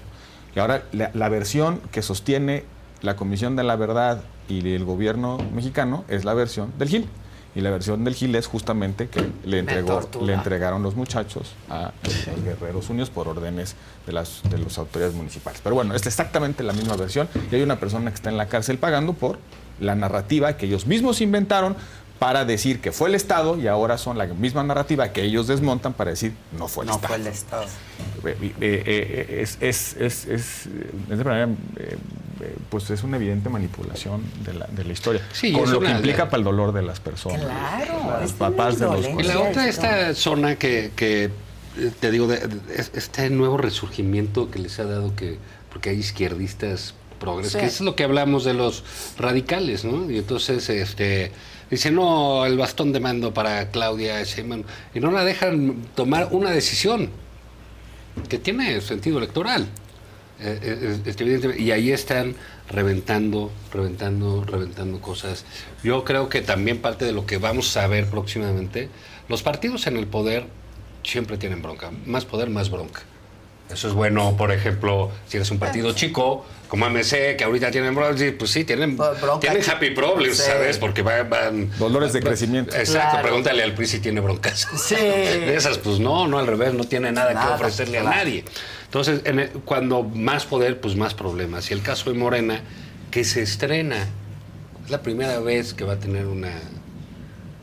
Speaker 10: Y ahora la, la versión que sostiene la Comisión de la Verdad y el gobierno mexicano es la versión del Gil. Y la versión del Gil es justamente que le, entregó,
Speaker 3: tortura.
Speaker 10: le entregaron los muchachos a los Guerreros Unidos por órdenes de las de las autoridades municipales. Pero bueno, es exactamente la misma versión y hay una persona que está en la cárcel pagando por la narrativa que ellos mismos inventaron para decir que fue el Estado y ahora son la misma narrativa que ellos desmontan para decir no fue el
Speaker 3: No
Speaker 10: Estado.
Speaker 3: fue el Estado.
Speaker 10: Eh, eh, eh, es, es, es, es, eh, de esa manera, eh, eh, pues es una evidente manipulación de la, de la historia.
Speaker 2: Sí, es
Speaker 10: con lo
Speaker 2: una-
Speaker 10: que implica para el dolor de las personas.
Speaker 3: Claro,
Speaker 10: los
Speaker 3: es
Speaker 10: papás de los
Speaker 2: Y la otra, esta zona que, que, eh, te digo, de- de- es- este nuevo resurgimiento que les ha dado, que porque hay izquierdistas progres,
Speaker 15: Sí.
Speaker 2: que es lo que hablamos de los radicales, ¿no? Y entonces, este. Dice, no, el bastón de mando para Claudia Sheinbaum", Y no la dejan tomar una decisión que tiene sentido electoral. Eh, eh, eh, este, evidentemente, y ahí están reventando, reventando, reventando cosas. Yo creo que también parte de lo que vamos a ver próximamente, los partidos en el poder siempre tienen bronca. Más poder, más bronca. Eso es bueno, por ejemplo, si eres un partido chico, como MC, que ahorita tienen bronca, sí, pues sí, tienen, tienen happy problems,
Speaker 10: Sí.
Speaker 2: ¿sabes? Porque van... Dolores de crecimiento. Exacto,
Speaker 10: Claro.
Speaker 2: pregúntale al PRI si tiene broncas.
Speaker 10: Sí.
Speaker 2: De esas, pues no, no, al revés, no tiene nada,
Speaker 10: Nada,
Speaker 2: que ofrecerle
Speaker 10: claro.
Speaker 2: a nadie. Entonces, en el- cuando más poder, pues más problemas. Y el caso de Morena, que se estrena, es la primera vez que va a tener una,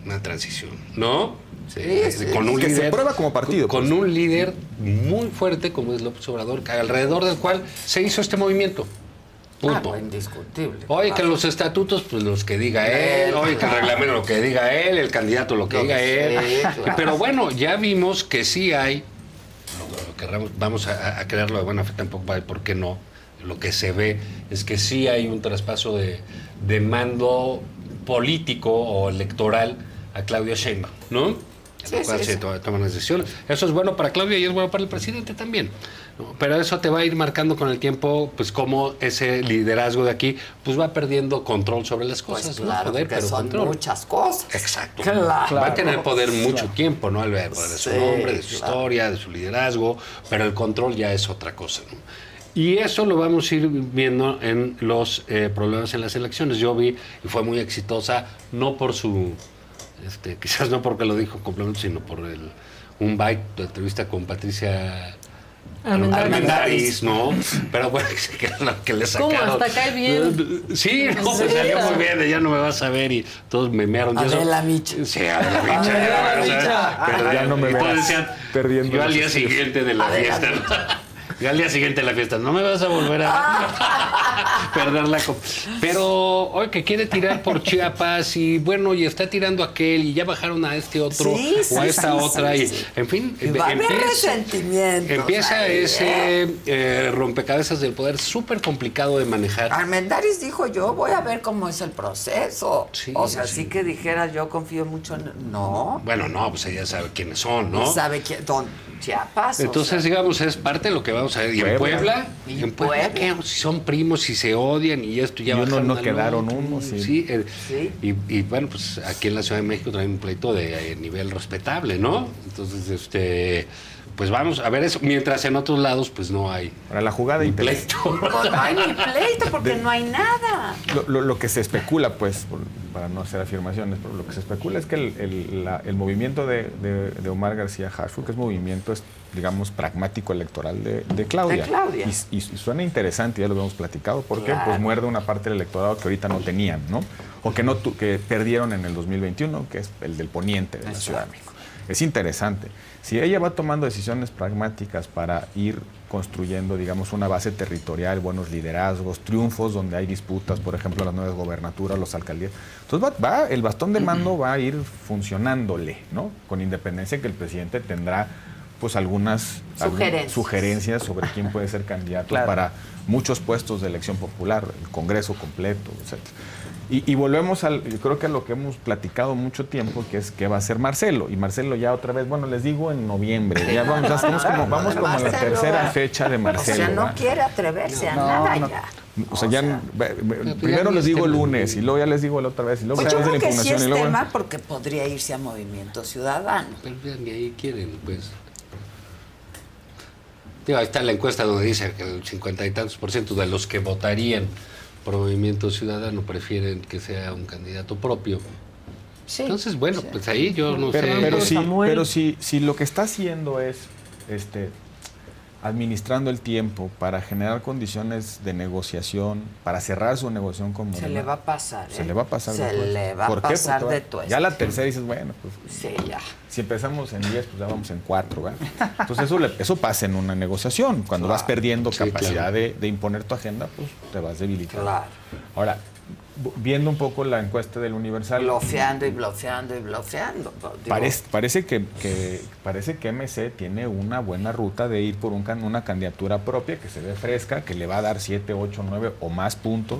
Speaker 2: una transición, ¿no? Sí,
Speaker 10: Sí,
Speaker 2: con
Speaker 10: sí,
Speaker 2: un
Speaker 10: que se
Speaker 2: líder,
Speaker 10: prueba como partido,
Speaker 2: Con
Speaker 10: pues.
Speaker 2: un líder muy fuerte como es López Obrador, que alrededor del cual se hizo este movimiento.
Speaker 10: Ah,
Speaker 2: Punto.
Speaker 3: indiscutible.
Speaker 2: Oye, que los estatutos, pues los que diga él,
Speaker 3: Él,
Speaker 2: oye, que el
Speaker 3: claro.
Speaker 2: reglamento lo que diga él, el candidato lo que
Speaker 3: Lo
Speaker 2: diga
Speaker 3: que
Speaker 2: él.
Speaker 3: sea, claro.
Speaker 2: Pero bueno, ya vimos que sí hay, lo- lo querramos- vamos a, a crearlo de buena fe tampoco, vale, ¿por qué no? Lo que se ve es que sí hay un traspaso de, de mando político o electoral a Claudia Sheinbaum, ¿no? En lo
Speaker 3: Sí,
Speaker 2: cual
Speaker 3: sí,
Speaker 2: se
Speaker 3: sí.
Speaker 2: to- toman las decisiones. Eso es bueno para Claudia y es bueno para el presidente también. ¿no? Pero eso te va a ir marcando con el tiempo, pues cómo ese liderazgo de aquí, pues va perdiendo control sobre las
Speaker 3: Pues
Speaker 2: cosas. ¿no?
Speaker 3: claro,
Speaker 2: Poder,
Speaker 3: que
Speaker 2: pero
Speaker 3: son
Speaker 2: control.
Speaker 3: muchas cosas.
Speaker 2: Exacto.
Speaker 3: Claro.
Speaker 2: Va a tener poder mucho tiempo, ¿no? El poder de
Speaker 3: Sí,
Speaker 2: su nombre, de su
Speaker 3: claro.
Speaker 2: historia, de su liderazgo, pero el control ya es otra cosa, ¿no? Y eso lo vamos a ir viendo en los eh, problemas en las elecciones. Yo vi, y fue muy exitosa, no por su, este, quizás no porque lo dijo complemento, sino por el, un byte de entrevista con Patricia
Speaker 13: Armendáriz.
Speaker 2: Armendáriz, ¿no? Pero bueno, que, la que le
Speaker 13: ¿Cómo?
Speaker 2: sacaron. Eh,
Speaker 13: Hasta cae bien.
Speaker 2: Sí, no, me
Speaker 13: Sí.
Speaker 2: salió muy bien, de ya no me vas a ver y todos me mearon. y eso-
Speaker 3: Adela
Speaker 2: Sí, Adela Micha.
Speaker 3: Adela
Speaker 2: o sea,
Speaker 3: Micha.
Speaker 2: pero
Speaker 3: Ya no me
Speaker 2: y todos
Speaker 3: verás
Speaker 2: decían,
Speaker 3: perdiendo
Speaker 2: Yo al
Speaker 3: los
Speaker 2: día
Speaker 3: estudios.
Speaker 2: siguiente de la
Speaker 3: Adela
Speaker 2: fiesta. ¿no? Yo al día siguiente de la fiesta, no me vas a volver a perder la copa. Pero hoy que quiere tirar por Chiapas y bueno, y está tirando aquel y ya bajaron a este otro
Speaker 3: Sí, sí,
Speaker 2: o a esta
Speaker 3: sí,
Speaker 2: otra
Speaker 3: sí,
Speaker 2: y
Speaker 3: sí.
Speaker 2: en fin,
Speaker 3: Y va a haber
Speaker 2: empieza-
Speaker 3: resentimientos
Speaker 2: Empieza
Speaker 3: ahí,
Speaker 2: ese eh, rompecabezas del poder súper complicado de manejar.
Speaker 3: Ah, Armendaris dijo, yo voy a ver cómo es el proceso. o sea, sí. que dijera, yo confío mucho en... No.
Speaker 2: Bueno, no, pues ella sabe quiénes son,
Speaker 3: No
Speaker 2: ¿no?
Speaker 3: sabe quién... Don Chiapas. o
Speaker 2: Entonces,
Speaker 3: sea,
Speaker 2: digamos, es parte de lo que vamos a ver. Y
Speaker 3: Puebla.
Speaker 2: en Puebla,
Speaker 3: Y
Speaker 2: en Puebla,
Speaker 3: Puebla.
Speaker 2: ¿qué? si son primos, si se odian y esto ya
Speaker 10: Y unos
Speaker 2: bajaron
Speaker 10: no
Speaker 2: al
Speaker 10: quedaron
Speaker 2: otro.
Speaker 10: uno, sí.
Speaker 2: eh, Y, y, bueno, pues aquí en la Ciudad de México traen un pleito de eh, nivel respetable, ¿no? Entonces, este, pues vamos a ver eso. Mientras en otros lados, pues no hay.
Speaker 10: Para la jugada
Speaker 2: y pleito.
Speaker 3: pues, no hay ni pleito porque
Speaker 10: De-
Speaker 3: no hay nada.
Speaker 10: Lo, lo- lo que se especula, pues, por- para no hacer afirmaciones, pero lo que se especula es que el, el- la- el movimiento de, de- de Omar García Harfuch es movimiento, es, digamos, pragmático electoral de, de Claudia.
Speaker 3: De Claudia.
Speaker 10: Y, y suena interesante, ya lo habíamos platicado, porque
Speaker 3: Claro.
Speaker 10: pues muerde una parte del electorado que ahorita no tenían, ¿no? O que, no tu- que perdieron en el 2021, que es el del poniente de la Ciudad de México. Es interesante. Si ella va tomando decisiones pragmáticas para ir construyendo, digamos, una base territorial, buenos liderazgos, triunfos donde hay disputas, por ejemplo, las nuevas gobernaturas, los alcaldías, entonces va, va- el bastón de mando va a ir funcionándole, ¿no? Con independencia que el presidente tendrá, pues, algunas algún-
Speaker 3: Sugerencias.
Speaker 10: sugerencias sobre quién puede ser candidato
Speaker 3: Claro.
Speaker 10: para muchos puestos de elección popular, el Congreso completo, etcétera. Y, y volvemos al, yo creo que a lo que hemos platicado mucho tiempo, que es qué va a hacer Marcelo. Y Marcelo ya otra vez, bueno, les digo en noviembre. Ya vamos, ya estamos como, vamos como a la
Speaker 3: Marcelo.
Speaker 10: tercera fecha de Marcelo.
Speaker 3: o sea, no
Speaker 10: ¿verdad?
Speaker 3: quiere atreverse a
Speaker 10: No,
Speaker 3: nada
Speaker 10: no.
Speaker 3: ya.
Speaker 10: O sea, ya, ve- ve-
Speaker 3: ya
Speaker 10: primero
Speaker 3: ni
Speaker 10: les digo
Speaker 3: este
Speaker 10: el lunes y luego ya les digo la otra vez y luego
Speaker 3: Pues yo
Speaker 10: después de
Speaker 3: creo
Speaker 10: la
Speaker 3: que sí
Speaker 10: impugnación
Speaker 3: es
Speaker 10: y luego...
Speaker 3: tema porque podría irse a Movimiento Ciudadano.
Speaker 2: Pero ya ni ahí quieren, pues. Digo, ahí está la encuesta donde dice que el cincuenta y tantos por ciento de los que votarían por Movimiento Ciudadano prefieren que sea un candidato propio. Entonces, bueno, pues ahí yo no
Speaker 10: pero,
Speaker 2: sé.
Speaker 10: Pero sí, pero sí, si lo que está haciendo es este administrando el tiempo para generar condiciones de negociación, para cerrar su negociación con
Speaker 3: Se
Speaker 10: Morena,
Speaker 3: le va a pasar.
Speaker 10: se
Speaker 3: ¿eh?
Speaker 10: le va a pasar
Speaker 3: Se
Speaker 10: de tueste.
Speaker 3: le va a
Speaker 10: ¿Por qué? Porque
Speaker 3: pasar
Speaker 10: va-
Speaker 3: de tueste.
Speaker 10: Ya la tercera dices, bueno, pues
Speaker 3: Sí, ya.
Speaker 10: si empezamos en 10, pues ya vamos en 4, ¿verdad? Entonces eso, le- eso pasa en una negociación. Cuando vas perdiendo capacidad
Speaker 2: claro.
Speaker 10: de, de imponer tu agenda, pues te vas debilitando.
Speaker 3: Claro.
Speaker 10: Ahora, bu- viendo un poco la encuesta del Universal...
Speaker 3: Blofeando y blofeando y blofeando. Digo,
Speaker 10: Parece, parece que, que- parece que MC tiene una buena ruta de ir por un can- una candidatura propia que se ve fresca, que le va a dar 7, 8, 9 o más puntos,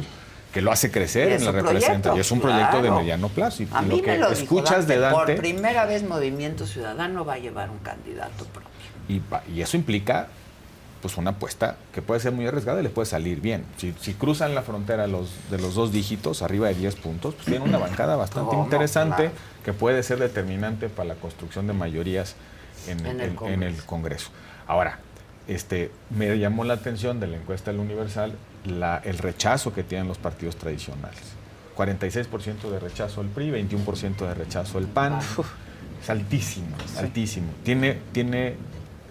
Speaker 10: que lo hace crecer
Speaker 3: Y
Speaker 10: en
Speaker 3: es
Speaker 10: la
Speaker 3: un proyecto,
Speaker 10: representación. Y es un proyecto de
Speaker 3: claro.
Speaker 10: mediano plazo. Y,
Speaker 3: A
Speaker 10: y
Speaker 3: mí
Speaker 10: lo que
Speaker 3: me lo dijo
Speaker 10: escuchas de
Speaker 3: Por
Speaker 10: Dante,
Speaker 3: primera vez Movimiento Ciudadano va a llevar un candidato propio.
Speaker 10: y, va- y eso implica pues una apuesta que puede ser muy arriesgada y les puede salir bien. Si, si cruzan la frontera los, de los dos dígitos, arriba de 10 puntos, pues tienen una bancada bastante
Speaker 3: ¿Cómo?
Speaker 10: interesante
Speaker 3: Claro.
Speaker 10: que puede ser determinante para la construcción de mayorías en,
Speaker 3: En
Speaker 10: en- en
Speaker 3: el
Speaker 10: el
Speaker 3: Congreso.
Speaker 10: Congreso. Ahora, este, me llamó la atención de la encuesta del Universal la- el rechazo que tienen los partidos tradicionales. 46% de rechazo al PRI, 21% de rechazo al PAN. Es altísimo, altísimo. Tiene, tiene,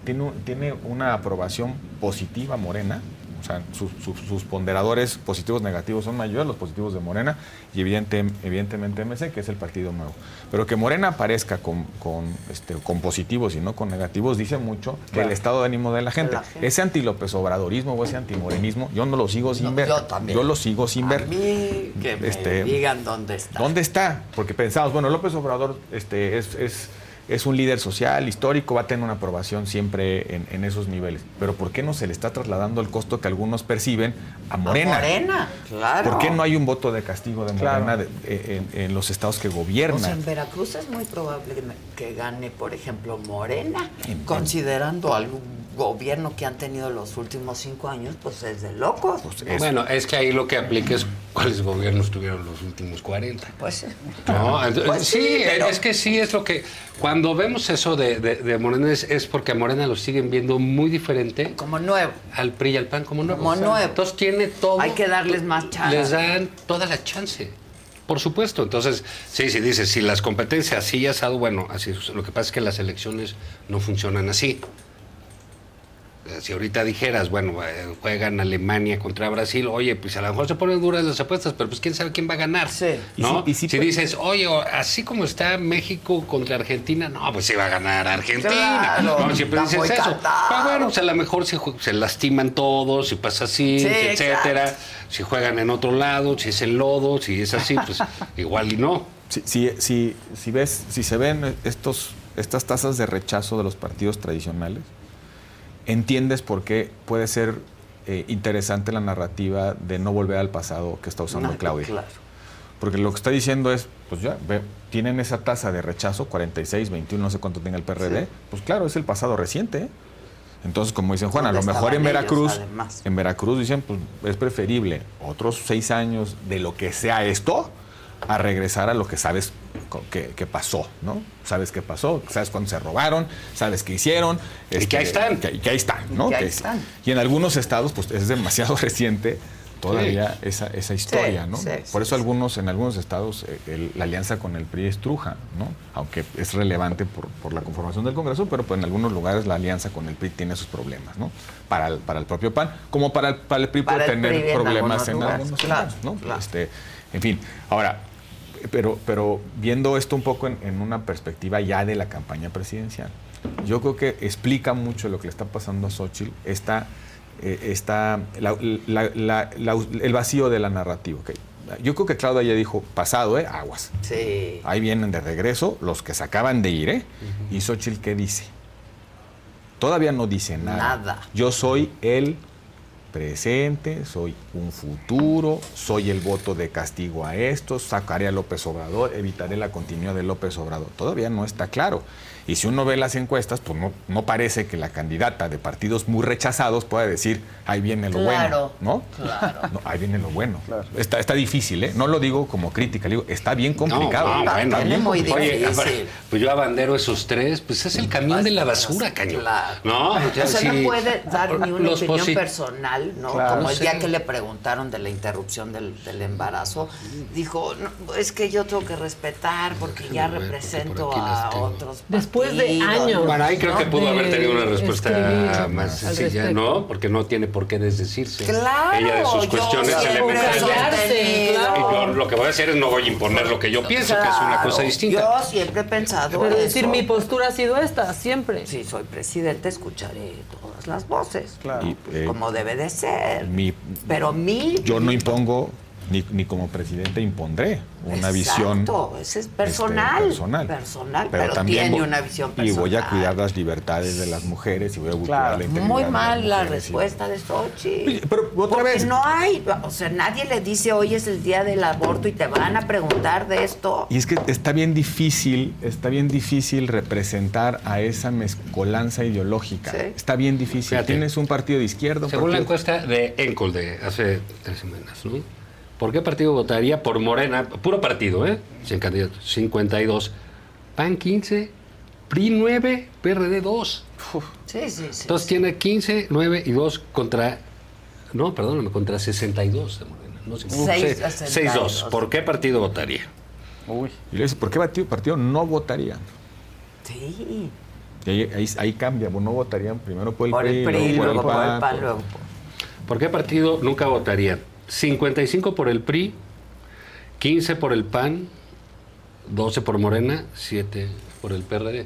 Speaker 10: tiene, un- tiene una aprobación positiva morena. O sea, sus, sus- sus ponderadores positivos negativos son mayores, los positivos de Morena y evidente- evidentemente MC, que es el partido nuevo. Pero que Morena aparezca con, con, este, con positivos y no con negativos dice mucho
Speaker 3: Claro.
Speaker 10: del estado de ánimo de la gente.
Speaker 3: la gente.
Speaker 10: Ese anti-López Obradorismo o ese antimorenismo, yo no lo sigo sin ver. Yo lo sigo sin ver.
Speaker 3: mí que me
Speaker 10: Este,
Speaker 3: digan dónde está.
Speaker 10: ¿Dónde está? Porque pensamos, bueno, López Obrador este, es, es, es un líder social, histórico, va a tener una aprobación siempre en, en esos niveles. Pero ¿por qué no se le está trasladando el costo que algunos perciben a Morena?
Speaker 3: A Morena, claro.
Speaker 10: ¿Por qué no hay un voto de castigo de
Speaker 3: Claro.
Speaker 10: Morena de- eh, en, en los estados que
Speaker 3: O sea,
Speaker 10: gobiernan?
Speaker 3: en Veracruz es muy probable que me- que gane, por ejemplo, Morena, considerando algún gobierno que han tenido los últimos cinco años, pues es de locos.
Speaker 10: Pues,
Speaker 2: Bueno, eh, es que ahí lo que aplica es cuáles gobiernos tuvieron los últimos 40.
Speaker 3: Pues sí.
Speaker 2: No, ent-
Speaker 3: Pues
Speaker 2: sí,
Speaker 3: sí, pero-
Speaker 2: es que sí, es lo que... Cuando vemos eso de, de- de Morena es, es porque a Morena lo siguen viendo muy diferente.
Speaker 3: Como nuevo.
Speaker 2: Al PRI y al PAN como nuevo.
Speaker 3: Como nuevo.
Speaker 2: Entonces tiene todo...
Speaker 3: Hay que darles más chance.
Speaker 2: Les dan toda la chance. Por supuesto, entonces, sí, sí, dices, si las competencias así ya asado, bueno, así es. Lo que pasa es que las elecciones no funcionan así. Eh, Si ahorita dijeras, bueno, eh, juegan Alemania contra Brasil, oye, pues a lo mejor se ponen duras las apuestas, pero pues quién sabe quién va a ganar. ¿no?
Speaker 10: Y sí- y
Speaker 2: Y
Speaker 10: sí
Speaker 2: si,
Speaker 10: puede-
Speaker 2: dices, oye, o- así como está México contra Argentina, no, pues se va a ganar Argentina.
Speaker 3: Claro,
Speaker 2: no, siempre
Speaker 3: está
Speaker 2: dices
Speaker 3: muy
Speaker 2: eso.
Speaker 3: cantado.
Speaker 2: Pero bueno, pues a lo mejor se, ju- se lastiman todos, si pasa así,
Speaker 3: Sí,
Speaker 2: etcétera. Si juegan en otro lado, si es el lodo, si es así, pues igual y no.
Speaker 10: Si, si, si, si ves, si se ven estos, estas tasas de rechazo de los partidos tradicionales, entiendes por qué puede ser eh, interesante la narrativa de no volver al pasado que está usando
Speaker 3: No,
Speaker 10: Claudia.
Speaker 3: claro.
Speaker 10: Porque lo que está diciendo es, pues ya, ve, tienen esa tasa de rechazo, 46, 21, no sé cuánto tenga el PRD.
Speaker 3: Sí.
Speaker 10: Pues claro, es el pasado reciente. ¿eh? Entonces, como dicen Juan, a
Speaker 3: ¿Dónde
Speaker 10: lo mejor en
Speaker 3: estaban
Speaker 10: Veracruz,
Speaker 3: ellos, además?
Speaker 10: en Veracruz dicen, pues es preferible otros seis años de lo que sea esto a regresar a lo que sabes co- que, que pasó, ¿no? Sabes qué pasó, sabes cuándo se robaron, sabes qué hicieron. este,
Speaker 2: Y que ahí están.
Speaker 10: Que, que ahí están, ¿no?
Speaker 3: que ahí
Speaker 10: es-
Speaker 3: están.
Speaker 10: Y en algunos estados, pues es demasiado reciente todavía esa, esa historia,
Speaker 3: Sí,
Speaker 10: ¿no?
Speaker 3: sí,
Speaker 10: Por eso algunos, en algunos estados, eh, el- la alianza con el PRI es truja, ¿no? Aunque es relevante por, por la conformación del Congreso, pero pues, en algunos lugares la alianza con el PRI tiene sus problemas, ¿no? Para el, para el propio PAN, como para el, para el PRI
Speaker 3: Para
Speaker 10: puede
Speaker 3: el
Speaker 10: tener
Speaker 3: PRI en
Speaker 10: problemas
Speaker 3: algunos
Speaker 10: en
Speaker 3: lugares,
Speaker 10: algunos
Speaker 3: claro,
Speaker 10: estados, ¿no? Este, en fin, ahora, pero, pero viendo esto un poco en, en una perspectiva ya de la campaña presidencial, yo creo que explica mucho lo que le está pasando a Xochitl, esta, eh, esta- la- la- la- la- el vacío de la narrativa. ¿ok? Yo creo que Claudia ya dijo, pasado, ¿eh? Aguas.
Speaker 3: Sí.
Speaker 10: Ahí vienen de regreso los que se acaban de ir, ¿eh? ¿Y Xochitl qué dice? Todavía no dice nada.
Speaker 3: Nada.
Speaker 10: Yo soy el presente, soy un futuro, soy el voto de castigo a esto, sacaré a López Obrador, evitaré la continuidad de López Obrador. Todavía no está claro. Y si uno ve las encuestas, pues no, no parece que la candidata de partidos muy rechazados pueda decir, ahí viene lo
Speaker 3: Claro.
Speaker 10: bueno, ¿no? No, ahí viene lo bueno. Está, está difícil, ¿eh? No lo digo como crítica, le digo, está bien complicado.
Speaker 2: No, no,
Speaker 10: Está
Speaker 2: bueno.
Speaker 10: bien complicado.
Speaker 2: Oye, pues yo abandero esos tres, pues es el camión de la basura, cañón.
Speaker 3: Claro.
Speaker 2: No,
Speaker 3: O sea,
Speaker 2: Ah, sí.
Speaker 3: no puede dar ni una
Speaker 2: Los
Speaker 3: opinión
Speaker 2: posi-
Speaker 3: personal mal, ¿no?
Speaker 19: Claro,
Speaker 3: Como el
Speaker 19: sí.
Speaker 3: día que le preguntaron de la interrupción del, del embarazo, dijo, "No, es que yo tengo que respetar porque ya represento a otros.
Speaker 13: Después de
Speaker 3: partidos",
Speaker 13: años.
Speaker 2: Bueno, ahí creo
Speaker 3: ¿no?
Speaker 2: que pudo haber tenido una respuesta
Speaker 13: escribir
Speaker 2: más
Speaker 13: al
Speaker 2: sencilla,
Speaker 13: respecto.
Speaker 2: ¿no? Porque no tiene por qué desdecirse.
Speaker 3: Claro,
Speaker 2: Ella de sus
Speaker 3: yo
Speaker 2: cuestiones
Speaker 3: siempre
Speaker 2: elementales.
Speaker 3: sostenía-
Speaker 2: Y yo lo que voy a hacer es no voy a imponer lo que yo pienso, que es una cosa
Speaker 3: Claro,
Speaker 2: distinta.
Speaker 3: Yo siempre he pensado
Speaker 13: Pero
Speaker 3: eso.
Speaker 13: decir, mi postura ha sido esta, siempre.
Speaker 3: Si soy presidente, escucharé todas las voces.
Speaker 10: Y, eh,
Speaker 3: Como debe de ser.
Speaker 10: mi-
Speaker 3: Pero mi...
Speaker 10: Yo no impongo, ni, ni como presidente impondré una
Speaker 3: Exacto,
Speaker 10: visión.
Speaker 3: ese es personal.
Speaker 10: este,
Speaker 3: personal.
Speaker 10: personal.
Speaker 3: pero,
Speaker 10: también
Speaker 3: tiene
Speaker 10: voy-
Speaker 3: una visión
Speaker 10: Y
Speaker 3: personal.
Speaker 10: voy a cuidar las libertades de las mujeres y voy a cuidar la integridad.
Speaker 3: Muy
Speaker 10: de las
Speaker 3: mal la
Speaker 10: mujeres y-
Speaker 3: respuesta de Sochi.
Speaker 10: Pero otra
Speaker 3: Porque
Speaker 10: vez.
Speaker 3: no hay, o sea, nadie le dice hoy es el día del aborto y te van a preguntar de esto.
Speaker 10: Y es que está bien difícil, está bien difícil representar a esa mezcolanza ideológica. Está bien difícil. Tienes un partido de izquierda, un
Speaker 2: Según la
Speaker 10: partido-
Speaker 2: encuesta de Encol de hace tres semanas, ¿no? ¿Por qué partido votaría por Morena? Puro partido, ¿eh? Sin candidatos. 52. PAN 15, PRI 9, PRD 2.
Speaker 3: Sí, sí, sí.
Speaker 2: Entonces tiene 15, 9 y 2 contra... No, perdóname, contra 62 de Morena. No,
Speaker 3: Seis a
Speaker 2: 6-2. ¿Por qué partido votaría?
Speaker 10: Y le dices, ¿por qué partido, partido no votaría?
Speaker 3: Sí.
Speaker 10: Y ahí, ahí- ahí cambia, bueno, no votarían primero por el
Speaker 2: Por
Speaker 10: PRI,
Speaker 2: el PRI,
Speaker 10: luego
Speaker 2: luego
Speaker 10: por
Speaker 2: por
Speaker 10: el
Speaker 2: el
Speaker 10: PAN.
Speaker 2: PAN,
Speaker 10: por-
Speaker 2: luego ¿Por qué partido nunca votaría? 55 por el PRI, 15 por el PAN, 12 por Morena, 7 por el PRD.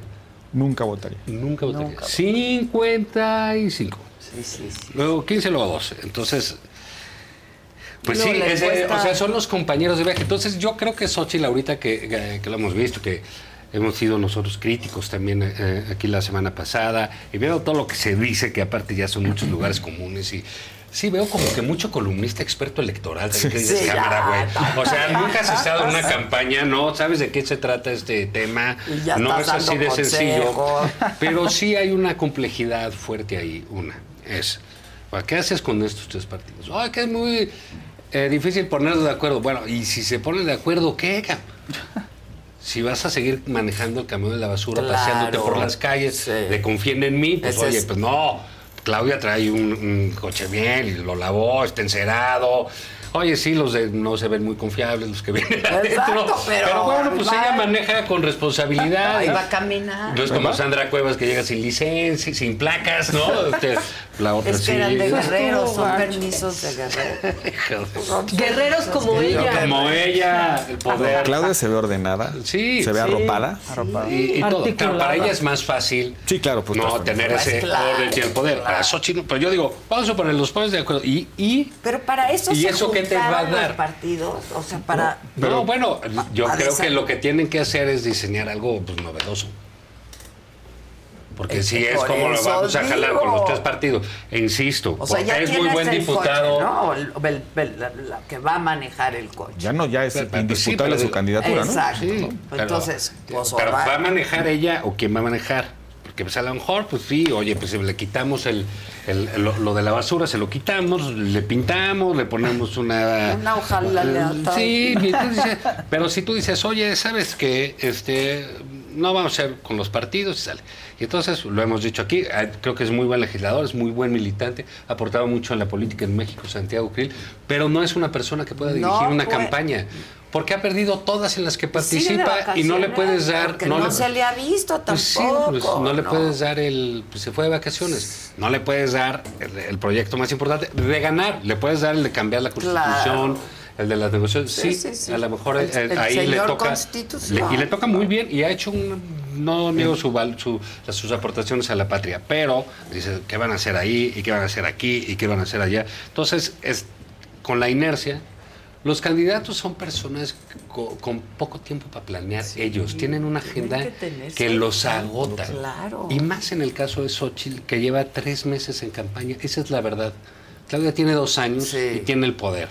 Speaker 10: Nunca votaría.
Speaker 2: Nunca votaría. 55. Luego 15, luego 12. Entonces, pues
Speaker 6: No,
Speaker 2: sí,
Speaker 6: la
Speaker 2: es de-
Speaker 6: encuesta-
Speaker 2: o sea, son los compañeros de viaje. Entonces yo creo que Xochitl ahorita que, que- que lo hemos visto, que hemos sido nosotros críticos también eh, aquí la semana pasada, y veo todo lo que se dice, que aparte ya son muchos lugares comunes y... Sí, veo como que mucho columnista experto electoral. también que dices,
Speaker 6: Sí,
Speaker 2: "Cámara, güey".
Speaker 6: ya.
Speaker 2: O sea, nunca has estado en una campaña, no sabes de qué se trata este tema.
Speaker 6: Y ya
Speaker 2: no es
Speaker 6: estás
Speaker 2: así
Speaker 6: dando
Speaker 2: de sencillo.
Speaker 6: consejos.
Speaker 2: Pero sí hay una complejidad fuerte ahí. Una es, ¿para ¿qué haces con estos tres partidos? Ay, que es muy eh, difícil ponerlos de acuerdo. Bueno, y si se ponen de acuerdo, ¿qué? cabrón? Si vas a seguir manejando el camión de la basura,
Speaker 6: Claro.
Speaker 2: paseándote por las calles, de confíen en mí, pues
Speaker 6: Ese
Speaker 2: oye,
Speaker 6: es-
Speaker 2: pues no. Claudia trae un, un coche bien, y lo lavó, está encerado. Oye, sí, los de no se ven muy confiables, los que vienen adentro.
Speaker 3: pero-
Speaker 2: bueno, pues
Speaker 3: ahí va.
Speaker 2: ella maneja con responsabilidad.
Speaker 3: Ahí
Speaker 2: ¿no?
Speaker 3: va a caminar.
Speaker 2: No es como Sandra Cuevas que llega sin licencia, sin placas, ¿no? Este, la otra
Speaker 3: Es que
Speaker 2: sí.
Speaker 3: eran de guerreros,
Speaker 2: Guerreros
Speaker 3: son permisos de guerreros.
Speaker 13: Guerreros como ella.
Speaker 2: Como ella, el poder.
Speaker 10: Claudia se ve ordenada,
Speaker 2: Sí,
Speaker 10: se ve
Speaker 2: sí.
Speaker 10: arropada.
Speaker 2: Y, y todo. Claro,
Speaker 10: Articulada.
Speaker 2: para ella es más fácil
Speaker 10: Sí, claro, pues
Speaker 2: no
Speaker 10: transformada.
Speaker 2: tener
Speaker 3: Pues
Speaker 2: ese
Speaker 3: claro,
Speaker 2: orden y el poder. Para Xochitl, no, pero yo digo, vamos a poner los pones de acuerdo. Y, y
Speaker 3: Pero para eso
Speaker 2: ¿Y
Speaker 3: se
Speaker 2: eso qué te va a
Speaker 3: juntaron
Speaker 2: dar?
Speaker 3: los partidos, o sea, para...
Speaker 2: no, bueno, yo
Speaker 3: a
Speaker 2: creo
Speaker 3: desa-
Speaker 2: que lo que tienen que hacer es diseñar algo pues, novedoso. Porque
Speaker 6: Es
Speaker 2: si
Speaker 6: que
Speaker 2: es
Speaker 6: por
Speaker 2: como lo
Speaker 6: eso
Speaker 2: vamos a jalar
Speaker 6: digo.
Speaker 2: con los tres partidos. E insisto,
Speaker 3: O sea, ya
Speaker 2: porque es muy
Speaker 3: tienes
Speaker 2: buen
Speaker 3: el
Speaker 2: diputado.
Speaker 3: coche, ¿no? El- el- el- la, la que va a manejar el coche.
Speaker 10: Ya no, ya es
Speaker 2: Pero- pero sí,
Speaker 10: indisputable
Speaker 2: pero-
Speaker 10: su candidatura, ¿no?
Speaker 3: Exacto.
Speaker 2: Sí, pero-
Speaker 3: Entonces, pues,
Speaker 2: Pero
Speaker 3: ahora-
Speaker 2: va a manejar ella o quién va a manejar. Porque pues, a lo mejor, pues sí, oye, pues le quitamos el, el- lo, lo de la basura, se lo quitamos, le pintamos, le ponemos una...
Speaker 3: Una ojalá le ata-
Speaker 2: Sí, y entonces dice, pero si tú dices, oye, ¿sabes qué? Este, no vamos a ser con los partidos y sale. Y entonces, lo hemos dicho aquí, eh, creo que es muy buen legislador, es muy buen militante, ha aportado mucho en la política en México, Santiago Krill, pero no es una persona que pueda
Speaker 6: No,
Speaker 2: dirigir una
Speaker 6: pues.
Speaker 2: campaña. Porque ha perdido todas en las que
Speaker 3: Sigue de
Speaker 2: participa y no le
Speaker 3: vacaciones,
Speaker 2: puedes dar...
Speaker 3: porque No,
Speaker 2: le-
Speaker 3: se le ha visto tampoco.
Speaker 2: pues sí, pues no le puedes dar el. pues se fue de vacaciones. No le puedes dar el, el proyecto más importante de ganar. Le puedes dar el de cambiar la constitución, el de las negociaciones. Sí,
Speaker 6: Sí, sí, sí.
Speaker 2: a lo mejor
Speaker 6: El-
Speaker 2: eh,
Speaker 6: el
Speaker 2: ahí
Speaker 6: señor
Speaker 2: le toca.
Speaker 6: constitución.
Speaker 2: le- y le toca muy bien y ha hecho un. No niego su, val- su- las- sus aportaciones a la patria, pero dice, ¿qué van a hacer ahí? ¿Y qué van a hacer aquí? ¿Y qué van a hacer allá? Entonces, es, con la inercia, los candidatos son personas co- con poco tiempo para planear ellos. Tienen una agenda
Speaker 6: que tener
Speaker 2: que
Speaker 6: su
Speaker 2: los
Speaker 6: plan,
Speaker 2: agota.
Speaker 6: claro.
Speaker 2: Y más en el caso de Xochitl, que lleva tres meses en campaña. Esa es la verdad. Claudia tiene dos años y tiene el poder.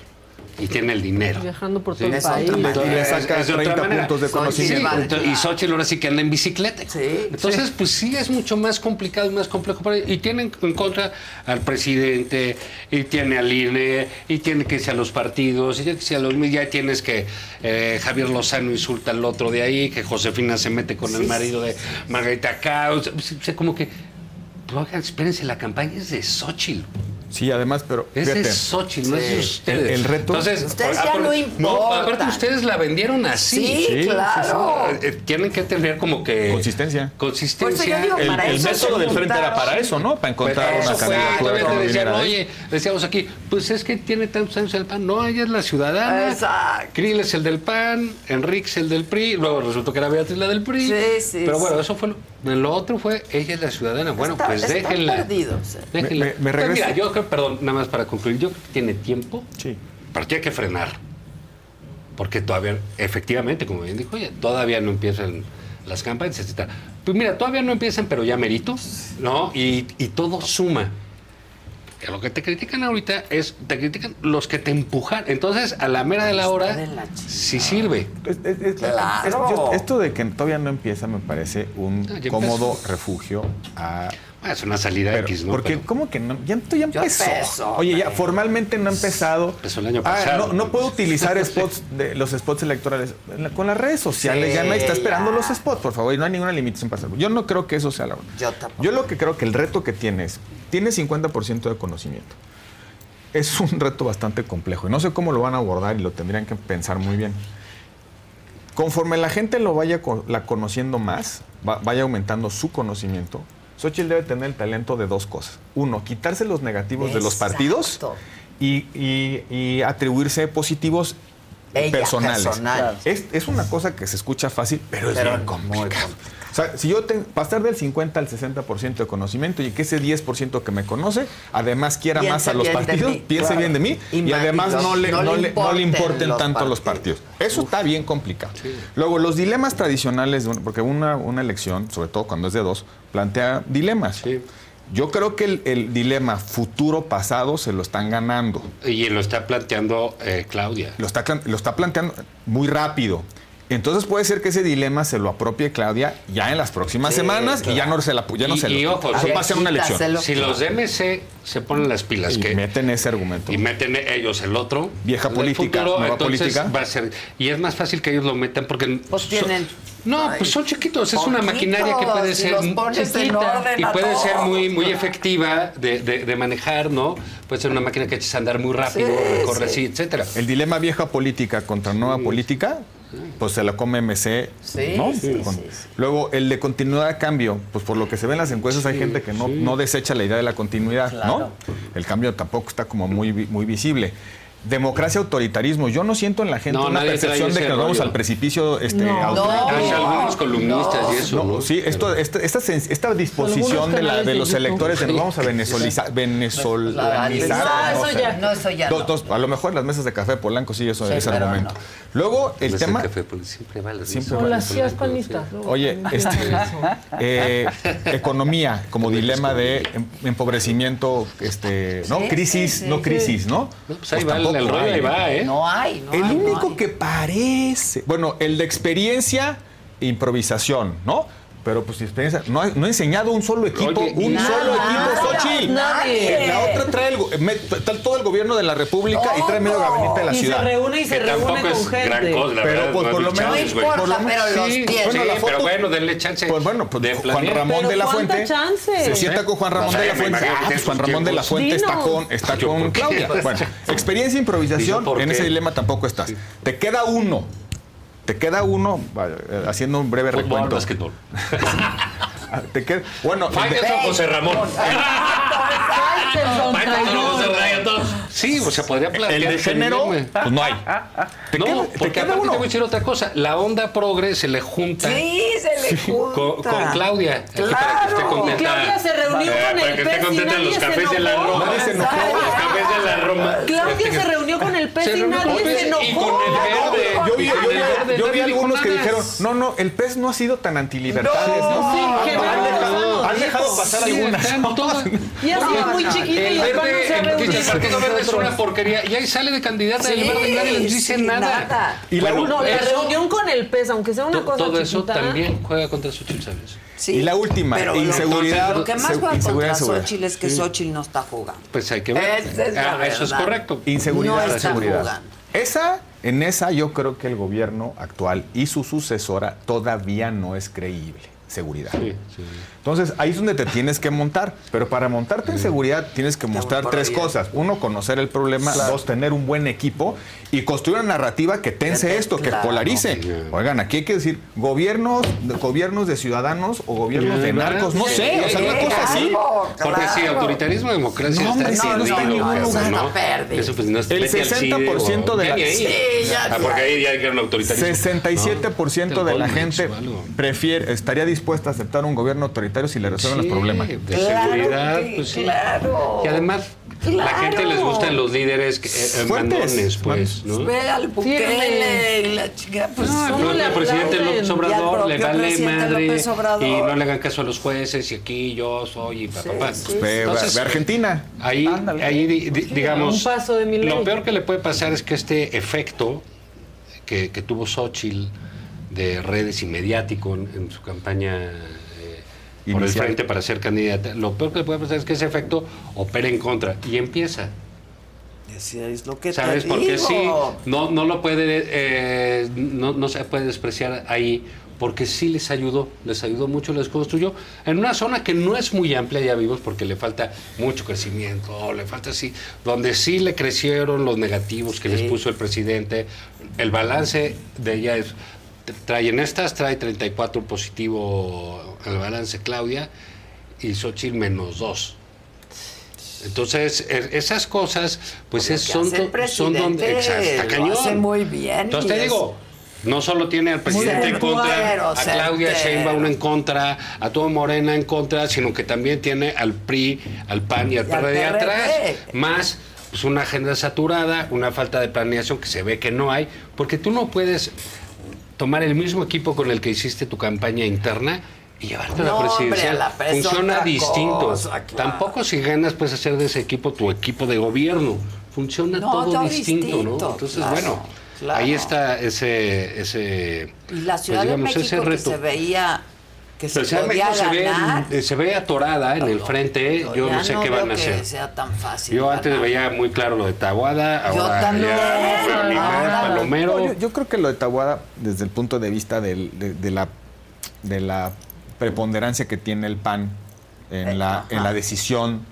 Speaker 2: Y tiene el dinero.
Speaker 13: Viajando por
Speaker 2: Sí,
Speaker 13: todo el
Speaker 2: es
Speaker 13: país.
Speaker 2: otra manera.
Speaker 10: Le saca
Speaker 2: Es- es de otra
Speaker 10: 30
Speaker 2: manera.
Speaker 10: puntos de
Speaker 2: Xochitl,
Speaker 10: conocimiento.
Speaker 2: sí, ento- y Xochitl ahora sí que anda en bicicleta. Entonces, pues sí es mucho más complicado y más complejo. para ella. y tienen en contra al presidente, y tiene al INE, y tiene que irse a los partidos, y tiene que irse a los medios. Ya tienes que eh, Javier Lozano insulta al otro de ahí, que Josefina se mete con el
Speaker 6: Sí,
Speaker 2: marido de Margarita Caos. O sea, como que, pues, oigan, espérense, la campaña es de Xochitl.
Speaker 10: Sí, además, pero.
Speaker 2: Ese
Speaker 10: fíjate,
Speaker 2: es Xochitl, no es de
Speaker 10: el-
Speaker 2: ustedes.
Speaker 10: El reto.
Speaker 2: Entonces,
Speaker 3: Ustedes ya no importan.
Speaker 2: Ah, aparte, ustedes la vendieron así.
Speaker 3: Sí, Sí, claro. sí,
Speaker 2: Eh, Tienen que tener como que. Consistencia. Consistencia.
Speaker 3: Por eso yo digo,
Speaker 10: El,
Speaker 3: para
Speaker 10: el
Speaker 3: eso
Speaker 10: método
Speaker 3: se
Speaker 10: del frente era
Speaker 3: juntaron.
Speaker 10: para eso, ¿no? Para encontrar
Speaker 2: Pero
Speaker 10: una
Speaker 2: eso fue,
Speaker 10: candidatura
Speaker 2: todavía te decían,
Speaker 10: que
Speaker 2: Oye, decíamos aquí, pues es que tiene tantos años el PAN. No, ella es la ciudadana.
Speaker 3: Exacto.
Speaker 2: Krill es el del PAN, Enrique es el del PRI. Luego resultó que era Beatriz la del PRI.
Speaker 3: Sí, sí,
Speaker 2: Pero bueno,
Speaker 3: sí.
Speaker 2: eso fue lo, lo otro fue, ella es la ciudadana. Bueno,
Speaker 3: Está-
Speaker 2: pues
Speaker 3: están
Speaker 2: déjenla.
Speaker 3: perdidos. eh.
Speaker 2: Déjenla.
Speaker 3: Me- me- me
Speaker 2: Pues
Speaker 3: regreso.
Speaker 2: mira, yo creo, perdón, nada más para concluir, yo creo que tiene tiempo. Sí. Pero tiene que frenar. Porque todavía, efectivamente, como bien dijo ella, todavía no empiezan las campañas, etc. Pues mira, todavía no empiezan, pero ya meritos, ¿no? Y, y todo suma. Que Lo que te critican ahorita es, te critican los que te empujan. Entonces, a la mera de la hora, sí sirve.
Speaker 10: Esto, esto de que todavía no empieza me parece un
Speaker 2: Ah, ya
Speaker 10: cómodo
Speaker 2: empezó.
Speaker 10: refugio a.
Speaker 2: Ah, es una salida X, ¿no?
Speaker 10: Porque,
Speaker 2: Pero-
Speaker 10: ¿cómo que no? Ya, esto ya empezó.
Speaker 2: empezó,
Speaker 10: Oye, ya formalmente no ha empezado.
Speaker 2: Empezó el año
Speaker 10: Ah,
Speaker 2: pasado.
Speaker 10: no, no puedo utilizar spots de, los spots electorales. En la- Con las redes sociales
Speaker 2: Sí,
Speaker 10: ya nadie está
Speaker 2: ya.
Speaker 10: esperando los spots, por favor, y no hay ninguna limitación para hacerlo. Yo no creo que eso sea la verdad. Yo lo que creo que el reto que tienes, tienes 50% de conocimiento. Es un reto bastante complejo y no sé cómo lo van a abordar y lo tendrían que pensar muy bien. Conforme la gente lo vaya co- la conociendo más, va- vaya aumentando su conocimiento, Xochitl debe tener el talento de dos cosas. Uno, quitarse los negativos de los partidos y, y- y atribuirse positivos
Speaker 3: Ella,
Speaker 10: personales.
Speaker 3: personales.
Speaker 10: Es, es una cosa que se escucha fácil, pero es
Speaker 3: Pero
Speaker 10: bien complicada. O sea, si yo tengo pasar del 50 al 60% de conocimiento y que ese 10% que me conoce, además quiera más
Speaker 3: Piense
Speaker 10: a los
Speaker 3: bien de
Speaker 10: partidos,
Speaker 3: mí,
Speaker 10: piense
Speaker 3: claro.
Speaker 10: bien de mí
Speaker 3: Y
Speaker 10: y,
Speaker 3: ma-
Speaker 10: además
Speaker 3: y los-
Speaker 10: no le,
Speaker 3: no
Speaker 10: no
Speaker 3: le
Speaker 10: le- no le
Speaker 3: importen
Speaker 10: importen
Speaker 3: los
Speaker 10: tanto los partidos. Eso está bien complicado. Luego, los dilemas tradicionales, de una- porque una, una elección, sobre todo cuando es de dos, plantea dilemas. Yo creo que el, el dilema futuro-pasado se lo están ganando.
Speaker 2: Y lo está planteando eh, Claudia.
Speaker 10: Lo está, clan- lo está planteando muy rápido. Entonces puede ser que ese dilema se lo apropie Claudia ya en las próximas
Speaker 2: Sí,
Speaker 10: semanas y ya no se la ya no
Speaker 2: y,
Speaker 10: se lo
Speaker 2: y
Speaker 10: quita.
Speaker 2: ojo,
Speaker 10: Eso
Speaker 2: si-
Speaker 10: va a ser una elección.
Speaker 2: Si los DMC se ponen las pilas
Speaker 10: Y
Speaker 2: que
Speaker 10: meten ese argumento.
Speaker 2: y meten ellos el otro,
Speaker 10: Vieja
Speaker 2: el
Speaker 10: política, nueva
Speaker 2: entonces
Speaker 10: política.
Speaker 2: va a ser y es más fácil que ellos lo metan porque pues
Speaker 3: tienen-
Speaker 2: no, pues son chiquitos, es una
Speaker 3: Poquitos,
Speaker 2: maquinaria que
Speaker 3: y
Speaker 2: puede ser
Speaker 3: los
Speaker 2: muy
Speaker 3: pones en
Speaker 2: chiquita
Speaker 3: orden
Speaker 2: y
Speaker 3: a
Speaker 2: puede ser
Speaker 3: todos.
Speaker 2: muy muy efectiva de, de- de manejar, ¿no? Puede ser una máquina que eches a andar muy rápido,
Speaker 10: Sí,
Speaker 2: recorre
Speaker 10: sí.
Speaker 2: así, etcétera.
Speaker 10: El dilema vieja política contra nueva política, pues se la come MC.
Speaker 2: Sí,
Speaker 10: ¿no?
Speaker 2: sí,
Speaker 10: Con-
Speaker 2: sí,
Speaker 10: Luego, el de continuidad a cambio, pues por lo que se ven las encuestas, hay gente que no, no desecha la idea de la continuidad,
Speaker 3: Claro.
Speaker 10: ¿no? El cambio tampoco está como muy, vi- muy visible. Democracia, autoritarismo. Yo no siento en la gente
Speaker 2: No,
Speaker 10: una
Speaker 2: nadie trae
Speaker 10: percepción de
Speaker 2: ese
Speaker 10: que nos vamos
Speaker 2: rollo.
Speaker 10: al precipicio este,
Speaker 2: No.
Speaker 10: autoritario.
Speaker 2: Hay algunos columnistas y eso,
Speaker 10: No,
Speaker 2: ¿no?
Speaker 10: sí, esto, esta, esta sens- esta disposición
Speaker 2: Algunos
Speaker 10: de, la-
Speaker 2: canales
Speaker 10: de
Speaker 2: de
Speaker 10: los
Speaker 2: YouTube.
Speaker 10: electores de nos vamos a
Speaker 2: Sí.
Speaker 10: venezoliza- venezolanizar. no sé.
Speaker 3: No, Ah, eso ya.
Speaker 10: Dos-
Speaker 3: no.
Speaker 10: dos- a lo mejor en las mesas de café Polanco sí eso
Speaker 3: Sí,
Speaker 10: es ese
Speaker 3: pero
Speaker 10: argumento. Luego el
Speaker 2: Mesas de
Speaker 10: tema
Speaker 2: café, porque siempre va a las
Speaker 10: siempre
Speaker 2: mesas.
Speaker 10: va-
Speaker 13: es panista.
Speaker 10: Oye, este,
Speaker 3: ¿Ah?
Speaker 10: eh, economía como
Speaker 2: Pues,
Speaker 10: dilema de em- empobrecimiento, este, no
Speaker 3: Sí,
Speaker 10: crisis,
Speaker 3: sí, sí,
Speaker 10: no
Speaker 3: sí.
Speaker 10: crisis, ¿no?
Speaker 2: pues ahí va el-
Speaker 10: tampoco
Speaker 2: el rollo,
Speaker 10: hay,
Speaker 2: ahí va, ¿eh?
Speaker 3: No hay, no
Speaker 10: el
Speaker 3: hay, no
Speaker 10: único que parece, bueno, el de experiencia, improvisación, ¿no? Pero pues experiencia, no, ha- no ha enseñado un solo equipo,
Speaker 2: Oye,
Speaker 10: un
Speaker 2: nada,
Speaker 10: solo equipo,
Speaker 2: nada,
Speaker 10: Xochitl.
Speaker 2: nadie.
Speaker 10: La otra trae el go- me- está todo el gobierno de la República y trae medio gabinete de la
Speaker 13: Oh, Y se
Speaker 10: ciudad.
Speaker 13: reúne y se
Speaker 2: Que
Speaker 13: reúne
Speaker 2: tampoco
Speaker 13: con
Speaker 2: es
Speaker 13: gente.
Speaker 2: gran cosa, la
Speaker 10: Pero
Speaker 2: verdad,
Speaker 10: pues,
Speaker 2: no
Speaker 10: por lo
Speaker 2: es
Speaker 10: menos,
Speaker 2: chance, güey.
Speaker 10: por lo menos-
Speaker 2: pero los
Speaker 10: sí,
Speaker 2: tiene.
Speaker 10: bueno, la
Speaker 2: Sí,
Speaker 10: foto-
Speaker 2: pero bueno, denle chance.
Speaker 10: Pues bueno, pues
Speaker 2: de
Speaker 10: Juan
Speaker 2: planear.
Speaker 10: Ramón de la
Speaker 13: ¿cuánta
Speaker 10: Fuente
Speaker 13: chance?
Speaker 10: se sienta con Juan Ramón
Speaker 2: No sé,
Speaker 10: de la
Speaker 2: me
Speaker 10: Fuente.
Speaker 2: imagino
Speaker 10: Ah,
Speaker 2: que
Speaker 10: pues
Speaker 2: es
Speaker 10: Juan
Speaker 2: un
Speaker 10: Ramón de la
Speaker 2: tiempo.
Speaker 10: Fuente está
Speaker 2: Dinos.
Speaker 10: con, está
Speaker 2: Yo,
Speaker 10: con
Speaker 2: ¿por qué?
Speaker 10: Claudia.
Speaker 2: Pues,
Speaker 10: Bueno, experiencia e
Speaker 2: ¿Y yo
Speaker 10: improvisación,
Speaker 2: por
Speaker 10: en
Speaker 2: qué?
Speaker 10: ese dilema tampoco estás. Te queda uno. Te queda uno, vaya, eh, haciendo un breve
Speaker 2: Fútbol,
Speaker 10: recuento.
Speaker 2: básquetbol.
Speaker 10: Ah, Te queda, bueno, el de-
Speaker 2: Faitelson, José Ramón.
Speaker 13: Faitelson,
Speaker 2: Faitelson,
Speaker 13: traidor.
Speaker 2: José Ramón. Sí, o sea, podría plantear.
Speaker 10: el de género, pues no hay.
Speaker 2: no,
Speaker 10: queda- te
Speaker 2: porque
Speaker 10: queda
Speaker 2: aparte
Speaker 10: uno.
Speaker 2: te voy a decir otra cosa. La onda progre se le junta.
Speaker 3: Sí, se le junta.
Speaker 2: Con, con Claudia. Aquí Para que esté contenta.
Speaker 13: Y Claudia se reunió
Speaker 2: Eh,
Speaker 13: con
Speaker 2: Para
Speaker 13: el
Speaker 2: que esté
Speaker 13: pez y
Speaker 2: contenta en
Speaker 13: nadie
Speaker 2: los
Speaker 13: se
Speaker 2: cafés de la
Speaker 13: enojó.
Speaker 2: Roma.
Speaker 13: Nadie se enojó.
Speaker 2: Los cafés de la Roma.
Speaker 13: Claudia
Speaker 10: Este,
Speaker 13: se reunió con el pez
Speaker 2: Se
Speaker 13: y
Speaker 2: reunió con
Speaker 13: nadie
Speaker 2: el
Speaker 13: se
Speaker 2: pez y con
Speaker 13: enojó.
Speaker 2: el verde.
Speaker 10: Yo vi, yo vi-
Speaker 2: Verde,
Speaker 10: yo vi
Speaker 2: nadie dijo
Speaker 10: algunos que
Speaker 2: nada.
Speaker 10: dijeron, no, no, el pez no ha sido tan antilibertario.
Speaker 13: No, sí, que no,
Speaker 10: han
Speaker 13: no,
Speaker 10: dejado, han
Speaker 13: dijo.
Speaker 9: pues,
Speaker 10: dejado pasar
Speaker 2: Sí,
Speaker 10: algunas.
Speaker 2: están todas.
Speaker 13: Y ha sido muy chiquita y
Speaker 2: El
Speaker 13: el pan no se ha
Speaker 2: verde, el partido
Speaker 13: reunido.
Speaker 2: verde es una porquería. Y ahí sale de candidata
Speaker 3: Sí,
Speaker 2: el verde y nadie les dice
Speaker 3: sí,
Speaker 2: nada.
Speaker 3: nada.
Speaker 10: Y la,
Speaker 2: Bueno,
Speaker 13: No, la
Speaker 2: eso-
Speaker 13: reunión con el pez, aunque sea una
Speaker 2: to-
Speaker 13: cosa
Speaker 2: todo eso
Speaker 13: chiquita.
Speaker 2: también juega contra sus chilzables.
Speaker 3: Sí,
Speaker 10: y la última,
Speaker 3: pero lo-
Speaker 10: inseguridad.
Speaker 3: Lo que más
Speaker 10: se-
Speaker 3: juega
Speaker 10: inseguridad,
Speaker 3: contra
Speaker 10: seguridad.
Speaker 3: Xochitl es que
Speaker 10: Sí.
Speaker 3: Xochitl no está jugando.
Speaker 2: Pues hay que ver.
Speaker 3: Esa es la
Speaker 2: Ah, eso es
Speaker 3: verdad.
Speaker 2: correcto.
Speaker 10: Inseguridad,
Speaker 3: No está
Speaker 10: seguridad.
Speaker 3: jugando.
Speaker 10: Esa, en esa yo creo que el gobierno actual y su sucesora todavía no es creíble. seguridad. Entonces, ahí es donde te tienes que montar. Pero para montarte en seguridad tienes que mostrar
Speaker 15: para
Speaker 10: tres
Speaker 15: allá.
Speaker 10: cosas. Uno, conocer el problema.
Speaker 15: Claro.
Speaker 10: Dos, tener un buen equipo. Y construir una narrativa que tense esto, que
Speaker 15: claro.
Speaker 10: polarice. Oigan, aquí hay que decir gobiernos, gobiernos de ciudadanos o gobiernos de narcos. No sé, o sea, una cosa así.
Speaker 2: Porque si autoritarismo y democracia
Speaker 10: No, hombre, sí,
Speaker 2: está
Speaker 10: no está en
Speaker 2: perdido,
Speaker 10: ningún
Speaker 2: cabrón,
Speaker 10: lugar.
Speaker 2: ¿no?
Speaker 10: Está perdido.
Speaker 2: Eso pues no
Speaker 10: El
Speaker 2: vete al CIDE
Speaker 10: 60%
Speaker 2: o-
Speaker 10: de la-
Speaker 2: Ni ahí.
Speaker 10: Sí, ya,
Speaker 2: Ah, porque ahí ya era un autoritarismo.
Speaker 10: 67%
Speaker 2: No.
Speaker 10: de la
Speaker 2: Te lo
Speaker 10: gente
Speaker 2: ponen, algo.
Speaker 10: prefiere, estaría dispuesta a aceptar un gobierno autoritario si le resuelven
Speaker 2: Sí,
Speaker 10: los problemas.
Speaker 2: de seguridad, pues sí. Y además, la gente les gustan los líderes que, eh, eh,
Speaker 10: Fuertes.
Speaker 2: mandones, pues, ¿no?
Speaker 3: Ve al Bukele y la chica, pues
Speaker 2: No,
Speaker 3: ¿cómo le
Speaker 2: el presidente
Speaker 3: aplauden?
Speaker 2: López
Speaker 3: Y al
Speaker 2: Obrador le
Speaker 3: propio
Speaker 2: vale
Speaker 3: presidente
Speaker 2: madre
Speaker 3: López Obrador.
Speaker 2: y no le hagan caso a los jueces y aquí yo soy y papá. papá.
Speaker 10: sí. Ve- ve Pues, Argentina.
Speaker 2: Ahí, ahí di- di- digamos,
Speaker 13: un paso de Milei.
Speaker 2: lo peor que le puede pasar es que este efecto que, que tuvo Xochitl de redes y mediático en, en su campaña eh, por el
Speaker 10: Inicial.
Speaker 2: frente para ser candidata, lo peor que le puede pasar es que ese efecto opera en contra y empieza.
Speaker 15: Es lo que te
Speaker 2: ¿Sabes? Porque
Speaker 15: digo.
Speaker 2: sí, no, no lo puede, eh, no, no se puede despreciar ahí, porque sí les ayudó, les ayudó mucho, les construyó en una zona que no es muy amplia, ya vimos, porque le falta mucho crecimiento, le falta así, donde sí le crecieron los negativos que les puso el presidente. El balance de ella es, trae en estas, trae 34 positivo el balance Claudia y Xochitl menos 2. Entonces, e- esas cosas, pues es-
Speaker 3: que
Speaker 2: son,
Speaker 3: hace el
Speaker 2: do- son donde.
Speaker 3: presidente,
Speaker 2: Exacto, está
Speaker 3: lo
Speaker 2: cañón.
Speaker 3: hace muy bien
Speaker 2: Entonces
Speaker 3: y
Speaker 2: te
Speaker 3: es-
Speaker 2: digo. No solo tiene al presidente en
Speaker 3: Certero,
Speaker 2: contra, a
Speaker 3: certero.
Speaker 2: Claudia Sheinbaum en contra, a todo Morena en contra, sino que también tiene al PRI, al PAN y al
Speaker 3: Y al
Speaker 2: PRD atrás,
Speaker 3: PRD.
Speaker 2: más pues, una agenda saturada, una falta de planeación que se ve que no hay, porque tú no puedes tomar el mismo equipo con el que hiciste tu campaña interna y llevarte
Speaker 3: No,
Speaker 2: a la
Speaker 3: hombre,
Speaker 2: presidencial.
Speaker 3: la pres-
Speaker 2: Funciona
Speaker 3: otra
Speaker 2: distinto.
Speaker 3: cosa, claro.
Speaker 2: Tampoco si ganas puedes hacer de ese equipo tu equipo de gobierno. Funciona
Speaker 3: No,
Speaker 2: todo,
Speaker 3: todo
Speaker 2: distinto,
Speaker 3: distinto,
Speaker 2: ¿no? Entonces,
Speaker 3: claro,
Speaker 2: bueno,
Speaker 3: claro.
Speaker 2: ahí está ese ese
Speaker 3: Y la
Speaker 2: pues,
Speaker 3: Ciudad
Speaker 2: digamos,
Speaker 3: de México
Speaker 2: ese
Speaker 3: que
Speaker 2: reto.
Speaker 3: se veía que se
Speaker 2: La Ciudad de
Speaker 3: podía
Speaker 2: México se
Speaker 3: ganar.
Speaker 2: ve, eh, se ve atorada en el frente, ¿eh? yo
Speaker 3: ya
Speaker 2: no sé qué
Speaker 3: veo
Speaker 2: van a hacer.
Speaker 3: que sea tan fácil.
Speaker 2: Yo antes veía muy claro lo de Taguada,
Speaker 3: Yo
Speaker 2: ahora
Speaker 3: también.
Speaker 2: ya Berlín, Palomero.
Speaker 10: No, yo, yo creo que lo de Tabuada, desde el punto de vista del- de, de la, de la preponderancia que tiene el PAN en, la, en la decisión.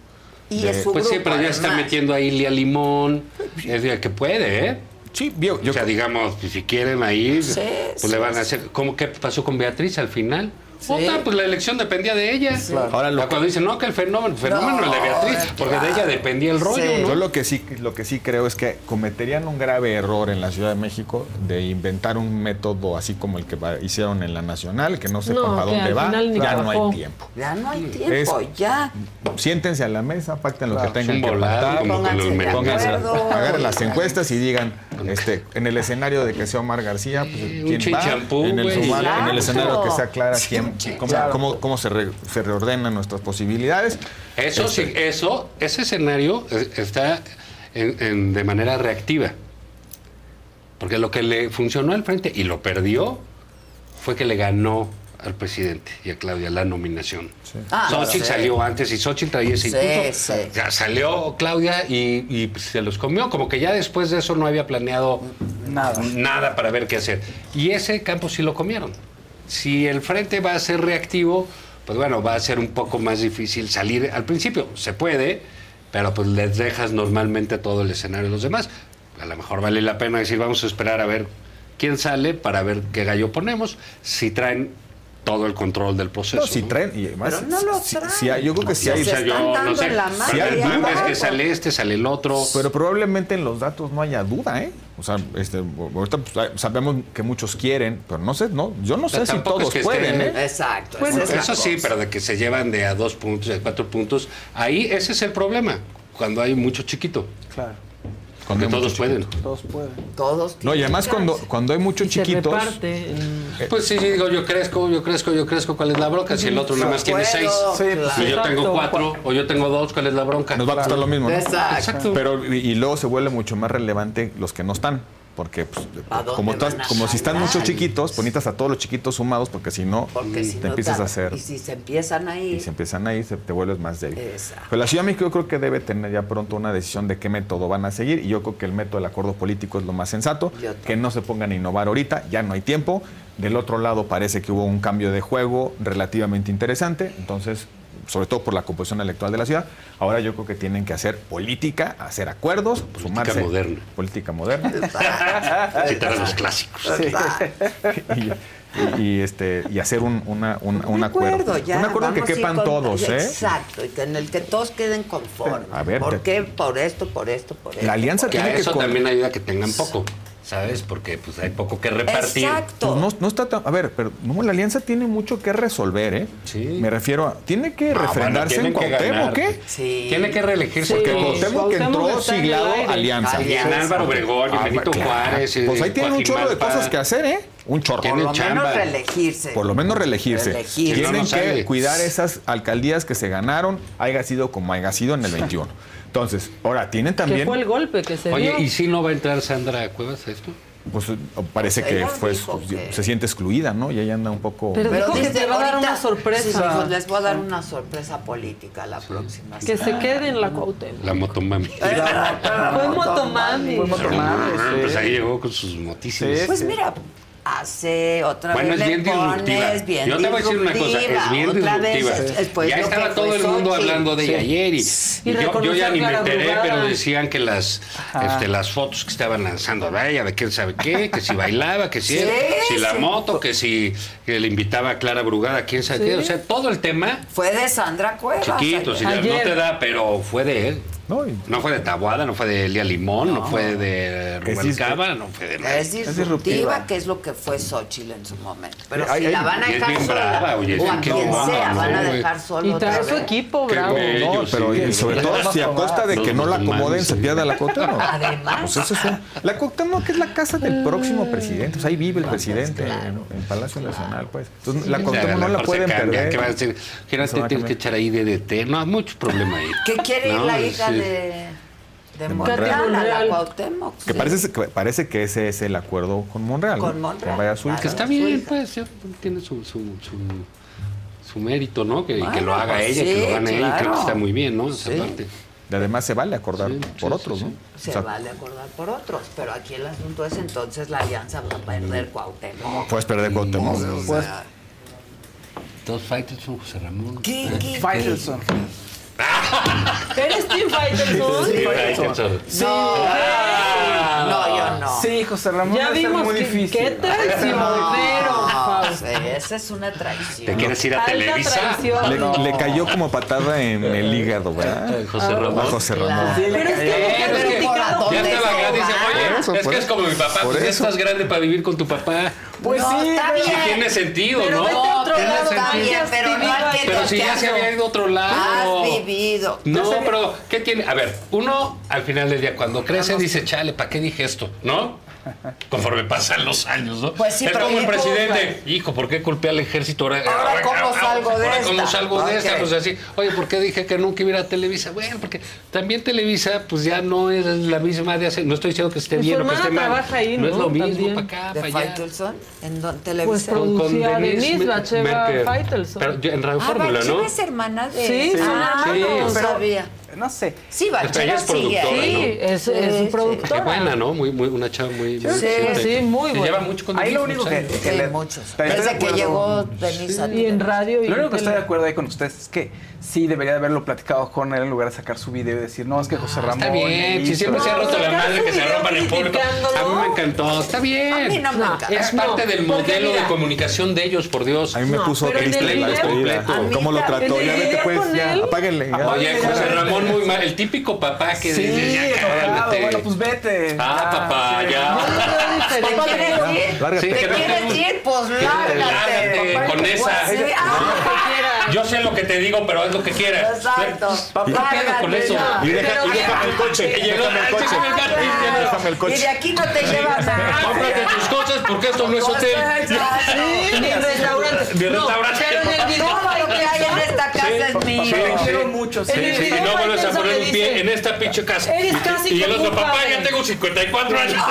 Speaker 2: Eh, Y
Speaker 10: de-
Speaker 2: es su Pues sí, grupo, pero ya está además. metiendo ahí Lía Limón, es el que puede, ¿eh?
Speaker 10: Sí,
Speaker 2: o sea, digamos, pues, si quieren ahí,
Speaker 10: Sí,
Speaker 2: pues
Speaker 10: sí,
Speaker 2: le van
Speaker 10: sí.
Speaker 2: a hacer. ¿Cómo qué pasó con Beatriz al final? Puta, pues la elección dependía de ella. Ahora cuando dicen, no, que el fenómeno, el fenómeno es de Beatriz, porque de ella dependía el rollo, ¿no?
Speaker 10: Yo lo que sí, lo que sí creo es que cometerían un grave error en la Ciudad de México de inventar un método así como el que va- hicieron en la Nacional, que no sepa
Speaker 3: No,
Speaker 10: para
Speaker 3: que
Speaker 10: dónde
Speaker 3: al
Speaker 10: va,
Speaker 3: final ni
Speaker 10: ya no hay
Speaker 3: trabajó.
Speaker 10: tiempo.
Speaker 3: Ya no hay tiempo,
Speaker 10: Es-
Speaker 3: ya.
Speaker 10: Siéntense a la mesa, pacten lo
Speaker 2: Claro,
Speaker 10: que tengan
Speaker 2: es un
Speaker 10: que
Speaker 2: volado,
Speaker 10: pactar,
Speaker 2: como que los
Speaker 10: pónganse,
Speaker 2: meten.
Speaker 10: pónganse-
Speaker 2: De acuerdo.
Speaker 10: agarren las encuestas y digan, este, en el escenario de que sea Omar García, pues, quién va,
Speaker 2: chinchampú,
Speaker 10: en el,
Speaker 2: güey.
Speaker 10: sumar- en
Speaker 2: Claro.
Speaker 10: el escenario que sea Clara, quién,
Speaker 2: Sí,
Speaker 10: cómo,
Speaker 2: claro.
Speaker 10: cómo- cómo se, re- se reordenan nuestras posibilidades.
Speaker 2: Eso
Speaker 10: Este,
Speaker 2: sí, eso, ese escenario eh, está en- en- de manera reactiva. Porque lo que le funcionó al frente y lo perdió fue que le ganó al presidente y a Claudia la nominación.
Speaker 3: Ah, sí.
Speaker 2: Xochitl salió antes y Xochitl traía ese
Speaker 3: Sí,
Speaker 2: impulso.
Speaker 3: sí.
Speaker 2: Ya salió Claudia y, y, pues, se los comió. Como que ya después de eso no había planeado nada. para ver qué hacer. Y ese campo sí lo comieron. Si el frente va a ser reactivo, pues bueno, va a ser un poco más difícil salir. Al principio se puede, pero pues les dejas normalmente todo el escenario a los demás. A lo mejor vale la pena decir, vamos a esperar a ver quién sale para ver qué gallo ponemos, si traen todo el control del proceso.
Speaker 10: No, si traen, y además,
Speaker 2: Pero no lo
Speaker 10: si-
Speaker 2: traen.
Speaker 10: si hay- yo creo que si
Speaker 2: O
Speaker 10: hay.
Speaker 2: sea, Se yo están no dando sé, en la pero madre el a plan es que algo. sale este, sale el otro.
Speaker 10: Pero probablemente en los datos no haya duda, ¿eh? O sea, este, ahorita pues, hay- sabemos que muchos quieren, pero no sé, no, yo no
Speaker 2: O sea,
Speaker 10: sé si
Speaker 2: tampoco
Speaker 10: todos
Speaker 2: es que
Speaker 10: pueden,
Speaker 2: estén-
Speaker 10: ¿eh?
Speaker 3: Exacto.
Speaker 2: Bueno,
Speaker 3: esa Pues es la
Speaker 2: eso sí,
Speaker 3: cosa.
Speaker 2: pero de que se llevan de a dos puntos, de a cuatro puntos, ahí ese es el problema, cuando hay mucho chiquito. Claro. Porque todos pueden.
Speaker 14: Todos pueden.
Speaker 3: Todos.
Speaker 10: No, y además cuando, cuando hay muchos chiquitos. eh,
Speaker 2: Pues sí, sí, digo, yo crezco, yo crezco, yo crezco, ¿cuál es la bronca? Si el otro nada más tiene
Speaker 10: Puedo,
Speaker 2: seis,
Speaker 10: sí, pues
Speaker 2: y yo
Speaker 10: exacto.
Speaker 2: tengo cuatro, o yo tengo dos, ¿cuál es la bronca?
Speaker 10: Nos va a costar lo mismo. ¿no?
Speaker 2: Exacto.
Speaker 10: Pero, y, y luego se vuelve mucho más relevante los que no están. Porque pues,
Speaker 3: ¿A dónde
Speaker 10: como, todas-
Speaker 3: van a
Speaker 10: como si están
Speaker 3: jalar?
Speaker 10: muchos chiquitos, pues necesitas a todos los chiquitos sumados porque si no,
Speaker 3: Porque si
Speaker 10: te
Speaker 3: no,
Speaker 10: empiezas
Speaker 3: claro,
Speaker 10: a hacer...
Speaker 3: Y si se empiezan ahí.
Speaker 10: Y se empiezan ahí, se- te vuelves más débil.
Speaker 3: Exacto.
Speaker 10: Pero la Ciudad de México yo creo que debe tener ya pronto una decisión de qué método van a seguir y yo creo que el método del acuerdo político es lo más sensato, que no se pongan a innovar ahorita, ya no hay tiempo. Del otro lado parece que hubo un cambio de juego relativamente interesante, entonces sobre todo por la composición electoral de la ciudad, ahora yo creo que tienen que hacer política, hacer acuerdos, sumarse.
Speaker 2: moderna.
Speaker 10: Política moderna.
Speaker 2: Citar a los clásicos.
Speaker 10: Sí. y, y, este, y hacer un, una- un- un acuerdo.
Speaker 3: acuerdo, ya,
Speaker 10: un acuerdo que
Speaker 3: vamos a ir
Speaker 10: quepan
Speaker 3: con-
Speaker 10: todos, ¿eh?
Speaker 3: Exacto, y que en el que todos queden conformes.
Speaker 10: A ver,
Speaker 3: ¿Por
Speaker 10: te-
Speaker 3: qué? Por esto, por esto, por esto.
Speaker 10: La alianza
Speaker 3: por
Speaker 10: tiene
Speaker 3: esto.
Speaker 10: que
Speaker 2: Eso
Speaker 10: con-
Speaker 2: también ayuda que tengan poco, ¿sabes? Porque pues hay poco que repartir.
Speaker 10: Pues no, no está tan- a ver, pero no, la alianza tiene mucho que resolver, ¿eh? Me refiero a. Tiene que
Speaker 2: Ah, bueno,
Speaker 10: refrendarse
Speaker 2: tienen que
Speaker 10: en Cuauhtémoc,
Speaker 2: ganar.
Speaker 10: ¿qué?
Speaker 2: Sí. Tiene que reelegirse.
Speaker 10: Porque
Speaker 2: Sí.
Speaker 10: Cuauhtémoc que
Speaker 2: Cuauhtémoc
Speaker 10: entró
Speaker 2: está en el
Speaker 10: siglado
Speaker 2: aire.
Speaker 10: alianza.
Speaker 2: Alianza. Y Álvaro Obregón, y
Speaker 10: Ah,
Speaker 2: Benito
Speaker 10: claro.
Speaker 2: Juárez, eh, y
Speaker 10: Pues ahí tienen un chorro de
Speaker 2: Coajimalpa.
Speaker 10: cosas que hacer, ¿eh? Un chorro.
Speaker 3: Por lo menos reelegirse.
Speaker 10: Por lo menos reelegirse.
Speaker 3: Reelegirse.
Speaker 10: Tienen
Speaker 3: Si no, no
Speaker 10: que
Speaker 3: sale.
Speaker 10: cuidar esas alcaldías que se ganaron, haya sido como haya sido en el 21. Entonces, ahora tienen
Speaker 13: Que
Speaker 10: también.
Speaker 13: fue el golpe que se
Speaker 10: Oye,
Speaker 13: dio.
Speaker 10: y
Speaker 2: ¿Y si no va a entrar Sandra a Cuevas a esto?
Speaker 10: Pues eh, parece
Speaker 2: Pues ella
Speaker 10: que fue-
Speaker 2: dijo que-
Speaker 10: se siente excluida, ¿no? Y ahí anda un poco.
Speaker 13: Pero dijo que
Speaker 3: dice
Speaker 13: te va a dar
Speaker 3: ahorita-
Speaker 13: una sorpresa.
Speaker 3: Sí, dijo, les voy a dar una sorpresa política la próxima.
Speaker 13: Que se
Speaker 3: semana".
Speaker 13: quede en la Cuauhtémoc.
Speaker 2: La motomami.
Speaker 13: Fue motomami.
Speaker 2: Pues, ahí llegó con sus motísimas.
Speaker 3: Pues mira, hace otra
Speaker 2: Bueno,
Speaker 3: vez.
Speaker 2: es
Speaker 3: le
Speaker 2: bien
Speaker 3: pones,
Speaker 2: disruptiva.
Speaker 3: bien
Speaker 2: Yo te voy a decir una cosa, es bien
Speaker 3: otra
Speaker 2: disruptiva.
Speaker 3: vez, después
Speaker 2: ya
Speaker 3: lo que
Speaker 2: estaba todo
Speaker 3: fue
Speaker 2: el mundo
Speaker 3: Xochitl.
Speaker 2: hablando de
Speaker 3: Sí.
Speaker 2: ella ayer y,
Speaker 3: Y
Speaker 2: y yo, yo ya
Speaker 3: reconocer
Speaker 2: ni me
Speaker 3: Clara
Speaker 2: enteré,
Speaker 3: Brugada.
Speaker 2: pero decían que las,
Speaker 3: Ajá.
Speaker 2: este, las fotos que estaban lanzando a ella, de quién sabe qué, que si bailaba, que si,
Speaker 3: Sí,
Speaker 2: si la
Speaker 3: sí.
Speaker 2: moto, que si que le invitaba a Clara Brugada, quién sabe qué.
Speaker 3: Sí.
Speaker 2: O sea, todo el tema
Speaker 3: Fue de Sandra Cuevas.
Speaker 2: chiquito, si
Speaker 3: ayer.
Speaker 2: no te da, pero fue de él.
Speaker 10: No,
Speaker 2: fue de Tabuada, no fue de Elia Limón, no, fue de
Speaker 10: Que
Speaker 2: Rubén
Speaker 10: sí es-
Speaker 2: Cava, no fue de nadie.
Speaker 3: Es disruptiva, que es lo que fue Xochitl en su momento. Pero
Speaker 2: Ay,
Speaker 3: si
Speaker 2: ay,
Speaker 3: la van a
Speaker 2: y es
Speaker 3: dejar
Speaker 2: bien
Speaker 3: sola,
Speaker 2: brava, oye,
Speaker 3: o
Speaker 2: es
Speaker 3: a
Speaker 2: que
Speaker 3: quien
Speaker 2: brava,
Speaker 3: sea,
Speaker 2: ¿no,
Speaker 3: van a
Speaker 2: güey?
Speaker 3: dejar solo
Speaker 13: Y
Speaker 3: otra
Speaker 13: trae
Speaker 3: vez.
Speaker 13: su equipo,
Speaker 2: Qué
Speaker 13: bravo.
Speaker 2: bello,
Speaker 10: No, pero
Speaker 2: sí.
Speaker 10: y sobre todo si a costa de que no la acomoden se pierda la Cuauhtémoc.
Speaker 3: Además.
Speaker 10: Pues eso es un- la Cuauhtémoc es la casa del próximo presidente. O sea, ahí vive el presidente en, en Palacio Nacional, pues. Entonces, la
Speaker 2: Sí,
Speaker 10: Cuauhtémoc
Speaker 2: a
Speaker 10: no
Speaker 2: lo
Speaker 10: la
Speaker 2: mejor se
Speaker 10: pueden
Speaker 2: cambia,
Speaker 10: perder.
Speaker 2: ¿Qué van a decir? Gerardo,
Speaker 10: Se va a
Speaker 2: tienes
Speaker 10: cambiar.
Speaker 2: que echar ahí DDT. No, mucho problema ahí.
Speaker 3: ¿Qué quiere ir
Speaker 2: No,
Speaker 3: la hija
Speaker 2: sí.
Speaker 3: de, de
Speaker 10: Monreal.
Speaker 3: Monreal a la
Speaker 10: Monreal.
Speaker 3: Cuauhtémoc?
Speaker 10: Que
Speaker 3: Sí.
Speaker 10: parece, que parece que ese es el acuerdo con Monreal. ¿no?
Speaker 3: Con Monreal,
Speaker 10: Vaya Azul.
Speaker 2: Que está bien, pues, sí, tiene su, su, su- su mérito, ¿no? Que, que lo
Speaker 10: Bueno,
Speaker 2: haga
Speaker 10: pues
Speaker 2: ella, que
Speaker 10: sí,
Speaker 2: lo gane ella. Creo
Speaker 10: claro.
Speaker 2: que está muy bien, ¿no? Esa parte.
Speaker 10: Y además se vale acordar por otros, ¿no?
Speaker 3: Se
Speaker 10: O sea,
Speaker 3: vale acordar por otros, pero aquí el asunto es entonces la alianza va a perder Cuauhtémoc.
Speaker 10: Puedes perder Cuauhtémoc.
Speaker 3: O sea,
Speaker 2: Dos fighters son José Ramón. Eh,
Speaker 3: ¿Qué, qué,
Speaker 2: Faitelson.
Speaker 13: ¿Eres Team Faitelson?
Speaker 2: Sí, Faitelson.
Speaker 3: No, no, yo no.
Speaker 14: Sí, José Ramón,
Speaker 13: Ya
Speaker 14: va a ser
Speaker 13: vimos
Speaker 14: muy
Speaker 13: que-
Speaker 14: difícil.
Speaker 13: qué traicionero,
Speaker 3: No,
Speaker 13: Fausto.
Speaker 3: sí, esa es una traición.
Speaker 2: ¿Te quieres ir a
Speaker 3: Alta
Speaker 2: Televisa?
Speaker 3: traición.
Speaker 10: Le,
Speaker 3: No.
Speaker 10: le cayó como patada en el hígado, ¿verdad?
Speaker 2: José Ramón.
Speaker 10: A José Ramón.
Speaker 2: Pero es que
Speaker 6: han criticado.
Speaker 2: eh, Ya estaba
Speaker 6: ¿Dónde
Speaker 2: grande dice,
Speaker 6: se
Speaker 2: oye,
Speaker 6: va?
Speaker 10: Por eso,
Speaker 2: es
Speaker 10: por
Speaker 2: que es
Speaker 10: eso.
Speaker 2: como mi papá,
Speaker 10: Por
Speaker 2: pues ya
Speaker 10: eso.
Speaker 2: estás grande para vivir con tu papá.
Speaker 10: Pues
Speaker 3: No,
Speaker 10: sí,
Speaker 3: está
Speaker 10: pero-
Speaker 3: bien.
Speaker 2: Sí tiene sentido,
Speaker 3: Pero
Speaker 2: ¿no?
Speaker 3: vete a otro
Speaker 2: Tiene
Speaker 3: lado, está
Speaker 2: sentido.
Speaker 3: bien, pero no al que
Speaker 2: Pero
Speaker 3: te
Speaker 2: si ya se
Speaker 3: has
Speaker 2: había ido a otro lado.
Speaker 3: Has vivido.
Speaker 2: No,
Speaker 3: Entonces,
Speaker 2: pero ¿qué tiene? A ver, uno al final del día cuando crece dice, chale, ¿para qué dije esto? ¿No? Conforme pasan los años, ¿no?
Speaker 3: Pues sí,
Speaker 2: es
Speaker 3: pero
Speaker 2: como el
Speaker 3: ¿qué
Speaker 2: presidente. Ah, Hijo, ¿por qué culpé al ejército? Ahora, ahora-
Speaker 3: ¿cómo
Speaker 2: ahora-
Speaker 3: salgo de
Speaker 2: ahora ¿Cómo
Speaker 3: esta?
Speaker 2: salgo de esta?
Speaker 3: Ok.
Speaker 2: Pues así, oye, ¿por qué dije que nunca iba a ir a Televisa? Bueno, porque también Televisa, pues ya no es la misma de hace. No estoy diciendo que esté
Speaker 13: Y su
Speaker 2: bien o que
Speaker 13: hermana
Speaker 2: esté mal.
Speaker 13: trabaja ahí,
Speaker 2: pues, este no, es
Speaker 13: ¿no?
Speaker 2: lo mismo,
Speaker 13: También.
Speaker 2: para acá,
Speaker 3: ¿De
Speaker 2: para allá.
Speaker 3: Faitelson? ¿En dónde?
Speaker 13: Pues
Speaker 3: Televisa.
Speaker 13: producía a
Speaker 2: Denise
Speaker 13: Denise
Speaker 2: Me-
Speaker 13: Bacheva
Speaker 2: Merker.
Speaker 13: Faitelson.
Speaker 2: Pero yo- en Radio
Speaker 3: Ah,
Speaker 2: Fórmula,
Speaker 3: Bacheva
Speaker 2: ¿no?
Speaker 3: es hermana de...
Speaker 13: Sí, son
Speaker 3: ah,
Speaker 2: hermanos.
Speaker 3: no
Speaker 2: Sí.
Speaker 3: sabía.
Speaker 14: No sé.
Speaker 3: Sí,
Speaker 2: Pero ella
Speaker 3: Bacheva
Speaker 2: es
Speaker 3: sigue
Speaker 2: productora,
Speaker 3: ahí.
Speaker 2: ¿no?
Speaker 13: Sí, es, es
Speaker 3: Sí, sí.
Speaker 13: productora.
Speaker 2: Qué buena, ¿no? Muy, muy, una chava muy. muy
Speaker 3: Sí,
Speaker 2: decente.
Speaker 3: sí, muy
Speaker 2: Se
Speaker 3: buena.
Speaker 2: Lleva mucho con
Speaker 14: Ahí lo
Speaker 2: Denise,
Speaker 14: único que,
Speaker 2: muchos años.
Speaker 14: que le- Pero estoy de
Speaker 3: Desde que
Speaker 14: acuerdo-
Speaker 3: llegó Denise a
Speaker 13: Y en radio y
Speaker 14: Lo único
Speaker 13: en
Speaker 14: que estoy de
Speaker 13: tele.
Speaker 14: acuerdo ahí con ustedes es que sí debería de haberlo platicado con él en lugar de sacar su video y decir, no, es que José Ramón.
Speaker 2: Ah, Está bien, si
Speaker 14: hizo-
Speaker 2: siempre se ha roto la madre que se rompan en público. A mí me encantó, está bien.
Speaker 3: A mí no me encanta.
Speaker 2: Es
Speaker 3: No,
Speaker 2: parte del
Speaker 3: porque
Speaker 2: modelo
Speaker 3: mira-
Speaker 2: de comunicación de ellos, por Dios. A
Speaker 10: mí me No, puso pero en el triste la video- despedida. ¿Cómo lo trató? Ya ve que pues, ya, apáguenle, ya.
Speaker 2: Ah, Oye, José Ramón, muy mal. El típico papá que
Speaker 14: Sí,
Speaker 2: dice, ya
Speaker 14: enojado,
Speaker 2: cálmate.
Speaker 14: bueno, pues vete.
Speaker 2: Ah, papá,
Speaker 14: sí.
Speaker 2: ya.
Speaker 3: ¿Te quieres ir?
Speaker 10: Lárgate.
Speaker 2: Sí,
Speaker 3: ¿Te
Speaker 2: que no
Speaker 3: quieres
Speaker 2: te-
Speaker 3: ir? Pues
Speaker 2: Lárgate
Speaker 3: lárgate. papá.
Speaker 2: eh, con esa.
Speaker 3: Sí, ah,
Speaker 2: Yo sé lo que te digo, pero haz lo que quieras.
Speaker 3: Exacto.
Speaker 2: ¿Qué pedo con eso?
Speaker 3: Lárgate, no.
Speaker 10: Y deja- y déjame el coche,
Speaker 2: Y llegó,
Speaker 10: déjame el
Speaker 2: "Ay,
Speaker 10: coche".
Speaker 2: déjame el coche.
Speaker 10: Déjame el coche.
Speaker 3: Y de aquí no te llevas nada.
Speaker 2: Cómprate tus cosas porque esto no es hotel.
Speaker 3: Sí, ni restaurante.
Speaker 2: Ni
Speaker 3: No,
Speaker 2: restaurante.
Speaker 3: Pero en el video que hay en esta casa
Speaker 2: Sí,
Speaker 3: es mío.
Speaker 2: sí, sí. Sí,
Speaker 13: En el
Speaker 2: sí,
Speaker 13: video
Speaker 2: y no vuelves a
Speaker 13: Faitelson
Speaker 2: poner
Speaker 13: le
Speaker 2: un pie
Speaker 13: dice,
Speaker 2: en esta pinche casa.
Speaker 13: "Eres
Speaker 2: Y-
Speaker 13: casi
Speaker 2: y el
Speaker 13: como
Speaker 2: otro,
Speaker 13: un
Speaker 2: papá,
Speaker 13: padre".
Speaker 2: ya tengo 54 años.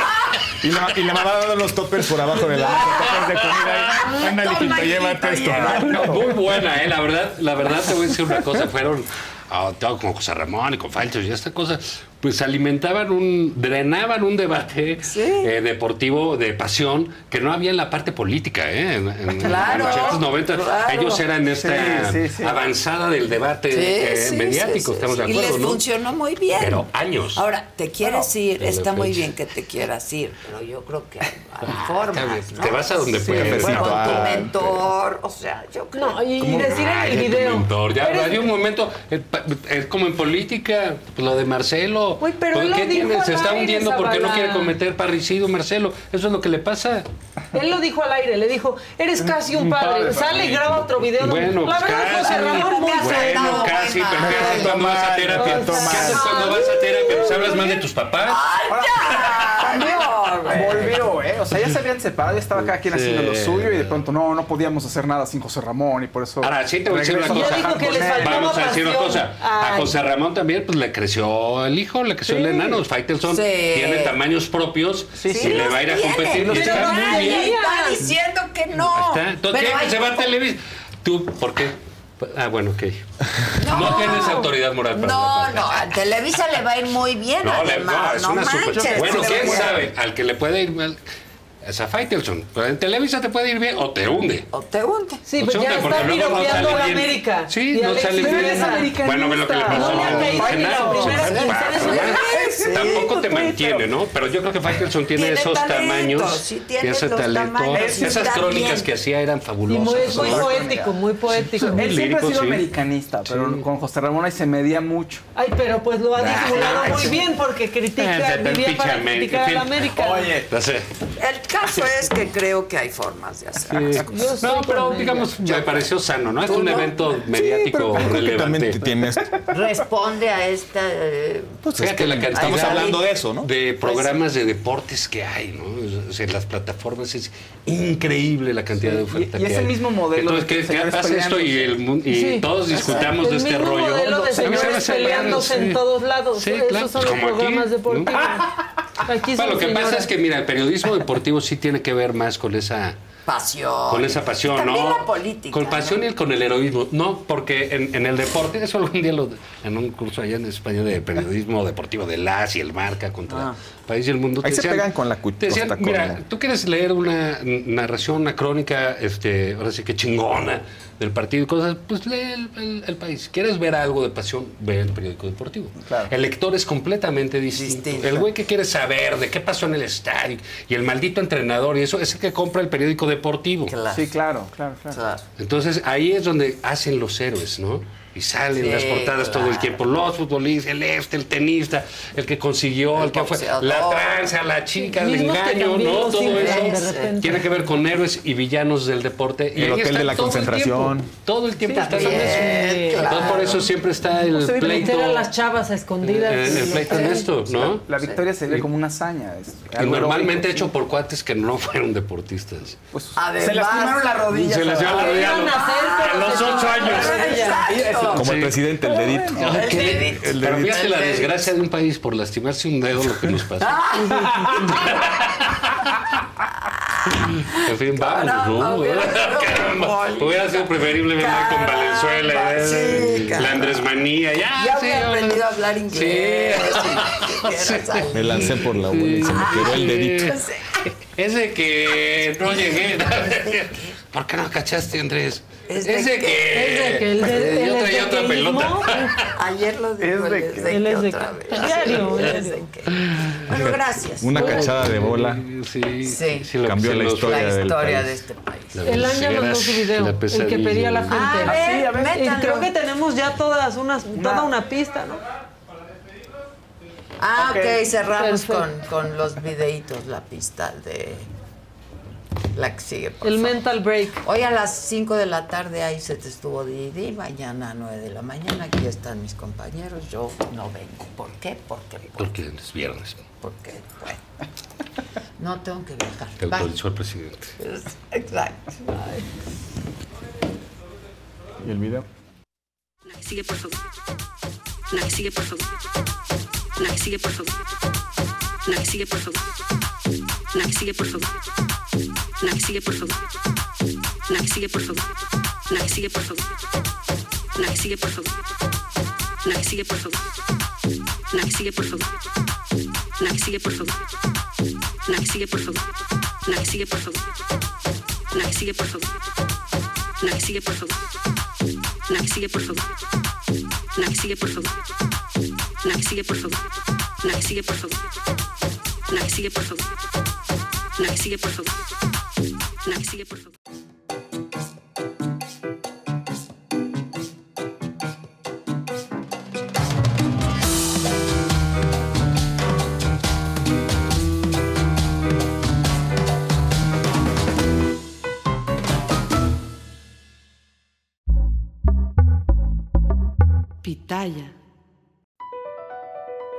Speaker 10: Y la, y la mamá dando los toppers por abajo de la mesa, toppers de comida. ahí. Ándale, hijito, llévate esto.
Speaker 2: No, muy buena, ¿eh? La verdad, la verdad te voy a decir una cosa. Fueron ah, todo con José Ramón y con Falchos y esta cosa. Pues alimentaban un, drenaban un debate eh, deportivo de pasión que no había en la parte política, ¿eh? En, en-
Speaker 3: Claro,
Speaker 2: en los 80s, 90
Speaker 3: claro.
Speaker 2: Ellos eran esta
Speaker 3: Sí, sí, sí.
Speaker 2: avanzada del debate
Speaker 3: Sí,
Speaker 2: eh,
Speaker 3: sí, sí,
Speaker 2: mediático,
Speaker 3: sí,
Speaker 2: estamos
Speaker 3: sí.
Speaker 2: de
Speaker 3: Y
Speaker 2: acuerdo,
Speaker 3: les
Speaker 2: ¿no?
Speaker 3: funcionó muy bien.
Speaker 2: Pero años.
Speaker 3: Ahora, te quieres ir,
Speaker 2: de
Speaker 3: está muy
Speaker 2: repente.
Speaker 3: bien que te quieras ir, pero yo creo que hay, hay formas, ¿no?
Speaker 2: Ah, Te vas a donde puedas.
Speaker 3: Con tu
Speaker 2: Ah,
Speaker 3: mentor, o sea, yo creo...
Speaker 13: No, y, y
Speaker 2: ¿Cómo?
Speaker 13: decir en
Speaker 2: Ay,
Speaker 13: el
Speaker 2: tu
Speaker 13: video.
Speaker 2: mentor, ya,
Speaker 13: "Eres
Speaker 2: hay un momento, eh, pa- es como en política, pues, lo de Marcelo.
Speaker 13: Uy, pero
Speaker 2: ¿Por
Speaker 13: él lo
Speaker 2: qué
Speaker 13: dijo
Speaker 2: tiene- Se
Speaker 13: al
Speaker 2: está
Speaker 13: aire,
Speaker 2: hundiendo porque no
Speaker 13: Zavala.
Speaker 2: quiere cometer parricidio, Marcelo. Eso es lo que le pasa.
Speaker 13: Él lo dijo al aire, le dijo, eres casi un padre.
Speaker 2: padre.
Speaker 13: Sale y graba otro video. donde-
Speaker 2: Bueno,
Speaker 13: la
Speaker 2: pues
Speaker 13: verdad,
Speaker 2: casi.
Speaker 13: José Ramón, muy
Speaker 2: Bueno,
Speaker 13: bueno.
Speaker 2: casi, pero ¿qué haces cuando vas a terapia? ¿Qué haces cuando vas a terapia? Pues hablas más de tus papás.
Speaker 14: Ah, Volvió, ¿eh? O sea, ya se habían separado, ya estaba cada quien
Speaker 2: Sí.
Speaker 14: haciendo lo suyo y de pronto no, no podíamos hacer nada sin José Ramón y por eso.
Speaker 2: Ahora sí te voy a decir una
Speaker 14: regreso
Speaker 2: cosa.
Speaker 14: trabajar con él.
Speaker 2: Vamos a decir una cosa. A
Speaker 14: Ay.
Speaker 2: José Ramón también pues le creció el hijo, le creció el enano. Faitelson
Speaker 3: Sí.
Speaker 2: tiene tamaños propios y
Speaker 3: Sí
Speaker 2: le
Speaker 3: los
Speaker 2: va a ir a
Speaker 3: tiene,
Speaker 2: competir. Y
Speaker 3: Pero
Speaker 2: está muy
Speaker 3: nadie
Speaker 2: bien.
Speaker 3: está diciendo que no.
Speaker 2: Está. Entonces,
Speaker 3: Pero
Speaker 2: ¿qué?
Speaker 3: hay-
Speaker 2: se va a Televisa. ¿Tú por qué? Ah, bueno, ok. No, tienes autoridad moral para
Speaker 3: No, no, a Televisa le va a ir muy bien,
Speaker 2: No, le- no,
Speaker 3: además,
Speaker 2: es
Speaker 3: no,
Speaker 2: una super-
Speaker 3: manches.
Speaker 2: Bueno,
Speaker 3: se
Speaker 2: quién
Speaker 3: puede.
Speaker 2: sabe, al que le puede ir mal es a Faitelson. Pero en Televisa te puede ir bien o te hunde.
Speaker 3: O te hunde.
Speaker 13: Sí,
Speaker 2: No
Speaker 13: pues
Speaker 2: se
Speaker 13: ya
Speaker 2: hunde porque
Speaker 13: está
Speaker 2: luego no
Speaker 13: piropeando
Speaker 2: sale
Speaker 13: a la
Speaker 2: bien.
Speaker 13: América.
Speaker 2: Sí,
Speaker 13: Y
Speaker 2: no
Speaker 13: Alex
Speaker 2: sale
Speaker 13: Pero
Speaker 2: bien.
Speaker 13: él es americanista.
Speaker 2: Bueno, ve lo que le pasó
Speaker 13: No le han
Speaker 2: a
Speaker 13: caído ni las
Speaker 2: Genaro.
Speaker 13: primeras
Speaker 2: Genaro,
Speaker 13: quincenas,
Speaker 2: Genaro.
Speaker 13: ¿verdad? Sí,
Speaker 2: Tampoco te
Speaker 13: pues,
Speaker 2: mantiene, ¿no? Pero yo creo que Faitelson tiene,
Speaker 3: Tiene
Speaker 2: esos
Speaker 3: talento,
Speaker 2: tamaños,
Speaker 3: sí tiene
Speaker 2: ese
Speaker 3: los
Speaker 2: talento.
Speaker 3: tamaños, sí
Speaker 2: Esas
Speaker 3: está
Speaker 2: crónicas
Speaker 3: bien.
Speaker 2: que hacía
Speaker 13: Y
Speaker 2: eran
Speaker 13: muy,
Speaker 2: fabulosas.
Speaker 13: muy
Speaker 2: ¿no?
Speaker 13: poético, muy poético.
Speaker 14: Él siempre ha
Speaker 2: lírico,
Speaker 14: sido
Speaker 2: sí.
Speaker 14: americanista, pero con José Ramón ahí se medía mucho.
Speaker 13: Ay, pero pues lo ha
Speaker 14: Ah,
Speaker 13: disimulado
Speaker 14: sí.
Speaker 13: muy bien porque critica,
Speaker 14: Ah, se
Speaker 13: vivía
Speaker 14: pinche
Speaker 13: para
Speaker 14: América,
Speaker 13: criticar a la
Speaker 14: en fin.
Speaker 13: América.
Speaker 2: No sé.
Speaker 3: El caso es que creo que hay formas de hacer las cosas.
Speaker 13: Yo
Speaker 2: No,
Speaker 13: soy
Speaker 2: pero
Speaker 13: con ella.
Speaker 2: digamos, me pareció sano, ¿no? Es
Speaker 3: ¿Tú
Speaker 2: un
Speaker 3: no?
Speaker 2: evento mediático relevante.
Speaker 10: tienes.
Speaker 3: Responde a esta... eh,
Speaker 2: Fíjate la cantidad
Speaker 10: Estamos hablando de eso, ¿no? Pues
Speaker 2: de programas de deportes que hay, ¿no? O sea, en las plataformas es increíble la cantidad de oferta
Speaker 14: y- y
Speaker 2: que
Speaker 14: es el
Speaker 2: hay.
Speaker 14: mismo modelo
Speaker 2: Entonces,
Speaker 14: de
Speaker 2: ¿qué, qué
Speaker 14: señores
Speaker 2: pasa esto y,
Speaker 14: peleándose.
Speaker 2: el, mun- y
Speaker 14: Sí.
Speaker 2: todos discutamos
Speaker 13: El
Speaker 2: de este
Speaker 13: mismo
Speaker 2: rollo?
Speaker 13: modelo de
Speaker 2: A mí se me
Speaker 13: señores
Speaker 2: hace
Speaker 13: peleándose
Speaker 2: padre,
Speaker 13: en
Speaker 2: sí.
Speaker 13: todos lados.
Speaker 2: Sí,
Speaker 13: Esos
Speaker 2: claro,
Speaker 13: son los
Speaker 2: como aquí,
Speaker 13: programas
Speaker 2: ¿no?
Speaker 13: deportivos. Aquí
Speaker 2: Bueno,
Speaker 13: son
Speaker 2: lo que pasa
Speaker 13: señoras.
Speaker 2: es que, mira, el periodismo deportivo sí tiene que ver más con esa...
Speaker 3: Pasión.
Speaker 2: Con esa pasión,
Speaker 3: También
Speaker 2: ¿no?
Speaker 3: la política,
Speaker 2: Con pasión y con el heroísmo. No, porque en, en el deporte, eso algún día lo, en un curso allá en España de periodismo deportivo de LAS y el Marca contra País del Mundo.
Speaker 10: Ahí
Speaker 2: te
Speaker 10: se pegan con la cu-
Speaker 2: Te decían,
Speaker 10: costa
Speaker 2: mira,
Speaker 10: corona".
Speaker 2: tú quieres leer una narración, una crónica, este, ahora sí que chingona del partido y cosas, pues lee el, el- el país. ¿Quieres ver algo de pasión? Ve el periódico deportivo. El lector es completamente distinto. El güey que quiere saber de qué pasó en el estadio y el maldito entrenador y eso es el que compra el periódico deportivo.
Speaker 14: Sí, claro, claro, claro.
Speaker 2: Entonces ahí es donde hacen los héroes, ¿no? Y salen
Speaker 3: Sí,
Speaker 2: las portadas todo el
Speaker 3: claro.
Speaker 2: tiempo. Los futbolistas, el este, el tenista, el que consiguió, el, que fue. La
Speaker 3: boxeador.
Speaker 2: tranza, la chica, el
Speaker 13: Mismos que
Speaker 2: engaño,
Speaker 13: también
Speaker 2: ¿no?
Speaker 13: los
Speaker 2: Todo
Speaker 13: inventan de
Speaker 2: eso
Speaker 13: repente.
Speaker 2: tiene que ver con héroes y villanos del deporte. Y
Speaker 10: El
Speaker 2: ahí
Speaker 10: hotel
Speaker 2: están
Speaker 10: de la
Speaker 2: todo el
Speaker 10: concentración.
Speaker 2: tiempo. Todo el tiempo
Speaker 13: Sí,
Speaker 2: están en
Speaker 13: también,
Speaker 2: eso. Entonces, por eso siempre está el
Speaker 13: Pues Se viene a meter
Speaker 2: pleito. Eh,
Speaker 13: a las chavas a escondidas.
Speaker 2: El, el pleito en esto, ¿no?
Speaker 14: La victoria se ve como una hazaña. es
Speaker 2: Y
Speaker 14: algo
Speaker 2: normalmente
Speaker 14: heroico,
Speaker 2: hecho por cuates que no fueron deportistas.
Speaker 14: Pues,
Speaker 3: Además,
Speaker 14: se lastimaron la rodilla.
Speaker 2: Se les dio la
Speaker 9: Ah,
Speaker 14: ¿sabes?
Speaker 2: rodilla
Speaker 13: Iban a hacer,
Speaker 2: a
Speaker 13: pero
Speaker 2: los
Speaker 13: se
Speaker 2: ocho
Speaker 13: tomaron
Speaker 2: años.
Speaker 13: la rodilla.
Speaker 3: Exacto.
Speaker 10: Como el presidente, el dedito.
Speaker 3: El dedito.
Speaker 2: El Pero fíjate la desgracia de un país por lastimarse un dedo lo que nos pasa. En fin, vamos, ¿no? Caramba, Hubiera sido preferible venir con Valenzuela,
Speaker 3: Caramba,
Speaker 2: eh,
Speaker 3: sí,
Speaker 2: la
Speaker 3: caramba.
Speaker 2: Andrés Manía, ya,
Speaker 3: Ya
Speaker 2: sí,
Speaker 3: había
Speaker 2: ahora-
Speaker 3: aprendido a hablar inglés. y- y-
Speaker 10: Me lancé por la bola y se me quedó el dedito.
Speaker 3: Sí.
Speaker 2: Ese que no llegué. ¿Por qué no cachaste, Andrés?
Speaker 9: Este
Speaker 3: Ese
Speaker 2: Ese que.
Speaker 13: Ese que el de-
Speaker 2: Yo
Speaker 13: el
Speaker 2: traía otra
Speaker 13: evangelismo.
Speaker 2: pelota.
Speaker 3: Ayer lo dijo
Speaker 14: Es de
Speaker 3: el
Speaker 14: que-
Speaker 3: de
Speaker 13: Él es de
Speaker 3: otra vez.
Speaker 13: que- Diario,
Speaker 3: Es
Speaker 13: diario.
Speaker 3: de que- Bueno, Ah, gracias.
Speaker 10: Una cachada de bola
Speaker 2: Sí,
Speaker 3: Sí.
Speaker 2: sí, lo-
Speaker 10: cambió
Speaker 2: sí,
Speaker 10: la
Speaker 2: lo-
Speaker 3: La
Speaker 10: historia del
Speaker 3: historia de
Speaker 10: país.
Speaker 3: este país.
Speaker 2: la
Speaker 13: El año
Speaker 2: velocidad,
Speaker 13: mandó su video,
Speaker 2: la
Speaker 13: el que pedía
Speaker 2: pesadilla.
Speaker 13: a la gente.
Speaker 3: Ah, A ver,
Speaker 13: Y
Speaker 3: métanlo.
Speaker 13: creo que tenemos ya todas unas, toda una pista, ¿no?
Speaker 3: Ah, ok,
Speaker 14: Ok.
Speaker 3: cerramos
Speaker 13: Perfecto.
Speaker 3: con, con los videitos, la pista de la que sigue. Por
Speaker 13: El
Speaker 3: favor.
Speaker 13: mental break.
Speaker 3: Hoy a las 5 de la tarde ahí se te estuvo Didi, mañana a 9 de la mañana aquí están mis compañeros, yo no vengo. ¿Por qué? Porque,
Speaker 2: Porque es viernes.
Speaker 3: porque, bueno, No tengo que viajar.
Speaker 2: Te
Speaker 3: Bye.
Speaker 2: autorizó el presidente.
Speaker 3: Exacto. Ay.
Speaker 24: ¿Y el video?
Speaker 22: La que sigue, por favor. La que sigue, por favor. La que sigue, por favor. La que sigue, por favor. La que sigue, por favor. La que sigue, por favor. La que sigue, por favor. La que sigue, por favor. La que sigue, por favor. La que sigue, por favor. La que sigue, por favor. La que sigue, por favor. La que sigue, por favor. La que sigue, por favor. La que sigue, por favor. La que sigue, por favor. La que sigue, por favor. La que sigue, por favor. La que sigue, por favor. La que sigue, por favor. La que sigue, por favor. La que sigue, por favor. La que sigue, por favor.
Speaker 7: Pitaya.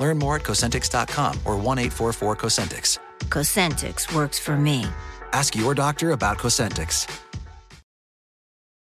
Speaker 18: Learn more at Cosentix.com or 1 844 Cosentix.
Speaker 1: Cosentix works for me.
Speaker 18: Ask your doctor about Cosentix.